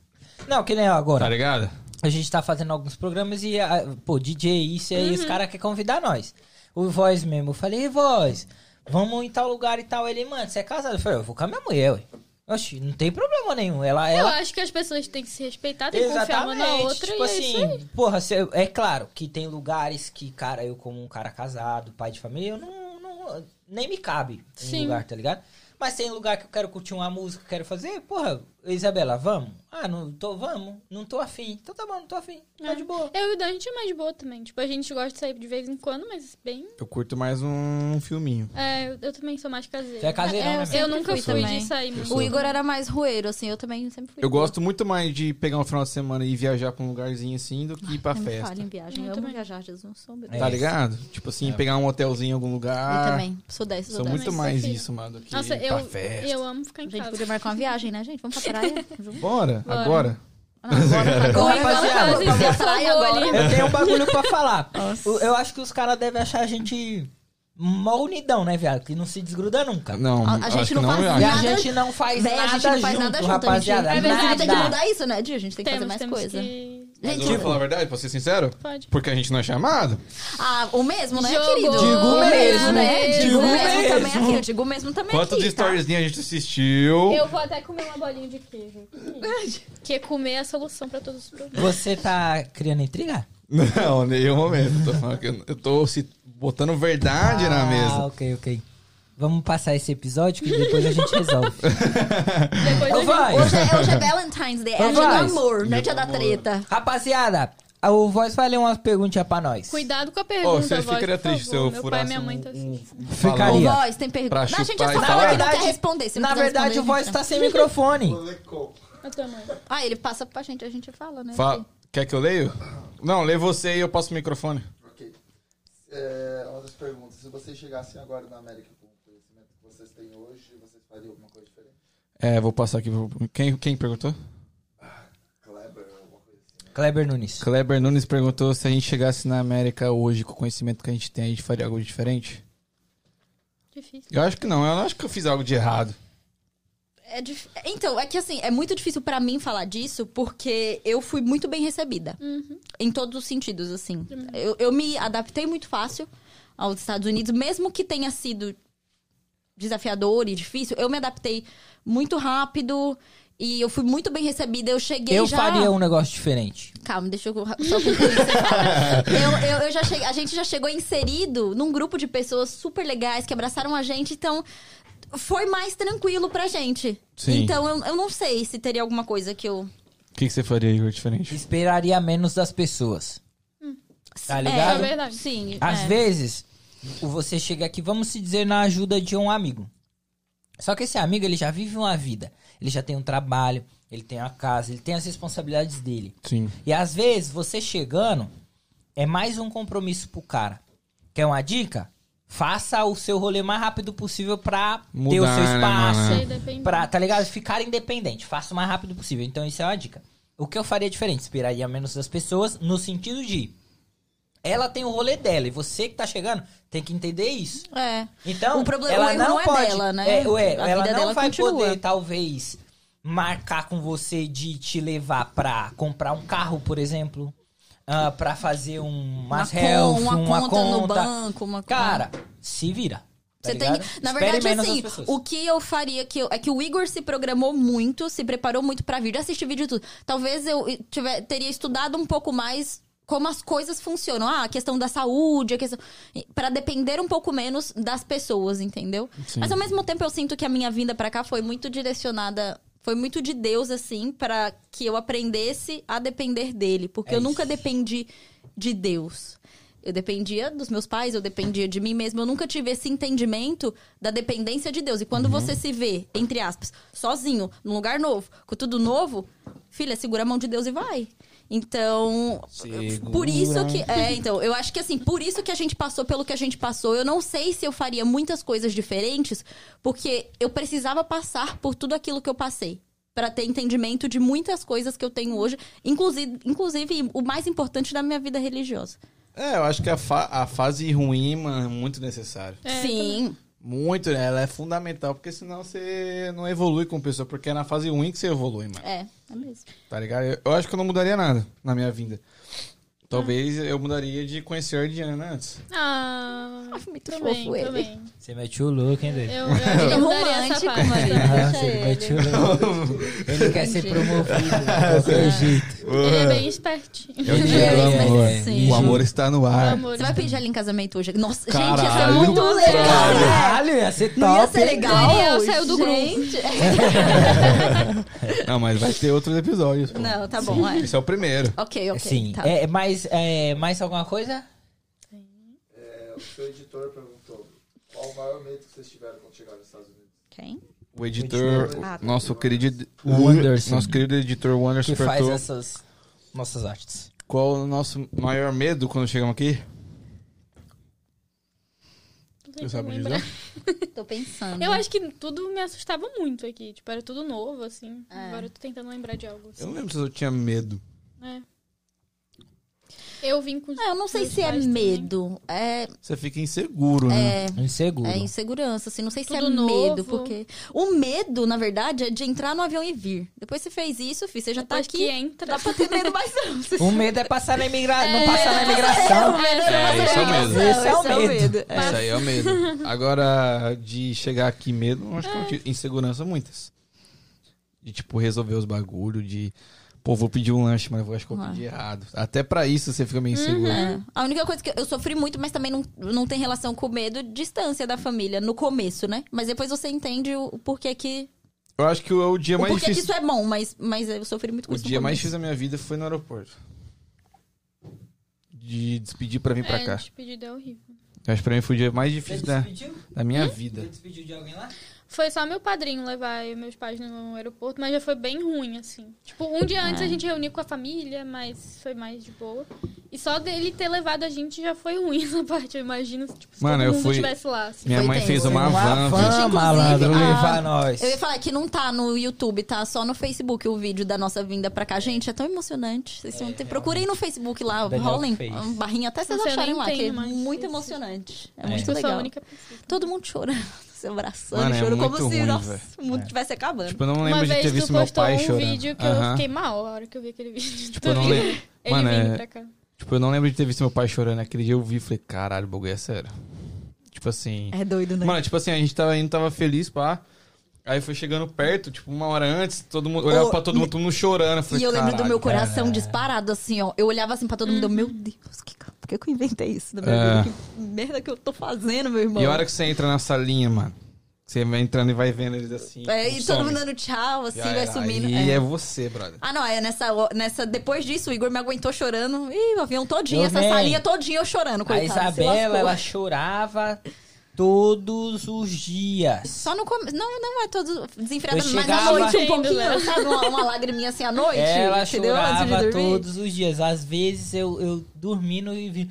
[SPEAKER 2] Não, que nem
[SPEAKER 1] Tá
[SPEAKER 2] agora.
[SPEAKER 1] ligado?
[SPEAKER 2] A gente tá fazendo alguns programas e, ah, pô, DJ, isso aí,
[SPEAKER 4] Uhum.
[SPEAKER 2] os caras querem convidar nós. O Voz mesmo, eu falei, "E, Voz, vamos em tal lugar e tal. Ele, mano, você é casado? Eu falei, eu vou com a minha mulher, ué. Oxi, não tem problema nenhum. Ela,
[SPEAKER 3] Eu
[SPEAKER 2] ela
[SPEAKER 3] acho que as pessoas têm que se respeitar, têm que confiar uma na outra.
[SPEAKER 2] Tipo
[SPEAKER 3] e é isso
[SPEAKER 2] assim,
[SPEAKER 3] aí.
[SPEAKER 2] porra, cê- é claro que tem lugares que, cara, eu como um cara casado, pai de família, eu não. não- nem me cabe em
[SPEAKER 3] Sim.
[SPEAKER 2] lugar, tá ligado? Mas tem lugar que eu quero curtir uma música, eu quero fazer, porra, Isabela, vamos? Ah, não tô, vamos. Não tô afim. Então tá bom, não tô afim. Tá
[SPEAKER 3] É.
[SPEAKER 2] de boa.
[SPEAKER 3] Eu e o Dan, a gente é mais de boa também. Tipo, a gente gosta de sair de vez em quando, mas bem.
[SPEAKER 1] Eu curto mais um filminho.
[SPEAKER 3] É, eu, eu também sou mais caseira.
[SPEAKER 2] Você é caseirão,
[SPEAKER 4] É,
[SPEAKER 2] né,
[SPEAKER 4] eu
[SPEAKER 2] velho?
[SPEAKER 3] Eu
[SPEAKER 4] Sempre
[SPEAKER 3] nunca
[SPEAKER 4] fui
[SPEAKER 3] fui é.
[SPEAKER 4] também.
[SPEAKER 3] de sair muito.
[SPEAKER 4] O Igor era mais roeiro, assim, eu também sempre fui.
[SPEAKER 1] Eu gosto muito mais de pegar um final de semana e viajar pra um lugarzinho assim do que ir pra
[SPEAKER 4] Não me
[SPEAKER 1] festa.
[SPEAKER 4] fale em viagem.
[SPEAKER 3] Eu
[SPEAKER 4] Eu amo
[SPEAKER 3] também.
[SPEAKER 4] viajar, Jesus. Sou meu
[SPEAKER 2] É.
[SPEAKER 1] Tá ligado? Tipo assim, pegar um hotelzinho em algum
[SPEAKER 4] Eu
[SPEAKER 1] lugar.
[SPEAKER 4] também. Sou 10, sou
[SPEAKER 1] Ah, Sou
[SPEAKER 4] 10.
[SPEAKER 1] muito
[SPEAKER 3] Mas
[SPEAKER 1] mais
[SPEAKER 3] prefiro.
[SPEAKER 1] isso, mano, do que
[SPEAKER 3] Nossa,
[SPEAKER 1] ir
[SPEAKER 3] eu,
[SPEAKER 1] pra festa.
[SPEAKER 3] eu amo ficar
[SPEAKER 4] A
[SPEAKER 3] em
[SPEAKER 4] gente
[SPEAKER 3] casa.
[SPEAKER 4] podia marcar uma viagem, né, gente? Vamos pra praia? Junto.
[SPEAKER 1] Bora,
[SPEAKER 3] Bora.
[SPEAKER 1] agora.
[SPEAKER 2] Agora,
[SPEAKER 3] Mas
[SPEAKER 2] rapaziada,
[SPEAKER 3] isso é
[SPEAKER 4] praia
[SPEAKER 3] falar
[SPEAKER 4] agora.
[SPEAKER 3] ali.
[SPEAKER 2] eu tenho um bagulho pra falar. Eu, eu acho que os caras devem achar a gente mó unidão, né, viado? Que não se desgruda nunca.
[SPEAKER 1] Não,
[SPEAKER 4] A- a gente
[SPEAKER 1] acho
[SPEAKER 4] não
[SPEAKER 1] que não
[SPEAKER 4] faz
[SPEAKER 1] viaja.
[SPEAKER 2] E a
[SPEAKER 4] Nada-
[SPEAKER 2] gente não faz
[SPEAKER 4] Véi,
[SPEAKER 2] nada
[SPEAKER 4] a gente não faz
[SPEAKER 2] junto,
[SPEAKER 4] nada junto,
[SPEAKER 2] rapaziada.
[SPEAKER 3] é
[SPEAKER 4] a gente, a gente tem que
[SPEAKER 2] nada.
[SPEAKER 4] mudar isso, né, Di? A gente tem que
[SPEAKER 3] Temos,
[SPEAKER 4] fazer mais
[SPEAKER 3] temos
[SPEAKER 4] coisa.
[SPEAKER 3] que...
[SPEAKER 1] Mas eu
[SPEAKER 4] Gente,
[SPEAKER 1] vou falar a verdade, pra ser sincero?
[SPEAKER 3] Pode.
[SPEAKER 1] Porque a gente não é chamado.
[SPEAKER 4] ah, o mesmo, né,
[SPEAKER 3] Jogou.
[SPEAKER 4] querido?
[SPEAKER 3] Digo
[SPEAKER 2] mesmo,
[SPEAKER 4] né? Digo
[SPEAKER 2] digo
[SPEAKER 4] mesmo também
[SPEAKER 2] mesmo.
[SPEAKER 4] aqui, eu digo mesmo também
[SPEAKER 1] Quantos
[SPEAKER 4] aqui, tá?
[SPEAKER 1] stories a gente assistiu?
[SPEAKER 3] Eu vou até comer uma bolinha de queijo. Que comer é a solução pra todos os problemas.
[SPEAKER 2] Você tá criando intriga?
[SPEAKER 1] Não, nenhum momento. Tô falando que eu- Eu tô se botando verdade na
[SPEAKER 2] Ah,
[SPEAKER 1] mesa.
[SPEAKER 2] ok, ok. Vamos passar esse episódio que depois a gente
[SPEAKER 4] (laughs)
[SPEAKER 2] resolve.
[SPEAKER 3] Depois
[SPEAKER 2] Ô,
[SPEAKER 3] eu
[SPEAKER 2] Então vai!
[SPEAKER 4] Hoje é, hoje é Valentine's Day, é
[SPEAKER 2] Ô,
[SPEAKER 4] dia do
[SPEAKER 2] Vaz.
[SPEAKER 4] amor, não é dia da treta.
[SPEAKER 2] Rapaziada, a- o Voz vai ler umas perguntinhas pra nós.
[SPEAKER 3] Cuidado com a
[SPEAKER 1] Ô,
[SPEAKER 3] pergunta,
[SPEAKER 1] você
[SPEAKER 3] voz,
[SPEAKER 1] ficaria
[SPEAKER 3] por
[SPEAKER 1] triste se
[SPEAKER 3] favor.
[SPEAKER 1] eu
[SPEAKER 3] Meu pai e
[SPEAKER 1] furasse
[SPEAKER 3] minha mãe
[SPEAKER 1] um-
[SPEAKER 3] tá
[SPEAKER 1] um-
[SPEAKER 3] assistindo.
[SPEAKER 1] um
[SPEAKER 4] O
[SPEAKER 2] Maria.
[SPEAKER 1] balão?
[SPEAKER 4] voz tem pergunta.
[SPEAKER 1] Pra
[SPEAKER 4] A gente
[SPEAKER 1] chupar
[SPEAKER 4] é
[SPEAKER 1] e
[SPEAKER 4] só
[SPEAKER 1] falar.
[SPEAKER 4] fala que
[SPEAKER 2] Na
[SPEAKER 4] não quer
[SPEAKER 2] verdade-
[SPEAKER 4] responder. Se
[SPEAKER 2] Na
[SPEAKER 4] não quiser
[SPEAKER 2] verdade,
[SPEAKER 4] responder, então.
[SPEAKER 2] o Voz
[SPEAKER 4] a gente-
[SPEAKER 2] tá sem
[SPEAKER 4] (laughs)
[SPEAKER 2] microfone.
[SPEAKER 1] um-
[SPEAKER 3] A tua mãe.
[SPEAKER 4] Ah, ele passa pra gente, a gente fala, né?
[SPEAKER 1] Fa- Quer que eu leio? Não, lê você e eu passo o microfone.
[SPEAKER 9] Ok. É, uma das perguntas. Se vocês chegassem agora na América com o conhecimento que vocês têm hoje, vocês fariam alguma coisa diferente?
[SPEAKER 1] É, vou passar aqui. pro- Quem, quem perguntou?
[SPEAKER 9] Kleber, alguma coisa assim.
[SPEAKER 2] Kleber Nunes.
[SPEAKER 1] Kleber Nunes perguntou se a gente chegasse na América hoje com o conhecimento que a gente tem, a gente faria algo diferente?
[SPEAKER 3] Difícil.
[SPEAKER 1] Eu acho que não, eu não acho que eu fiz algo de errado.
[SPEAKER 4] É dif- Então, é que assim, é muito difícil pra mim falar disso porque eu fui muito bem recebida. Em todos os sentidos, assim. Eu, eu me adaptei muito fácil aos Estados Unidos, mesmo que tenha sido desafiador e difícil, eu me adaptei muito rápido e eu fui muito bem recebida. Eu cheguei
[SPEAKER 2] Eu
[SPEAKER 4] já.
[SPEAKER 2] faria um negócio diferente.
[SPEAKER 4] Calma, deixa eu ra- só concluir o que você
[SPEAKER 2] (laughs)
[SPEAKER 4] fala. Eu, eu, eu já cheguei, a gente já chegou inserido num grupo de pessoas super legais que abraçaram a gente, então foi mais tranquilo pra gente.
[SPEAKER 1] Sim.
[SPEAKER 4] Então eu, eu não sei se teria alguma coisa que eu.
[SPEAKER 1] O que, que você faria, Igor, diferente?
[SPEAKER 2] Esperaria menos das pessoas. Tá
[SPEAKER 3] É
[SPEAKER 2] ligado?
[SPEAKER 3] verdade.
[SPEAKER 4] Sim.
[SPEAKER 2] Às
[SPEAKER 4] é.
[SPEAKER 2] vezes, o- você chega aqui, vamos se dizer, na ajuda de um amigo. Só que esse amigo, ele já vive uma vida. Ele já tem um trabalho, ele tem a casa, ele tem as responsabilidades dele.
[SPEAKER 1] Sim.
[SPEAKER 2] E às vezes, você chegando, é mais um compromisso pro cara. Quer uma dica? Faça o seu rolê mais rápido possível pra ter o
[SPEAKER 1] Mudar,
[SPEAKER 2] seu
[SPEAKER 1] né, mano?
[SPEAKER 2] espaço.
[SPEAKER 3] Sei, depende.
[SPEAKER 2] pra, tá ligado? Ficar independente. Faça o mais rápido possível. Então, isso é uma dica. O que eu faria diferente? Esperaria menos das pessoas, no sentido de. Ela tem o rolê dela e você que tá chegando tem que entender isso.
[SPEAKER 4] É.
[SPEAKER 2] Então,
[SPEAKER 4] O problema- o
[SPEAKER 2] ela
[SPEAKER 4] erro
[SPEAKER 2] não
[SPEAKER 4] não é
[SPEAKER 2] pode,
[SPEAKER 4] dela, né?
[SPEAKER 2] é, ué,
[SPEAKER 4] A
[SPEAKER 2] ela
[SPEAKER 4] vida
[SPEAKER 2] não
[SPEAKER 4] dela
[SPEAKER 2] vai
[SPEAKER 4] continua.
[SPEAKER 2] poder, talvez, marcar com você de te levar pra comprar um carro, por exemplo. ah, pra fazer um
[SPEAKER 4] Uma,
[SPEAKER 2] umas
[SPEAKER 4] con-
[SPEAKER 2] health,
[SPEAKER 4] uma,
[SPEAKER 2] uma
[SPEAKER 4] conta, no banco, uma
[SPEAKER 2] Cara, se vira. tá
[SPEAKER 4] Você tem
[SPEAKER 2] ligado?
[SPEAKER 4] que- na
[SPEAKER 2] Espere
[SPEAKER 4] verdade,
[SPEAKER 2] menos
[SPEAKER 4] assim,
[SPEAKER 2] das pessoas.
[SPEAKER 4] o que eu faria que eu- é que o Igor se programou muito, se preparou muito pra vir, já assisti vídeo e tudo. Talvez eu eh, tiver- teria estudado um pouco mais como as coisas funcionam. Ah, a questão da saúde, a questão. Pra depender um pouco menos das pessoas, entendeu? Mas ao mesmo tempo eu sinto que a minha vinda pra cá foi muito direcionada. Foi muito de Deus, assim, pra que eu aprendesse a depender dele. Porque
[SPEAKER 2] É
[SPEAKER 4] eu nunca
[SPEAKER 2] isso.
[SPEAKER 4] dependi de Deus. Eu dependia dos meus pais, eu dependia de mim mesmo. Eu nunca tive esse entendimento da dependência de Deus. E
[SPEAKER 2] Uhum.
[SPEAKER 4] quando você se vê, entre aspas, sozinho, num lugar novo, com tudo novo, filha, segura a mão de Deus e vai. Então, por isso que. É, então, eu acho que assim, por isso que a gente passou pelo que a gente passou. Eu não sei se eu faria muitas coisas diferentes, porque eu precisava passar por tudo aquilo que eu passei. Pra ter entendimento de muitas coisas que eu tenho hoje, inclusive, inclusive o mais importante da minha vida religiosa.
[SPEAKER 1] É, eu acho que a, fa- a fase ruim, mano, é muito necessário.
[SPEAKER 3] É,
[SPEAKER 4] Sim.
[SPEAKER 1] Muito, né? Ela é fundamental, porque senão você não evolui como pessoa, porque é na fase ruim que você evolui, mano.
[SPEAKER 4] É, é mesmo.
[SPEAKER 1] Tá ligado? Eu, eu acho que eu não mudaria nada na minha vinda. Talvez eu mudaria de conhecer a Diana antes.
[SPEAKER 3] Ah,
[SPEAKER 4] Muito
[SPEAKER 3] também,
[SPEAKER 4] fofo ele.
[SPEAKER 3] também.
[SPEAKER 2] Você meteu o louco, hein,
[SPEAKER 3] Eu,
[SPEAKER 2] doido?
[SPEAKER 3] eu acho que eu mudaria essa
[SPEAKER 4] Romântico,
[SPEAKER 3] parte. né?
[SPEAKER 4] mano.
[SPEAKER 2] Ah,
[SPEAKER 4] Deixa
[SPEAKER 2] você
[SPEAKER 4] ele.
[SPEAKER 2] meteu o
[SPEAKER 1] É
[SPEAKER 2] louco. Ele quer ser promovido de qualquer jeito.
[SPEAKER 3] Ele é bem espertinho.
[SPEAKER 1] É o dia
[SPEAKER 4] É,
[SPEAKER 1] do
[SPEAKER 4] mas
[SPEAKER 1] amor.
[SPEAKER 4] sim.
[SPEAKER 1] O amor está no
[SPEAKER 3] Meu
[SPEAKER 1] ar.
[SPEAKER 3] amor.
[SPEAKER 4] Você vai pedir ela em casamento hoje? Nossa, gente, ia ser
[SPEAKER 1] Caralho.
[SPEAKER 4] muito legal.
[SPEAKER 2] Caralho, ia ser
[SPEAKER 8] Não ia
[SPEAKER 2] top.
[SPEAKER 8] ser legal.
[SPEAKER 4] Daniel saiu do
[SPEAKER 8] gente.
[SPEAKER 1] Não, mas vai ter outros episódios. pô.
[SPEAKER 8] Não, tá bom, é.
[SPEAKER 1] Esse é o primeiro.
[SPEAKER 8] Ok, ok.
[SPEAKER 2] Sim.
[SPEAKER 8] tá.
[SPEAKER 2] É, mais, é, mais alguma coisa?
[SPEAKER 9] É, o seu editor perguntou qual o maior medo que vocês tiveram quando chegaram nos Estados Unidos.
[SPEAKER 8] Quem?
[SPEAKER 1] O editor,
[SPEAKER 9] Ah, tá.
[SPEAKER 1] nosso querido...
[SPEAKER 2] Wanderson.
[SPEAKER 1] Nosso querido editor Wanderson
[SPEAKER 2] Que faz
[SPEAKER 1] perguntou
[SPEAKER 2] essas nossas artes.
[SPEAKER 1] qual o nosso maior medo quando chegamos aqui.
[SPEAKER 3] Não
[SPEAKER 1] Você
[SPEAKER 3] tem
[SPEAKER 1] sabe
[SPEAKER 3] como
[SPEAKER 1] dizer?
[SPEAKER 3] lembrar.
[SPEAKER 4] Tô pensando.
[SPEAKER 3] Eu acho que tudo me assustava muito aqui. Tipo, era tudo novo, assim.
[SPEAKER 4] É.
[SPEAKER 3] Agora eu tô tentando lembrar de algo.
[SPEAKER 1] Eu não
[SPEAKER 3] Assim.
[SPEAKER 1] lembro se eu tinha medo.
[SPEAKER 3] É. Eu vim com.
[SPEAKER 4] Ah, eu não sei
[SPEAKER 3] meus
[SPEAKER 4] se é
[SPEAKER 3] pais também.
[SPEAKER 4] medo. É,
[SPEAKER 1] Você fica inseguro, né?
[SPEAKER 4] é,
[SPEAKER 2] Inseguro.
[SPEAKER 4] é insegurança, assim. Não sei se é
[SPEAKER 3] Tudo
[SPEAKER 4] medo,
[SPEAKER 3] novo.
[SPEAKER 4] porque. O medo, na verdade, é de entrar no avião e vir. Depois você fez isso, filho, você já tá
[SPEAKER 3] Depois
[SPEAKER 4] aqui.
[SPEAKER 3] que entra.
[SPEAKER 4] Dá pra ter medo mais não.
[SPEAKER 2] O medo é passar na imigração. Não passar na imigração.
[SPEAKER 1] É, esse é o medo.
[SPEAKER 2] Esse é o medo.
[SPEAKER 1] Esse aí é o medo. Agora, de chegar aqui medo, eu acho que eu tive insegurança muitas. De, tipo, resolver os bagulhos, de... Pô, vou pedir um lanche, mas eu acho que eu pedi errado. Até pra isso você fica meio inseguro.
[SPEAKER 4] É. A única coisa que eu sofri muito, mas também não, não tem relação com o medo, distância da família, no começo, né? Mas depois você entende o o porquê que.
[SPEAKER 1] Eu acho que o, o dia
[SPEAKER 4] O
[SPEAKER 1] mais
[SPEAKER 4] porquê que
[SPEAKER 1] difícil...
[SPEAKER 4] isso é bom, mas, mas eu sofri muito com
[SPEAKER 1] O
[SPEAKER 4] isso. no
[SPEAKER 1] dia é mais
[SPEAKER 4] começo.
[SPEAKER 1] difícil da minha vida foi no aeroporto. De despedir pra vir pra
[SPEAKER 3] é,
[SPEAKER 1] cá.
[SPEAKER 3] despedida é horrível.
[SPEAKER 1] Eu acho que pra mim foi o dia mais difícil da, da minha vida.
[SPEAKER 2] despediu de alguém lá?
[SPEAKER 3] Foi só meu padrinho levar eu e meus pais no aeroporto, mas já foi bem ruim, assim. Tipo, um dia
[SPEAKER 1] É.
[SPEAKER 3] antes a gente reuniu com a família, mas foi mais de boa. E só dele ter levado a gente já foi ruim (laughs) essa parte, eu imagino. Tipo, se
[SPEAKER 1] Mano,
[SPEAKER 3] todo
[SPEAKER 1] eu
[SPEAKER 3] mundo
[SPEAKER 1] fui-
[SPEAKER 3] estivesse lá. assim.
[SPEAKER 1] Minha
[SPEAKER 4] Foi
[SPEAKER 1] mãe
[SPEAKER 4] tenso.
[SPEAKER 1] fez uma
[SPEAKER 2] Uma
[SPEAKER 1] van. velho.
[SPEAKER 2] van,
[SPEAKER 4] inclusive,
[SPEAKER 2] malandro,
[SPEAKER 4] a-
[SPEAKER 2] levar nós.
[SPEAKER 4] Eu ia falar que não tá no YouTube, tá só no Facebook o vídeo da nossa vinda pra cá. Gente, é tão emocionante.
[SPEAKER 1] É,
[SPEAKER 4] Vocês vão ter... Procurem no Facebook lá,
[SPEAKER 2] Daniel
[SPEAKER 4] rolem
[SPEAKER 2] fez.
[SPEAKER 4] um barrinho até vocês
[SPEAKER 3] Nossa, eu
[SPEAKER 4] acharem
[SPEAKER 3] nem
[SPEAKER 4] lá, que é
[SPEAKER 3] tenho mais
[SPEAKER 4] muito
[SPEAKER 3] esse.
[SPEAKER 4] emocionante.
[SPEAKER 2] É.
[SPEAKER 4] É, muito
[SPEAKER 3] eu sou a
[SPEAKER 4] legal.
[SPEAKER 3] única pessoa.
[SPEAKER 4] Todo mundo chorando, (laughs) se abraçando,
[SPEAKER 1] Mano, é
[SPEAKER 4] chorando como
[SPEAKER 1] muito
[SPEAKER 4] se
[SPEAKER 1] ruim,
[SPEAKER 4] nossa,
[SPEAKER 1] velho.
[SPEAKER 4] o mundo estivesse acabando.
[SPEAKER 1] Tipo, eu não
[SPEAKER 3] Uma
[SPEAKER 1] lembro de ter
[SPEAKER 3] vez
[SPEAKER 1] visto
[SPEAKER 3] tu
[SPEAKER 1] meu
[SPEAKER 3] postou
[SPEAKER 1] pai
[SPEAKER 3] um
[SPEAKER 1] chorando.
[SPEAKER 3] vídeo que eu
[SPEAKER 1] Aham.
[SPEAKER 3] fiquei mal a hora que eu vi aquele
[SPEAKER 1] (laughs)
[SPEAKER 3] vídeo.
[SPEAKER 1] Tipo,
[SPEAKER 3] Tu
[SPEAKER 1] eu não
[SPEAKER 3] viu?
[SPEAKER 1] lembro.
[SPEAKER 3] Ele
[SPEAKER 1] Mano,
[SPEAKER 3] vindo
[SPEAKER 1] é-
[SPEAKER 3] pra cá.
[SPEAKER 1] Tipo, eu não lembro de ter visto meu pai chorando. Aquele dia eu vi e falei, caralho, o bagulho é sério. Tipo assim.
[SPEAKER 4] É doido, né?
[SPEAKER 1] Mano, tipo assim, a gente tava indo, tava feliz, pá. Aí foi chegando perto, tipo, uma hora antes, todo mundo olhava
[SPEAKER 4] Ô,
[SPEAKER 1] pra todo mundo, todo mundo chorando. Eu falei,
[SPEAKER 4] e eu lembro do
[SPEAKER 1] "Caralho,
[SPEAKER 4] meu
[SPEAKER 1] é.
[SPEAKER 4] coração disparado, assim, ó. Eu olhava assim pra todo
[SPEAKER 3] Uhum.
[SPEAKER 4] mundo, eu, meu Deus, que, ca- por que que eu inventei isso da minha
[SPEAKER 1] É.
[SPEAKER 4] vida? Que merda que eu tô fazendo, meu irmão?
[SPEAKER 1] E a hora que você entra na salinha, mano, você vai entrando e vai vendo eles assim.
[SPEAKER 4] É,
[SPEAKER 1] tipo,
[SPEAKER 4] e todo
[SPEAKER 1] some.
[SPEAKER 4] mundo dando tchau, assim,
[SPEAKER 1] Já
[SPEAKER 4] vai
[SPEAKER 1] era.
[SPEAKER 4] sumindo.
[SPEAKER 1] Aí é.
[SPEAKER 4] é.
[SPEAKER 1] você, brother.
[SPEAKER 4] Ah, não, é nessa, nessa. Depois disso, o Igor me aguentou chorando. Ih, o avião todinho,
[SPEAKER 2] Eu
[SPEAKER 4] essa
[SPEAKER 2] nem.
[SPEAKER 4] salinha todinha eu chorando,
[SPEAKER 2] A
[SPEAKER 4] coitada. se
[SPEAKER 2] Isabela,
[SPEAKER 4] lascou.
[SPEAKER 2] ela chorava todos os dias.
[SPEAKER 4] Só no começo. Não, não é todo desenfreado,
[SPEAKER 2] Eu
[SPEAKER 4] mas à
[SPEAKER 2] chegava- É,
[SPEAKER 4] noite um
[SPEAKER 3] Entendo,
[SPEAKER 4] pouquinho,
[SPEAKER 3] né?
[SPEAKER 4] sabe? Uma, uma lagriminha assim à noite.
[SPEAKER 2] Ela
[SPEAKER 4] entendeu? Antes de
[SPEAKER 2] chorava
[SPEAKER 4] dormir.
[SPEAKER 2] todos os dias. Às vezes eu, eu dormindo e
[SPEAKER 4] (laughs)
[SPEAKER 2] vi.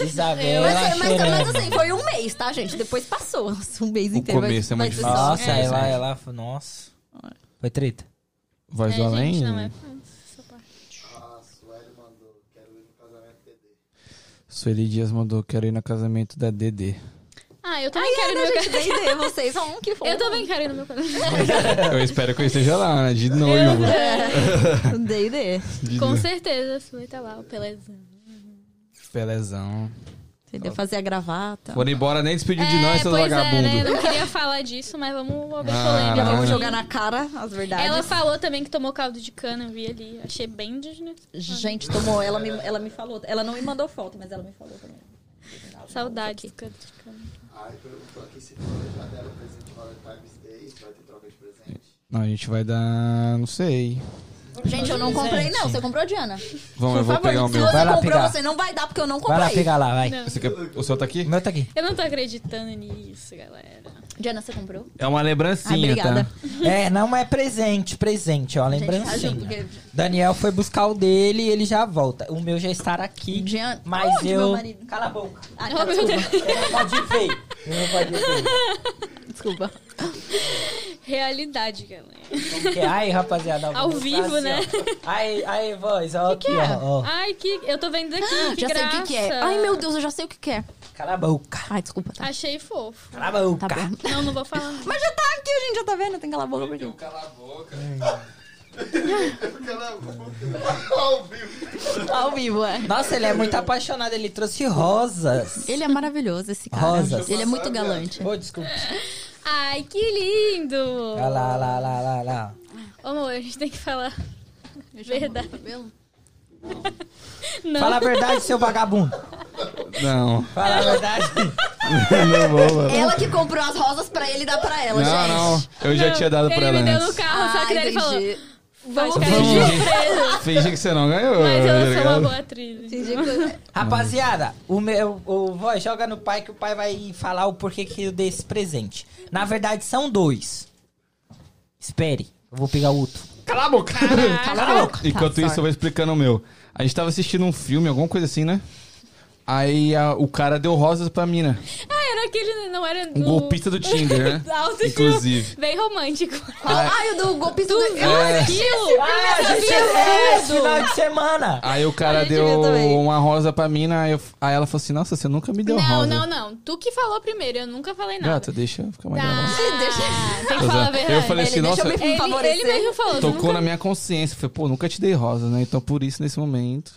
[SPEAKER 2] Isabela
[SPEAKER 4] Mas, mas-
[SPEAKER 2] chorando.
[SPEAKER 4] mas assim, foi um mês, tá, gente? Depois passou um mês
[SPEAKER 1] O
[SPEAKER 4] inteiro. mas-
[SPEAKER 1] começo é
[SPEAKER 4] mas
[SPEAKER 1] muito
[SPEAKER 4] isso-
[SPEAKER 1] difícil.
[SPEAKER 2] Nossa,
[SPEAKER 1] É,
[SPEAKER 2] ela,
[SPEAKER 1] gente.
[SPEAKER 2] ela. Nossa. Foi treta.
[SPEAKER 1] Voz
[SPEAKER 3] É,
[SPEAKER 1] do além?
[SPEAKER 3] gente, não é fácil essa parte.
[SPEAKER 9] A Sueli mandou, quero ir no casamento dele.
[SPEAKER 1] Sueli Dias mandou, quero ir no casamento da DD.
[SPEAKER 3] Ah, eu também quero ir no meu
[SPEAKER 4] Gente, nem dei vocês. Só um que foi.
[SPEAKER 3] Eu também quero ir no meu casamento.
[SPEAKER 1] (laughs) eu espero que eu esteja lá, né?
[SPEAKER 3] É,
[SPEAKER 1] De noivo.
[SPEAKER 4] É.
[SPEAKER 3] (laughs)
[SPEAKER 4] D&D.
[SPEAKER 1] De
[SPEAKER 3] Com
[SPEAKER 1] noivo.
[SPEAKER 3] certeza, a Sui tá lá, o Pelezão.
[SPEAKER 1] Pelezão.
[SPEAKER 4] Entendeu? Fazer a gravata.
[SPEAKER 1] Foram embora, nem despediu de nós, seus
[SPEAKER 3] Tá pois
[SPEAKER 1] vagabundos.
[SPEAKER 3] é, né? Não queria falar disso, mas vamos ao
[SPEAKER 1] Ah,
[SPEAKER 4] Já
[SPEAKER 3] polêmica.
[SPEAKER 1] não, não.
[SPEAKER 4] vamos jogar na cara as verdades.
[SPEAKER 3] Ela falou também que tomou caldo de cana, eu vi ali. Achei bem desnecessário.
[SPEAKER 4] Gente, tomou. Ela me, ela me falou. Ela não me mandou foto, mas ela me falou também.
[SPEAKER 3] Saudades do caldo de cana.
[SPEAKER 9] Aí Ah, perguntou aqui se planejar dela presente Valentine's Day, se vai ter troca de presente.
[SPEAKER 1] Não, a gente vai dar. Não sei.
[SPEAKER 4] Gente, eu não comprei, não. Você comprou, Diana?
[SPEAKER 1] Vamos, eu vou
[SPEAKER 4] Por favor,
[SPEAKER 1] pegar o
[SPEAKER 4] se
[SPEAKER 1] meu.
[SPEAKER 4] você
[SPEAKER 2] Vai lá
[SPEAKER 4] comprou,
[SPEAKER 2] pegar.
[SPEAKER 4] você não vai dar, porque eu não
[SPEAKER 2] Vai lá
[SPEAKER 4] comprei.
[SPEAKER 2] pegar lá, vai.
[SPEAKER 3] Não,
[SPEAKER 1] Você quer... O seu tá aqui?
[SPEAKER 2] O meu tá aqui.
[SPEAKER 3] eu não tô acreditando nisso, galera.
[SPEAKER 4] Diana, você comprou?
[SPEAKER 1] É uma
[SPEAKER 4] Ai,
[SPEAKER 1] lembrancinha,
[SPEAKER 4] obrigada.
[SPEAKER 1] tá?
[SPEAKER 2] É, não é presente, presente, ó, lembrancinha.
[SPEAKER 4] ajuda, porque-
[SPEAKER 2] Daniel foi buscar o dele e ele já volta. O meu já estará aqui,
[SPEAKER 4] Diana-
[SPEAKER 2] mas
[SPEAKER 4] Aonde, meu
[SPEAKER 2] eu...
[SPEAKER 4] marido?
[SPEAKER 2] Cala a boca.
[SPEAKER 4] (laughs) Ah, tá, desculpa.
[SPEAKER 2] Eu não pode ir feio. Eu não pode ir feio.
[SPEAKER 4] desculpa.
[SPEAKER 3] Realidade, galera.
[SPEAKER 2] Como que é? Ai, rapaziada.
[SPEAKER 3] Ao
[SPEAKER 2] vou
[SPEAKER 3] vivo,
[SPEAKER 2] mostrar
[SPEAKER 3] né?
[SPEAKER 2] ó. Ai, ai, voz, ó, aqui,
[SPEAKER 4] é?
[SPEAKER 2] ó, ó.
[SPEAKER 3] Ai, que. Eu tô vendo aqui. Que
[SPEAKER 4] já
[SPEAKER 3] graça.
[SPEAKER 4] sei o que, que é. Ai, meu Deus, eu já sei o que, que é.
[SPEAKER 2] Cala a boca.
[SPEAKER 4] Ai, desculpa. tá.
[SPEAKER 3] Achei fofo.
[SPEAKER 2] Cala a boca.
[SPEAKER 4] Tá bom.
[SPEAKER 3] Não, não vou falar. não.
[SPEAKER 4] Mas já tá aqui, a gente já tá vendo. Tem que calar a boca pra quê? (laughs)
[SPEAKER 9] Ao vivo!
[SPEAKER 4] Ao vivo, é.
[SPEAKER 2] Nossa, ele é muito apaixonado, ele trouxe rosas.
[SPEAKER 4] Ele é maravilhoso, esse cara.
[SPEAKER 2] Rosas.
[SPEAKER 4] Ele é muito galante.
[SPEAKER 2] Pô, desculpa.
[SPEAKER 3] Ai, que lindo!
[SPEAKER 4] Ah.
[SPEAKER 2] Olha lá, olha lá, olha lá, olha lá.
[SPEAKER 3] Amor, a gente tem que falar. Verdade.
[SPEAKER 4] Tá
[SPEAKER 3] Não.
[SPEAKER 2] Fala a verdade, seu vagabundo.
[SPEAKER 1] Não. (laughs)
[SPEAKER 2] Fala a verdade.
[SPEAKER 1] não vou, mano.
[SPEAKER 4] Ela que comprou as rosas pra ele dar pra ela,
[SPEAKER 1] Não,
[SPEAKER 4] gente.
[SPEAKER 1] não. Eu já
[SPEAKER 3] Não,
[SPEAKER 1] tinha dado
[SPEAKER 3] ele
[SPEAKER 1] pra ela
[SPEAKER 3] me deu
[SPEAKER 1] antes.
[SPEAKER 3] no carro, só que
[SPEAKER 4] Ah,
[SPEAKER 3] daí ele falou,
[SPEAKER 4] entendi.
[SPEAKER 3] vamos
[SPEAKER 4] Vamos
[SPEAKER 3] ficar de
[SPEAKER 1] fingir.
[SPEAKER 3] surpresa.
[SPEAKER 1] Finge que você não ganhou.
[SPEAKER 3] Mas
[SPEAKER 1] tá
[SPEAKER 3] eu sou uma
[SPEAKER 1] ligado?
[SPEAKER 3] boa atriz.
[SPEAKER 4] Entendi
[SPEAKER 3] (laughs)
[SPEAKER 4] que-
[SPEAKER 2] Rapaziada, o meu o vó joga no pai que o pai vai falar o porquê que eu dei esse presente. Na verdade, são dois. Espere, eu vou pegar outro.
[SPEAKER 1] Cala a boca!
[SPEAKER 3] Caraca.
[SPEAKER 2] Cala a boca.
[SPEAKER 1] Enquanto
[SPEAKER 4] Tá,
[SPEAKER 1] isso, eu vou explicando o meu. A gente tava assistindo um filme, alguma coisa assim, né? Aí a- o cara deu rosas pra mina.
[SPEAKER 3] Ah, era aquele, não era do...
[SPEAKER 1] Um golpista do Tinder, né?
[SPEAKER 3] (laughs) Alto
[SPEAKER 1] Inclusive.
[SPEAKER 3] Bem romântico.
[SPEAKER 4] Ai, o do golpe do...
[SPEAKER 1] É.
[SPEAKER 3] Aquilo!
[SPEAKER 2] Ah, gente, é, esse final de semana.
[SPEAKER 1] Aí o cara
[SPEAKER 4] gente viu
[SPEAKER 1] deu
[SPEAKER 4] também.
[SPEAKER 1] uma rosa pra mina, aí, eu- aí ela falou assim, nossa, você nunca me deu
[SPEAKER 3] Não,
[SPEAKER 1] rosa.
[SPEAKER 3] não, não. Tu que falou primeiro, eu nunca falei nada.
[SPEAKER 1] Gata, deixa eu ficar mais
[SPEAKER 3] Tá.
[SPEAKER 1] nervosa.
[SPEAKER 3] Tem que falar a verdade.
[SPEAKER 1] Eu falei assim,
[SPEAKER 4] Ele deixa
[SPEAKER 1] nossa,
[SPEAKER 4] eu me
[SPEAKER 3] Ele,
[SPEAKER 4] favorecer.
[SPEAKER 3] ele mesmo falou. tu
[SPEAKER 1] tocou
[SPEAKER 3] nunca-
[SPEAKER 1] na minha consciência. Falei, pô, nunca te dei rosa, né? Então por isso, nesse momento,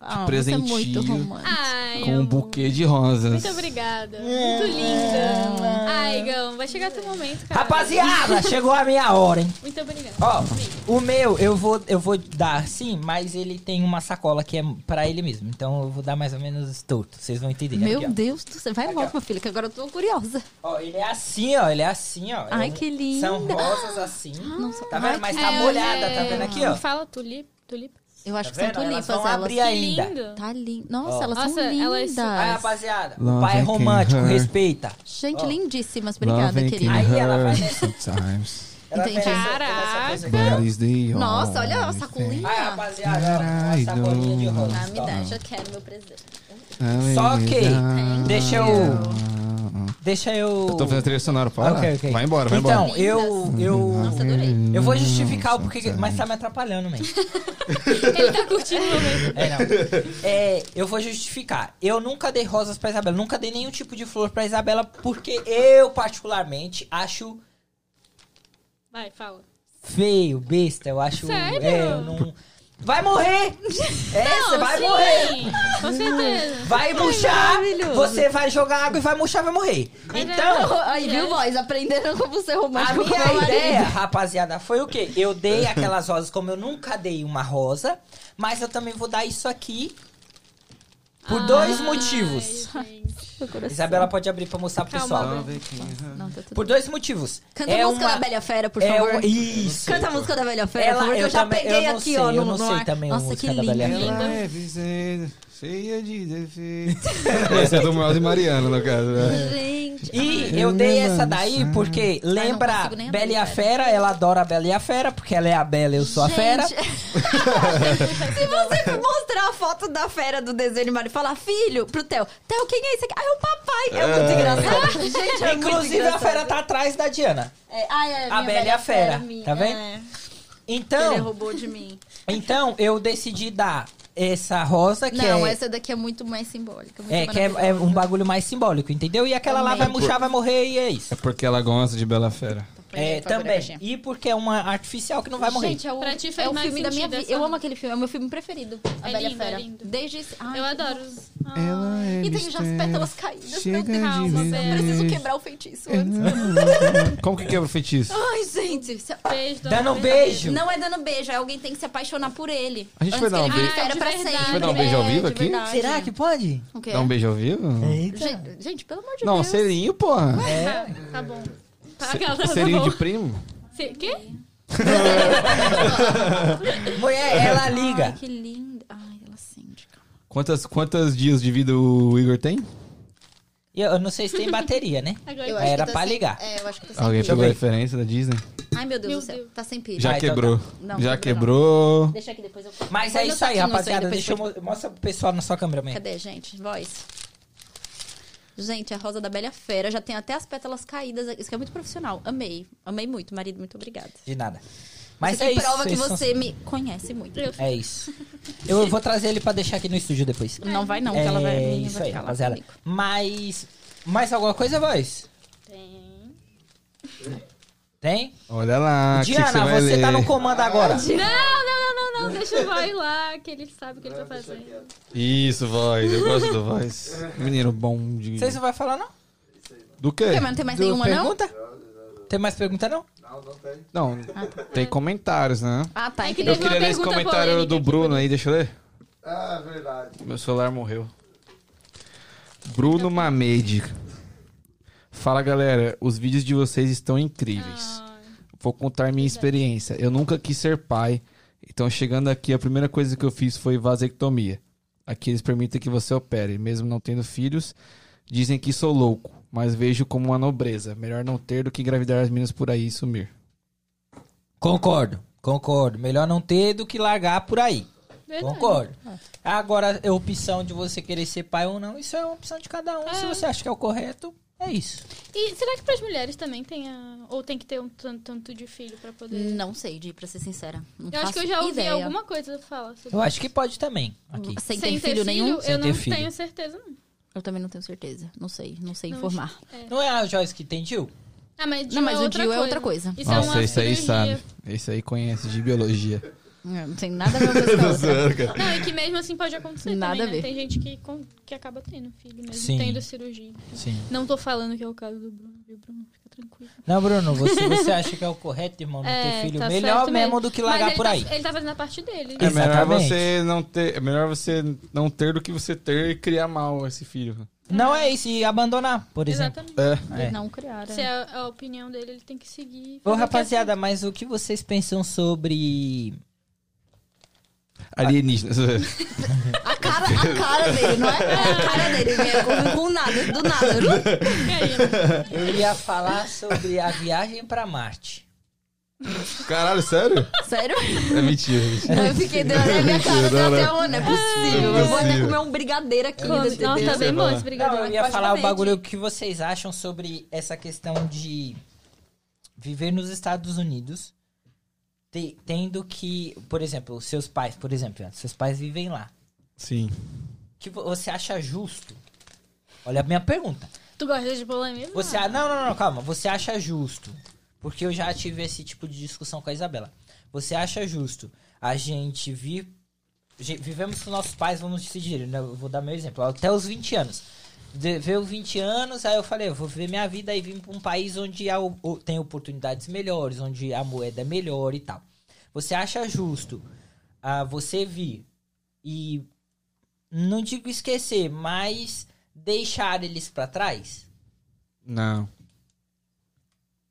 [SPEAKER 4] Ah, você é
[SPEAKER 1] presentinho.
[SPEAKER 4] muito
[SPEAKER 3] Ah.
[SPEAKER 4] romântico.
[SPEAKER 3] Ai,
[SPEAKER 1] com um
[SPEAKER 3] amor.
[SPEAKER 1] buquê de rosas.
[SPEAKER 3] Muito obrigada.
[SPEAKER 2] É,
[SPEAKER 3] Muito linda. Ai, Gão, vai chegar teu momento, cara.
[SPEAKER 2] Rapaziada, chegou a minha hora, hein?
[SPEAKER 3] Muito obrigada.
[SPEAKER 2] Ó, o meu eu vou, eu vou dar sim, mas ele tem uma sacola que é pra ele mesmo. Então eu vou dar mais ou menos torto, vocês vão entender.
[SPEAKER 4] Meu
[SPEAKER 2] Aqui, ó.
[SPEAKER 4] Deus do céu. Vai logo, meu filho, que agora eu tô curiosa.
[SPEAKER 2] Ó, ele é assim, ó, ele é assim, ó.
[SPEAKER 4] Ai,
[SPEAKER 2] É um-
[SPEAKER 4] que lindo.
[SPEAKER 2] São rosas assim. tá
[SPEAKER 4] Ai,
[SPEAKER 2] vendo? Mas
[SPEAKER 3] É,
[SPEAKER 2] tá molhada,
[SPEAKER 3] é,
[SPEAKER 2] tá vendo aqui, ó?
[SPEAKER 3] Fala tulipa. (laughs) tulipa.
[SPEAKER 4] Eu acho
[SPEAKER 2] Tá
[SPEAKER 4] que são
[SPEAKER 2] vendo? Elas
[SPEAKER 4] tulipas
[SPEAKER 2] vão
[SPEAKER 4] elas.
[SPEAKER 2] abrir
[SPEAKER 4] Que
[SPEAKER 3] Que
[SPEAKER 2] ainda.
[SPEAKER 3] lindo.
[SPEAKER 4] Tá lindo. Nossa,
[SPEAKER 2] Ó.
[SPEAKER 4] elas
[SPEAKER 3] Nossa,
[SPEAKER 4] são
[SPEAKER 3] ela é
[SPEAKER 4] lindas.
[SPEAKER 3] su-
[SPEAKER 2] Aí, rapaziada, o
[SPEAKER 1] Love
[SPEAKER 2] pai é
[SPEAKER 1] and
[SPEAKER 2] romântico,
[SPEAKER 1] care.
[SPEAKER 2] respeita.
[SPEAKER 4] Gente,
[SPEAKER 2] Ó.
[SPEAKER 4] lindíssimas. Obrigada,
[SPEAKER 1] Loving
[SPEAKER 4] querida.
[SPEAKER 2] Aí ela
[SPEAKER 1] her
[SPEAKER 2] vai-
[SPEAKER 1] sometimes.
[SPEAKER 2] Ela
[SPEAKER 4] Entendi.
[SPEAKER 2] tem essa- tem essa coisa aqui.
[SPEAKER 1] That is the
[SPEAKER 4] (laughs) Nossa, olha a
[SPEAKER 1] only thing.
[SPEAKER 4] sacolinha.
[SPEAKER 2] Aí, rapaziada, ó,
[SPEAKER 1] Ai,
[SPEAKER 2] uma sacolinha de
[SPEAKER 1] não.
[SPEAKER 2] rosa.
[SPEAKER 4] Ah, me
[SPEAKER 2] ó.
[SPEAKER 4] dá, já quero
[SPEAKER 2] (laughs)
[SPEAKER 4] meu presente.
[SPEAKER 2] Só que,
[SPEAKER 1] Ah,
[SPEAKER 2] deixa eu... Deixa eu...
[SPEAKER 1] Tô fazendo trilha sonora, para.
[SPEAKER 2] Ok, ok.
[SPEAKER 1] Vai embora, vai
[SPEAKER 2] então,
[SPEAKER 1] embora.
[SPEAKER 2] eu... eu...
[SPEAKER 4] Nossa, adorei.
[SPEAKER 2] Eu vou justificar o porquê, que- mas tá me atrapalhando, man.
[SPEAKER 3] Ele tá curtindo o momento.
[SPEAKER 2] É, não. É, eu vou justificar. Eu nunca dei rosas pra Isabela, nunca dei nenhum tipo de flor pra Isabela, porque eu, particularmente, acho
[SPEAKER 3] Vai, fala.
[SPEAKER 2] feio, besta. Eu acho.
[SPEAKER 3] Sério?
[SPEAKER 2] É, eu não. Vai morrer! É, você vai
[SPEAKER 3] sim,
[SPEAKER 2] morrer!
[SPEAKER 3] Com certeza.
[SPEAKER 2] Vai murchar,
[SPEAKER 4] maravilhoso.
[SPEAKER 2] você vai jogar água e vai murchar, vai morrer.
[SPEAKER 3] Mas é
[SPEAKER 2] Então,
[SPEAKER 4] Aí, viu, voz? Aprenderam como é? ser
[SPEAKER 2] a
[SPEAKER 4] romântico com
[SPEAKER 2] minha
[SPEAKER 4] meu
[SPEAKER 2] ideia,
[SPEAKER 4] marido.
[SPEAKER 2] rapaziada, foi o quê? Eu dei aquelas rosas como eu nunca dei uma rosa, mas eu também vou dar isso aqui por
[SPEAKER 4] Ah,
[SPEAKER 2] dois
[SPEAKER 3] Ai,
[SPEAKER 2] motivos.
[SPEAKER 3] gente.
[SPEAKER 4] Meu coração.
[SPEAKER 2] Isabela pode abrir pra mostrar pro
[SPEAKER 3] Calma,
[SPEAKER 2] pessoal.
[SPEAKER 4] Não, tá tudo
[SPEAKER 2] Por dois motivos.
[SPEAKER 4] Canta a música da Bela Fera, por
[SPEAKER 2] é
[SPEAKER 4] favor.
[SPEAKER 2] um- Isso.
[SPEAKER 4] Canta a música da Velha Fera,
[SPEAKER 2] Ela-
[SPEAKER 4] por favor, que
[SPEAKER 2] eu
[SPEAKER 4] eu já
[SPEAKER 2] também- eu
[SPEAKER 4] peguei
[SPEAKER 2] não
[SPEAKER 4] aqui,
[SPEAKER 2] sei,
[SPEAKER 4] ó.
[SPEAKER 2] eu
[SPEAKER 4] no-
[SPEAKER 2] não
[SPEAKER 4] no
[SPEAKER 2] sei
[SPEAKER 4] ar.
[SPEAKER 2] também a
[SPEAKER 4] Nossa, que
[SPEAKER 2] música da Bela
[SPEAKER 4] lindo.
[SPEAKER 2] Fera.
[SPEAKER 3] Linda.
[SPEAKER 1] Cheia de
[SPEAKER 4] (laughs)
[SPEAKER 1] defeitos. Esse é do Melzo e Mariano, no caso.
[SPEAKER 4] Uhum.
[SPEAKER 1] né?
[SPEAKER 4] Gente,
[SPEAKER 2] E eu dei essa daí porque
[SPEAKER 4] Ai, não
[SPEAKER 2] lembra
[SPEAKER 4] consigo nem
[SPEAKER 2] Bela e a
[SPEAKER 4] abrir,
[SPEAKER 2] Fera, ela adora a Bela e a Fera, porque ela é a Bela e eu sou a Fera.
[SPEAKER 4] Gente. (laughs) é Se você for mostrar a foto da fera do desenho animado e falar, filho, pro Theo, Theo, quem é esse aqui? Ah, é o papai. É muito engraçado.
[SPEAKER 2] (laughs)
[SPEAKER 4] Gente, é muito
[SPEAKER 2] Inclusive a
[SPEAKER 4] engraçado.
[SPEAKER 2] Fera tá atrás da Diana.
[SPEAKER 4] É, ah, é,
[SPEAKER 2] A
[SPEAKER 4] minha
[SPEAKER 2] Bela e a Fera,
[SPEAKER 4] minha,
[SPEAKER 2] tá vendo?
[SPEAKER 4] é. Ele
[SPEAKER 2] Então,
[SPEAKER 4] roubou de mim.
[SPEAKER 2] então eu decidi dar essa rosa que
[SPEAKER 4] Não,
[SPEAKER 2] é
[SPEAKER 4] essa daqui é muito mais simbólica. muito
[SPEAKER 2] é, que é, é
[SPEAKER 4] maravilhosa.
[SPEAKER 2] um bagulho mais simbólico, entendeu? E aquela lá vai
[SPEAKER 4] Também.
[SPEAKER 2] murchar, vai morrer e é isso.
[SPEAKER 1] É porque ela gosta de Bela Fera.
[SPEAKER 2] É,
[SPEAKER 4] Pra
[SPEAKER 2] também.
[SPEAKER 4] gente.
[SPEAKER 2] E porque é uma artificial que não vai morrer.
[SPEAKER 4] Gente, é o,
[SPEAKER 3] Pra ti fez
[SPEAKER 4] é o
[SPEAKER 3] mais
[SPEAKER 4] filme da minha
[SPEAKER 3] sentido
[SPEAKER 4] vida.
[SPEAKER 3] essa-
[SPEAKER 4] Eu amo aquele filme, é o meu filme preferido. A
[SPEAKER 3] É
[SPEAKER 4] Bela e a
[SPEAKER 3] lindo, é
[SPEAKER 4] Fera.
[SPEAKER 3] lindo.
[SPEAKER 4] Desde. esse- Ai,
[SPEAKER 3] Eu
[SPEAKER 4] que
[SPEAKER 3] adoro
[SPEAKER 4] bom. Ah.
[SPEAKER 3] os...
[SPEAKER 1] Ela é
[SPEAKER 4] E tem já as pétalas caídas.
[SPEAKER 1] Chega de É,
[SPEAKER 4] Meu Deus,
[SPEAKER 1] né?
[SPEAKER 4] calma,
[SPEAKER 3] mistério.
[SPEAKER 4] Bela. preciso quebrar o feitiço antes.
[SPEAKER 1] Como que quebra o feitiço?
[SPEAKER 4] Ai, gente. se-
[SPEAKER 3] Beijo,
[SPEAKER 2] Dando um
[SPEAKER 3] Dona
[SPEAKER 2] beijo.
[SPEAKER 4] Não é dando beijo, é alguém tem que se apaixonar por ele.
[SPEAKER 1] A gente vai
[SPEAKER 4] Antes
[SPEAKER 1] dar
[SPEAKER 4] que
[SPEAKER 1] um
[SPEAKER 4] ele
[SPEAKER 1] beijo.
[SPEAKER 4] vire fera
[SPEAKER 3] Ah, de
[SPEAKER 4] pra
[SPEAKER 3] verdade.
[SPEAKER 4] sempre.
[SPEAKER 3] A gente
[SPEAKER 1] vai dar um beijo ao
[SPEAKER 4] É, de
[SPEAKER 1] vivo aqui?
[SPEAKER 4] verdade.
[SPEAKER 2] Será que pode?
[SPEAKER 4] O quê?
[SPEAKER 1] Dá um beijo ao vivo?
[SPEAKER 4] Gente, gente, pelo amor de
[SPEAKER 1] Não,
[SPEAKER 4] Deus.
[SPEAKER 1] selinho, porra. É
[SPEAKER 3] Tá,
[SPEAKER 4] É.
[SPEAKER 3] tá bom. Tá, aquela tá
[SPEAKER 1] Selinho
[SPEAKER 3] bom.
[SPEAKER 1] de primo?
[SPEAKER 3] Se- Quê?
[SPEAKER 2] Mulher, ela
[SPEAKER 4] Ai,
[SPEAKER 2] liga.
[SPEAKER 4] que linda. Ai, ela sente.
[SPEAKER 1] Quantas, quantos dias de vida o Igor tem?
[SPEAKER 2] E Eu eu não sei se tem bateria, né?
[SPEAKER 3] Agora
[SPEAKER 4] Eu
[SPEAKER 3] eu
[SPEAKER 4] acho que
[SPEAKER 2] Era
[SPEAKER 4] tá
[SPEAKER 2] pra
[SPEAKER 4] sem-
[SPEAKER 2] ligar.
[SPEAKER 4] É, eu acho que tá sem
[SPEAKER 1] Alguém
[SPEAKER 4] pilha.
[SPEAKER 1] pegou a
[SPEAKER 2] ver.
[SPEAKER 1] referência da Disney?
[SPEAKER 4] Ai, meu Deus
[SPEAKER 3] Meu
[SPEAKER 4] do céu.
[SPEAKER 3] Deus.
[SPEAKER 4] Tá sem pilha.
[SPEAKER 1] Já
[SPEAKER 2] Ah, então
[SPEAKER 1] quebrou.
[SPEAKER 4] tá. Não,
[SPEAKER 1] Já
[SPEAKER 4] não.
[SPEAKER 1] quebrou.
[SPEAKER 4] Deixa aqui depois eu
[SPEAKER 2] Mas
[SPEAKER 4] Põe
[SPEAKER 2] é
[SPEAKER 4] no
[SPEAKER 2] isso aí,
[SPEAKER 4] saquinho
[SPEAKER 2] rapaziada.
[SPEAKER 4] depois
[SPEAKER 2] Deixa eu
[SPEAKER 4] põe.
[SPEAKER 2] mo- mostra pro pessoal na sua câmera, man.
[SPEAKER 4] Cadê, gente? Voz. Gente, a rosa da Bela é Fera já tem até as pétalas caídas. Isso aqui é muito profissional. Amei. Amei muito, marido. Muito obrigada.
[SPEAKER 2] De nada. Mas
[SPEAKER 4] isso
[SPEAKER 2] é
[SPEAKER 4] aqui
[SPEAKER 2] isso.
[SPEAKER 4] prova que
[SPEAKER 2] vocês são-
[SPEAKER 4] você me conhece muito.
[SPEAKER 2] É isso. Eu vou trazer ele pra deixar aqui no estúdio depois.
[SPEAKER 4] Não vai não, que
[SPEAKER 2] é
[SPEAKER 4] ela vai, vai
[SPEAKER 2] isso aí,
[SPEAKER 4] ficar lá
[SPEAKER 2] rapaziada.
[SPEAKER 4] comigo.
[SPEAKER 2] Mas. Mais alguma coisa, voz?
[SPEAKER 3] Tem.
[SPEAKER 2] Tem?
[SPEAKER 1] Olha lá. o que
[SPEAKER 2] Diana,
[SPEAKER 1] que
[SPEAKER 2] você,
[SPEAKER 1] vai ler?
[SPEAKER 2] tá no comando agora.
[SPEAKER 3] Não, não, não, não, não. Deixa o boy lá, que ele sabe o que ele tá fazendo.
[SPEAKER 1] Isso, voz. Eu gosto do voz. Menino bom de.
[SPEAKER 2] Vocês não vai falar, não?
[SPEAKER 1] Do quê?
[SPEAKER 4] Por quê, mas não tem mais
[SPEAKER 2] Do-
[SPEAKER 4] nenhuma, não?
[SPEAKER 2] pergunta? Tem mais pergunta, não?
[SPEAKER 9] Não, não tem.
[SPEAKER 1] Não,
[SPEAKER 4] tá.
[SPEAKER 1] tem comentários, né?
[SPEAKER 4] Ah, tá.
[SPEAKER 3] É que
[SPEAKER 4] entendi.
[SPEAKER 1] Eu
[SPEAKER 3] Teve
[SPEAKER 1] queria
[SPEAKER 3] uma
[SPEAKER 1] ler esse
[SPEAKER 3] pergunta
[SPEAKER 1] comentário
[SPEAKER 3] polêmica
[SPEAKER 1] do
[SPEAKER 3] aqui,
[SPEAKER 1] Bruno aí, deixa eu ler.
[SPEAKER 9] Ah, verdade.
[SPEAKER 1] Meu celular morreu. Bruno Mamede. Fala galera, os vídeos de vocês estão incríveis.
[SPEAKER 3] Ah,
[SPEAKER 1] Vou contar minha experiência. Eu nunca quis ser pai, então chegando aqui, a primeira coisa que eu fiz foi vasectomia. Aqui eles permitem que você opere, mesmo não tendo filhos. Dizem que sou louco, mas vejo como uma nobreza. Melhor não ter do que engravidar as meninas por aí e sumir.
[SPEAKER 2] Concordo, concordo. Melhor não ter do que largar por aí.
[SPEAKER 3] verdade. Ah, tá.
[SPEAKER 2] Concordo. Agora, a opção de você querer ser pai ou não, isso é uma opção de cada um.
[SPEAKER 3] Ah.
[SPEAKER 2] Se você acha que é o correto, é isso.
[SPEAKER 3] E será que para as mulheres também tem a... Ou tem que ter um tan- tanto de filho para poder...
[SPEAKER 4] Não sei, de pra ser sincera. Hum, Não
[SPEAKER 3] Eu acho que eu
[SPEAKER 4] faço
[SPEAKER 3] já ouvi
[SPEAKER 4] ideia.
[SPEAKER 3] alguma coisa falar sobre
[SPEAKER 2] Eu acho que pode também. Aqui.
[SPEAKER 4] Sem, ter, filho nenhum?
[SPEAKER 3] Eu
[SPEAKER 2] Sem
[SPEAKER 3] não
[SPEAKER 2] ter filho.
[SPEAKER 3] tenho certeza, não.
[SPEAKER 4] Eu também não tenho certeza. Não sei, não sei
[SPEAKER 3] Não,
[SPEAKER 4] informar.
[SPEAKER 2] Não é a Joyce que tem Gil?
[SPEAKER 3] Ah, mas, Jill
[SPEAKER 4] Não, mas
[SPEAKER 3] é
[SPEAKER 4] o
[SPEAKER 3] outra
[SPEAKER 4] Jill é
[SPEAKER 3] coisa.
[SPEAKER 4] outra coisa.
[SPEAKER 3] Isso é uma cirurgia.
[SPEAKER 1] Esse aí conhece de biologia.
[SPEAKER 4] É, Não tem nada a ver com isso com a outra.
[SPEAKER 3] Não, e que mesmo assim pode acontecer
[SPEAKER 4] Nada
[SPEAKER 3] também,
[SPEAKER 4] a
[SPEAKER 3] né?
[SPEAKER 4] ver.
[SPEAKER 3] Tem gente que, con- que acaba tendo filho, mesmo
[SPEAKER 2] Sim.
[SPEAKER 3] tendo cirurgia.
[SPEAKER 2] Sim.
[SPEAKER 3] Não tô falando que é o caso do Bruno, viu, Bruno? Fica tranquilo.
[SPEAKER 2] Não, Bruno,
[SPEAKER 3] (laughs)
[SPEAKER 2] você, você acha que é o correto, irmão, não
[SPEAKER 3] É,
[SPEAKER 2] ter filho?
[SPEAKER 3] tá
[SPEAKER 2] Melhor
[SPEAKER 3] certo
[SPEAKER 2] mesmo do que
[SPEAKER 3] Mas
[SPEAKER 2] largar
[SPEAKER 3] ele
[SPEAKER 2] por
[SPEAKER 3] tá-
[SPEAKER 2] aí.
[SPEAKER 3] ele tá fazendo a parte dele.
[SPEAKER 2] É,
[SPEAKER 1] É melhor
[SPEAKER 2] Exatamente.
[SPEAKER 1] você não ter, é melhor você não ter do que você ter e criar mal esse filho.
[SPEAKER 2] Não é isso, e abandonar, por exemplo.
[SPEAKER 3] Exatamente.
[SPEAKER 1] É.
[SPEAKER 2] É.
[SPEAKER 4] Não criaram.
[SPEAKER 3] Se é a, a opinião dele, ele tem que seguir.
[SPEAKER 2] Ô,
[SPEAKER 3] fazer o que é
[SPEAKER 2] rapaziada, mas o que vocês pensam sobre.
[SPEAKER 1] Alienígenas.
[SPEAKER 4] A cara, a cara dele, não é? É a cara dele, né? Com, com nada,
[SPEAKER 3] (laughs)
[SPEAKER 4] do nada.
[SPEAKER 3] quer.
[SPEAKER 2] Eu ia falar sobre a viagem pra Marte.
[SPEAKER 1] (laughs) Caralho, sério?
[SPEAKER 3] (laughs)
[SPEAKER 4] Sério?
[SPEAKER 1] É mentira.
[SPEAKER 4] Eu fiquei é dando a minha cara
[SPEAKER 1] Mentira,
[SPEAKER 4] deu
[SPEAKER 1] não,
[SPEAKER 4] até uma, não é possível. Eu vou até comer um brigadeiro aqui. desse
[SPEAKER 3] Nossa, tá
[SPEAKER 4] dedo.
[SPEAKER 3] bem bom esse
[SPEAKER 2] Não,
[SPEAKER 3] brigadeiro.
[SPEAKER 2] eu ia falar o bagulho que vocês acham sobre essa questão de viver nos Estados Unidos, te- tendo que, por exemplo, seus pais, por exemplo, seus pais vivem lá.
[SPEAKER 1] Sim.
[SPEAKER 2] Que vo- você acha justo? Olha a minha pergunta.
[SPEAKER 3] Tu gosta de polêmica?
[SPEAKER 2] Você a- não, não, não, calma. Você acha justo? Porque eu já tive esse tipo de discussão com a Isabela. Você acha justo a gente vir ge- vivemos com nossos pais, vamos decidir, né? Eu vou dar meu exemplo, até os 20 anos. De, veio 20 anos, aí eu falei, eu vou viver minha vida e vim pra um país onde há o- o- tem oportunidades melhores, onde a moeda é melhor e tal. Você acha justo ah, você vir e não digo esquecer, mas deixar eles pra trás?
[SPEAKER 1] Não.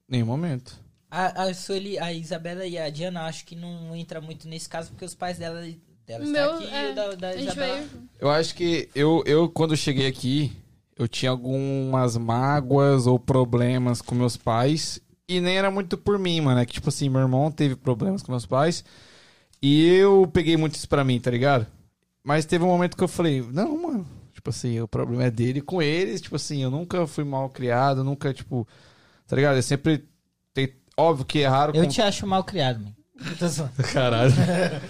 [SPEAKER 1] Nenhum momento.
[SPEAKER 2] A, a Sueli, a Isabela e a Diana acho que não entra muito nesse caso, porque os pais dela, dela
[SPEAKER 3] Meu,
[SPEAKER 2] estão aqui e
[SPEAKER 3] é,
[SPEAKER 2] o da, da
[SPEAKER 3] A gente
[SPEAKER 2] Isabela.
[SPEAKER 3] veio junto.
[SPEAKER 1] Eu acho que eu, eu quando eu cheguei aqui, eu tinha algumas mágoas ou problemas com meus pais. E nem era muito por mim, mano. É que, tipo assim, meu irmão teve problemas com meus pais. E eu peguei muito isso pra mim, tá ligado? Mas teve um momento que eu falei, não, mano. Tipo assim, o problema é dele com eles. Tipo assim, eu nunca fui mal criado, nunca, tipo. Tá ligado? Eu sempre. Tentei... Óbvio que erraram
[SPEAKER 2] Eu
[SPEAKER 1] com.
[SPEAKER 2] te acho mal criado, mano. Tô zoando.
[SPEAKER 1] Caralho.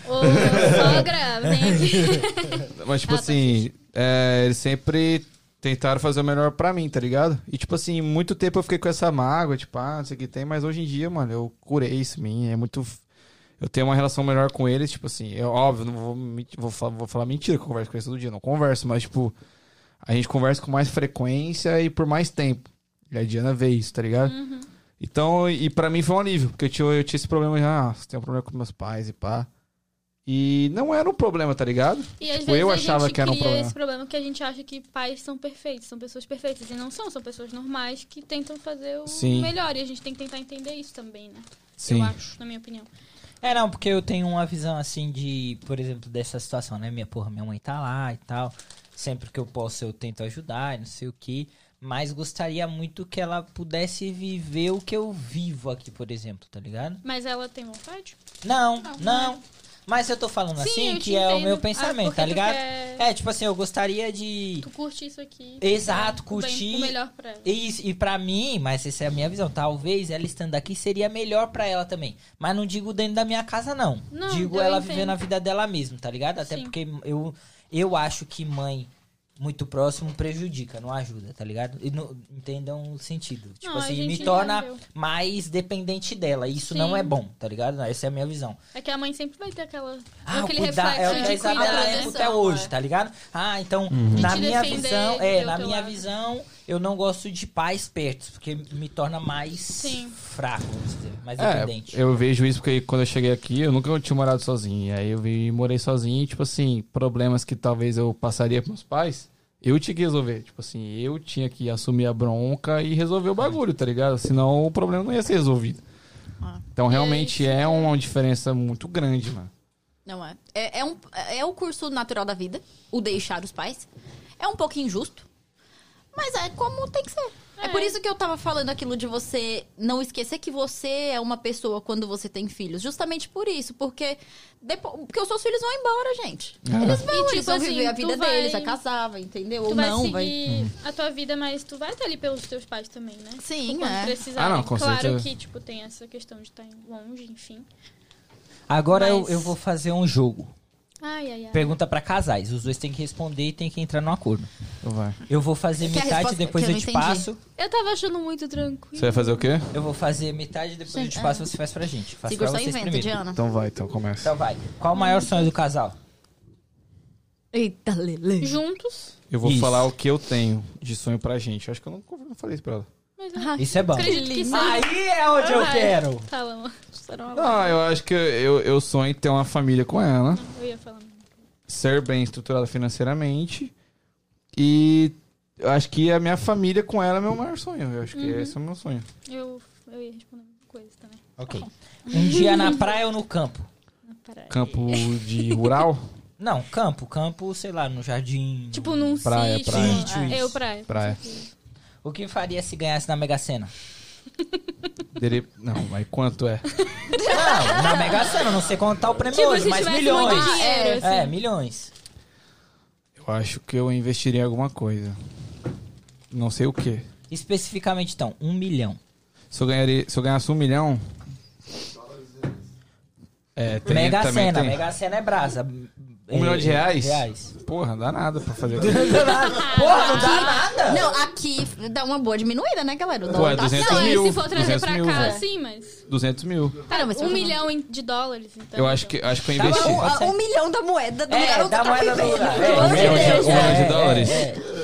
[SPEAKER 3] Ô, sogra, vem
[SPEAKER 1] (laughs)
[SPEAKER 3] aqui.
[SPEAKER 1] Mas, tipo assim, é, eles sempre tentaram fazer o melhor pra mim, tá ligado? E, tipo assim, muito tempo eu fiquei com essa mágoa, tipo, ah, não sei o que tem, mas hoje em dia, mano, eu curei isso em mim, é muito. Eu tenho uma relação melhor com eles, tipo assim, eu, óbvio, não vou, mentir- vou, fa- vou falar mentira que eu converso com eles todo dia, não converso, mas, tipo, a gente conversa com mais frequência e por mais tempo. E a Diana vê isso, tá ligado?
[SPEAKER 3] Uhum.
[SPEAKER 1] Então, e pra mim foi um alívio, porque eu tinha, eu tinha esse problema, já, ah, você tem um problema com meus pais e pá. E não era um problema, tá ligado?
[SPEAKER 3] E às
[SPEAKER 1] Tipo,
[SPEAKER 3] vezes
[SPEAKER 1] eu
[SPEAKER 3] a
[SPEAKER 1] achava
[SPEAKER 3] gente
[SPEAKER 1] que era um
[SPEAKER 3] cria
[SPEAKER 1] problema.
[SPEAKER 3] esse problema que a gente acha que pais são perfeitos, são pessoas perfeitas. E não são, são pessoas normais que tentam fazer o
[SPEAKER 1] Sim.
[SPEAKER 3] melhor. E a gente tem que tentar entender isso também, né?
[SPEAKER 1] Sim.
[SPEAKER 3] Eu acho, na minha opinião.
[SPEAKER 2] É, não, porque eu tenho uma visão assim de, por exemplo, dessa situação, né? Minha porra, minha mãe tá lá e tal. Sempre que eu posso eu tento ajudar, e não sei o que. Mas gostaria muito que ela pudesse viver o que eu vivo aqui, por exemplo, tá ligado?
[SPEAKER 3] Mas ela tem vontade?
[SPEAKER 2] Não, não. Mas eu tô falando
[SPEAKER 3] é. Sim,
[SPEAKER 2] assim
[SPEAKER 3] eu te
[SPEAKER 2] que é o
[SPEAKER 3] entendo.
[SPEAKER 2] meu
[SPEAKER 3] Ah,
[SPEAKER 2] pensamento,
[SPEAKER 3] porque
[SPEAKER 2] tá
[SPEAKER 3] tu
[SPEAKER 2] ligado?
[SPEAKER 3] quer-
[SPEAKER 2] É, tipo assim, eu gostaria de.
[SPEAKER 3] Tu curte isso aqui.
[SPEAKER 2] Exato,
[SPEAKER 3] o Né? bem-
[SPEAKER 2] curtir. É
[SPEAKER 3] O melhor pra ela.
[SPEAKER 2] E, e para mim, mas essa é a minha visão, talvez ela estando aqui seria melhor pra ela também. Mas não digo dentro da minha casa, não.
[SPEAKER 3] Não,
[SPEAKER 2] digo
[SPEAKER 3] eu
[SPEAKER 2] ela
[SPEAKER 3] entendo.
[SPEAKER 2] vivendo a vida dela mesma, tá ligado? Até
[SPEAKER 3] Sim.
[SPEAKER 2] porque eu, eu acho que mãe muito próximo prejudica, não ajuda, tá ligado? E não, entendam o sentido. Tipo
[SPEAKER 3] Não, a
[SPEAKER 2] assim,
[SPEAKER 3] gente
[SPEAKER 2] me torna
[SPEAKER 3] entendeu.
[SPEAKER 2] mais dependente dela. E isso
[SPEAKER 3] Sim.
[SPEAKER 2] não é bom, tá ligado? Essa é a minha visão.
[SPEAKER 3] É que a mãe sempre vai ter aquela,
[SPEAKER 2] Ah,
[SPEAKER 3] aquele
[SPEAKER 2] cuidar, é o que
[SPEAKER 3] reflexo
[SPEAKER 2] a
[SPEAKER 3] de
[SPEAKER 2] Isabela
[SPEAKER 3] cuidar,
[SPEAKER 2] é
[SPEAKER 3] né?
[SPEAKER 2] até hoje, tá ligado? Ah, então, na
[SPEAKER 1] Uhum.
[SPEAKER 3] E te
[SPEAKER 2] minha
[SPEAKER 3] defender
[SPEAKER 2] visão,
[SPEAKER 3] do
[SPEAKER 2] é,
[SPEAKER 3] teu
[SPEAKER 2] na minha
[SPEAKER 3] lado.
[SPEAKER 2] visão, eu não gosto de pais perto, porque me torna mais
[SPEAKER 3] Sim.
[SPEAKER 2] fraco, vamos dizer, mais
[SPEAKER 1] É,
[SPEAKER 2] dependente.
[SPEAKER 1] eu vejo isso porque quando eu cheguei aqui, eu nunca tinha morado sozinho. E aí eu vim, morei sozinho, e, tipo assim, problemas que talvez eu passaria pros meus pais, Eu tinha que resolver. Tipo assim, eu tinha que assumir a bronca e resolver o bagulho, tá ligado? Senão o problema não ia ser resolvido. Então realmente é uma diferença muito grande, mano.
[SPEAKER 4] Não é. É, é, um, é o curso natural da vida, o deixar os pais. É um pouco injusto, mas é como tem que ser. É. por isso que eu tava falando aquilo de você não esquecer que você é uma pessoa quando você tem filhos. Justamente por isso, porque, depois, porque os seus filhos vão embora, gente. Eles vão,
[SPEAKER 3] E, tipo
[SPEAKER 4] eles vão
[SPEAKER 3] assim,
[SPEAKER 4] viver a
[SPEAKER 3] tu
[SPEAKER 4] vida
[SPEAKER 3] vai-
[SPEAKER 4] deles, vai casar, vai, entendeu?
[SPEAKER 3] Tu
[SPEAKER 4] Ou
[SPEAKER 3] vai
[SPEAKER 4] não,
[SPEAKER 3] seguir
[SPEAKER 4] vai. Hum.
[SPEAKER 3] a tua vida, mas tu vai estar ali pelos teus pais também, né?
[SPEAKER 4] Sim,
[SPEAKER 3] Quando
[SPEAKER 4] é.
[SPEAKER 3] precisar.
[SPEAKER 1] Ah, não, com
[SPEAKER 3] claro
[SPEAKER 1] certeza.
[SPEAKER 3] que, tipo, tem essa questão de estar longe, enfim.
[SPEAKER 2] Agora eu,
[SPEAKER 3] Mas-
[SPEAKER 2] eu vou fazer um jogo.
[SPEAKER 3] Ai, ai, ai.
[SPEAKER 2] Pergunta pra casais. Os dois têm que responder e têm que entrar num acordo.
[SPEAKER 1] Então vai.
[SPEAKER 2] Eu vou
[SPEAKER 3] (laughs)
[SPEAKER 2] fazer
[SPEAKER 3] é
[SPEAKER 4] Quer a
[SPEAKER 2] metade,
[SPEAKER 4] resposta?
[SPEAKER 2] depois
[SPEAKER 4] Que
[SPEAKER 2] eu,
[SPEAKER 4] eu não
[SPEAKER 2] te
[SPEAKER 4] entendi.
[SPEAKER 2] passo.
[SPEAKER 3] Eu tava achando muito tranquilo.
[SPEAKER 1] Você vai fazer o quê?
[SPEAKER 2] Eu vou fazer metade, depois eu
[SPEAKER 3] é.
[SPEAKER 2] te passo, você faz pra gente. Faço
[SPEAKER 4] Segura
[SPEAKER 2] pra
[SPEAKER 4] só
[SPEAKER 2] vocês
[SPEAKER 4] invento,
[SPEAKER 2] primeiro.
[SPEAKER 4] Diana.
[SPEAKER 1] Então vai, então começa.
[SPEAKER 2] Então vai. Qual o maior sonho do casal?
[SPEAKER 4] Eita, Lele.
[SPEAKER 3] Juntos,
[SPEAKER 1] Eu vou
[SPEAKER 2] Isso.
[SPEAKER 1] falar o que eu tenho de sonho pra gente. Eu Acho que eu não, não falei isso pra ela.
[SPEAKER 3] mas
[SPEAKER 4] Ah,
[SPEAKER 3] eu
[SPEAKER 2] Isso é bom.
[SPEAKER 3] acredito que sim.
[SPEAKER 2] Aí é onde eu
[SPEAKER 3] Vai.
[SPEAKER 2] quero.
[SPEAKER 4] tá,
[SPEAKER 3] Fala, amor. Será uma-
[SPEAKER 1] Ah, eu acho que eu, eu sonho em ter uma família com ela,
[SPEAKER 3] Eu ia falar.
[SPEAKER 1] ser bem estruturada financeiramente e eu acho que a minha família com ela é meu maior sonho. Eu acho
[SPEAKER 2] Uhum.
[SPEAKER 1] que esse é o meu sonho.
[SPEAKER 3] Eu, eu ia responder uma coisa também.
[SPEAKER 2] Ok. Um dia na praia ou no campo?
[SPEAKER 3] Peraí.
[SPEAKER 1] Campo de rural?
[SPEAKER 2] Não, campo. Campo, sei lá, no jardim.
[SPEAKER 3] Tipo, num
[SPEAKER 1] Praia,
[SPEAKER 3] sítio.
[SPEAKER 1] praia.
[SPEAKER 2] Sítio,
[SPEAKER 3] Ah,
[SPEAKER 2] isso.
[SPEAKER 3] eu, praia.
[SPEAKER 1] Praia.
[SPEAKER 2] O que faria se ganhasse na Mega Sena?
[SPEAKER 1] Dere... Não, mas quanto é?
[SPEAKER 2] Não, na Mega Sena. Não sei quanto tá o prêmio
[SPEAKER 3] Tipo,
[SPEAKER 2] hoje,
[SPEAKER 3] se
[SPEAKER 2] mas
[SPEAKER 3] tivesse
[SPEAKER 2] milhões.
[SPEAKER 3] muito dinheiro,
[SPEAKER 2] É,
[SPEAKER 3] assim.
[SPEAKER 2] milhões.
[SPEAKER 1] Eu acho que eu investiria em alguma coisa. Não sei o quê.
[SPEAKER 2] Especificamente, então, um milhão.
[SPEAKER 1] Se eu, ganharia... Se eu ganhasse um milhão. É, tem,
[SPEAKER 2] Mega
[SPEAKER 1] também
[SPEAKER 2] Sena.
[SPEAKER 1] tem.
[SPEAKER 2] Mega Sena é brasa. É,
[SPEAKER 1] Um milhão de reais?
[SPEAKER 2] reais.
[SPEAKER 1] Porra, dá nada pra (laughs) fazer aquilo.
[SPEAKER 4] tá
[SPEAKER 2] Porra, não dá nada.
[SPEAKER 4] Não, aqui dá uma boa diminuída, né, galera? O
[SPEAKER 1] Pô,
[SPEAKER 4] dólar
[SPEAKER 1] é
[SPEAKER 4] tá
[SPEAKER 1] 200
[SPEAKER 3] Não,
[SPEAKER 1] mil.
[SPEAKER 3] é, se for trazer
[SPEAKER 1] 200
[SPEAKER 3] pra
[SPEAKER 1] mil,
[SPEAKER 3] cá,
[SPEAKER 1] velho.
[SPEAKER 3] sim, mas...
[SPEAKER 1] 200 mil.
[SPEAKER 4] Caramba,
[SPEAKER 3] um milhão em- de dólares, então.
[SPEAKER 1] Eu acho que, acho que eu
[SPEAKER 2] Tá
[SPEAKER 1] investi.
[SPEAKER 2] bom,
[SPEAKER 4] Ah, Um milhão da moeda do tá
[SPEAKER 2] É,
[SPEAKER 4] garoto
[SPEAKER 2] dá moeda no
[SPEAKER 4] traficante.
[SPEAKER 2] lugar.
[SPEAKER 4] Pelo amor de
[SPEAKER 1] milhão de-
[SPEAKER 4] Deus.
[SPEAKER 1] um milhão de
[SPEAKER 2] é,
[SPEAKER 1] dólares?
[SPEAKER 2] é.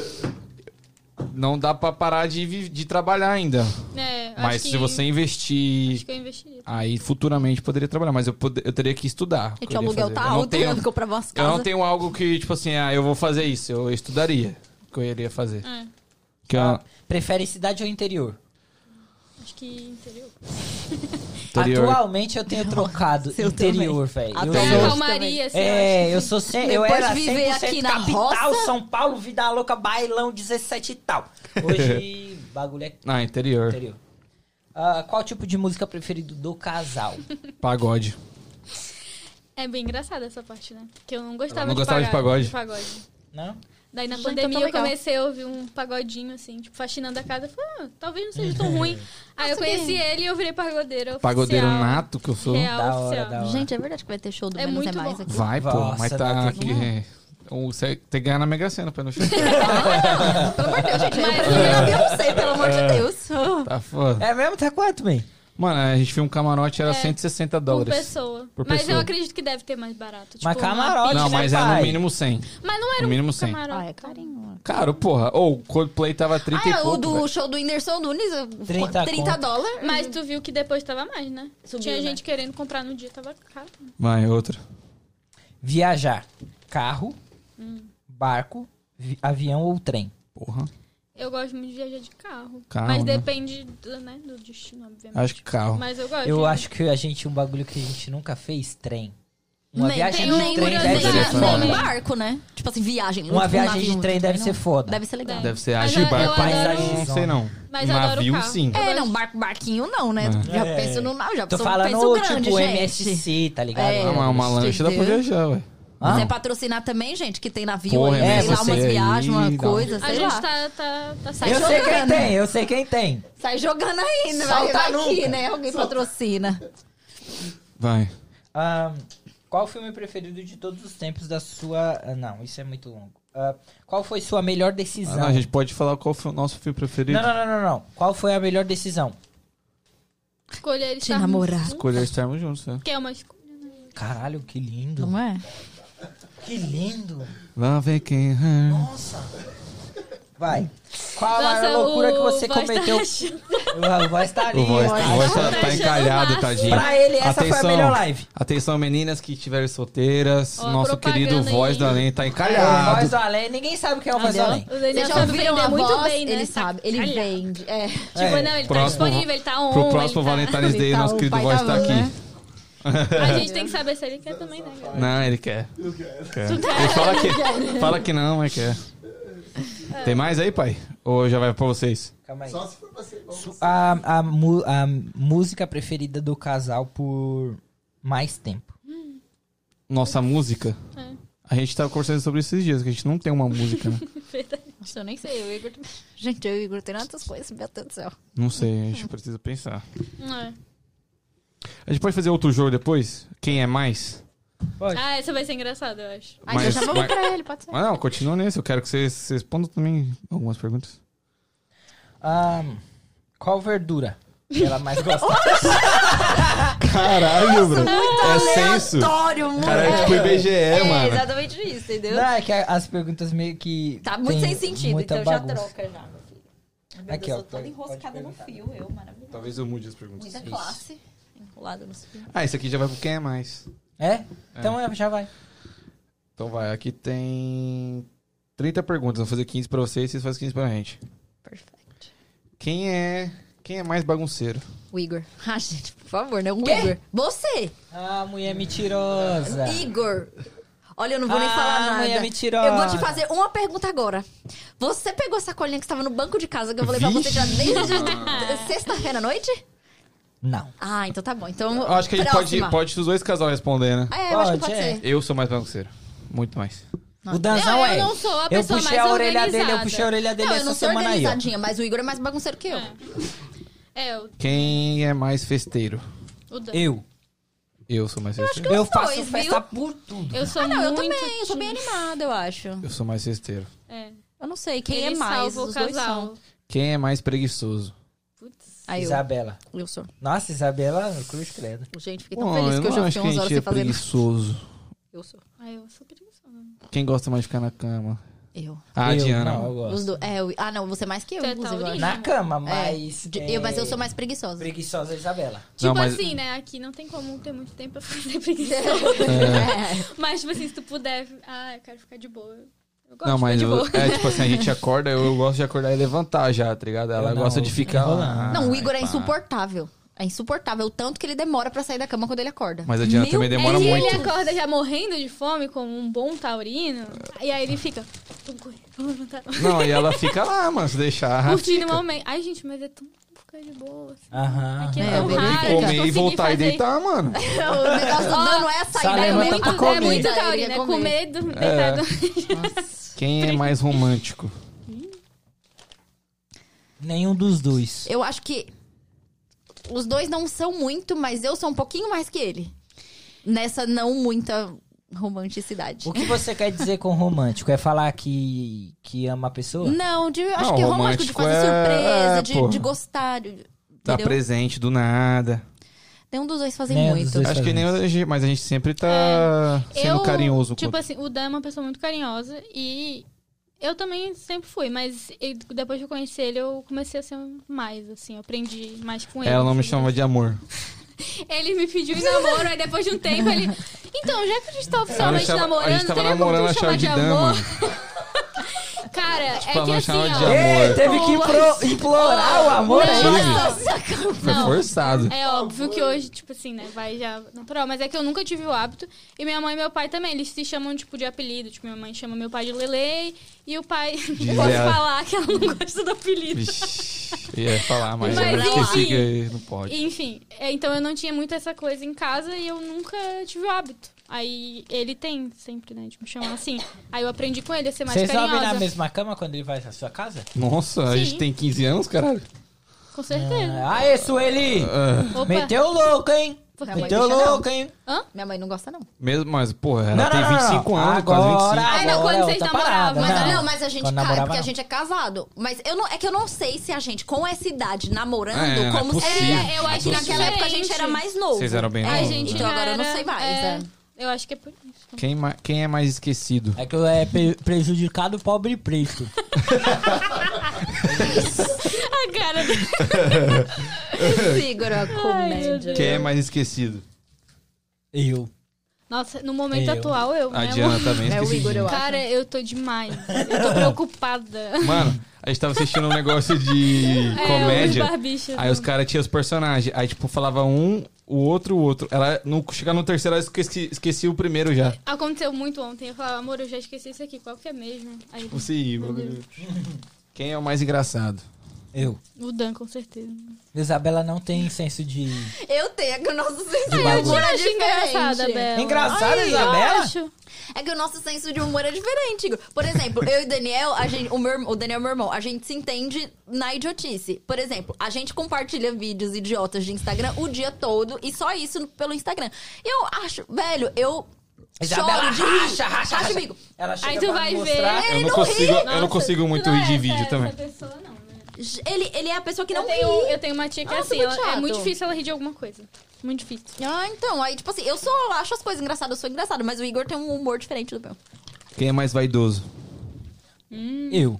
[SPEAKER 1] Não dá pra parar de, vi- de trabalhar ainda.
[SPEAKER 3] É, eu acho
[SPEAKER 1] Mas
[SPEAKER 3] que-
[SPEAKER 1] se você
[SPEAKER 3] Acho
[SPEAKER 1] investir,
[SPEAKER 3] que eu investiria.
[SPEAKER 1] aí futuramente poderia trabalhar. Mas eu, pod- eu teria que estudar. o que
[SPEAKER 4] Gente, o
[SPEAKER 1] eu iria
[SPEAKER 4] aluguel
[SPEAKER 1] fazer.
[SPEAKER 4] tá
[SPEAKER 1] eu não
[SPEAKER 4] alto,
[SPEAKER 3] né,
[SPEAKER 1] tenho,
[SPEAKER 4] eu não comprava umas
[SPEAKER 1] eu não
[SPEAKER 4] casas.
[SPEAKER 1] tenho algo que, tipo assim, ah, eu vou fazer isso. Eu estudaria. o Que eu iria fazer.
[SPEAKER 3] É,
[SPEAKER 1] Que eu
[SPEAKER 2] Prefere cidade ou interior?
[SPEAKER 3] acho que interior.
[SPEAKER 1] interior-
[SPEAKER 2] Atualmente eu tenho trocado
[SPEAKER 4] eu
[SPEAKER 2] interior, velho.
[SPEAKER 1] Então
[SPEAKER 2] Eu
[SPEAKER 4] Até
[SPEAKER 3] É,
[SPEAKER 4] Interior
[SPEAKER 2] sou-
[SPEAKER 3] calmaria, assim, eu
[SPEAKER 2] É,
[SPEAKER 3] acho.
[SPEAKER 2] eu sou sem, eu
[SPEAKER 4] Depois
[SPEAKER 2] era
[SPEAKER 4] de viver
[SPEAKER 2] 100%
[SPEAKER 4] aqui na
[SPEAKER 2] capital,
[SPEAKER 4] roça.
[SPEAKER 2] São Paulo, vida louca, bailão 17 e tal. Hoje, bagulho é
[SPEAKER 1] Ah, interior.
[SPEAKER 2] interior. Ah, qual tipo de música preferido do casal?
[SPEAKER 1] Pagode.
[SPEAKER 3] É bem engraçada essa parte, né? Porque eu não gostava,
[SPEAKER 1] Não gostava de pagode.
[SPEAKER 3] de pagode.
[SPEAKER 4] (laughs)
[SPEAKER 2] Não?
[SPEAKER 3] Daí na
[SPEAKER 4] Gente,
[SPEAKER 3] pandemia
[SPEAKER 4] então tá
[SPEAKER 3] eu
[SPEAKER 4] legal.
[SPEAKER 3] comecei a ouvir um pagodinho, assim, tipo, faxinando a casa. Eu falei, ah, talvez não seja tão
[SPEAKER 1] (laughs)
[SPEAKER 3] ruim. Aí eu conheci ele e eu virei pagodeira
[SPEAKER 1] Pagodeiro
[SPEAKER 3] oficial.
[SPEAKER 1] nato que eu sou.
[SPEAKER 3] Real
[SPEAKER 2] Da hora,
[SPEAKER 3] oficial.
[SPEAKER 2] da hora.
[SPEAKER 4] Gente, é verdade que vai ter show do
[SPEAKER 3] É
[SPEAKER 4] Menos é
[SPEAKER 3] muito
[SPEAKER 4] Mais
[SPEAKER 3] bom.
[SPEAKER 4] aqui.
[SPEAKER 1] Vai, pô.
[SPEAKER 2] Nossa, é né?
[SPEAKER 1] mas
[SPEAKER 2] vai
[SPEAKER 1] tá
[SPEAKER 2] ter que-
[SPEAKER 1] aqui. Ou Você tem que ganhar na Mega Sena pra não chegar.
[SPEAKER 4] Pelo amor de Deus, gente.
[SPEAKER 3] Mas-
[SPEAKER 4] Eu
[SPEAKER 1] é.
[SPEAKER 4] prefiro a Beyoncé, pelo amor de
[SPEAKER 1] (laughs)
[SPEAKER 4] Deus.
[SPEAKER 1] tá foda.
[SPEAKER 2] É mesmo? Tá quanto, man?
[SPEAKER 1] Mano, a gente viu um camarote, era
[SPEAKER 3] É.
[SPEAKER 1] 160
[SPEAKER 3] Por
[SPEAKER 1] dólares.
[SPEAKER 3] pessoa.
[SPEAKER 1] Por
[SPEAKER 3] mas eu
[SPEAKER 1] pessoa.
[SPEAKER 3] acredito que deve ter mais barato. Tipo,
[SPEAKER 2] Mas
[SPEAKER 3] uma
[SPEAKER 2] camarote,
[SPEAKER 3] pizza.
[SPEAKER 1] Não,
[SPEAKER 2] né,
[SPEAKER 1] mas era no
[SPEAKER 2] pai?
[SPEAKER 1] mínimo 100.
[SPEAKER 3] Mas não era
[SPEAKER 1] No
[SPEAKER 3] um
[SPEAKER 1] mínimo 100.
[SPEAKER 3] camarote. é,
[SPEAKER 4] Ah, é carinho.
[SPEAKER 1] Caro, porra. Ou o Coldplay tava 30 e
[SPEAKER 4] Ah,
[SPEAKER 1] pouco,
[SPEAKER 4] o do
[SPEAKER 1] velho.
[SPEAKER 4] show do Whindersson Nunes, é, eu-
[SPEAKER 2] 30
[SPEAKER 4] 30,
[SPEAKER 2] conto.
[SPEAKER 4] dólares.
[SPEAKER 3] Mas tu viu que depois tava mais, né?
[SPEAKER 4] Subiu,
[SPEAKER 3] Tinha
[SPEAKER 4] né?
[SPEAKER 3] gente querendo comprar no dia, tava caro.
[SPEAKER 1] Vai, outra.
[SPEAKER 2] Viajar. Carro,
[SPEAKER 4] Hum.
[SPEAKER 2] barco, vi- avião ou trem?
[SPEAKER 1] Porra.
[SPEAKER 3] Eu gosto muito de viajar de carro.
[SPEAKER 1] Carro,
[SPEAKER 3] mas
[SPEAKER 1] né?
[SPEAKER 3] depende do, né, do destino, obviamente.
[SPEAKER 1] Acho que carro.
[SPEAKER 3] Mas eu gosto.
[SPEAKER 2] Eu acho que a gente, um bagulho que a gente nunca fez, trem. Uma
[SPEAKER 4] Nem-
[SPEAKER 2] viagem
[SPEAKER 3] tem
[SPEAKER 2] de
[SPEAKER 3] um
[SPEAKER 2] trem né,
[SPEAKER 3] buraco
[SPEAKER 2] deve
[SPEAKER 3] na-
[SPEAKER 2] ser
[SPEAKER 1] Poderia falar.
[SPEAKER 2] foda.
[SPEAKER 4] Nem um barco, né? Tipo assim, viagem.
[SPEAKER 2] Uma
[SPEAKER 4] um
[SPEAKER 2] viagem
[SPEAKER 4] navio,
[SPEAKER 2] de trem deve
[SPEAKER 4] não.
[SPEAKER 2] ser foda.
[SPEAKER 4] Deve ser legal.
[SPEAKER 3] Deve.
[SPEAKER 1] Deve ser
[SPEAKER 3] Mas
[SPEAKER 1] ágil
[SPEAKER 3] eu- eu
[SPEAKER 1] barco.
[SPEAKER 3] adoro-
[SPEAKER 1] Não sei não.
[SPEAKER 3] Mas eu adoro
[SPEAKER 1] Um Navio,
[SPEAKER 3] carro.
[SPEAKER 1] sim.
[SPEAKER 4] É, não, barco, barquinho não, né? Já penso no não, já
[SPEAKER 2] É. Tô
[SPEAKER 4] penso-
[SPEAKER 2] falando,
[SPEAKER 4] penso um grande,
[SPEAKER 2] tipo,
[SPEAKER 4] gente.
[SPEAKER 2] MSC, tá ligado?
[SPEAKER 4] É.
[SPEAKER 1] Ah, mas uma lancha dá pra
[SPEAKER 4] Entendeu?
[SPEAKER 1] viajar, ué.
[SPEAKER 2] Ah,
[SPEAKER 4] Você patrocinar também, gente, que tem navio
[SPEAKER 1] Porra,
[SPEAKER 4] aí,
[SPEAKER 2] é,
[SPEAKER 4] sei lá,
[SPEAKER 2] você
[SPEAKER 4] umas
[SPEAKER 1] aí,
[SPEAKER 4] viagens, uma
[SPEAKER 1] não.
[SPEAKER 4] coisa,
[SPEAKER 3] A
[SPEAKER 4] sei lá.
[SPEAKER 3] gente tá, tá, tá
[SPEAKER 4] Sai
[SPEAKER 2] eu
[SPEAKER 3] saindo.
[SPEAKER 2] sei quem
[SPEAKER 4] jogando.
[SPEAKER 2] tem, eu sei quem tem.
[SPEAKER 4] Sai jogando aí, né? Vai,
[SPEAKER 2] Solta
[SPEAKER 4] vai
[SPEAKER 2] nunca.
[SPEAKER 4] aqui, né? Alguém patrocina.
[SPEAKER 1] Vai.
[SPEAKER 2] Ahn, qual o filme preferido de todos os tempos da sua... ah, Não, isso é muito longo. Ah, qual foi sua melhor
[SPEAKER 1] Ah,
[SPEAKER 2] decisão?
[SPEAKER 1] não, a gente pode falar qual foi o nosso filme preferido?
[SPEAKER 2] não, não, não, não, não. Qual foi a melhor decisão?
[SPEAKER 3] Escolher
[SPEAKER 4] Te
[SPEAKER 3] estar
[SPEAKER 4] namorar.
[SPEAKER 1] Escolher estarmos juntos, né?
[SPEAKER 3] tá Que é uma escolha.
[SPEAKER 2] Caralho, que lindo.
[SPEAKER 4] Não é?
[SPEAKER 3] é?
[SPEAKER 2] Que lindo.
[SPEAKER 1] Love it can hurt.
[SPEAKER 2] Nossa. Vai. Qual a
[SPEAKER 3] Nossa,
[SPEAKER 2] maior loucura
[SPEAKER 3] o
[SPEAKER 2] que você
[SPEAKER 3] Voz tá
[SPEAKER 2] cometeu?
[SPEAKER 3] (laughs) achando-
[SPEAKER 2] O voz tá ali.
[SPEAKER 1] O voz, o voz tá,
[SPEAKER 3] Tá
[SPEAKER 1] tá encalhado,
[SPEAKER 3] achando
[SPEAKER 1] tadinho.
[SPEAKER 2] Pra ele, essa foi a melhor live.
[SPEAKER 1] Atenção, meninas que estiverem solteiras.
[SPEAKER 3] Ó, a
[SPEAKER 1] nosso
[SPEAKER 3] propaganda
[SPEAKER 1] querido
[SPEAKER 3] aí.
[SPEAKER 1] voz da Além tá
[SPEAKER 2] O voz
[SPEAKER 1] encalhado.
[SPEAKER 2] do Além, ninguém sabe o que é o voz do
[SPEAKER 4] Entendeu?
[SPEAKER 2] Além.
[SPEAKER 3] O
[SPEAKER 4] Vocês
[SPEAKER 3] Daniel
[SPEAKER 4] já
[SPEAKER 3] sabe
[SPEAKER 4] ouviram a
[SPEAKER 3] vender muito
[SPEAKER 4] voz?
[SPEAKER 3] bem, né?
[SPEAKER 4] Ele
[SPEAKER 3] Tá
[SPEAKER 4] sabe, ele
[SPEAKER 3] calhado.
[SPEAKER 4] vende. É.
[SPEAKER 3] Tipo,
[SPEAKER 2] É.
[SPEAKER 3] não, ele
[SPEAKER 1] Próximo-
[SPEAKER 3] tá disponível, ele tá on.
[SPEAKER 1] Pro próximo
[SPEAKER 3] ele tá-
[SPEAKER 1] Valentine's Day,
[SPEAKER 4] Ele tá
[SPEAKER 1] nosso
[SPEAKER 4] o
[SPEAKER 1] querido
[SPEAKER 4] pai
[SPEAKER 1] voz
[SPEAKER 4] da
[SPEAKER 1] tá
[SPEAKER 4] van,
[SPEAKER 1] aqui.
[SPEAKER 4] né?
[SPEAKER 3] (laughs) A gente tem que saber se ele
[SPEAKER 1] (laughs)
[SPEAKER 3] quer também, né? galera?
[SPEAKER 1] Não, ele quer. Quer.
[SPEAKER 4] tá
[SPEAKER 1] Ele fala
[SPEAKER 4] (laughs)
[SPEAKER 1] que, fala que não, mas quer. Tem mais aí, pai? Ou já vai pra vocês?
[SPEAKER 2] Calma aí.
[SPEAKER 9] Só se for pra ser igual você.
[SPEAKER 2] A, a, mu- a música preferida do casal por mais tempo.
[SPEAKER 1] Nossa música.
[SPEAKER 3] É.
[SPEAKER 1] A gente tava conversando sobre isso esses dias, que a gente não tem uma música, né?
[SPEAKER 3] (laughs)
[SPEAKER 4] Nossa, eu nem sei, o Igor... Gente, eu e o Igor tem tantas coisas, meu Deus do céu.
[SPEAKER 1] Não sei, a gente precisa pensar.
[SPEAKER 3] É.
[SPEAKER 1] A gente pode fazer outro jogo depois? Quem é mais?
[SPEAKER 3] Ah, essa vai ser engraçada, eu acho.
[SPEAKER 4] Aí eu Ah, então já vou
[SPEAKER 1] mas,
[SPEAKER 4] pra ele, pode ser.
[SPEAKER 1] mas não, continua nesse. Eu quero que vocês vocês respondam também algumas perguntas.
[SPEAKER 2] Ah, qual verdura que ela mais
[SPEAKER 4] (laughs)
[SPEAKER 2] gosta?
[SPEAKER 1] Caralho, bro. É senso.
[SPEAKER 4] Aleatório, mano.
[SPEAKER 1] Cara, é tipo IBGE,
[SPEAKER 4] É,
[SPEAKER 1] mano.
[SPEAKER 4] exatamente isso, entendeu?
[SPEAKER 2] Não, é que a- as perguntas meio que.
[SPEAKER 4] Tá muito
[SPEAKER 2] tem
[SPEAKER 4] sem sentido,
[SPEAKER 2] muita
[SPEAKER 4] então
[SPEAKER 2] bagunça.
[SPEAKER 4] já troca já, meu filho. Meu Deus,
[SPEAKER 2] Aqui,
[SPEAKER 4] eu
[SPEAKER 2] ó,
[SPEAKER 4] sou toda
[SPEAKER 2] pode-
[SPEAKER 4] enroscada
[SPEAKER 2] pode
[SPEAKER 4] no
[SPEAKER 2] perguntar.
[SPEAKER 4] fio, eu, maravilhoso.
[SPEAKER 1] Talvez eu mude as perguntas.
[SPEAKER 4] Muita
[SPEAKER 2] Isso.
[SPEAKER 4] classe, enrolada no fio.
[SPEAKER 1] Ah, esse aqui já vai pro quem é mais.
[SPEAKER 2] É? Então é, já vai.
[SPEAKER 1] Então vai, aqui tem 30 perguntas. Vou fazer 15 pra vocês, vocês fazem 15 pra gente.
[SPEAKER 4] Perfeito.
[SPEAKER 1] Quem é. Quem é mais bagunceiro?
[SPEAKER 4] O Igor. (laughs) Ah, gente, por favor, não o
[SPEAKER 2] Quê?
[SPEAKER 4] Igor. Você,
[SPEAKER 2] Ah, mulher mentirosa.
[SPEAKER 4] Igor. Olha, eu não vou nem
[SPEAKER 2] Ah,
[SPEAKER 4] falar nada.
[SPEAKER 2] mulher mentirosa.
[SPEAKER 4] Eu vou te fazer uma pergunta agora. Você pegou essa colinha que estava no banco de casa que eu vou levar você já desde sexta-feira à noite?
[SPEAKER 2] Não.
[SPEAKER 4] Ah, então tá bom. Então,
[SPEAKER 1] Eu acho que a gente pode,
[SPEAKER 4] próxima.
[SPEAKER 1] pode os dois casal responder, né?
[SPEAKER 4] É, eu acho que
[SPEAKER 2] Pode,
[SPEAKER 4] pode
[SPEAKER 2] é.
[SPEAKER 4] ser.
[SPEAKER 1] Eu sou mais bagunceiro. Muito mais.
[SPEAKER 2] O Danzão
[SPEAKER 3] eu
[SPEAKER 2] é.
[SPEAKER 3] não sou a
[SPEAKER 2] eu
[SPEAKER 3] pessoa
[SPEAKER 2] puxei
[SPEAKER 3] mais
[SPEAKER 2] a orelha dele, eu
[SPEAKER 3] organizada.
[SPEAKER 2] puxei a orelha dele
[SPEAKER 4] Não, eu
[SPEAKER 2] essa
[SPEAKER 4] não sou
[SPEAKER 2] semana aí. ó.
[SPEAKER 4] organizadinha, mas o Igor é mais bagunceiro que eu.
[SPEAKER 3] É, o,
[SPEAKER 1] Quem é mais festeiro?
[SPEAKER 3] o Dan.
[SPEAKER 2] Eu.
[SPEAKER 1] Eu sou mais festeiro.
[SPEAKER 2] Eu, faço
[SPEAKER 4] dois,
[SPEAKER 2] festa por tudo.
[SPEAKER 3] Eu sou
[SPEAKER 4] Ah, não, eu
[SPEAKER 3] muito
[SPEAKER 4] também. Eu sou bem animada, eu acho.
[SPEAKER 1] Eu sou mais festeiro.
[SPEAKER 3] É.
[SPEAKER 4] Eu não sei quem
[SPEAKER 3] Ele
[SPEAKER 4] é mais.
[SPEAKER 3] salva o
[SPEAKER 4] Os dois são.
[SPEAKER 3] casal.
[SPEAKER 1] Quem é mais preguiçoso?
[SPEAKER 3] Putz.
[SPEAKER 4] Aí eu,
[SPEAKER 2] Isabela.
[SPEAKER 4] eu sou.
[SPEAKER 2] Nossa, Isabela, cruz credo.
[SPEAKER 4] Gente, fiquei tão
[SPEAKER 1] Bom,
[SPEAKER 4] Então, feliz
[SPEAKER 1] eu
[SPEAKER 4] que eu
[SPEAKER 1] não
[SPEAKER 4] já
[SPEAKER 1] acho
[SPEAKER 4] fiquei
[SPEAKER 1] que a
[SPEAKER 4] umas
[SPEAKER 1] gente
[SPEAKER 4] horas sem
[SPEAKER 1] é
[SPEAKER 4] fazer nada.
[SPEAKER 1] preguiçoso.
[SPEAKER 4] Eu sou.
[SPEAKER 3] Ai, eu sou preguiçosa.
[SPEAKER 1] Quem gosta mais de ficar na cama?
[SPEAKER 4] Eu.
[SPEAKER 1] Ah, a
[SPEAKER 2] Eu,
[SPEAKER 1] Diana.
[SPEAKER 2] não, eu gosto.
[SPEAKER 4] Os do... é, eu- Ah, não, você é mais que eu,
[SPEAKER 3] Você é
[SPEAKER 4] inclusive. eu acho.
[SPEAKER 3] taurina.
[SPEAKER 2] Na cama,
[SPEAKER 4] É.
[SPEAKER 2] mas.
[SPEAKER 4] De-
[SPEAKER 2] é,
[SPEAKER 4] eu, mas eu sou mais preguiçosa.
[SPEAKER 2] Preguiçosa Isabela.
[SPEAKER 3] Tipo
[SPEAKER 1] mas-
[SPEAKER 3] assim, né? Aqui não tem como ter muito tempo pra (laughs) fazer preguiça.
[SPEAKER 4] É.
[SPEAKER 3] Mas, tipo assim, se tu puder. Ah, eu quero ficar de boa. Eu
[SPEAKER 4] tá
[SPEAKER 3] gosto
[SPEAKER 1] Não, mas
[SPEAKER 3] de
[SPEAKER 1] eu-
[SPEAKER 3] ficar de boa.
[SPEAKER 1] é tipo assim, a gente acorda, eu gosto de acordar e levantar já, tá ligado? Ela
[SPEAKER 2] Eu não,
[SPEAKER 1] gosta
[SPEAKER 2] eu
[SPEAKER 1] de
[SPEAKER 2] fico
[SPEAKER 1] ficar lá.
[SPEAKER 2] enrolando.
[SPEAKER 4] (laughs) Não, o Igor é
[SPEAKER 1] Ai, pá.
[SPEAKER 4] insuportável. É insuportável o tanto que ele demora pra sair da cama quando ele acorda.
[SPEAKER 1] Mas a Diana
[SPEAKER 4] Meu
[SPEAKER 1] também demora
[SPEAKER 3] é que
[SPEAKER 1] muito.
[SPEAKER 3] ele acorda já morrendo de fome, como um bom taurino. E aí ele fica. Vamos correr, vamos levantar.
[SPEAKER 1] Não, e ela fica lá, mano, se deixar.
[SPEAKER 3] Curtindo o
[SPEAKER 1] Ah, fica.
[SPEAKER 3] momento. Ai, gente, mas é tão bom ficar de boa. assim.
[SPEAKER 2] Aham.
[SPEAKER 1] Ah,
[SPEAKER 3] Aqui é,
[SPEAKER 4] É,
[SPEAKER 3] tão
[SPEAKER 4] bem
[SPEAKER 3] raro.
[SPEAKER 4] fica.
[SPEAKER 3] a gente
[SPEAKER 1] Comer e
[SPEAKER 3] conseguir
[SPEAKER 1] voltar e
[SPEAKER 3] fazer.
[SPEAKER 1] deitar, mano.
[SPEAKER 4] O negócio do Dan não é a
[SPEAKER 2] Só
[SPEAKER 4] saída.
[SPEAKER 3] É
[SPEAKER 1] tá
[SPEAKER 2] levanta
[SPEAKER 3] muito,
[SPEAKER 2] pra
[SPEAKER 3] é
[SPEAKER 2] comer.
[SPEAKER 3] muito
[SPEAKER 4] Ele
[SPEAKER 3] taurino.
[SPEAKER 4] ia
[SPEAKER 3] É
[SPEAKER 4] comer.
[SPEAKER 3] comer, dormir, deitar, dormir.
[SPEAKER 1] Quem é mais romântico?
[SPEAKER 2] Nenhum dos dois.
[SPEAKER 4] Eu acho que os dois não são muito, mas eu sou um pouquinho mais que ele. Nessa não muita romanticidade.
[SPEAKER 2] O que você quer dizer com romântico? É falar que, que ama a pessoa?
[SPEAKER 4] Não, de, eu acho
[SPEAKER 1] Não,
[SPEAKER 4] que romântico, de
[SPEAKER 1] romântico
[SPEAKER 4] fazer
[SPEAKER 1] é-
[SPEAKER 4] surpresa,
[SPEAKER 1] é,
[SPEAKER 4] de,
[SPEAKER 1] porra.
[SPEAKER 4] de gostar. de-
[SPEAKER 1] Dá
[SPEAKER 4] Entendeu?
[SPEAKER 1] presente do nada.
[SPEAKER 4] Nenhum dos dois fazem
[SPEAKER 2] Nenhum dos
[SPEAKER 4] muito.
[SPEAKER 2] dois.
[SPEAKER 1] Acho que nem
[SPEAKER 2] fazem
[SPEAKER 1] a gente, mas a gente sempre tá sendo
[SPEAKER 3] É, eu,
[SPEAKER 1] carinhoso.
[SPEAKER 3] Tipo
[SPEAKER 1] com...
[SPEAKER 3] assim, o Dan é uma pessoa muito carinhosa e eu também sempre fui, mas e- depois de eu conhecer ele, eu comecei a ser mais, assim, eu aprendi mais com ele.
[SPEAKER 1] Ela não me
[SPEAKER 3] assim.
[SPEAKER 1] chama de amor.
[SPEAKER 3] Ele me pediu em namoro, aí depois de um tempo ele. Então, já que a gente tá
[SPEAKER 1] Ela me
[SPEAKER 3] oficialmente
[SPEAKER 1] chama-
[SPEAKER 3] namorando,
[SPEAKER 1] a gente tava
[SPEAKER 3] teria como tu
[SPEAKER 1] namorando
[SPEAKER 3] me
[SPEAKER 1] a Charles
[SPEAKER 3] chamar
[SPEAKER 1] de
[SPEAKER 3] de amor?
[SPEAKER 1] Dama.
[SPEAKER 3] Cara,
[SPEAKER 1] Tipo,
[SPEAKER 3] é que
[SPEAKER 1] ela
[SPEAKER 3] assim,
[SPEAKER 1] chama de
[SPEAKER 3] ó.
[SPEAKER 1] amor.
[SPEAKER 2] Ei, teve que implo- implorar o amor aí.
[SPEAKER 1] Foi
[SPEAKER 3] tá Não.
[SPEAKER 1] forçado.
[SPEAKER 3] É óbvio que hoje, tipo assim, né? Vai já natural. Mas é que eu nunca tive o hábito. E minha mãe e meu pai também. Eles se chamam, tipo, de apelido. Tipo, minha mãe chama meu pai de Lele. E o pai. (laughs) Não posso
[SPEAKER 1] ela.
[SPEAKER 3] falar que ela não gosta do apelido.
[SPEAKER 1] Vixe, ia falar, mas,
[SPEAKER 3] Mas
[SPEAKER 1] eu esqueci
[SPEAKER 3] enfim.
[SPEAKER 1] que não pode.
[SPEAKER 3] Enfim, é, então eu não tinha muito essa coisa em casa e eu nunca tive o hábito. Aí ele tem sempre, né? De me chamar assim. Aí eu aprendi com ele a ser mais
[SPEAKER 2] Vocês dormem na
[SPEAKER 3] carinhosa.
[SPEAKER 2] mesma cama quando ele vai na sua casa?
[SPEAKER 1] Nossa, a
[SPEAKER 3] Sim.
[SPEAKER 1] gente tem 15 anos, caralho. Ah,
[SPEAKER 3] Com certeza.
[SPEAKER 2] Aê, Sueli!
[SPEAKER 3] Opa.
[SPEAKER 2] Ah, Meteu o louco, hein?
[SPEAKER 4] Não, mas
[SPEAKER 2] Meteu o
[SPEAKER 4] deixa não.
[SPEAKER 2] louco, hein?
[SPEAKER 4] Minha mãe não gosta, não.
[SPEAKER 1] Mesmo, mas, porra,
[SPEAKER 2] Não,
[SPEAKER 1] ela
[SPEAKER 2] não,
[SPEAKER 1] tem
[SPEAKER 2] não, não.
[SPEAKER 1] 25 anos, quase 25.
[SPEAKER 2] Agora,
[SPEAKER 3] Ai, não, quando
[SPEAKER 2] agora é
[SPEAKER 3] vocês
[SPEAKER 2] outra
[SPEAKER 3] namoravam,
[SPEAKER 2] parada,
[SPEAKER 4] Mas
[SPEAKER 3] Não.
[SPEAKER 4] não, mas a gente
[SPEAKER 2] Quando
[SPEAKER 4] ca-
[SPEAKER 2] namorava,
[SPEAKER 4] porque a
[SPEAKER 2] não.
[SPEAKER 4] gente é casado. Mas eu não, é que eu não sei se a gente, com essa idade, namorando,
[SPEAKER 1] É, não é
[SPEAKER 4] como se.
[SPEAKER 1] possível.
[SPEAKER 3] É, eu acho
[SPEAKER 4] que naquela
[SPEAKER 3] diferente.
[SPEAKER 4] época a gente era mais novo.
[SPEAKER 1] Vocês eram bem
[SPEAKER 4] é,
[SPEAKER 3] A
[SPEAKER 1] novos,
[SPEAKER 3] gente
[SPEAKER 1] né?
[SPEAKER 4] Então
[SPEAKER 3] já
[SPEAKER 4] agora eu não
[SPEAKER 3] era-
[SPEAKER 4] sei mais,
[SPEAKER 3] é.
[SPEAKER 4] é.
[SPEAKER 3] Eu acho que é por isso.
[SPEAKER 1] Quem, ma- quem é mais esquecido?
[SPEAKER 2] É que eu é pre- prejudicado pobre preto.
[SPEAKER 3] A cara dele.
[SPEAKER 4] (laughs)
[SPEAKER 1] (laughs)
[SPEAKER 4] Fígaro, a é. comédia.
[SPEAKER 1] Quem é mais esquecido?
[SPEAKER 2] Eu.
[SPEAKER 3] Nossa, no momento
[SPEAKER 2] Eu.
[SPEAKER 3] atual eu,
[SPEAKER 1] A
[SPEAKER 3] né,
[SPEAKER 1] Diana também
[SPEAKER 4] É o
[SPEAKER 1] esqueci.
[SPEAKER 4] Igor, eu acho.
[SPEAKER 3] Cara, eu tô demais. Eu tô preocupada. (laughs)
[SPEAKER 1] Mano, a gente tava assistindo um negócio de
[SPEAKER 3] É,
[SPEAKER 1] comédia.
[SPEAKER 3] os barbichos.
[SPEAKER 1] Aí os caras tinham os personagens. Aí, tipo, falava um, o outro, o outro. Ela, no, chegar no terceiro, ela esqueci, esqueci o primeiro já.
[SPEAKER 3] Aconteceu muito ontem. Eu falava, amor, eu já esqueci isso aqui. Qual que é mesmo? Aí,
[SPEAKER 1] Tipo assim,
[SPEAKER 3] Meu
[SPEAKER 1] bagulho. Quem é o mais engraçado?
[SPEAKER 2] Eu.
[SPEAKER 3] o Dan, com certeza.
[SPEAKER 2] Isabela não tem senso de.
[SPEAKER 4] Eu tenho, é que o nosso senso
[SPEAKER 2] De
[SPEAKER 4] de
[SPEAKER 2] bagulho.
[SPEAKER 4] humor é
[SPEAKER 3] acho engraçada,
[SPEAKER 4] diferente.
[SPEAKER 3] Bela.
[SPEAKER 2] Engraçada,
[SPEAKER 3] Ai,
[SPEAKER 2] Isabela?
[SPEAKER 3] Eu acho.
[SPEAKER 4] É que o nosso senso de humor é diferente, Igor. Por exemplo, eu e o Daniel, a gente, o, meu, irmão- o Daniel é meu irmão, a gente se entende na idiotice. Por exemplo, a gente compartilha vídeos idiotas de Instagram o dia todo e só isso pelo Instagram. Eu acho, velho, eu
[SPEAKER 2] Isabela
[SPEAKER 4] choro de rir.
[SPEAKER 2] racha, racha,
[SPEAKER 4] Racha o
[SPEAKER 2] racha.
[SPEAKER 4] bico.
[SPEAKER 2] Ela chega
[SPEAKER 3] tu
[SPEAKER 2] pra
[SPEAKER 3] vai
[SPEAKER 2] me
[SPEAKER 3] ver.
[SPEAKER 2] mostrar.
[SPEAKER 4] Ele
[SPEAKER 1] eu não,
[SPEAKER 4] não
[SPEAKER 1] consigo,
[SPEAKER 4] ri.
[SPEAKER 1] eu não consigo muito rir
[SPEAKER 3] é,
[SPEAKER 1] de vídeo também.
[SPEAKER 4] Ele, ele é a pessoa que não
[SPEAKER 3] né? eu, tenho,
[SPEAKER 4] ri.
[SPEAKER 3] eu tenho uma tia que é
[SPEAKER 4] Nossa,
[SPEAKER 3] assim,
[SPEAKER 4] muito
[SPEAKER 3] ela- é
[SPEAKER 4] chato.
[SPEAKER 3] muito difícil ela rir de alguma coisa. Muito difícil.
[SPEAKER 4] Ah, então, aí tipo assim, eu só acho as coisas engraçadas, eu sou engraçada, mas o Igor tem um humor diferente do meu.
[SPEAKER 1] Quem é mais vaidoso?
[SPEAKER 2] Eu.
[SPEAKER 4] Eu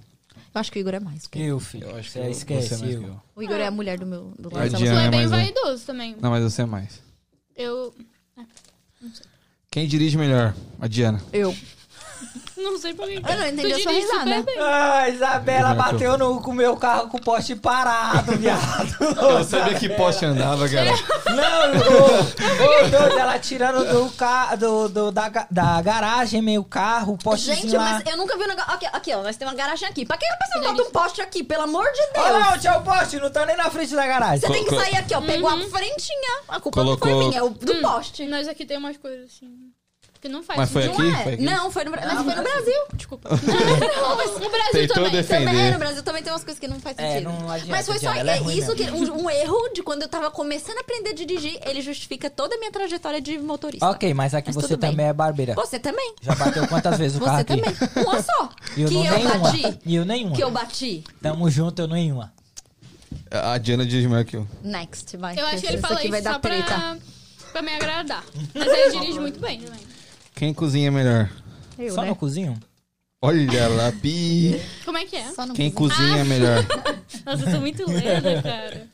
[SPEAKER 4] acho que o Igor é mais. porque
[SPEAKER 2] Eu, filho. Você esquece.
[SPEAKER 1] você é mais
[SPEAKER 2] eu.
[SPEAKER 1] que eu.
[SPEAKER 4] O Igor é a mulher do meu. Do
[SPEAKER 1] A
[SPEAKER 4] lado.
[SPEAKER 3] Tu
[SPEAKER 1] Diana
[SPEAKER 3] é
[SPEAKER 1] é
[SPEAKER 3] bem
[SPEAKER 1] mais. um.
[SPEAKER 3] vaidoso também.
[SPEAKER 1] Não, mas você é mais.
[SPEAKER 3] Eu
[SPEAKER 1] Quem dirige melhor? A Diana.
[SPEAKER 4] Eu.
[SPEAKER 3] não sei por quê.
[SPEAKER 4] Ah, Eu não entendi
[SPEAKER 3] Tu
[SPEAKER 4] a sua
[SPEAKER 3] dirige super
[SPEAKER 4] risada.
[SPEAKER 3] bem.
[SPEAKER 1] (laughs)
[SPEAKER 2] Ah, Isabela
[SPEAKER 1] Como é que
[SPEAKER 2] bateu no, com o meu carro com o poste parado, viado.
[SPEAKER 1] (laughs) Eu sabia que poste andava, cara. (laughs)
[SPEAKER 2] Não, ô, ô, doido, ela tirando do ca, do, do- da, ga- da garagem meio carro, o poste
[SPEAKER 4] Gente,
[SPEAKER 2] lá.
[SPEAKER 4] mas eu nunca vi um negócio. Aqui, aqui, ó, nós temos uma garagem aqui. Pra que a pessoa bota um poste aqui, pelo amor de Deus?
[SPEAKER 2] Olha lá onde é o poste, não tá nem na frente da garagem.
[SPEAKER 4] Você tem que
[SPEAKER 1] Co- co-
[SPEAKER 4] sair aqui, ó. Pegou
[SPEAKER 2] Uhum.
[SPEAKER 4] a frentinha. A culpa não
[SPEAKER 1] Colocou-
[SPEAKER 4] foi minha, é o
[SPEAKER 2] Hum.
[SPEAKER 4] do poste.
[SPEAKER 3] Nós aqui tem umas coisas assim. Que não faz.
[SPEAKER 1] Mas foi
[SPEAKER 3] Não
[SPEAKER 1] aqui?
[SPEAKER 4] Não
[SPEAKER 1] Foi
[SPEAKER 4] é?
[SPEAKER 1] aqui?
[SPEAKER 4] Não, foi no,
[SPEAKER 2] Ah,
[SPEAKER 4] Bra- mas foi no Brasil.
[SPEAKER 3] é- Desculpa. (laughs) Não,
[SPEAKER 4] No Brasil
[SPEAKER 1] Tentou
[SPEAKER 4] também. Também, é,
[SPEAKER 1] defender.
[SPEAKER 4] no Brasil também tem umas coisas que não faz
[SPEAKER 2] É,
[SPEAKER 4] sentido.
[SPEAKER 2] não adianta,
[SPEAKER 4] mas foi só
[SPEAKER 2] Diana, ela é
[SPEAKER 4] é
[SPEAKER 2] ruim
[SPEAKER 4] isso que
[SPEAKER 2] mesmo.
[SPEAKER 4] um, um erro de quando eu tava começando a aprender a dirigir, ele justifica toda a minha trajetória de motorista.
[SPEAKER 2] Ok, mas aqui
[SPEAKER 4] tá Mas
[SPEAKER 2] você
[SPEAKER 4] tudo bem.
[SPEAKER 2] também é barbeira.
[SPEAKER 4] Você também.
[SPEAKER 2] Já bateu quantas vezes o carro
[SPEAKER 4] Você
[SPEAKER 2] aqui?
[SPEAKER 4] também. Uma só.
[SPEAKER 2] E (laughs) eu
[SPEAKER 4] que
[SPEAKER 2] não
[SPEAKER 4] eu
[SPEAKER 2] nenhuma.
[SPEAKER 4] bati.
[SPEAKER 2] E eu nenhuma.
[SPEAKER 4] Que eu bati.
[SPEAKER 2] Tamo junto, eu nenhuma.
[SPEAKER 1] A Diana dirige melhor que eu.
[SPEAKER 4] Next, vai.
[SPEAKER 3] eu acho que ele
[SPEAKER 4] Isso
[SPEAKER 3] fala
[SPEAKER 4] aqui
[SPEAKER 3] isso
[SPEAKER 4] vai
[SPEAKER 3] só
[SPEAKER 4] dar
[SPEAKER 3] pra,
[SPEAKER 4] treta.
[SPEAKER 3] pra me agradar. Mas ele dirige muito bem também.
[SPEAKER 1] Quem cozinha melhor?
[SPEAKER 4] Eu,
[SPEAKER 2] Só
[SPEAKER 4] né?
[SPEAKER 2] no cozinho?
[SPEAKER 1] Olha lá, pi.
[SPEAKER 3] Como é que é?
[SPEAKER 4] Só no
[SPEAKER 1] Quem cozinha melhor?
[SPEAKER 3] Nossa, eu sou muito lenta, cara.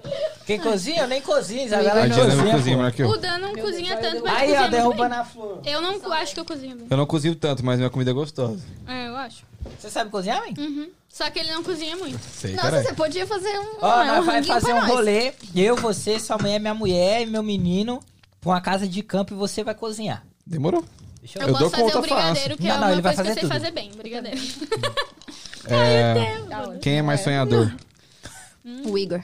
[SPEAKER 2] Quem cozinha? Eu nem cozinho, Isabela
[SPEAKER 1] A
[SPEAKER 2] não
[SPEAKER 1] Diana
[SPEAKER 2] cozinha.
[SPEAKER 1] cozinha
[SPEAKER 2] pô.
[SPEAKER 1] melhor que eu.
[SPEAKER 3] O Dan não cozinha tanto, mas
[SPEAKER 2] Aí, ó,
[SPEAKER 3] cozinha muito
[SPEAKER 2] derrubando
[SPEAKER 3] bem.
[SPEAKER 2] a flor.
[SPEAKER 3] Eu não acho que eu cozinho bem.
[SPEAKER 1] Eu não cozinho tanto, mas minha comida é gostosa.
[SPEAKER 3] É, eu acho.
[SPEAKER 2] Você sabe cozinhar, mãe?
[SPEAKER 3] Uhum. Só que ele não cozinha muito.
[SPEAKER 1] Sei,
[SPEAKER 4] Nossa, você podia fazer um.
[SPEAKER 2] Ó,
[SPEAKER 4] um
[SPEAKER 2] nós vai
[SPEAKER 4] ranguinho
[SPEAKER 2] fazer
[SPEAKER 4] pra
[SPEAKER 2] um
[SPEAKER 4] nós.
[SPEAKER 2] rolê. Eu, você, sua mãe, minha mulher e meu menino pra uma casa de campo e você vai cozinhar.
[SPEAKER 1] Demorou.
[SPEAKER 2] Deixa
[SPEAKER 3] Eu,
[SPEAKER 2] eu...
[SPEAKER 1] Eu
[SPEAKER 3] posso
[SPEAKER 1] dou
[SPEAKER 3] fazer
[SPEAKER 1] conta
[SPEAKER 3] um brigadeiro, que
[SPEAKER 2] fácil.
[SPEAKER 3] é
[SPEAKER 2] Não,
[SPEAKER 3] uma
[SPEAKER 2] não, ele vai
[SPEAKER 3] coisa que eu
[SPEAKER 2] fazer tudo.
[SPEAKER 3] sei fazer bem, (laughs) brigadeiro.
[SPEAKER 1] É, quem é mais sonhador?
[SPEAKER 4] O Igor.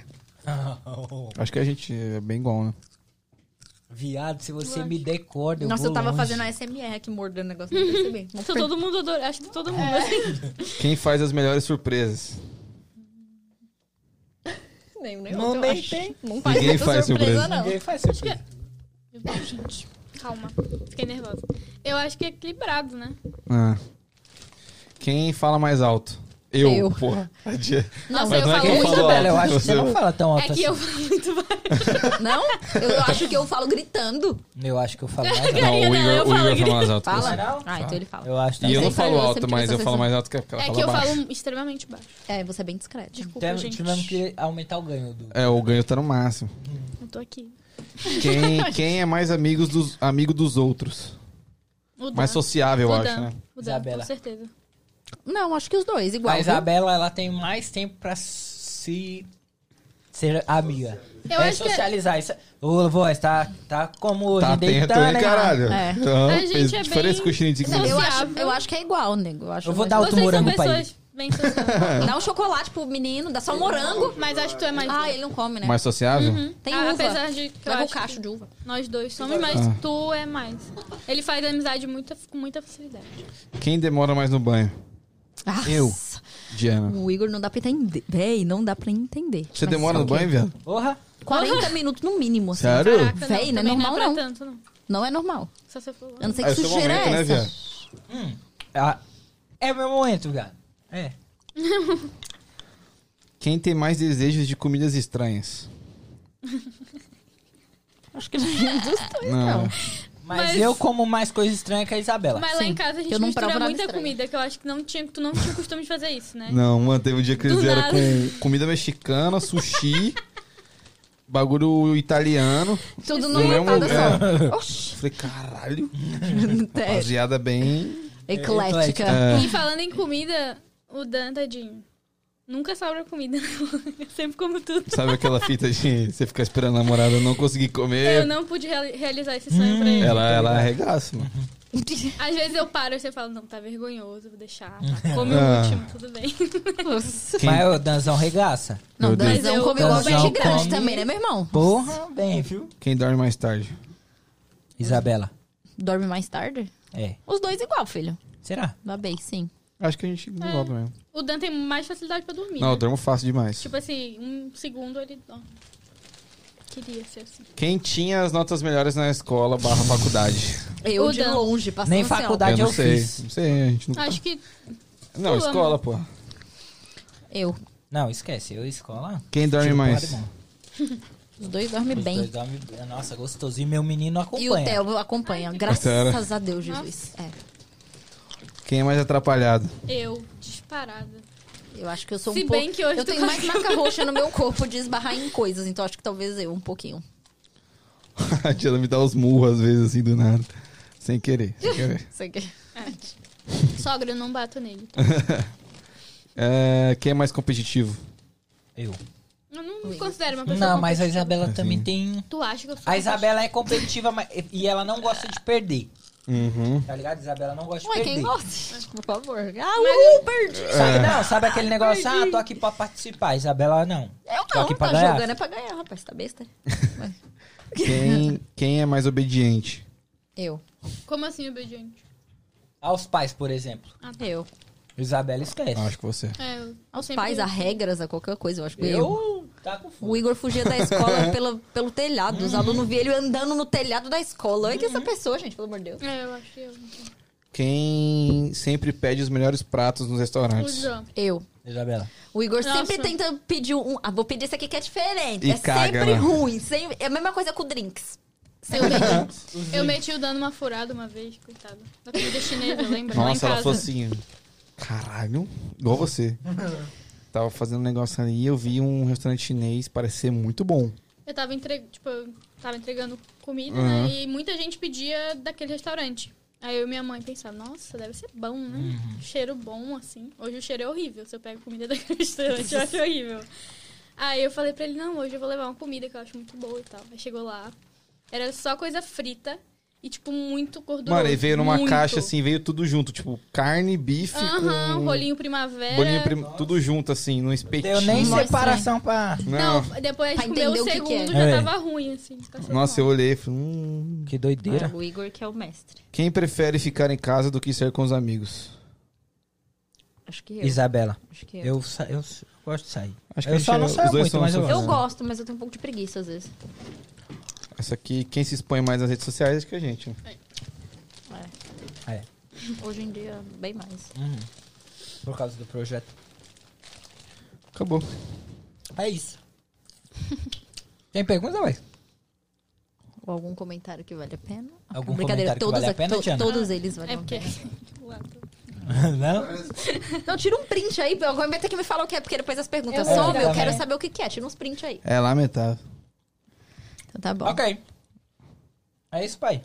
[SPEAKER 1] Acho que a gente é bem igual, né?
[SPEAKER 2] (laughs) Viado, se você me decorda, eu
[SPEAKER 4] Nossa,
[SPEAKER 2] vou
[SPEAKER 4] eu tava
[SPEAKER 2] longe.
[SPEAKER 4] fazendo a SMR aqui mordendo o negócio, não percebi. (laughs) Vamos
[SPEAKER 3] Sou todo mundo adora, acho que todo mundo (laughs) assim.
[SPEAKER 1] Quem faz as melhores surpresas?
[SPEAKER 4] perder nenhum, nenhum,
[SPEAKER 2] Não,
[SPEAKER 4] né? eu
[SPEAKER 2] nem
[SPEAKER 4] acho.
[SPEAKER 2] tem.
[SPEAKER 4] Não
[SPEAKER 1] Ninguém
[SPEAKER 4] muita
[SPEAKER 1] faz surpresa.
[SPEAKER 4] não.
[SPEAKER 2] Ninguém faz surpresa.
[SPEAKER 3] Meu Deus, gente. Calma, fiquei nervosa. Eu acho que é equilibrado, né?
[SPEAKER 1] Ah. Quem fala mais alto? Eu,
[SPEAKER 4] Eu.
[SPEAKER 1] porra. A Dia-
[SPEAKER 3] Nossa,
[SPEAKER 1] Mas
[SPEAKER 3] eu
[SPEAKER 1] não é
[SPEAKER 3] falo
[SPEAKER 1] quem
[SPEAKER 3] muito
[SPEAKER 1] falou
[SPEAKER 2] Isabela, eu
[SPEAKER 1] alto,
[SPEAKER 2] acho que você não fala tão alto
[SPEAKER 3] É que eu
[SPEAKER 2] assim.
[SPEAKER 3] falo muito baixo.
[SPEAKER 4] Não? Eu, (laughs) eu acho que eu falo gritando.
[SPEAKER 2] Eu acho que eu
[SPEAKER 3] (laughs)
[SPEAKER 2] falo mais alto.
[SPEAKER 1] Não, o Igor,
[SPEAKER 3] Não, eu
[SPEAKER 1] o Igor
[SPEAKER 3] falo
[SPEAKER 1] fala mais alto. que
[SPEAKER 4] Fala.
[SPEAKER 1] você.
[SPEAKER 4] Ah, então ele fala.
[SPEAKER 2] Eu
[SPEAKER 1] E
[SPEAKER 2] acho
[SPEAKER 1] eu
[SPEAKER 2] também.
[SPEAKER 1] não
[SPEAKER 4] Sempre
[SPEAKER 1] falo
[SPEAKER 4] eu,
[SPEAKER 1] alto,
[SPEAKER 4] sempre
[SPEAKER 1] mas
[SPEAKER 4] tive
[SPEAKER 1] eu
[SPEAKER 4] essa
[SPEAKER 1] falo mais alto que ela fala
[SPEAKER 3] É que eu
[SPEAKER 1] baixo.
[SPEAKER 3] falo extremamente baixo.
[SPEAKER 4] É, você é bem discreto.
[SPEAKER 3] Desculpa,
[SPEAKER 2] Tem-
[SPEAKER 3] gente.
[SPEAKER 2] Tivemos que aumentar o ganho do.
[SPEAKER 1] É, o ganho tá no máximo.
[SPEAKER 3] Eu tô aqui.
[SPEAKER 1] Quem, quem é mais amigos dos, amigo dos outros?
[SPEAKER 3] O Dan.
[SPEAKER 1] Mais sociável, eu
[SPEAKER 3] o
[SPEAKER 1] acho,
[SPEAKER 3] Dan.
[SPEAKER 1] né?
[SPEAKER 3] O Dan,
[SPEAKER 2] Isabela.
[SPEAKER 3] com certeza.
[SPEAKER 4] Não, acho que os dois, igual.
[SPEAKER 2] A
[SPEAKER 4] viu?
[SPEAKER 2] Isabela, ela tem mais tempo pra se. ser amiga.
[SPEAKER 3] Eu
[SPEAKER 2] é
[SPEAKER 3] acho que-
[SPEAKER 2] socializar. Isso... Ô, voz, tá, tá como hoje,
[SPEAKER 1] Tá atento,
[SPEAKER 2] deitando,
[SPEAKER 1] hein,
[SPEAKER 2] hein?
[SPEAKER 1] caralho?
[SPEAKER 4] É.
[SPEAKER 1] Não,
[SPEAKER 3] A gente
[SPEAKER 1] fez
[SPEAKER 3] é bem-
[SPEAKER 1] diferença com o chininho de
[SPEAKER 4] Não, eu, acho,
[SPEAKER 3] Sociável.
[SPEAKER 4] eu acho que é igual, nego. Eu, acho
[SPEAKER 2] Eu vou
[SPEAKER 4] mais-
[SPEAKER 2] dar outro
[SPEAKER 3] Vocês são
[SPEAKER 2] morango pra
[SPEAKER 3] pessoas bem sociais.
[SPEAKER 4] Dá um chocolate pro menino, dá só um morango.
[SPEAKER 3] Mas acho que tu é mais.
[SPEAKER 4] Ah, ele não come, né?
[SPEAKER 1] Mais sociável?
[SPEAKER 4] Tem
[SPEAKER 3] Ah,
[SPEAKER 4] uva.
[SPEAKER 3] Apesar de que eu
[SPEAKER 4] Leva o
[SPEAKER 3] acho
[SPEAKER 4] cacho
[SPEAKER 3] que
[SPEAKER 4] de uva.
[SPEAKER 3] nós dois somos, mas tu é mais. Ele faz amizade muita, com muita facilidade.
[SPEAKER 1] Quem demora mais no banho?
[SPEAKER 2] Eu.
[SPEAKER 4] Nossa,
[SPEAKER 1] Diana.
[SPEAKER 4] O Igor não dá pra entender. Véi, não dá pra entender.
[SPEAKER 1] Você
[SPEAKER 4] Mas
[SPEAKER 1] demora no
[SPEAKER 4] ok.
[SPEAKER 1] banho,
[SPEAKER 3] (laughs)
[SPEAKER 1] viado?
[SPEAKER 2] Porra!
[SPEAKER 4] 40 minutos no mínimo. assim.
[SPEAKER 1] Sério?
[SPEAKER 3] Caraca,
[SPEAKER 4] Véi,
[SPEAKER 3] não,
[SPEAKER 4] não é
[SPEAKER 3] também
[SPEAKER 4] normal,
[SPEAKER 3] não. É
[SPEAKER 4] não.
[SPEAKER 3] pra tanto, não.
[SPEAKER 4] Não é normal.
[SPEAKER 3] Só se eu for.
[SPEAKER 4] Eu não sei
[SPEAKER 1] É
[SPEAKER 4] que
[SPEAKER 1] o seu
[SPEAKER 4] sujeira
[SPEAKER 1] momento, né,
[SPEAKER 4] é
[SPEAKER 1] viado?
[SPEAKER 4] essa.
[SPEAKER 2] Ah, É meu momento, viado. É.
[SPEAKER 1] Quem tem mais desejos de comidas estranhas?
[SPEAKER 4] Acho que não é dos dois, não.
[SPEAKER 1] Não.
[SPEAKER 2] Mas,
[SPEAKER 3] Mas-
[SPEAKER 2] eu como mais coisa estranha que a Isabela.
[SPEAKER 3] Mas lá em casa a gente
[SPEAKER 4] eu não
[SPEAKER 3] mistura
[SPEAKER 4] provo nada
[SPEAKER 3] muita
[SPEAKER 4] estranho.
[SPEAKER 3] comida, que eu acho que não tinha, tu não tinha costume de fazer isso, né?
[SPEAKER 1] Não, mano, teve um dia que eles
[SPEAKER 3] Do
[SPEAKER 1] vieram
[SPEAKER 3] nada.
[SPEAKER 1] com comida mexicana,
[SPEAKER 3] (laughs)
[SPEAKER 1] sushi, bagulho italiano.
[SPEAKER 4] Tudo
[SPEAKER 1] no
[SPEAKER 4] numa
[SPEAKER 1] é mesmo
[SPEAKER 4] lotada só.
[SPEAKER 1] lugar.
[SPEAKER 4] Oxi. (laughs)
[SPEAKER 1] Falei, caralho,
[SPEAKER 4] É,
[SPEAKER 1] rapaziada bem.
[SPEAKER 3] É,
[SPEAKER 4] Eclética.
[SPEAKER 1] é.
[SPEAKER 4] (laughs)
[SPEAKER 3] E falando em comida, o Dan, tadinho. Nunca sobra comida. (laughs) Eu sempre como tudo.
[SPEAKER 1] é, Sabe aquela fita de você ficar esperando a namorada não conseguir
[SPEAKER 3] Eu
[SPEAKER 1] comer?
[SPEAKER 3] não pude reali- realizar esse sonho pra ele.
[SPEAKER 1] Ela, ela arregaça, mano.
[SPEAKER 3] Às vezes eu paro e você fala, não, tá vergonhoso, vou deixar.
[SPEAKER 1] (laughs)
[SPEAKER 3] Tá. Come o
[SPEAKER 1] Ah.
[SPEAKER 3] último, tudo bem.
[SPEAKER 2] Mas o Danzão regaça.
[SPEAKER 4] Não, um
[SPEAKER 1] Meu Deus.
[SPEAKER 4] Danzão comeu
[SPEAKER 2] Danzão
[SPEAKER 4] bastante grande
[SPEAKER 2] come.
[SPEAKER 4] também, né, meu irmão?
[SPEAKER 2] Porra, bem, viu?
[SPEAKER 1] Quem dorme mais tarde?
[SPEAKER 2] Isabela.
[SPEAKER 4] Dorme mais tarde?
[SPEAKER 2] É.
[SPEAKER 4] Os dois igual, filho.
[SPEAKER 2] Será?
[SPEAKER 4] Babei, sim.
[SPEAKER 1] Acho que a gente
[SPEAKER 3] É.
[SPEAKER 1] engloba mesmo.
[SPEAKER 3] (laughs) O Dan tem mais facilidade pra dormir.
[SPEAKER 1] Não, eu
[SPEAKER 3] né?
[SPEAKER 1] durmo fácil demais.
[SPEAKER 3] Tipo assim, um segundo ele. dorme. Queria ser assim.
[SPEAKER 1] Quem tinha as notas melhores na escola barra
[SPEAKER 3] (laughs)
[SPEAKER 1] faculdade?
[SPEAKER 4] Eu
[SPEAKER 3] O
[SPEAKER 4] de
[SPEAKER 3] Dan.
[SPEAKER 4] longe, passando
[SPEAKER 2] Nem
[SPEAKER 4] assim, ó.
[SPEAKER 2] faculdade. Verdade,
[SPEAKER 1] eu não
[SPEAKER 2] eu
[SPEAKER 1] sei.
[SPEAKER 2] fiz.
[SPEAKER 1] Não sei, a gente não...
[SPEAKER 3] Acho que
[SPEAKER 1] Não,
[SPEAKER 3] tu,
[SPEAKER 1] escola, pô.
[SPEAKER 4] Eu.
[SPEAKER 2] Não, esquece. Eu e escola.
[SPEAKER 1] Quem dorme
[SPEAKER 2] tiro
[SPEAKER 1] mais?
[SPEAKER 2] pro lado, irmão.
[SPEAKER 4] Os dois dormem
[SPEAKER 2] Os dois
[SPEAKER 4] bem.
[SPEAKER 2] dormem bem. Nossa, gostosinho. Meu menino
[SPEAKER 4] E o
[SPEAKER 2] acompanha.
[SPEAKER 4] Theo acompanha. Graças
[SPEAKER 1] Sério?
[SPEAKER 4] a Deus, Jesus. É.
[SPEAKER 1] Quem é mais atrapalhado? (laughs)
[SPEAKER 3] eu, disparada.
[SPEAKER 4] Eu acho que eu sou um
[SPEAKER 3] Se
[SPEAKER 4] pouco...
[SPEAKER 3] bem que hoje
[SPEAKER 4] Eu
[SPEAKER 3] tu tá (laughs)
[SPEAKER 4] tenho mais
[SPEAKER 3] conseguiu.
[SPEAKER 4] marca roxa no meu corpo de esbarrar em coisas, então acho que talvez eu, um pouquinho.
[SPEAKER 1] a tia me dá os murros às vezes, assim, do nada. Sem querer,
[SPEAKER 3] (laughs)
[SPEAKER 1] sem querer.
[SPEAKER 4] Sei que...
[SPEAKER 2] É.
[SPEAKER 3] Sogra, eu não bato nele.
[SPEAKER 1] É, quem é mais competitivo?
[SPEAKER 2] Eu.
[SPEAKER 3] Eu não me considero uma pessoa.
[SPEAKER 2] Não, mas a
[SPEAKER 3] competitiva.
[SPEAKER 2] Isabela
[SPEAKER 1] Assim.
[SPEAKER 2] também tem... um.
[SPEAKER 3] Tu acha que eu sou.
[SPEAKER 2] A Isabela é competitiva mas- e ela não gosta de perder.
[SPEAKER 1] Uhum.
[SPEAKER 2] Tá ligado? Isabela não gosta de
[SPEAKER 4] Ué,
[SPEAKER 2] perder.
[SPEAKER 4] quem gosta? Por favor. Ah, uh, perdi.
[SPEAKER 2] Sabe,
[SPEAKER 1] É.
[SPEAKER 2] não, sabe aquele negócio, ah, tô aqui pra participar. Isabela, não.
[SPEAKER 4] Eu
[SPEAKER 2] Tô
[SPEAKER 4] não,
[SPEAKER 2] aqui
[SPEAKER 4] tá
[SPEAKER 2] pra ganhar.
[SPEAKER 4] jogando é pra ganhar, rapaz. Tá besta?
[SPEAKER 1] Quem, quem é mais obediente?
[SPEAKER 4] Eu.
[SPEAKER 3] Como assim, obediente?
[SPEAKER 2] Aos pais, por exemplo.
[SPEAKER 4] Ah, Eu.
[SPEAKER 2] Isabela esquece.
[SPEAKER 1] Ah, acho que você.
[SPEAKER 3] É, eu
[SPEAKER 4] Aos
[SPEAKER 3] sempre-
[SPEAKER 4] pais, a regras, a qualquer coisa, eu acho que eu.
[SPEAKER 2] Eu tá com fome.
[SPEAKER 4] O Igor fugia da escola pelo, pelo telhado. Os alunos viam ele andando no telhado da escola. Olha que essa pessoa, gente, pelo amor de Deus.
[SPEAKER 3] É, eu acho que eu.
[SPEAKER 1] Quem sempre pede os melhores pratos nos
[SPEAKER 3] O
[SPEAKER 1] restaurantes?
[SPEAKER 3] Jean.
[SPEAKER 4] Eu.
[SPEAKER 2] Isabela.
[SPEAKER 4] O Igor
[SPEAKER 3] Nossa.
[SPEAKER 4] sempre tenta pedir um. Ah, vou pedir esse aqui que é diferente.
[SPEAKER 1] E
[SPEAKER 4] é
[SPEAKER 1] caga,
[SPEAKER 4] sempre
[SPEAKER 1] né?
[SPEAKER 4] ruim. Sempre... É a mesma coisa com drinks.
[SPEAKER 3] Eu meti, eu meti o dano uma furada uma vez, coitado. Da comida chinesa, lembra? Lá em
[SPEAKER 1] Nossa,
[SPEAKER 3] casa.
[SPEAKER 1] ela falou assim. Caralho, igual
[SPEAKER 3] (laughs)
[SPEAKER 1] você. Tava fazendo um negócio ali e eu vi um restaurante chinês parecer muito bom.
[SPEAKER 3] Eu tava entregando, tipo, eu tava entregando comida, né? E muita gente pedia daquele restaurante. Aí eu e minha mãe pensavam, nossa, deve ser bom, né?
[SPEAKER 1] Uhum.
[SPEAKER 3] Cheiro bom, assim. Hoje o cheiro é horrível. Se eu pego comida (laughs) daquele
[SPEAKER 1] (laughs)
[SPEAKER 3] restaurante, eu acho horrível. Aí eu falei pra ele, não, hoje eu vou levar uma comida que eu acho muito boa e tal. Aí chegou lá, era só coisa frita e, tipo, muito gorduroso.
[SPEAKER 1] Mano, e veio numa
[SPEAKER 3] muito.
[SPEAKER 1] caixa assim, veio tudo junto, tipo carne, bife
[SPEAKER 3] Aham, É.
[SPEAKER 1] com
[SPEAKER 3] rolinho primavera.
[SPEAKER 1] bolinho prim- tudo junto assim, num espetinho.
[SPEAKER 2] Deu nem separação pra.
[SPEAKER 3] Não,
[SPEAKER 1] Não.
[SPEAKER 3] depois a
[SPEAKER 4] Pra
[SPEAKER 3] gente comeu o
[SPEAKER 4] entender o que que
[SPEAKER 3] segundo,
[SPEAKER 4] é.
[SPEAKER 3] já
[SPEAKER 2] É.
[SPEAKER 3] tava ruim, assim. ficar sem
[SPEAKER 1] Nossa, eu
[SPEAKER 3] fome.
[SPEAKER 1] olhei e falei, hum,
[SPEAKER 2] Que doideira.
[SPEAKER 4] o Igor que é o mestre.
[SPEAKER 1] quem prefere ficar em casa do que ser com os amigos?
[SPEAKER 4] Acho que eu.
[SPEAKER 2] Isabela.
[SPEAKER 4] Acho que eu.
[SPEAKER 2] Eu, sa- eu s- gosto de sair.
[SPEAKER 1] Acho que a
[SPEAKER 2] eu
[SPEAKER 1] gente
[SPEAKER 2] só
[SPEAKER 1] é-
[SPEAKER 2] não
[SPEAKER 1] os
[SPEAKER 2] saio
[SPEAKER 1] dois
[SPEAKER 2] muito,
[SPEAKER 1] são-
[SPEAKER 2] mas eu
[SPEAKER 1] são-
[SPEAKER 4] Eu
[SPEAKER 2] gosto.
[SPEAKER 4] gosto, mas eu tenho um pouco de preguiça às vezes.
[SPEAKER 1] Essa aqui, quem se expõe mais nas redes sociais acho que a gente. né?
[SPEAKER 2] É,
[SPEAKER 4] Hoje em dia, bem mais.
[SPEAKER 2] por causa do projeto.
[SPEAKER 1] Acabou.
[SPEAKER 2] É isso. (laughs) Tem pergunta,
[SPEAKER 1] (laughs)
[SPEAKER 2] ué?
[SPEAKER 4] Ou algum comentário que vale a pena?
[SPEAKER 2] Algum comentário
[SPEAKER 4] Brincadeira,
[SPEAKER 2] que
[SPEAKER 4] todos,
[SPEAKER 2] vale a
[SPEAKER 4] aqui-
[SPEAKER 2] pena,
[SPEAKER 4] to-
[SPEAKER 2] Diana?
[SPEAKER 4] todos eles valem
[SPEAKER 3] É
[SPEAKER 4] a
[SPEAKER 3] porque...
[SPEAKER 4] pena.
[SPEAKER 3] (laughs)
[SPEAKER 2] não?
[SPEAKER 4] Não, tira um print aí, alguém vai ter que me falar o que é, porque depois as perguntas
[SPEAKER 3] Eu
[SPEAKER 4] somem,
[SPEAKER 2] vou.
[SPEAKER 4] eu quero saber o que que é. Tira uns print aí.
[SPEAKER 1] É lamentável.
[SPEAKER 4] Então tá bom.
[SPEAKER 2] Ok. É isso, pai.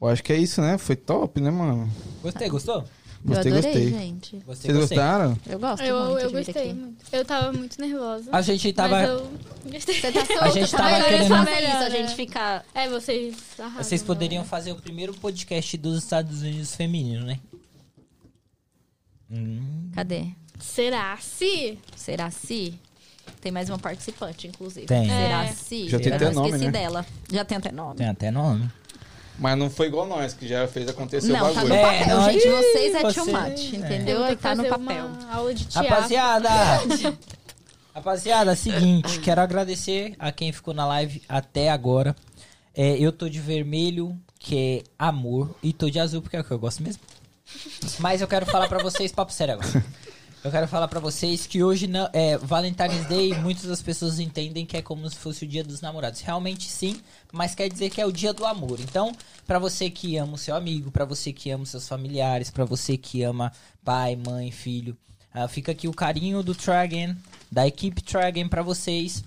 [SPEAKER 1] Eu acho que é isso, né? Foi top, né, mano?
[SPEAKER 2] Gostei, gostou?
[SPEAKER 4] Eu
[SPEAKER 1] Gostei,
[SPEAKER 4] adorei,
[SPEAKER 1] gostei.
[SPEAKER 4] gente.
[SPEAKER 2] Gostei,
[SPEAKER 1] Vocês
[SPEAKER 2] gostei.
[SPEAKER 1] gostaram?
[SPEAKER 4] Eu gosto
[SPEAKER 3] Eu,
[SPEAKER 4] muito
[SPEAKER 3] eu
[SPEAKER 4] de vir
[SPEAKER 3] gostei
[SPEAKER 4] aqui.
[SPEAKER 3] muito. Eu tava muito nervosa.
[SPEAKER 2] A gente Ah, tava.
[SPEAKER 3] Mas eu gostei. (laughs)
[SPEAKER 4] Você tá solto,
[SPEAKER 2] A gente
[SPEAKER 4] tá
[SPEAKER 2] tava
[SPEAKER 4] melhor,
[SPEAKER 2] querendo-
[SPEAKER 4] é só isso,
[SPEAKER 3] Melhor,
[SPEAKER 4] a gente
[SPEAKER 3] né?
[SPEAKER 4] fica...
[SPEAKER 3] É, vocês arrasam. né?
[SPEAKER 2] Vocês poderiam fazer o primeiro podcast dos Estados Unidos feminino, né? Hum.
[SPEAKER 4] Cadê?
[SPEAKER 3] Será? Se...
[SPEAKER 4] Será se? Tem mais uma participante, inclusive.
[SPEAKER 2] Tem.
[SPEAKER 4] Será
[SPEAKER 3] É.
[SPEAKER 4] se?
[SPEAKER 1] Já tem
[SPEAKER 4] eu
[SPEAKER 1] até
[SPEAKER 4] não
[SPEAKER 1] nome,
[SPEAKER 4] esqueci
[SPEAKER 1] né?
[SPEAKER 4] dela. Já tem até nome.
[SPEAKER 2] Tem até nome.
[SPEAKER 1] Mas não foi igual nós, que já fez acontecer
[SPEAKER 4] Não,
[SPEAKER 1] o
[SPEAKER 4] tá no
[SPEAKER 1] bagulho.
[SPEAKER 2] É,
[SPEAKER 4] papel,
[SPEAKER 2] não,
[SPEAKER 4] gente.
[SPEAKER 2] ih,
[SPEAKER 4] Vocês é
[SPEAKER 2] vocês,
[SPEAKER 4] too much,
[SPEAKER 2] é.
[SPEAKER 4] entendeu?
[SPEAKER 3] Eu vou
[SPEAKER 4] Tá no
[SPEAKER 3] fazer
[SPEAKER 4] papel.
[SPEAKER 3] uma aula de teatro.
[SPEAKER 2] Rapaziada! Rapaziada, seguinte, quero agradecer a quem ficou na live até agora. É, eu tô de vermelho, que é amor, e tô de azul, porque é o que eu gosto mesmo. Mas eu quero falar pra vocês, papo sério agora. Eu quero falar pra vocês que hoje não, é Valentine's Day, muitas das pessoas entendem que é como se fosse o dia dos namorados. Realmente sim, mas quer dizer que é o dia do amor. Então, pra você que ama o seu amigo, pra você que ama os seus familiares, pra você que ama pai, mãe, filho, ah, fica aqui o carinho do Tragen, da equipe Tragen pra vocês.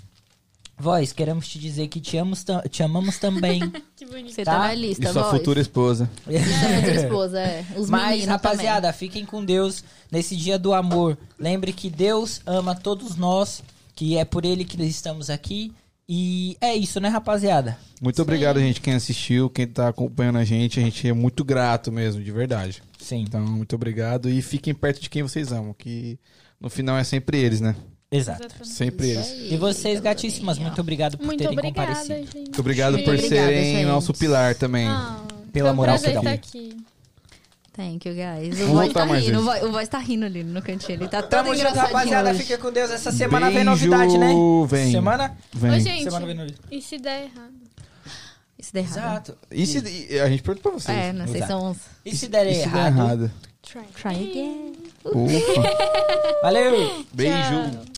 [SPEAKER 2] Vós, queremos te dizer que te, amos tam- te amamos também. (laughs)
[SPEAKER 3] Que bonito.
[SPEAKER 4] Você
[SPEAKER 2] Tá?
[SPEAKER 4] tá, na lista,
[SPEAKER 1] E sua
[SPEAKER 4] voz.
[SPEAKER 1] futura esposa.
[SPEAKER 4] É, futura esposa, é. Os
[SPEAKER 2] Mas,
[SPEAKER 4] meninos
[SPEAKER 2] rapaziada, fiquem com Deus nesse dia do amor. Lembre que Deus ama todos nós, que é por Ele que estamos aqui. E é isso, né, rapaziada?
[SPEAKER 1] Muito obrigado, gente, quem assistiu, quem tá acompanhando a gente. A gente é muito grato mesmo, de verdade.
[SPEAKER 2] Sim.
[SPEAKER 1] Então, muito obrigado. E fiquem perto de quem vocês amam, que no final é sempre eles, né?
[SPEAKER 2] Exato.
[SPEAKER 1] Sempre eles.
[SPEAKER 4] também.
[SPEAKER 2] E vocês, gatíssimas, muito obrigado por
[SPEAKER 3] Muito
[SPEAKER 2] terem
[SPEAKER 3] obrigada,
[SPEAKER 2] comparecido.
[SPEAKER 3] gente.
[SPEAKER 1] Muito obrigado por
[SPEAKER 4] Obrigada,
[SPEAKER 1] serem
[SPEAKER 4] gente.
[SPEAKER 1] nosso pilar também.
[SPEAKER 3] Ah,
[SPEAKER 2] Pela
[SPEAKER 3] foi um
[SPEAKER 2] moral que
[SPEAKER 3] prazer
[SPEAKER 2] dão.
[SPEAKER 3] estar aqui.
[SPEAKER 4] Thank you, guys. O
[SPEAKER 1] Vamos
[SPEAKER 4] voz
[SPEAKER 1] voltar
[SPEAKER 4] tá
[SPEAKER 1] mais
[SPEAKER 4] rindo, o
[SPEAKER 1] vezes.
[SPEAKER 4] voz, o voz tá rindo ali no cantinho. Ele tá todo
[SPEAKER 2] Tamo junto,
[SPEAKER 4] engraçadinho
[SPEAKER 2] rapaziada.
[SPEAKER 4] hoje.
[SPEAKER 2] Fica com Deus. Essa semana vem
[SPEAKER 1] Beijo,
[SPEAKER 2] novidade, né?
[SPEAKER 1] Vem.
[SPEAKER 2] Semana?
[SPEAKER 1] Vem.
[SPEAKER 3] Ô,
[SPEAKER 2] Semana vem
[SPEAKER 3] gente,
[SPEAKER 2] novidade.
[SPEAKER 3] e se der errado?
[SPEAKER 4] Isso deu errado.
[SPEAKER 2] Exato.
[SPEAKER 1] E se, e a gente pergunta pra vocês.
[SPEAKER 4] É, não sei,
[SPEAKER 2] Exato.
[SPEAKER 4] são uns...
[SPEAKER 2] E se der
[SPEAKER 1] E se der
[SPEAKER 2] errado?
[SPEAKER 1] errado?
[SPEAKER 3] Try.
[SPEAKER 4] Try again.
[SPEAKER 1] Ufa.
[SPEAKER 2] Valeu!
[SPEAKER 1] Beijo.
[SPEAKER 3] Tchau.